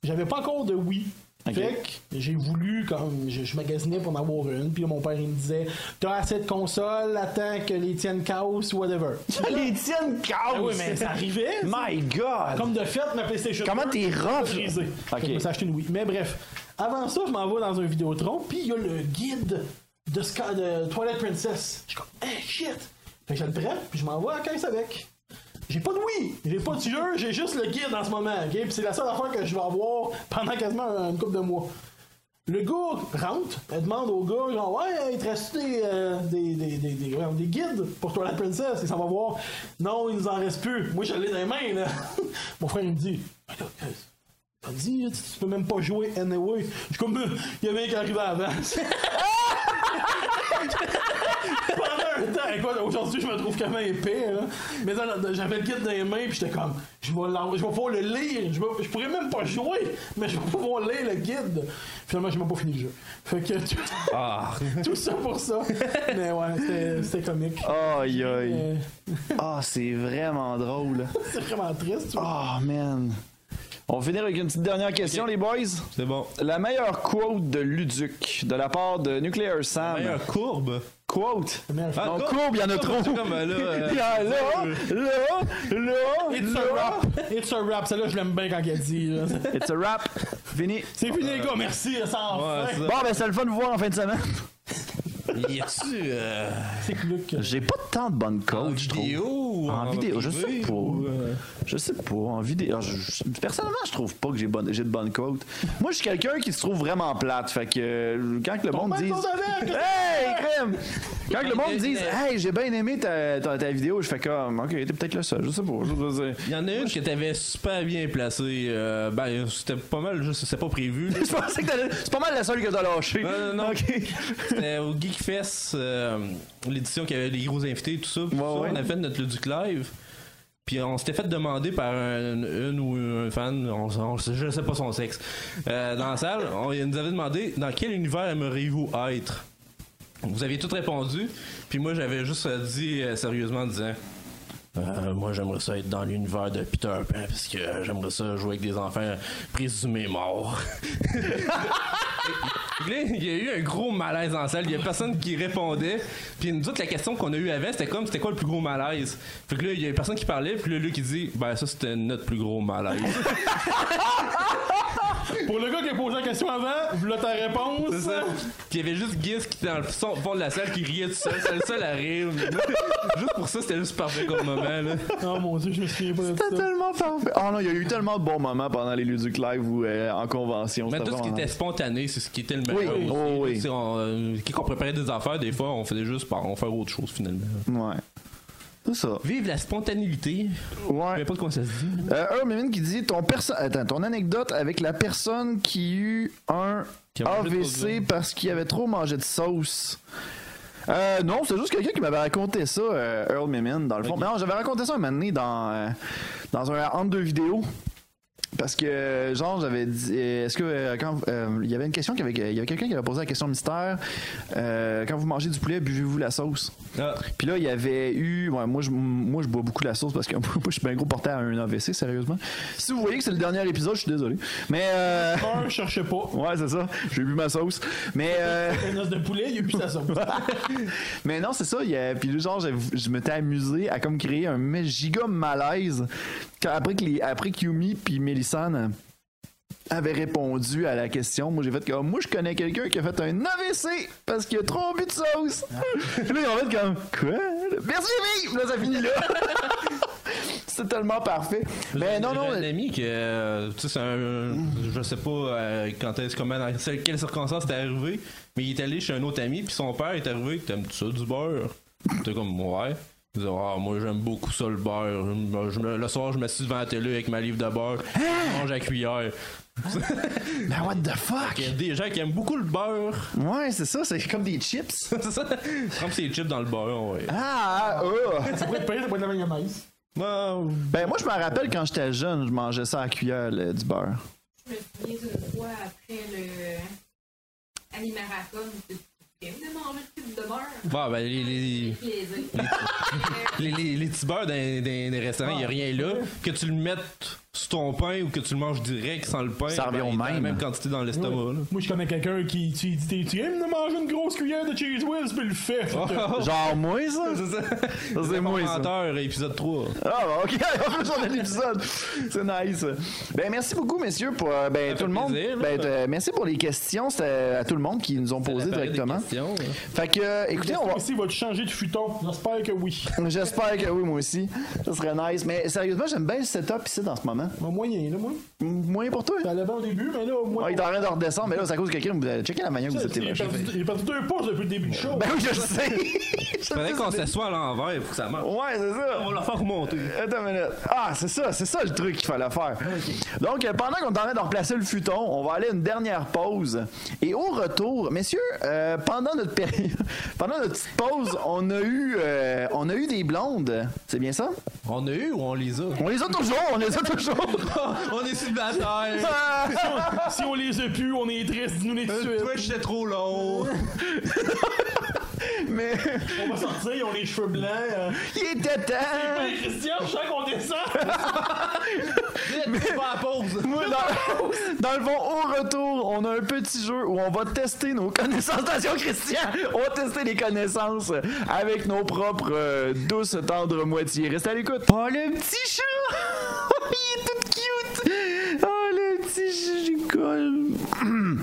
[SPEAKER 2] j'avais pas encore de Wii.
[SPEAKER 1] Ok.
[SPEAKER 2] Fait que j'ai voulu, comme je, je magasinais pour en avoir une, puis là, mon père il me disait T'as assez de consoles, attends que les tiennes cassent, whatever.
[SPEAKER 1] Les tiennes cassent!
[SPEAKER 2] Ah oui, mais ça arrivait!
[SPEAKER 1] My God!
[SPEAKER 2] Comme de fait, ma PlayStation.
[SPEAKER 1] Comment
[SPEAKER 2] 2,
[SPEAKER 1] t'es rough?
[SPEAKER 2] brisée. Fait que Je me suis acheté une Wii. Mais bref, avant ça, je m'en vais dans un Vidéotron, puis il y a le guide de, Sky, de Twilight Princess. Je suis comme, hey, shit! Fait que je le prends, puis je m'en vais à la caisse avec. J'ai pas de Wii, j'ai pas de jeu, j'ai juste le guide en ce moment, ok? Puis c'est la seule affaire que je vais avoir pendant quasiment une couple de mois. Le gars rentre, elle demande au gars, genre, ouais, il te reste des, euh, des, des, des, des- voyons, des guides pour toi la princesse, et ça va voir. Non, il nous en reste plus. Moi, je l'ai dans les mains, là. (laughs) Mon frère, il me dit, Mais là, euh, t'as dit, là, tu tu peux même pas jouer anyway. Je suis (laughs)
[SPEAKER 3] (laughs)
[SPEAKER 2] comme, Euh, il y avait un qui arrivait avant. Pendant Attends, écoute, aujourd'hui, je me trouve quand même épais, là. Mais ça, j'avais le kit dans les mains, puis j'étais comme, je vais, l'en- je vais pouvoir le lire. Je, vais- je pourrais même pas jouer, mais je vais pouvoir lire le guide. Finalement, j'ai même pas fini le jeu. Fait que tout,
[SPEAKER 3] Ah.
[SPEAKER 2] (laughs) tout ça pour ça. Mais ouais, c'était- c'était comique.
[SPEAKER 3] Ah.
[SPEAKER 1] Aïe, aïe.
[SPEAKER 2] Euh,
[SPEAKER 1] Ah, c'est vraiment drôle.
[SPEAKER 2] c'est vraiment triste, tu vois.
[SPEAKER 1] Oh, man. On va finir avec une petite dernière question, les boys.
[SPEAKER 3] C'est bon.
[SPEAKER 1] La meilleure quote de Luduc, de la part de Nuclear Sam.
[SPEAKER 3] Meilleure courbe.
[SPEAKER 1] Quote.
[SPEAKER 2] Mais-
[SPEAKER 3] Ah,
[SPEAKER 1] Non,
[SPEAKER 3] courbe,
[SPEAKER 1] courbe, il y en a trop.
[SPEAKER 3] courbe, c'est comme, euh, là, euh,
[SPEAKER 1] (laughs) Il y a là, là, là,
[SPEAKER 2] It's a
[SPEAKER 1] là.
[SPEAKER 2] rap. It's a rap. Celle-là, je l'aime bien quand elle dit. là.
[SPEAKER 1] It's a rap. Fini.
[SPEAKER 2] C'est fini, les gars. Merci. Ça en
[SPEAKER 3] Ouais,
[SPEAKER 2] fait.
[SPEAKER 3] ça.
[SPEAKER 1] Bon, ben, c'est le fun de vous voir en fin de semaine.
[SPEAKER 3] Y a-tu euh,
[SPEAKER 2] C'est que Luc. euh,
[SPEAKER 1] J'ai pas tant de bonnes
[SPEAKER 3] en
[SPEAKER 1] quotes, je trouve.
[SPEAKER 3] vidéo ou
[SPEAKER 1] En vidéo, je sais
[SPEAKER 3] privé
[SPEAKER 1] pas.
[SPEAKER 3] ou, euh,
[SPEAKER 1] Je sais pas, en vidéo. ah, je- je- personnellement, je trouve pas que j'ai bonne- j'ai de bonnes quotes. Moi, je suis quelqu'un qui se trouve vraiment plate. Fait que euh, quand que le monde
[SPEAKER 2] mal
[SPEAKER 1] dit.
[SPEAKER 2] dans un mec!
[SPEAKER 1] Hey, crème! Quand
[SPEAKER 3] (laughs)
[SPEAKER 1] que le monde
[SPEAKER 3] Mais-
[SPEAKER 1] dit
[SPEAKER 3] mais-
[SPEAKER 1] Hey, j'ai bien aimé ta, ta- ta vidéo, je fais comme Ok, t'es peut-être le seul. Je sais pas. je veux dire. (laughs)
[SPEAKER 3] Il y en a une que t'avais super bien placée. euh, ben, c'était pas mal, juste, c'était pas
[SPEAKER 1] (laughs)
[SPEAKER 3] prévu.
[SPEAKER 1] Je pensais que t'allais- C'est pas mal la seule que t'as lâché.
[SPEAKER 3] Non, non, non.
[SPEAKER 1] (laughs) Ok.
[SPEAKER 3] C'était au Geekfest, euh, l'édition qui avait les gros invités, tout ça. puis
[SPEAKER 1] Ouais,
[SPEAKER 3] ça,
[SPEAKER 1] ouais.
[SPEAKER 3] On a fait notre Luduc Live. Puis on s'était fait demander par un- une ou un fan, on, on- je sais pas son sexe, euh, dans la salle, on, il nous avait demandé dans quel univers aimeriez-vous être Vous aviez tout répondu, puis moi j'avais juste euh, dit euh, sérieusement en disant Euh, Moi j'aimerais ça être dans l'univers de Peter Pan, parce que j'aimerais ça jouer avec des enfants présumés morts. Fait que là, il y a eu un gros malaise en salle. Il y a personne qui répondait. Puis nous autres, la question qu'on a eu avant, c'était comme, c'était quoi le plus gros malaise? Fait que là, il y a personne qui parlait. Puis là, Luc, il dit, ben ça, c'était notre plus gros malaise.
[SPEAKER 2] Pour le gars qui a posé la question avant, voilà ta réponse.
[SPEAKER 3] C'est ça. Puis il y avait juste Giz qui était dans le fond fond de la salle qui riait tout seul. C'était le seul à rire. (laughs) Mais moi, juste pour ça, c'était juste parfait comme moment, là.
[SPEAKER 2] Oh mon dieu, je me souviens pas de
[SPEAKER 1] T'as
[SPEAKER 2] ça.
[SPEAKER 1] tellement parfait. Oh non, il y a eu tellement de bons moments pendant les Luduc Live ou euh, en convention.
[SPEAKER 3] Mais
[SPEAKER 1] c'était
[SPEAKER 3] tout ce qui
[SPEAKER 1] vraiment
[SPEAKER 3] était spontané, c'est ce qui était le
[SPEAKER 1] hein. Oui,
[SPEAKER 3] meilleur. aussi.
[SPEAKER 1] oh oui.
[SPEAKER 3] Tu sais, on, euh, quand on préparait des affaires, des fois, on faisait juste, bah, on faire autre chose finalement.
[SPEAKER 1] Ouais. C'est ça.
[SPEAKER 3] Vive la spontanéité. Je
[SPEAKER 1] Ouais.
[SPEAKER 3] sais pas de quoi ça se dit.
[SPEAKER 1] Euh, Hermine qui dit ton, perso- Attends, ton anecdote avec la personne qui eut un
[SPEAKER 3] Qui a mangé trop de
[SPEAKER 1] AVC
[SPEAKER 3] viande.
[SPEAKER 1] parce qu'il avait trop mangé de sauce. Euh, non, c'est juste quelqu'un qui m'avait raconté ça, euh, Earl Mimin, dans le fond.
[SPEAKER 3] Ok.
[SPEAKER 1] Mais non, j'avais raconté ça un moment donné dans, euh, dans un entre deux vidéos. Parce que, euh, genre, j'avais dit. euh, Est-ce que. euh, quand euh, Il y avait une question. qui avait- Il y avait quelqu'un qui avait posé la question mystère. euh, quand vous mangez du poulet, buvez-vous la sauce
[SPEAKER 3] Ah.
[SPEAKER 1] puis là, il y avait eu. ouais, moi, je, moi, je bois beaucoup la sauce parce que (laughs) moi, je suis bien gros porté à un AVC, sérieusement. Si vous voyez que c'est le dernier épisode, je suis désolé. Mais. euh,
[SPEAKER 2] Un, je cherchais pas.
[SPEAKER 1] ouais, c'est ça. J'ai bu ma sauce. Mais. euh,
[SPEAKER 2] Un os de poulet, il y a plus sa
[SPEAKER 3] (laughs)
[SPEAKER 2] sauce.
[SPEAKER 1] mais non, c'est ça. il y a- Puis genre, j'ai- je m'étais amusé à comme créer un ma- giga malaise quand- après que, les, après que Yumi puis Mélisande avaient répondu à la question. Moi, j'ai fait comme, moi, je connais quelqu'un qui a fait un AVC parce qu'il a trop bu de sauce. Puis là, ils ont fait comme, quoi? Merci, Yumi! Puis Là, ça finit là. c'est tellement parfait. Mais Eh, non, non.
[SPEAKER 3] J'ai un ami que, euh, tu sais, c'est un- je sais pas euh, quand est-ce, comment, dans quelle- quelles circonstances c'était arrivé, mais il est allé chez un autre ami, puis son père est arrivé, t'aimes-tu ça du beurre? T'es comme, ouais. Il dit, ah, moi j'aime beaucoup ça le beurre. Je me- je me- le soir, je m'assieds devant la télé avec ma livre de beurre,
[SPEAKER 1] Ah!
[SPEAKER 3] je mange à cuillère.
[SPEAKER 1] Mais what the fuck?
[SPEAKER 3] Il y a des gens qui aiment beaucoup le beurre.
[SPEAKER 1] Ouais,
[SPEAKER 3] (laughs)
[SPEAKER 1] c'est ça. C'est comme des chips.
[SPEAKER 3] C'est ça. Trempe ses chips dans le beurre, ouais.
[SPEAKER 1] Ah, ah, ah.
[SPEAKER 2] Ça pourrait être pire, ça pourrait être de la mayonnaise.
[SPEAKER 3] Wow.
[SPEAKER 1] Ben, moi, je me rappelle quand j'étais jeune, je mangeais ça à la cuillère, le- du beurre.
[SPEAKER 4] Je me souviens d'une fois après le Animarathon, de de manger le cube de beurre.
[SPEAKER 3] Bon, ben, les- les,
[SPEAKER 4] Plaisir.
[SPEAKER 3] Les, les, les petits beurres dans, dans- dans les restaurants, il n'y a rien là. Que tu le mettes sur ton pain ou que tu le manges direct sans le pain, ben,
[SPEAKER 1] Ça revient au
[SPEAKER 3] il est dans la
[SPEAKER 1] même.
[SPEAKER 3] même quantité dans
[SPEAKER 2] Ouais.
[SPEAKER 3] l'estomac. là. (laughs)
[SPEAKER 2] Moi, je connais quelqu'un qui tu lui dis T'es- tu aimes de manger une grosse cuillère de cheese whiz, puis il le fait.
[SPEAKER 3] Ah.
[SPEAKER 2] Fait que-
[SPEAKER 1] Genre moi, ça?
[SPEAKER 3] C'est ça.
[SPEAKER 1] Ça, c'est moi, ça.
[SPEAKER 3] Menteur, épisode 3.
[SPEAKER 1] Ah, bah, ok, (laughs) on fait sur l'épisode. C'est nice. Ben, merci beaucoup, messieurs, pour euh, ben,
[SPEAKER 3] Ça
[SPEAKER 1] tout
[SPEAKER 3] fait
[SPEAKER 1] le monde.
[SPEAKER 3] plaisir, là.
[SPEAKER 1] ben, euh, merci pour les questions. C'était à tout le monde qui nous ont posé directement.
[SPEAKER 3] Ah,
[SPEAKER 1] Fait que, euh, écoutez, on va.
[SPEAKER 2] Ici, va-tu changer de futon J'espère que oui.
[SPEAKER 1] J'espère que oui, moi aussi. Ça serait nice. Mais sérieusement, j'aime bien le setup ici dans ce moment.
[SPEAKER 2] Mon moyen, là, moi.
[SPEAKER 1] Moyen pour toi.
[SPEAKER 2] Ça allait bien au début, mais là, au moins.
[SPEAKER 1] Ah, il est en train de redescendre, mais là, c'est à cause que quelqu'un vous a checké la manière que vous êtes
[SPEAKER 2] il, a
[SPEAKER 1] éloigné.
[SPEAKER 2] perdu, il a perdu deux pouces depuis le début du show.
[SPEAKER 1] Ben oui, je le sais. (laughs) Je
[SPEAKER 3] Fallait
[SPEAKER 1] sais,
[SPEAKER 3] qu'on
[SPEAKER 1] c'est-
[SPEAKER 3] s'assoie à l'envers pour que ça marche.
[SPEAKER 1] Ouais, c'est ça.
[SPEAKER 3] On va leur faire remonter.
[SPEAKER 1] Attends une minute. Ah, c'est ça, c'est ça le truc qu'il fallait faire. Donc, euh, pendant qu'on est en train de replacer le futon, on va aller à une dernière pause. Et au retour, messieurs, euh, pendant notre péri- (laughs) pendant notre petite pause, on a eu, euh, on a eu des blondes. C'est bien ça?
[SPEAKER 3] On a eu ou on les a? (laughs)
[SPEAKER 1] On les a toujours, on les a toujours. (laughs)
[SPEAKER 3] Ah, on est sur la terre!
[SPEAKER 1] Ah!
[SPEAKER 2] si on les a plus, on est triste, dis-nous les
[SPEAKER 1] Ben,
[SPEAKER 2] tout de
[SPEAKER 3] Le
[SPEAKER 2] suite.
[SPEAKER 3] Twitch c'est trop (laughs) long!
[SPEAKER 1] Mais
[SPEAKER 2] On va sortir, ils ont les cheveux blancs. euh.
[SPEAKER 1] il était temps.
[SPEAKER 2] Hey, Christian, je sens qu'on descend.
[SPEAKER 3] Mais... Pas la pause!
[SPEAKER 1] Moi, (laughs) dans, dans le fond, au retour, on a un petit jeu où on va tester nos connaissances. Attention, Christian! On va tester les connaissances avec nos propres euh, douces, tendres moitiés. Reste à l'écoute. Oh, le petit chat! (laughs) Il est tout cute! Oh, le petit chat, j'ai colle. (clears throat)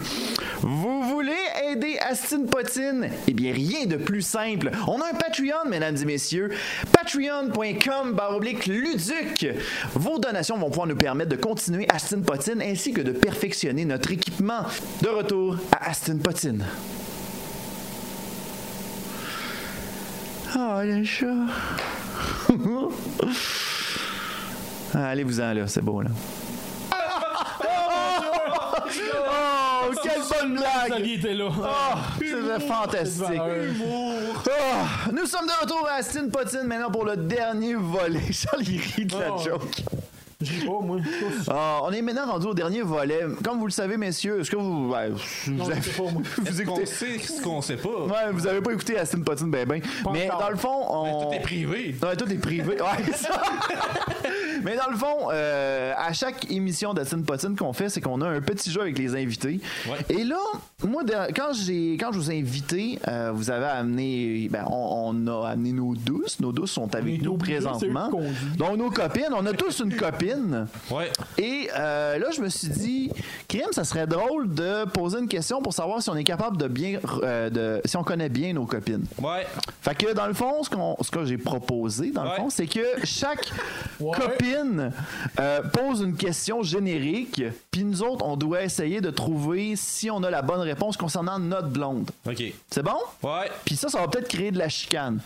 [SPEAKER 1] Vous voulez aider Astine Potine? Eh bien, rien de plus simple. On a un Patreon, mesdames et messieurs. Patreon.com baroblique Luduc. Vos donations vont pouvoir nous permettre de continuer Astine Potine ainsi que de perfectionner notre équipement. De retour à Astine Potine. Ah, le chat. (laughs) Ah, Allez-vous-en, là. C'est beau, là. Oh, quelle bonne blague!
[SPEAKER 2] Xavier était là.
[SPEAKER 1] Ah, c'est fantastique. Ah, nous sommes de retour à Astine Potine maintenant pour le dernier volet. (laughs) Charles, il rit de la
[SPEAKER 2] Oh.
[SPEAKER 1] joke.
[SPEAKER 2] J'ai pas, moi.
[SPEAKER 1] Ah, on est maintenant rendu au dernier volet. Comme vous le savez, messieurs, est-ce que vous. ouais, vous,
[SPEAKER 2] je sais pas, moi.
[SPEAKER 1] (laughs) vous
[SPEAKER 3] Ah, On
[SPEAKER 1] écoutez.
[SPEAKER 3] sait ce qu'on sait pas.
[SPEAKER 1] Ouais, vous avez pas écouté Astine Potine, ben ben. Mais
[SPEAKER 2] encore.
[SPEAKER 1] dans le fond, on.
[SPEAKER 3] Tout est privé.
[SPEAKER 1] Ouais, tout est privé. Ouais,
[SPEAKER 2] (laughs)
[SPEAKER 1] ça. Mais dans le fond, euh, à chaque émission d'Astine Potine qu'on fait, c'est qu'on a un petit jeu avec les invités.
[SPEAKER 3] Ouais.
[SPEAKER 1] Et là, moi, de- quand, j'ai, quand je vous ai invité, euh, vous avez amené. Ben, on, on a amené nos douces. Nos douces sont avec
[SPEAKER 2] Les
[SPEAKER 1] nous
[SPEAKER 2] douces, c'est eux
[SPEAKER 1] présentement.
[SPEAKER 2] qu'on dit.
[SPEAKER 1] Donc, nos copines. On a tous une copine.
[SPEAKER 3] Ouais.
[SPEAKER 1] Et euh, là, je me suis dit, Crime, ça serait drôle de poser une question pour savoir si on est capable de bien. euh, de, si on connaît bien nos copines.
[SPEAKER 3] Ouais.
[SPEAKER 1] Fait que dans le fond, ce, qu'on- ce que j'ai proposé, dans le
[SPEAKER 3] Ouais.
[SPEAKER 1] fond, c'est que chaque
[SPEAKER 2] Ouais.
[SPEAKER 1] copine euh, pose une question générique, puis nous autres, on doit essayer de trouver si on a la bonne réponse concernant notre blonde.
[SPEAKER 3] OK.
[SPEAKER 1] C'est bon?
[SPEAKER 3] Ouais.
[SPEAKER 1] Puis ça, ça va peut-être créer de la chicane.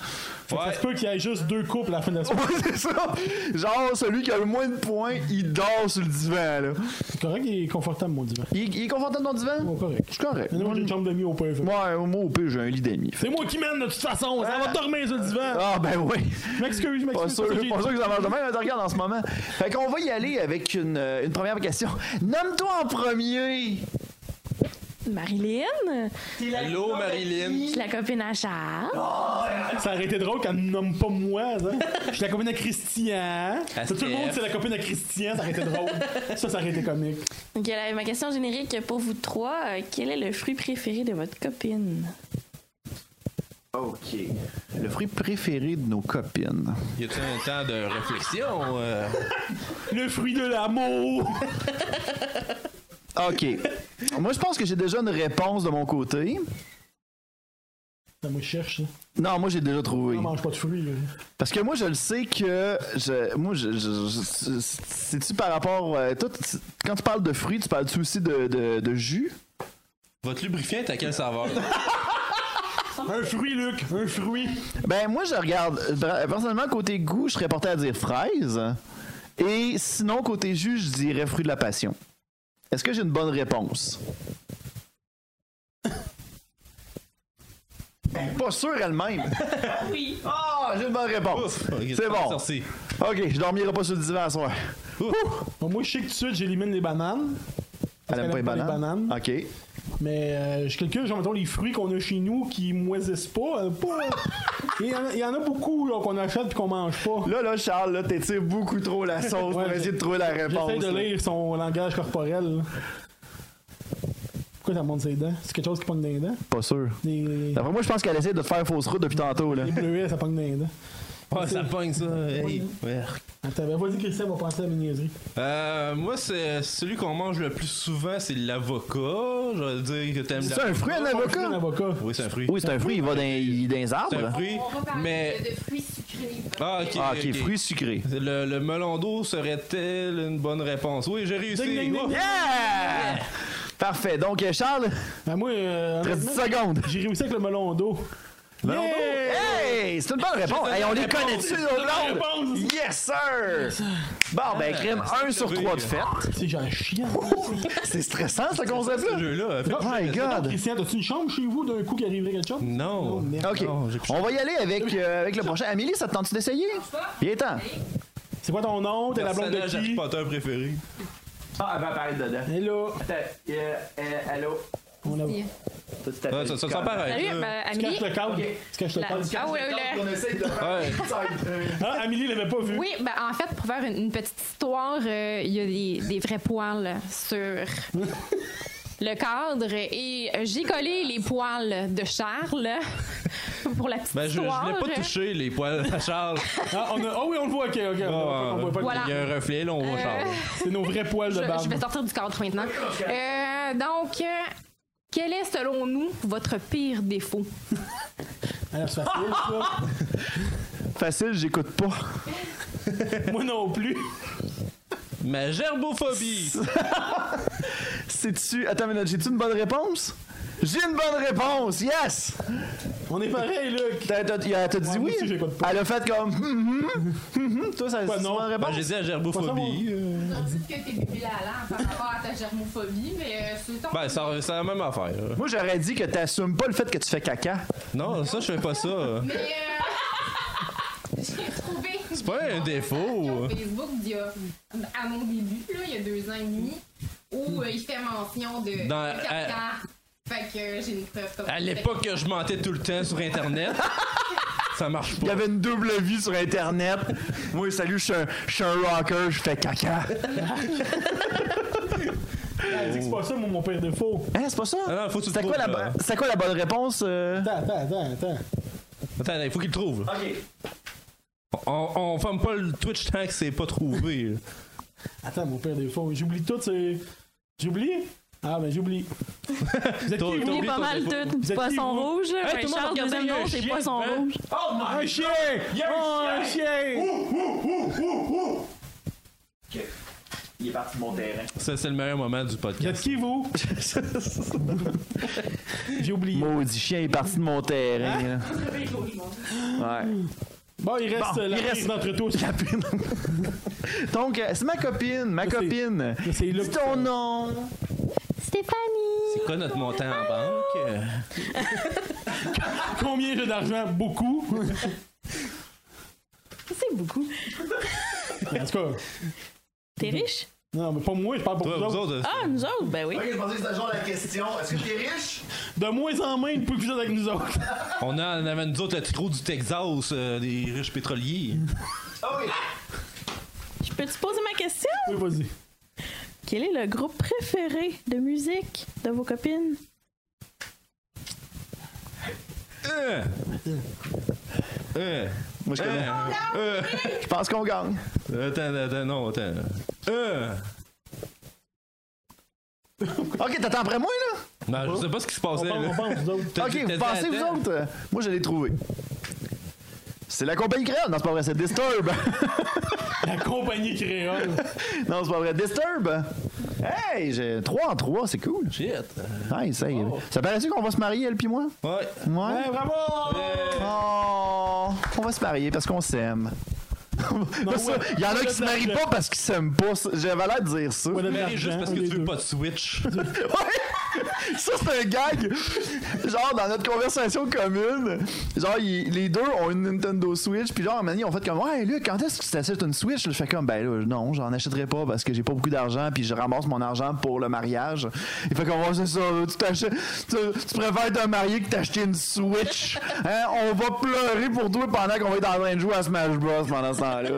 [SPEAKER 2] Ça
[SPEAKER 3] Ouais.
[SPEAKER 2] se peut qu'il y ait juste deux couples à la fin de la semaine.
[SPEAKER 1] Ouais, c'est ça! Genre, celui qui a le moins de points, il dort sur le divan, là.
[SPEAKER 2] C'est correct, il est confortable, mon divan.
[SPEAKER 1] Il, il est confortable dans le divan?
[SPEAKER 2] Oh, correct.
[SPEAKER 1] Je suis correct.
[SPEAKER 2] Maintenant, moi, j'ai une chambre de mi au PV.
[SPEAKER 1] Moi, moi, au pire, j'ai un lit d'amis.
[SPEAKER 2] C'est moi qui mène, de toute façon. Ça va dormir sur le divan.
[SPEAKER 1] Ah, ben oui!
[SPEAKER 2] Je m'excuse, je
[SPEAKER 1] Pas
[SPEAKER 2] m'excuse.
[SPEAKER 1] sûr,
[SPEAKER 2] c'est ça que j'ai
[SPEAKER 1] pas
[SPEAKER 2] dit.
[SPEAKER 1] sûr que ça marche de même, hein, te regarde en ce moment. Fait qu'on va y aller avec une, euh, une première question. Nomme-toi en premier!
[SPEAKER 5] Marilyn,
[SPEAKER 3] Allô, Marilyn.
[SPEAKER 5] je suis la copine à Charles.
[SPEAKER 2] Ça aurait été drôle qu'elle me nomme pas moi, ça. Je suis la copine à Christian.
[SPEAKER 3] À
[SPEAKER 2] C'est tout le monde,
[SPEAKER 3] Steph.
[SPEAKER 2] c'est la copine à Christian, ça aurait été drôle. Ça, ça aurait été comique.
[SPEAKER 5] Donc, elle a- ma question générique pour vous trois, euh, quel est le fruit préféré de votre copine?
[SPEAKER 1] OK. Le fruit préféré de nos copines.
[SPEAKER 3] Y a-t-il un temps de réflexion? euh?
[SPEAKER 2] Le fruit de l'amour.
[SPEAKER 1] OK. (laughs) Moi, je pense que j'ai déjà une réponse de mon côté.
[SPEAKER 2] Ça, moi, je cherche, ça.
[SPEAKER 1] Non, moi, j'ai déjà trouvé.
[SPEAKER 2] On mange pas de fruits, là.
[SPEAKER 1] Parce que moi, je le sais que. Je, moi, je. je- je- je- C'est-tu par rapport. euh, toi, tu- quand tu parles de fruits, tu parles-tu aussi de, de, de jus?
[SPEAKER 3] Votre lubrifiant est à quelle saveur?
[SPEAKER 2] (laughs) Un fruit, Luc. Un fruit.
[SPEAKER 1] Ben, moi, je regarde. euh, Personnellement, côté goût, je serais porté à dire fraise. Et sinon, côté jus, je dirais fruit de la passion. Est-ce que j'ai une bonne
[SPEAKER 2] (laughs)
[SPEAKER 1] réponse? Pas sûr
[SPEAKER 2] (laughs)
[SPEAKER 1] elle-même.
[SPEAKER 5] Oui.
[SPEAKER 1] Ah, j'ai une bonne réponse.
[SPEAKER 3] Ouf! Ok,
[SPEAKER 1] C'est bon.
[SPEAKER 3] sorti.
[SPEAKER 1] Ok, je dormirai pas sur le divan ce soir.
[SPEAKER 2] Bon, moi, je sais que tout de suite, j'élimine les bananes.
[SPEAKER 1] Elle aime pas les
[SPEAKER 2] qu'elle aime
[SPEAKER 1] bananes.
[SPEAKER 2] pas les bananes.
[SPEAKER 1] Ok.
[SPEAKER 2] Mais euh, je calcule, genre, mettons, les fruits qu'on a chez nous qui moisissent pas.
[SPEAKER 1] (laughs)
[SPEAKER 2] euh, pas- Il y en a- il y, en a beaucoup là, qu'on achète et qu'on mange pas.
[SPEAKER 1] Là, là, Charles, là, t'étires beaucoup trop la sauce
[SPEAKER 2] Ouais,
[SPEAKER 1] pour essayer de trouver la réponse.
[SPEAKER 2] J'essaie de
[SPEAKER 1] là.
[SPEAKER 2] lire son langage corporel. là. Pourquoi ça monte ses dents? C'est quelque chose qui pogne dans les dents?
[SPEAKER 1] Pas sûr.
[SPEAKER 2] Des
[SPEAKER 1] D'après moi, je pense qu'elle (laughs) essaie de te faire fausse route depuis tantôt. Là.
[SPEAKER 2] bleuets, ça pogne dans les dents.
[SPEAKER 3] Ah, ça pogne ça. Hey.
[SPEAKER 2] Attends, ben vas-y, Christian va penser à mes niaiseries.
[SPEAKER 3] Euh, moi, c'est celui qu'on mange le plus souvent, c'est l'avocat. Je vais dire que t'aimes
[SPEAKER 1] C'est un
[SPEAKER 3] l'avocat.
[SPEAKER 1] fruit, un
[SPEAKER 2] Un
[SPEAKER 1] avocat?
[SPEAKER 2] avocat.
[SPEAKER 3] Oui, c'est un fruit.
[SPEAKER 1] Oui, c'est un fruit, il va dans, il est dans les
[SPEAKER 3] C'est un
[SPEAKER 1] arbres.
[SPEAKER 3] fruit,
[SPEAKER 4] On va parler
[SPEAKER 3] mais...
[SPEAKER 4] de, de fruits sucrés.
[SPEAKER 3] Ah, ok.
[SPEAKER 1] Ah, ok, fruit sucré.
[SPEAKER 3] Le, le melon d'eau serait-elle une bonne réponse? Oui, j'ai réussi.
[SPEAKER 2] Ding, ding, ding,
[SPEAKER 3] Oh!
[SPEAKER 2] ding.
[SPEAKER 1] Yeah! Parfait. Donc, euh, Charles,
[SPEAKER 2] Ben moi, euh,
[SPEAKER 1] 13
[SPEAKER 2] honnêtement,
[SPEAKER 1] secondes.
[SPEAKER 2] j'ai réussi avec le melon d'eau.
[SPEAKER 1] Melon d'eau. Hey, c'est une bonne réponse.
[SPEAKER 3] donné
[SPEAKER 1] Hey, on
[SPEAKER 3] la
[SPEAKER 1] les
[SPEAKER 3] réponse.
[SPEAKER 1] connaît-tu,
[SPEAKER 3] J'ai
[SPEAKER 2] donné la
[SPEAKER 1] l'autre?
[SPEAKER 2] réponse.
[SPEAKER 1] Yes, sir! Bon, ben, crème
[SPEAKER 3] c'est
[SPEAKER 1] 1 sur
[SPEAKER 3] vrai.
[SPEAKER 1] 3 de fait.
[SPEAKER 2] C'est genre chiant.
[SPEAKER 1] C'est stressant, ce
[SPEAKER 3] Ce
[SPEAKER 1] concept-là.
[SPEAKER 3] jeu-là. fait-
[SPEAKER 1] My God!
[SPEAKER 2] Christian, t'as-tu une chambre chez vous d'un coup qui arriverait quelque chose?
[SPEAKER 3] Non.
[SPEAKER 2] merde. Ah,
[SPEAKER 1] OK,
[SPEAKER 3] Non, j'ai plus-
[SPEAKER 1] on va y aller avec, euh, avec le prochain. Amélie, ça te tente-tu d'essayer? Il est temps.
[SPEAKER 2] C'est quoi ton nom? T'es la blonde de
[SPEAKER 3] Personnage Harry
[SPEAKER 2] qui?
[SPEAKER 3] Potter préféré.
[SPEAKER 6] Ah, elle va apparaître dedans.
[SPEAKER 2] Et là,
[SPEAKER 6] Attends, euh, euh, allô?
[SPEAKER 2] on a...
[SPEAKER 6] Toi, tu t'appelles
[SPEAKER 3] Ah, ça, ça, ça
[SPEAKER 6] comment?
[SPEAKER 3] paraît.
[SPEAKER 5] Salut,
[SPEAKER 3] là.
[SPEAKER 5] ben,
[SPEAKER 2] Tu
[SPEAKER 5] Amélie.
[SPEAKER 2] caches Euh, le câble. Tu caches le
[SPEAKER 5] La-
[SPEAKER 2] câble.
[SPEAKER 5] Ah oui, oui,
[SPEAKER 6] On
[SPEAKER 5] le-
[SPEAKER 6] essaie de faire
[SPEAKER 3] Ouais.
[SPEAKER 2] Ah, Amélie l'avait pas vu.
[SPEAKER 7] Oui, ben, en fait, pour faire une, une petite histoire, euh, il y a des, des vrais poils sur le cadre et euh, j'ai collé les poils de Charles (laughs) pour la petite
[SPEAKER 3] Ben, je, je
[SPEAKER 7] histoire.
[SPEAKER 3] n'ai pas touché les poils à Charles.
[SPEAKER 2] Ah, on a... ah oui, on le voit, ok, ok. on voit pas- on voit pas.
[SPEAKER 7] Voilà.
[SPEAKER 3] Ah, Il y a un reflet, là, on
[SPEAKER 1] Euh.
[SPEAKER 3] voit Charles.
[SPEAKER 2] C'est nos vrais poils de
[SPEAKER 7] Je, je
[SPEAKER 2] barbe.
[SPEAKER 7] vais sortir du cadre maintenant. Euh, donc, euh, quel est selon nous votre pire défaut?
[SPEAKER 2] Ah, c'est facile, ça.
[SPEAKER 1] Facile, j'écoute pas.
[SPEAKER 2] (laughs) Moi non plus.
[SPEAKER 3] Ma gerbophobie.
[SPEAKER 1] (laughs) C'est-tu... Attends une minute, j'ai-tu une bonne réponse? J'ai une bonne réponse, yes!
[SPEAKER 2] On est pareil, Luc.
[SPEAKER 1] T'as, t'as- t'as- t'as dit
[SPEAKER 2] Ouais,
[SPEAKER 1] oui?
[SPEAKER 2] moi aussi, j'écoute pas.
[SPEAKER 1] Elle a fait comme... Hum, hum, hum, hum. Toi, ça,
[SPEAKER 2] Ouais,
[SPEAKER 1] c'est une
[SPEAKER 2] non.
[SPEAKER 1] bonne
[SPEAKER 3] Ben,
[SPEAKER 1] réponse?
[SPEAKER 3] j'ai dit la gerbophobie. euh.
[SPEAKER 4] On dit que t'es bébé la par rapport à ta germophobie, mais euh, c'est ton.
[SPEAKER 3] Ben, ça- c'est la même affaire. là.
[SPEAKER 1] Moi, j'aurais dit que t'assumes pas le fait que tu fais caca.
[SPEAKER 3] Non, ça, je fais pas ça.
[SPEAKER 4] Mais euh, j'ai trouvé.
[SPEAKER 3] C'est pas un défaut. hein.
[SPEAKER 4] Facebook, il y a, à mon début, là, il y a deux ans et demi, où euh, il fait mention de.
[SPEAKER 3] Dans-
[SPEAKER 4] de caca. Fait que euh, j'ai une preuve comme
[SPEAKER 3] À l'époque que je mentais tout le temps sur Internet, ça marche
[SPEAKER 1] Il y
[SPEAKER 3] pas.
[SPEAKER 1] avait une double vie sur Internet. Moi, salut, je suis un, je suis un rocker, je fais caca.
[SPEAKER 2] Elle dit Ah, que c'est pas ça, moi, mon pire défaut.
[SPEAKER 1] Hein, c'est pas ça?
[SPEAKER 3] Ah non, faut que tu
[SPEAKER 1] C'était
[SPEAKER 3] le
[SPEAKER 1] quoi, la,
[SPEAKER 3] trouves, là.
[SPEAKER 1] bo- c'était quoi la bonne réponse? euh?
[SPEAKER 2] Attends, attends, attends, attends.
[SPEAKER 3] Attends, il faut qu'il le trouve.
[SPEAKER 6] Ok.
[SPEAKER 3] On, on ferme pas le Twitch tant que c'est pas trouvé.
[SPEAKER 2] Attends, mon pire défaut. J'oublie tout, c'est. J'oublie? Ah, ben j'oublie. Vous êtes qui,
[SPEAKER 3] T'as
[SPEAKER 2] vous?
[SPEAKER 5] J'ai
[SPEAKER 3] oublié
[SPEAKER 5] pas
[SPEAKER 3] ton
[SPEAKER 5] mal
[SPEAKER 3] défaut.
[SPEAKER 5] tout.
[SPEAKER 2] Vous
[SPEAKER 5] Du
[SPEAKER 2] êtes
[SPEAKER 5] poisson
[SPEAKER 2] qui, vous?
[SPEAKER 5] rouge.
[SPEAKER 2] Hey, tout
[SPEAKER 5] Ben,
[SPEAKER 2] le monde
[SPEAKER 5] Charles,
[SPEAKER 2] regardez,
[SPEAKER 5] deuxième
[SPEAKER 2] il y a un
[SPEAKER 5] nom, c'est
[SPEAKER 2] chien
[SPEAKER 5] poisson
[SPEAKER 2] dedans.
[SPEAKER 5] rouge.
[SPEAKER 6] Oh my
[SPEAKER 2] Un chien! Oh, un chien!
[SPEAKER 6] God! Il est parti de mon terrain.
[SPEAKER 3] Ça, c'est le meilleur moment du
[SPEAKER 2] Vous
[SPEAKER 3] podcast.
[SPEAKER 2] êtes qui, vous? J'ai oublié.
[SPEAKER 1] Maudit chien est parti de mon terrain. là. Ouais.
[SPEAKER 2] Bon, il reste
[SPEAKER 1] Bon,
[SPEAKER 2] euh, la
[SPEAKER 1] il reste-
[SPEAKER 2] prise d'entre tous.
[SPEAKER 1] La
[SPEAKER 2] (laughs)
[SPEAKER 1] pine. Donc, euh, c'est ma copine, ma
[SPEAKER 2] c'est-
[SPEAKER 1] copine.
[SPEAKER 2] c'est Luc.
[SPEAKER 1] Dis ton nom.
[SPEAKER 7] Stéphanie!
[SPEAKER 3] C'est quoi notre montant en banque?
[SPEAKER 1] Ah!
[SPEAKER 2] Combien j'ai d'argent? Beaucoup.
[SPEAKER 5] C'est beaucoup.
[SPEAKER 2] en tout cas,
[SPEAKER 5] T'es riche?
[SPEAKER 2] non, mais pas moi, je parle pour
[SPEAKER 3] Toi,
[SPEAKER 2] vous
[SPEAKER 3] vous
[SPEAKER 2] autres.
[SPEAKER 3] autres,
[SPEAKER 5] Ah, nous autres, ben oui.
[SPEAKER 6] Ok, je pensais que c'était genre la question. Est-ce que t'es riche?
[SPEAKER 2] De moins en moins, depuis que vous êtes avec nous autres.
[SPEAKER 3] on a, on avait nous autres le trou du Texas, euh, des riches pétroliers.
[SPEAKER 6] Ah oui!
[SPEAKER 5] Je peux-tu poser ma question?
[SPEAKER 2] (laughs) Oui, vas-y.
[SPEAKER 5] Quel est le groupe préféré de musique de vos copines?
[SPEAKER 3] Euh. Euh.
[SPEAKER 1] Moi, je connais.
[SPEAKER 3] Euh. Euh.
[SPEAKER 1] Je pense qu'on gagne.
[SPEAKER 3] Attends, attends, non, attends. Euh.
[SPEAKER 1] Ok, t'attends après moi, là?
[SPEAKER 3] Ben, je sais pas ce qui se
[SPEAKER 2] On
[SPEAKER 3] passait.
[SPEAKER 2] pense,
[SPEAKER 3] là.
[SPEAKER 2] on pense, vous autres.
[SPEAKER 3] T'as
[SPEAKER 1] Ok,
[SPEAKER 3] dit- t'as
[SPEAKER 1] vous
[SPEAKER 3] dit,
[SPEAKER 1] pensez,
[SPEAKER 3] attends.
[SPEAKER 1] vous autres? Moi, je l'ai trouvé. C'est la compagnie créole. Non, c'est pas vrai, c'est Disturb. (laughs)
[SPEAKER 2] La compagnie créole.
[SPEAKER 1] non, c'est pas vrai, Disturb. Hey, j'ai 3 en 3, c'est cool.
[SPEAKER 3] Shit.
[SPEAKER 1] Nice, hey. Ça paraît-tu qu'on va se marier, elle puis moi?
[SPEAKER 3] Ouais.
[SPEAKER 1] Ouais.
[SPEAKER 3] Euh,
[SPEAKER 2] Bravo!
[SPEAKER 1] Oh, on va se marier parce qu'on s'aime. (laughs)
[SPEAKER 2] Non,
[SPEAKER 1] Ça,
[SPEAKER 2] ouais.
[SPEAKER 1] Il y en a qui se
[SPEAKER 2] Ouais,
[SPEAKER 1] marient
[SPEAKER 2] ouais.
[SPEAKER 1] pas parce qu'ils s'aiment pas. ça. J'avais l'air de dire ça.
[SPEAKER 2] Ouais, de
[SPEAKER 3] Mais
[SPEAKER 2] l'argent,
[SPEAKER 3] juste parce
[SPEAKER 2] on
[SPEAKER 3] que
[SPEAKER 2] est
[SPEAKER 3] tu veux
[SPEAKER 2] deux.
[SPEAKER 3] pas
[SPEAKER 1] (laughs)
[SPEAKER 3] de Switch.
[SPEAKER 1] Ouais! Ça, c'est un gag! Genre, dans notre conversation commune, genre, ils- les deux ont une Nintendo Switch, puis genre, à un moment donné, ils ont fait comme, ouais, Luc, quand est-ce que tu t'achètes une Switch? Je fais comme, ben là, non, j'en achèterai pas parce que j'ai pas beaucoup d'argent, puis je ramasse mon argent pour le mariage. Il fait comme, ouais, c'est ça, tu t'achètes, tu, tu préfères te marier que t'acheter une (laughs) Switch. Hein? On va pleurer pour toi pendant qu'on va être en train de jouer à Smash Bros. pendant ce temps-là.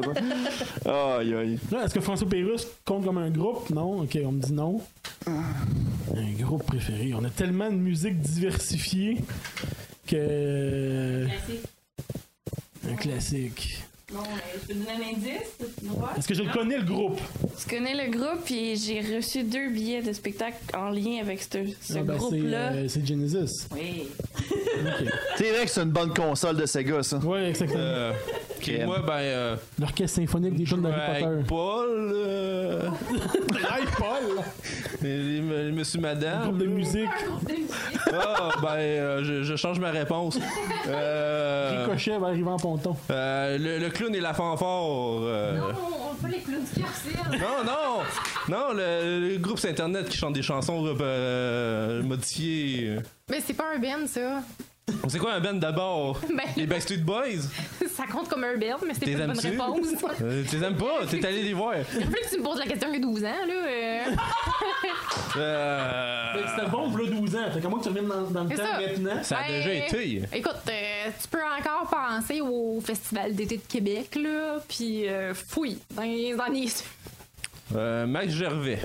[SPEAKER 1] ça. Aïe, aïe.
[SPEAKER 2] Là, est-ce que François Pérusse compte comme un groupe? Non, ok, on me dit non. Un groupe préféré. On a tellement de musique diversifiée que.
[SPEAKER 4] classique.
[SPEAKER 2] Un classique.
[SPEAKER 4] Non, mais ben, je te donne un indice, tu vois.
[SPEAKER 2] Est-ce que je connais le groupe?
[SPEAKER 5] Je connais le groupe et j'ai reçu deux billets de spectacle en lien avec ce, ce
[SPEAKER 2] Ah, ben, c'est,
[SPEAKER 5] groupe-là.
[SPEAKER 2] euh, c'est Genesis.
[SPEAKER 4] Oui.
[SPEAKER 1] C'est vrai que c'est une bonne console de Sega, ça.
[SPEAKER 2] Ouais, exactement.
[SPEAKER 3] Euh, puis
[SPEAKER 1] Crème.
[SPEAKER 3] moi, ben, euh,
[SPEAKER 2] L'orchestre symphonique des
[SPEAKER 3] je
[SPEAKER 2] jeunes
[SPEAKER 3] jouais
[SPEAKER 2] d'Harry Potter.
[SPEAKER 3] avec Paul,
[SPEAKER 1] (laughs)
[SPEAKER 3] euh,
[SPEAKER 2] Paul!
[SPEAKER 3] et les- les Monsieur
[SPEAKER 2] Un groupe
[SPEAKER 3] Madame.
[SPEAKER 2] de musique.
[SPEAKER 4] (laughs)
[SPEAKER 3] Ah, ben, euh, je, je change ma réponse. Euh,
[SPEAKER 2] Ricochet va arriver en ponton.
[SPEAKER 3] euh, le, le clown et la fanfare. euh,
[SPEAKER 4] Non, on peut les clowns qui observent.
[SPEAKER 3] Non, non! Non, le, le groupe c'est Internet qui chante des chansons euh, euh, modifiées.
[SPEAKER 7] Mais c'est pas un band, ça. (laughs)
[SPEAKER 3] C'est quoi un band d'abord? Les
[SPEAKER 7] Ben,
[SPEAKER 3] Backstreet Boys?
[SPEAKER 7] ça compte comme un band, mais
[SPEAKER 3] T'es
[SPEAKER 7] c'était pas une bonne
[SPEAKER 3] aimes-tu?
[SPEAKER 7] réponse.
[SPEAKER 3] (laughs) Euh, tu les aimes pas? T'es allé les voir?
[SPEAKER 7] Plus que tu me poses la question que 12 ans, là. euh,
[SPEAKER 2] Mais
[SPEAKER 3] Euh,
[SPEAKER 2] Ben, C'était
[SPEAKER 7] Ben,
[SPEAKER 2] bon, v'là 12 ans. Fait comment tu reviens dans, dans le
[SPEAKER 7] C'est
[SPEAKER 2] temps
[SPEAKER 7] ça.
[SPEAKER 2] maintenant?
[SPEAKER 3] ça a
[SPEAKER 7] Ben,
[SPEAKER 3] déjà été.
[SPEAKER 7] Écoute, euh, tu peux encore penser au Festival d'été de Québec, là, puis euh, fouille dans les (laughs) années.
[SPEAKER 3] Euh, Max Gervais.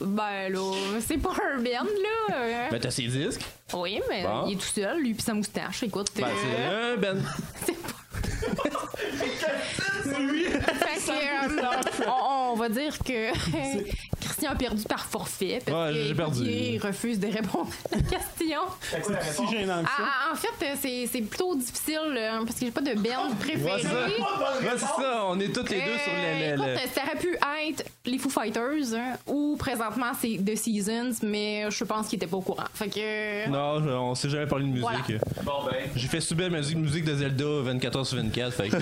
[SPEAKER 7] Ben là, c'est pas un band, là. euh.
[SPEAKER 3] Ben t'as ses disques.
[SPEAKER 7] oui, mais
[SPEAKER 3] bon.
[SPEAKER 7] il est tout seul, lui, puis sa moustache. Écoute,
[SPEAKER 3] Ben
[SPEAKER 7] euh,
[SPEAKER 3] c'est un
[SPEAKER 7] (laughs)
[SPEAKER 3] band.
[SPEAKER 7] fait que, euh, on, on va dire que (laughs) Christian a perdu par forfait parce
[SPEAKER 3] Ouais, j'ai
[SPEAKER 7] que
[SPEAKER 3] perdu.
[SPEAKER 7] il refuse de répondre à
[SPEAKER 3] (laughs)
[SPEAKER 7] la question.
[SPEAKER 6] C'est quoi la
[SPEAKER 2] Si
[SPEAKER 6] réponse?
[SPEAKER 2] j'ai un
[SPEAKER 7] Ah, ah, en fait, euh, c'est- c'est plutôt difficile euh, parce que j'ai pas de band
[SPEAKER 3] Ouais, c'est ça.
[SPEAKER 7] préférée.
[SPEAKER 3] Ouais, c'est ça, on est tous les deux sur
[SPEAKER 7] Euh,
[SPEAKER 3] le- le- le-
[SPEAKER 7] écoute, ça aurait pu être les Foo Fighters hein, ou présentement c'est The Seasons, mais je pense qu'il était pas au courant. Fait que.
[SPEAKER 3] Non, je- on s'est jamais parlé de musique.
[SPEAKER 7] Voilà.
[SPEAKER 6] Bon, ben.
[SPEAKER 3] J'ai fait subir ma musique, musique de Zelda 24 sur 24. Fait
[SPEAKER 6] (laughs)
[SPEAKER 3] que-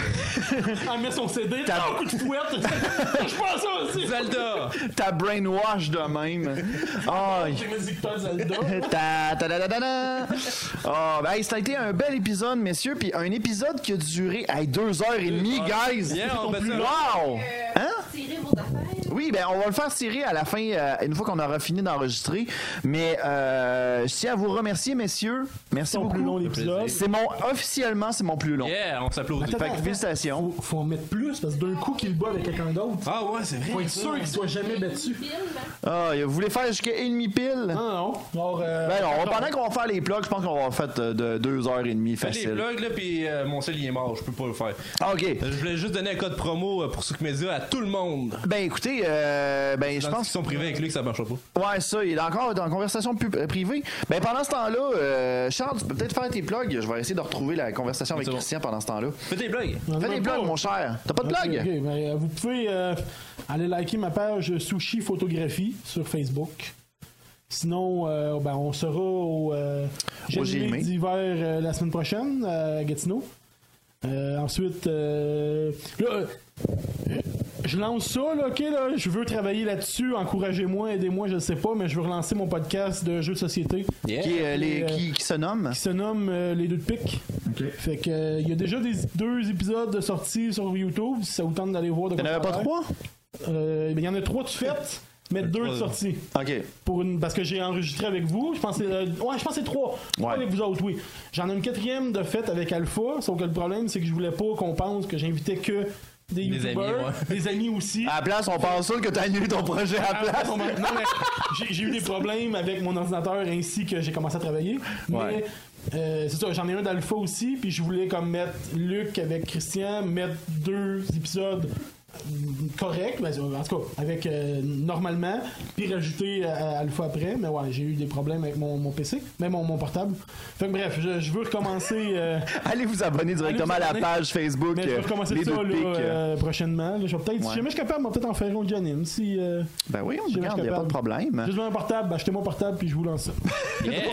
[SPEAKER 2] Elle met son CD, t'as un coup de fouette. Je pense ça aussi.
[SPEAKER 3] Zelda!
[SPEAKER 1] Ta brainwash de même. Aïe.
[SPEAKER 2] J'ai mis pas Zelda.
[SPEAKER 1] (laughs) Ta- ta- da- da- da- da. Ah, ben, hey, ça a été un bel épisode, messieurs, puis un épisode qui a duré hey, deux heures et demie, guys.
[SPEAKER 3] Yeah, Ah, on bat ça.
[SPEAKER 1] wow! Hein?
[SPEAKER 4] Tirer vos affaires.
[SPEAKER 1] Oui, ben on va le faire tirer à la fin, euh, une fois qu'on aura fini d'enregistrer. Mais euh, je tiens à vous remercier, messieurs. Merci
[SPEAKER 2] C'est mon
[SPEAKER 1] beaucoup.
[SPEAKER 2] plus long épisode.
[SPEAKER 1] C'est mon officiellement, c'est mon plus long.
[SPEAKER 3] Yeah, on s'applaudit.
[SPEAKER 1] Fait que félicitations.
[SPEAKER 2] Faut, faut en mettre plus parce que d'un coup qu'il bat avec quelqu'un d'autre.
[SPEAKER 3] Ah ouais, c'est
[SPEAKER 2] Faut
[SPEAKER 3] vrai.
[SPEAKER 2] être sûr qu'il soit jamais battu.
[SPEAKER 1] Ah, vous voulez faire jusqu'à une demi pile?
[SPEAKER 3] Ah,
[SPEAKER 2] Non, non. Genre, euh,
[SPEAKER 1] Ben non, pendant qu'on va faire les plugs, je pense qu'on va en faire euh, de deux heures et demie
[SPEAKER 3] Fais les
[SPEAKER 1] facile.
[SPEAKER 3] plugs là, puis euh, mon seul il est mort, je peux pas le faire.
[SPEAKER 1] Ah, ok.
[SPEAKER 3] Euh, Je voulais juste donner un code promo euh, pour Souk Media à tout le monde.
[SPEAKER 1] Ben écoutez, euh, ben je
[SPEAKER 3] Je
[SPEAKER 1] pense
[SPEAKER 3] pense qu'ils sont privés avec lui que ça marche pas.
[SPEAKER 1] Ouais, ça, il est encore dans la conversation pu- euh, privée. Ben, pendant ce temps-là, euh, Charles, tu peux peut-être faire tes plugs. Je vais essayer de retrouver la conversation avec
[SPEAKER 3] C'est bon.
[SPEAKER 1] Christian pendant ce temps-là.
[SPEAKER 3] Fais tes plugs.
[SPEAKER 2] on
[SPEAKER 1] Fais
[SPEAKER 2] en a
[SPEAKER 1] des
[SPEAKER 2] pas.
[SPEAKER 1] plugs, mon cher. T'as pas de plug?
[SPEAKER 2] Ok, ok, ben, euh, vous pouvez euh, aller liker ma page Sushi Photographie sur Facebook. Sinon, euh, ben, on sera au euh,
[SPEAKER 1] Au
[SPEAKER 2] Gel
[SPEAKER 1] GMA.
[SPEAKER 2] d'hiver euh, la semaine prochaine à Gatineau. Euh, ensuite, euh, là, euh, je lance ça, là, ok, là, je veux travailler là-dessus, encouragez-moi, aidez-moi, je sais pas, mais je veux relancer mon podcast de jeux de société
[SPEAKER 1] Qui, euh, les-
[SPEAKER 2] Euh,
[SPEAKER 1] qui- qui se nomme?
[SPEAKER 2] qui se nomme euh, Les deux de pique. Fait que euh, il y a déjà des deux épisodes de sortie sur YouTube, si ça vous tente d'aller voir de
[SPEAKER 1] T'en
[SPEAKER 2] quoi
[SPEAKER 1] avais
[SPEAKER 2] ça
[SPEAKER 1] pas
[SPEAKER 2] a
[SPEAKER 1] trois?
[SPEAKER 2] l'air. Euh, ben, il y en a trois de fait, mais deux de
[SPEAKER 3] Euh, trois.
[SPEAKER 2] sortie.
[SPEAKER 1] Ok.
[SPEAKER 2] Pour une, parce que j'ai enregistré avec vous, je pense que c'est, euh, ouais, je pense que c'est trois.
[SPEAKER 1] Ouais.
[SPEAKER 2] Pas Avec vous autres, oui. J'en ai une quatrième de fait avec Alpha, sauf que le problème c'est que je voulais pas qu'on pense que j'invitais que des youtubeurs,
[SPEAKER 3] amis,
[SPEAKER 2] des amis aussi.
[SPEAKER 1] À la place, on pense sûr que t'as annulé ton projet à la
[SPEAKER 2] Ah,
[SPEAKER 1] place.
[SPEAKER 2] non, mais- non, mais j'ai- j'ai eu des problèmes avec mon ordinateur ainsi que j'ai commencé à travailler. Mais
[SPEAKER 1] Ouais.
[SPEAKER 2] euh, c'est ça, j'en ai un d'Alpha aussi, puis je voulais comme mettre Luc avec Christian, mettre deux épisodes euh, corrects, ben, en tout cas, avec euh, normalement, puis rajouter euh, Alpha après. Mais ouais, j'ai eu des problèmes avec mon, mon PC, même mon, mon portable. Fait que bref, je, je veux
[SPEAKER 1] (laughs)
[SPEAKER 2] recommencer. euh,
[SPEAKER 1] Allez vous abonner directement
[SPEAKER 2] vous
[SPEAKER 1] à la
[SPEAKER 2] abonner.
[SPEAKER 1] page Facebook.
[SPEAKER 2] mais je vais
[SPEAKER 1] euh,
[SPEAKER 2] recommencer
[SPEAKER 1] les
[SPEAKER 2] ça
[SPEAKER 1] deux
[SPEAKER 2] là,
[SPEAKER 1] de pique. euh.
[SPEAKER 2] euh, prochainement. Là, je vais peut-être,
[SPEAKER 1] Ouais.
[SPEAKER 2] Si jamais je suis capable, moi peut-être en faire un Janine. Si, euh,
[SPEAKER 1] Ben oui, on
[SPEAKER 2] je- je
[SPEAKER 1] regarde,
[SPEAKER 2] suis
[SPEAKER 1] y a pas de
[SPEAKER 2] capable.
[SPEAKER 1] problème.
[SPEAKER 2] Juste un portable, ben, achetez-moi un portable puis je vous lance ça.
[SPEAKER 3] (laughs) Yeah.
[SPEAKER 1] (laughs)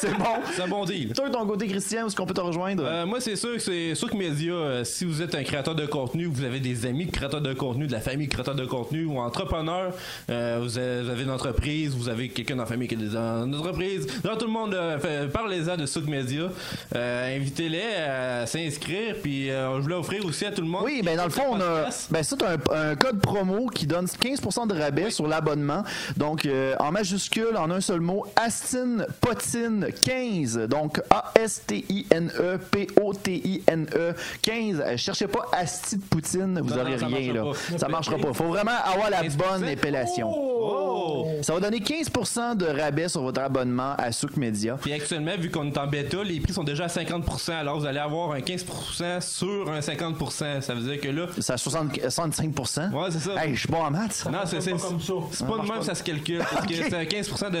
[SPEAKER 1] C'est bon.
[SPEAKER 3] c'est un bon deal.
[SPEAKER 1] Toi, de ton côté, Christian, où est-ce qu'on peut te rejoindre?
[SPEAKER 3] Euh, moi, c'est sûr que c'est sûr que Média, euh, si vous êtes un créateur de contenu, vous avez des amis de créateurs de contenu, de la famille de créateurs de contenu ou entrepreneur, euh, vous, avez, vous avez une entreprise, vous avez quelqu'un dans la famille qui a des- une entreprise. Genre, tout le monde, euh, fait- parlez-en de Souk Media. Euh, Invitez-les à s'inscrire, puis euh, je voulais offrir aussi à tout le monde.
[SPEAKER 1] Oui, ben dans le fond, on a. Ben ça, t'as un, un code promo qui donne 15% de rabais sur l'abonnement. Donc, euh, en majuscule, en un seul mot, Astin Potine 15. Donc, E A-S-T-I-N-E-P-O-T-I-N-E 15. E Euh, cherchez pas Asti de Poutine, vous
[SPEAKER 3] Non,
[SPEAKER 1] aurez
[SPEAKER 3] non, ça
[SPEAKER 1] rien. rien, là.
[SPEAKER 3] marchera pas.
[SPEAKER 1] Ça marchera pas. Faut vraiment avoir la
[SPEAKER 3] 15%?
[SPEAKER 1] bonne épellation.
[SPEAKER 3] Oh!
[SPEAKER 1] Ça va donner 15% de rabais sur votre abonnement à Souk Media.
[SPEAKER 3] Puis actuellement, vu qu'on est en bêta, les prix sont déjà à 50%. Alors vous allez avoir un 15% sur un 50%. Ça veut dire que là.
[SPEAKER 1] C'est à 60 65%.
[SPEAKER 3] Ouais, c'est ça.
[SPEAKER 1] Hey, je suis bon en maths.
[SPEAKER 3] Non, c'est c'est-
[SPEAKER 2] pas comme ça.
[SPEAKER 3] c'est pas de même, ça se calcule. Parce
[SPEAKER 1] (laughs)
[SPEAKER 3] que
[SPEAKER 1] Ok.
[SPEAKER 3] c'est un 15% de
[SPEAKER 2] De
[SPEAKER 3] 50%.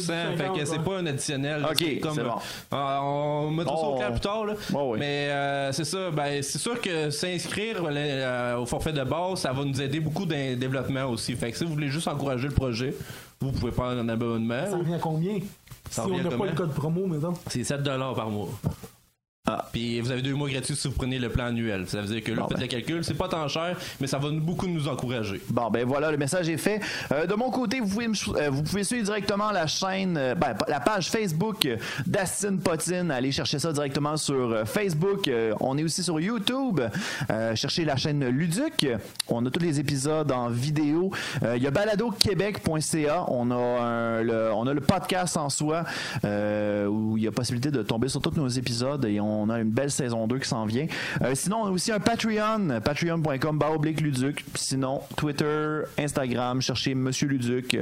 [SPEAKER 3] fait
[SPEAKER 2] 50,
[SPEAKER 3] que c'est
[SPEAKER 2] ouais.
[SPEAKER 3] pas un additionnel. là.
[SPEAKER 1] Ok, c'est bon.
[SPEAKER 3] Ah, on mettra ça au
[SPEAKER 1] Oh.
[SPEAKER 3] clair plus tard. là.
[SPEAKER 1] Ouais, ouais.
[SPEAKER 3] Mais euh, c'est ça. Ben, c'est sûr que s'inscrire là, euh, au forfait de base, ça va nous aider beaucoup dans le développement aussi. Fait que si vous voulez juste encourager le projet, vous pouvez prendre un abonnement.
[SPEAKER 2] Ça revient à combien?
[SPEAKER 3] Ça
[SPEAKER 2] si on
[SPEAKER 3] revient
[SPEAKER 2] n'a
[SPEAKER 3] comment?
[SPEAKER 2] pas le code promo, mettons.
[SPEAKER 3] C'est 7 par mois. Puis vous avez deux mois gratuits si vous prenez le plan annuel. Ça veut dire que là,
[SPEAKER 1] Ah. Bon,
[SPEAKER 3] faites
[SPEAKER 1] ben.
[SPEAKER 3] le calcul, c'est pas tant cher, mais ça va nous- beaucoup nous encourager.
[SPEAKER 1] Bon, ben voilà, le message est fait. Euh, de mon côté, vous pouvez, me chou- euh, vous pouvez suivre directement la chaîne, euh, ben, pa- la page Facebook euh, d'Astin Potine. Allez chercher ça directement sur euh, Facebook. Euh, on est aussi sur YouTube. Euh, cherchez la chaîne Luduc. On a tous les épisodes en vidéo. Euh, Il y a baladoquebec.ca. On a, un- le, on a le podcast en soi euh, où il y a possibilité de tomber sur tous nos épisodes et on a une belle saison 2 qui s'en vient. Euh, sinon, on a aussi un Patreon, patreon.com baroblique Luduc. Sinon, Twitter, Instagram, cherchez Monsieur Luduc.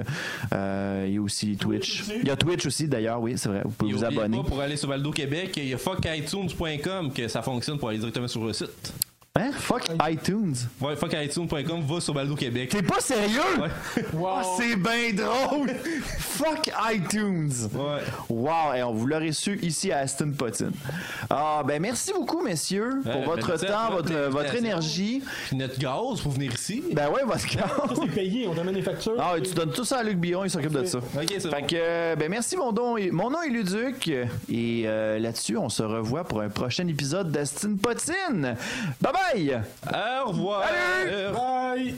[SPEAKER 1] Euh, Il y a aussi Twitch. Il y a Twitch aussi d'ailleurs, oui, c'est vrai. Vous pouvez
[SPEAKER 3] Et
[SPEAKER 1] vous
[SPEAKER 3] oubliez
[SPEAKER 1] abonner.
[SPEAKER 3] pas, pour aller sur Valdo Québec, il y a fuckitunes.com que ça fonctionne pour aller directement sur le site.
[SPEAKER 1] Hein? Fuck iTunes.
[SPEAKER 3] Ouais, fuckitunes.com va sur Baldo Québec.
[SPEAKER 1] T'es pas sérieux?
[SPEAKER 3] Ouais.
[SPEAKER 1] (laughs) Ah, c'est bien drôle! Fuck iTunes!
[SPEAKER 3] Ouais.
[SPEAKER 1] Wow, et on vous l'aurait su ici à Aston Potin. Ah, ben merci beaucoup, messieurs, pour
[SPEAKER 3] Euh,
[SPEAKER 1] votre
[SPEAKER 3] merci à
[SPEAKER 1] temps,
[SPEAKER 3] toi
[SPEAKER 1] votre,
[SPEAKER 3] de l'invitation.
[SPEAKER 1] votre énergie.
[SPEAKER 3] Puis notre gaz pour venir ici.
[SPEAKER 1] Ben ouais, votre
[SPEAKER 3] (laughs)
[SPEAKER 2] C'est
[SPEAKER 1] carte.
[SPEAKER 2] payé, on t'amène les factures.
[SPEAKER 1] Ah, et tu donnes tout ça à Luc Biron, il s'occupe de ça.
[SPEAKER 3] Ok, c'est
[SPEAKER 1] Fait
[SPEAKER 3] bon.
[SPEAKER 1] que, euh, ben merci, mon, don, mon nom est Luduc. Et euh, là-dessus, on se revoit pour un prochain épisode d'Aston Potin. Bye bye!
[SPEAKER 3] Au revoir!
[SPEAKER 1] Ben. Salut!
[SPEAKER 3] Euh,
[SPEAKER 2] Bye!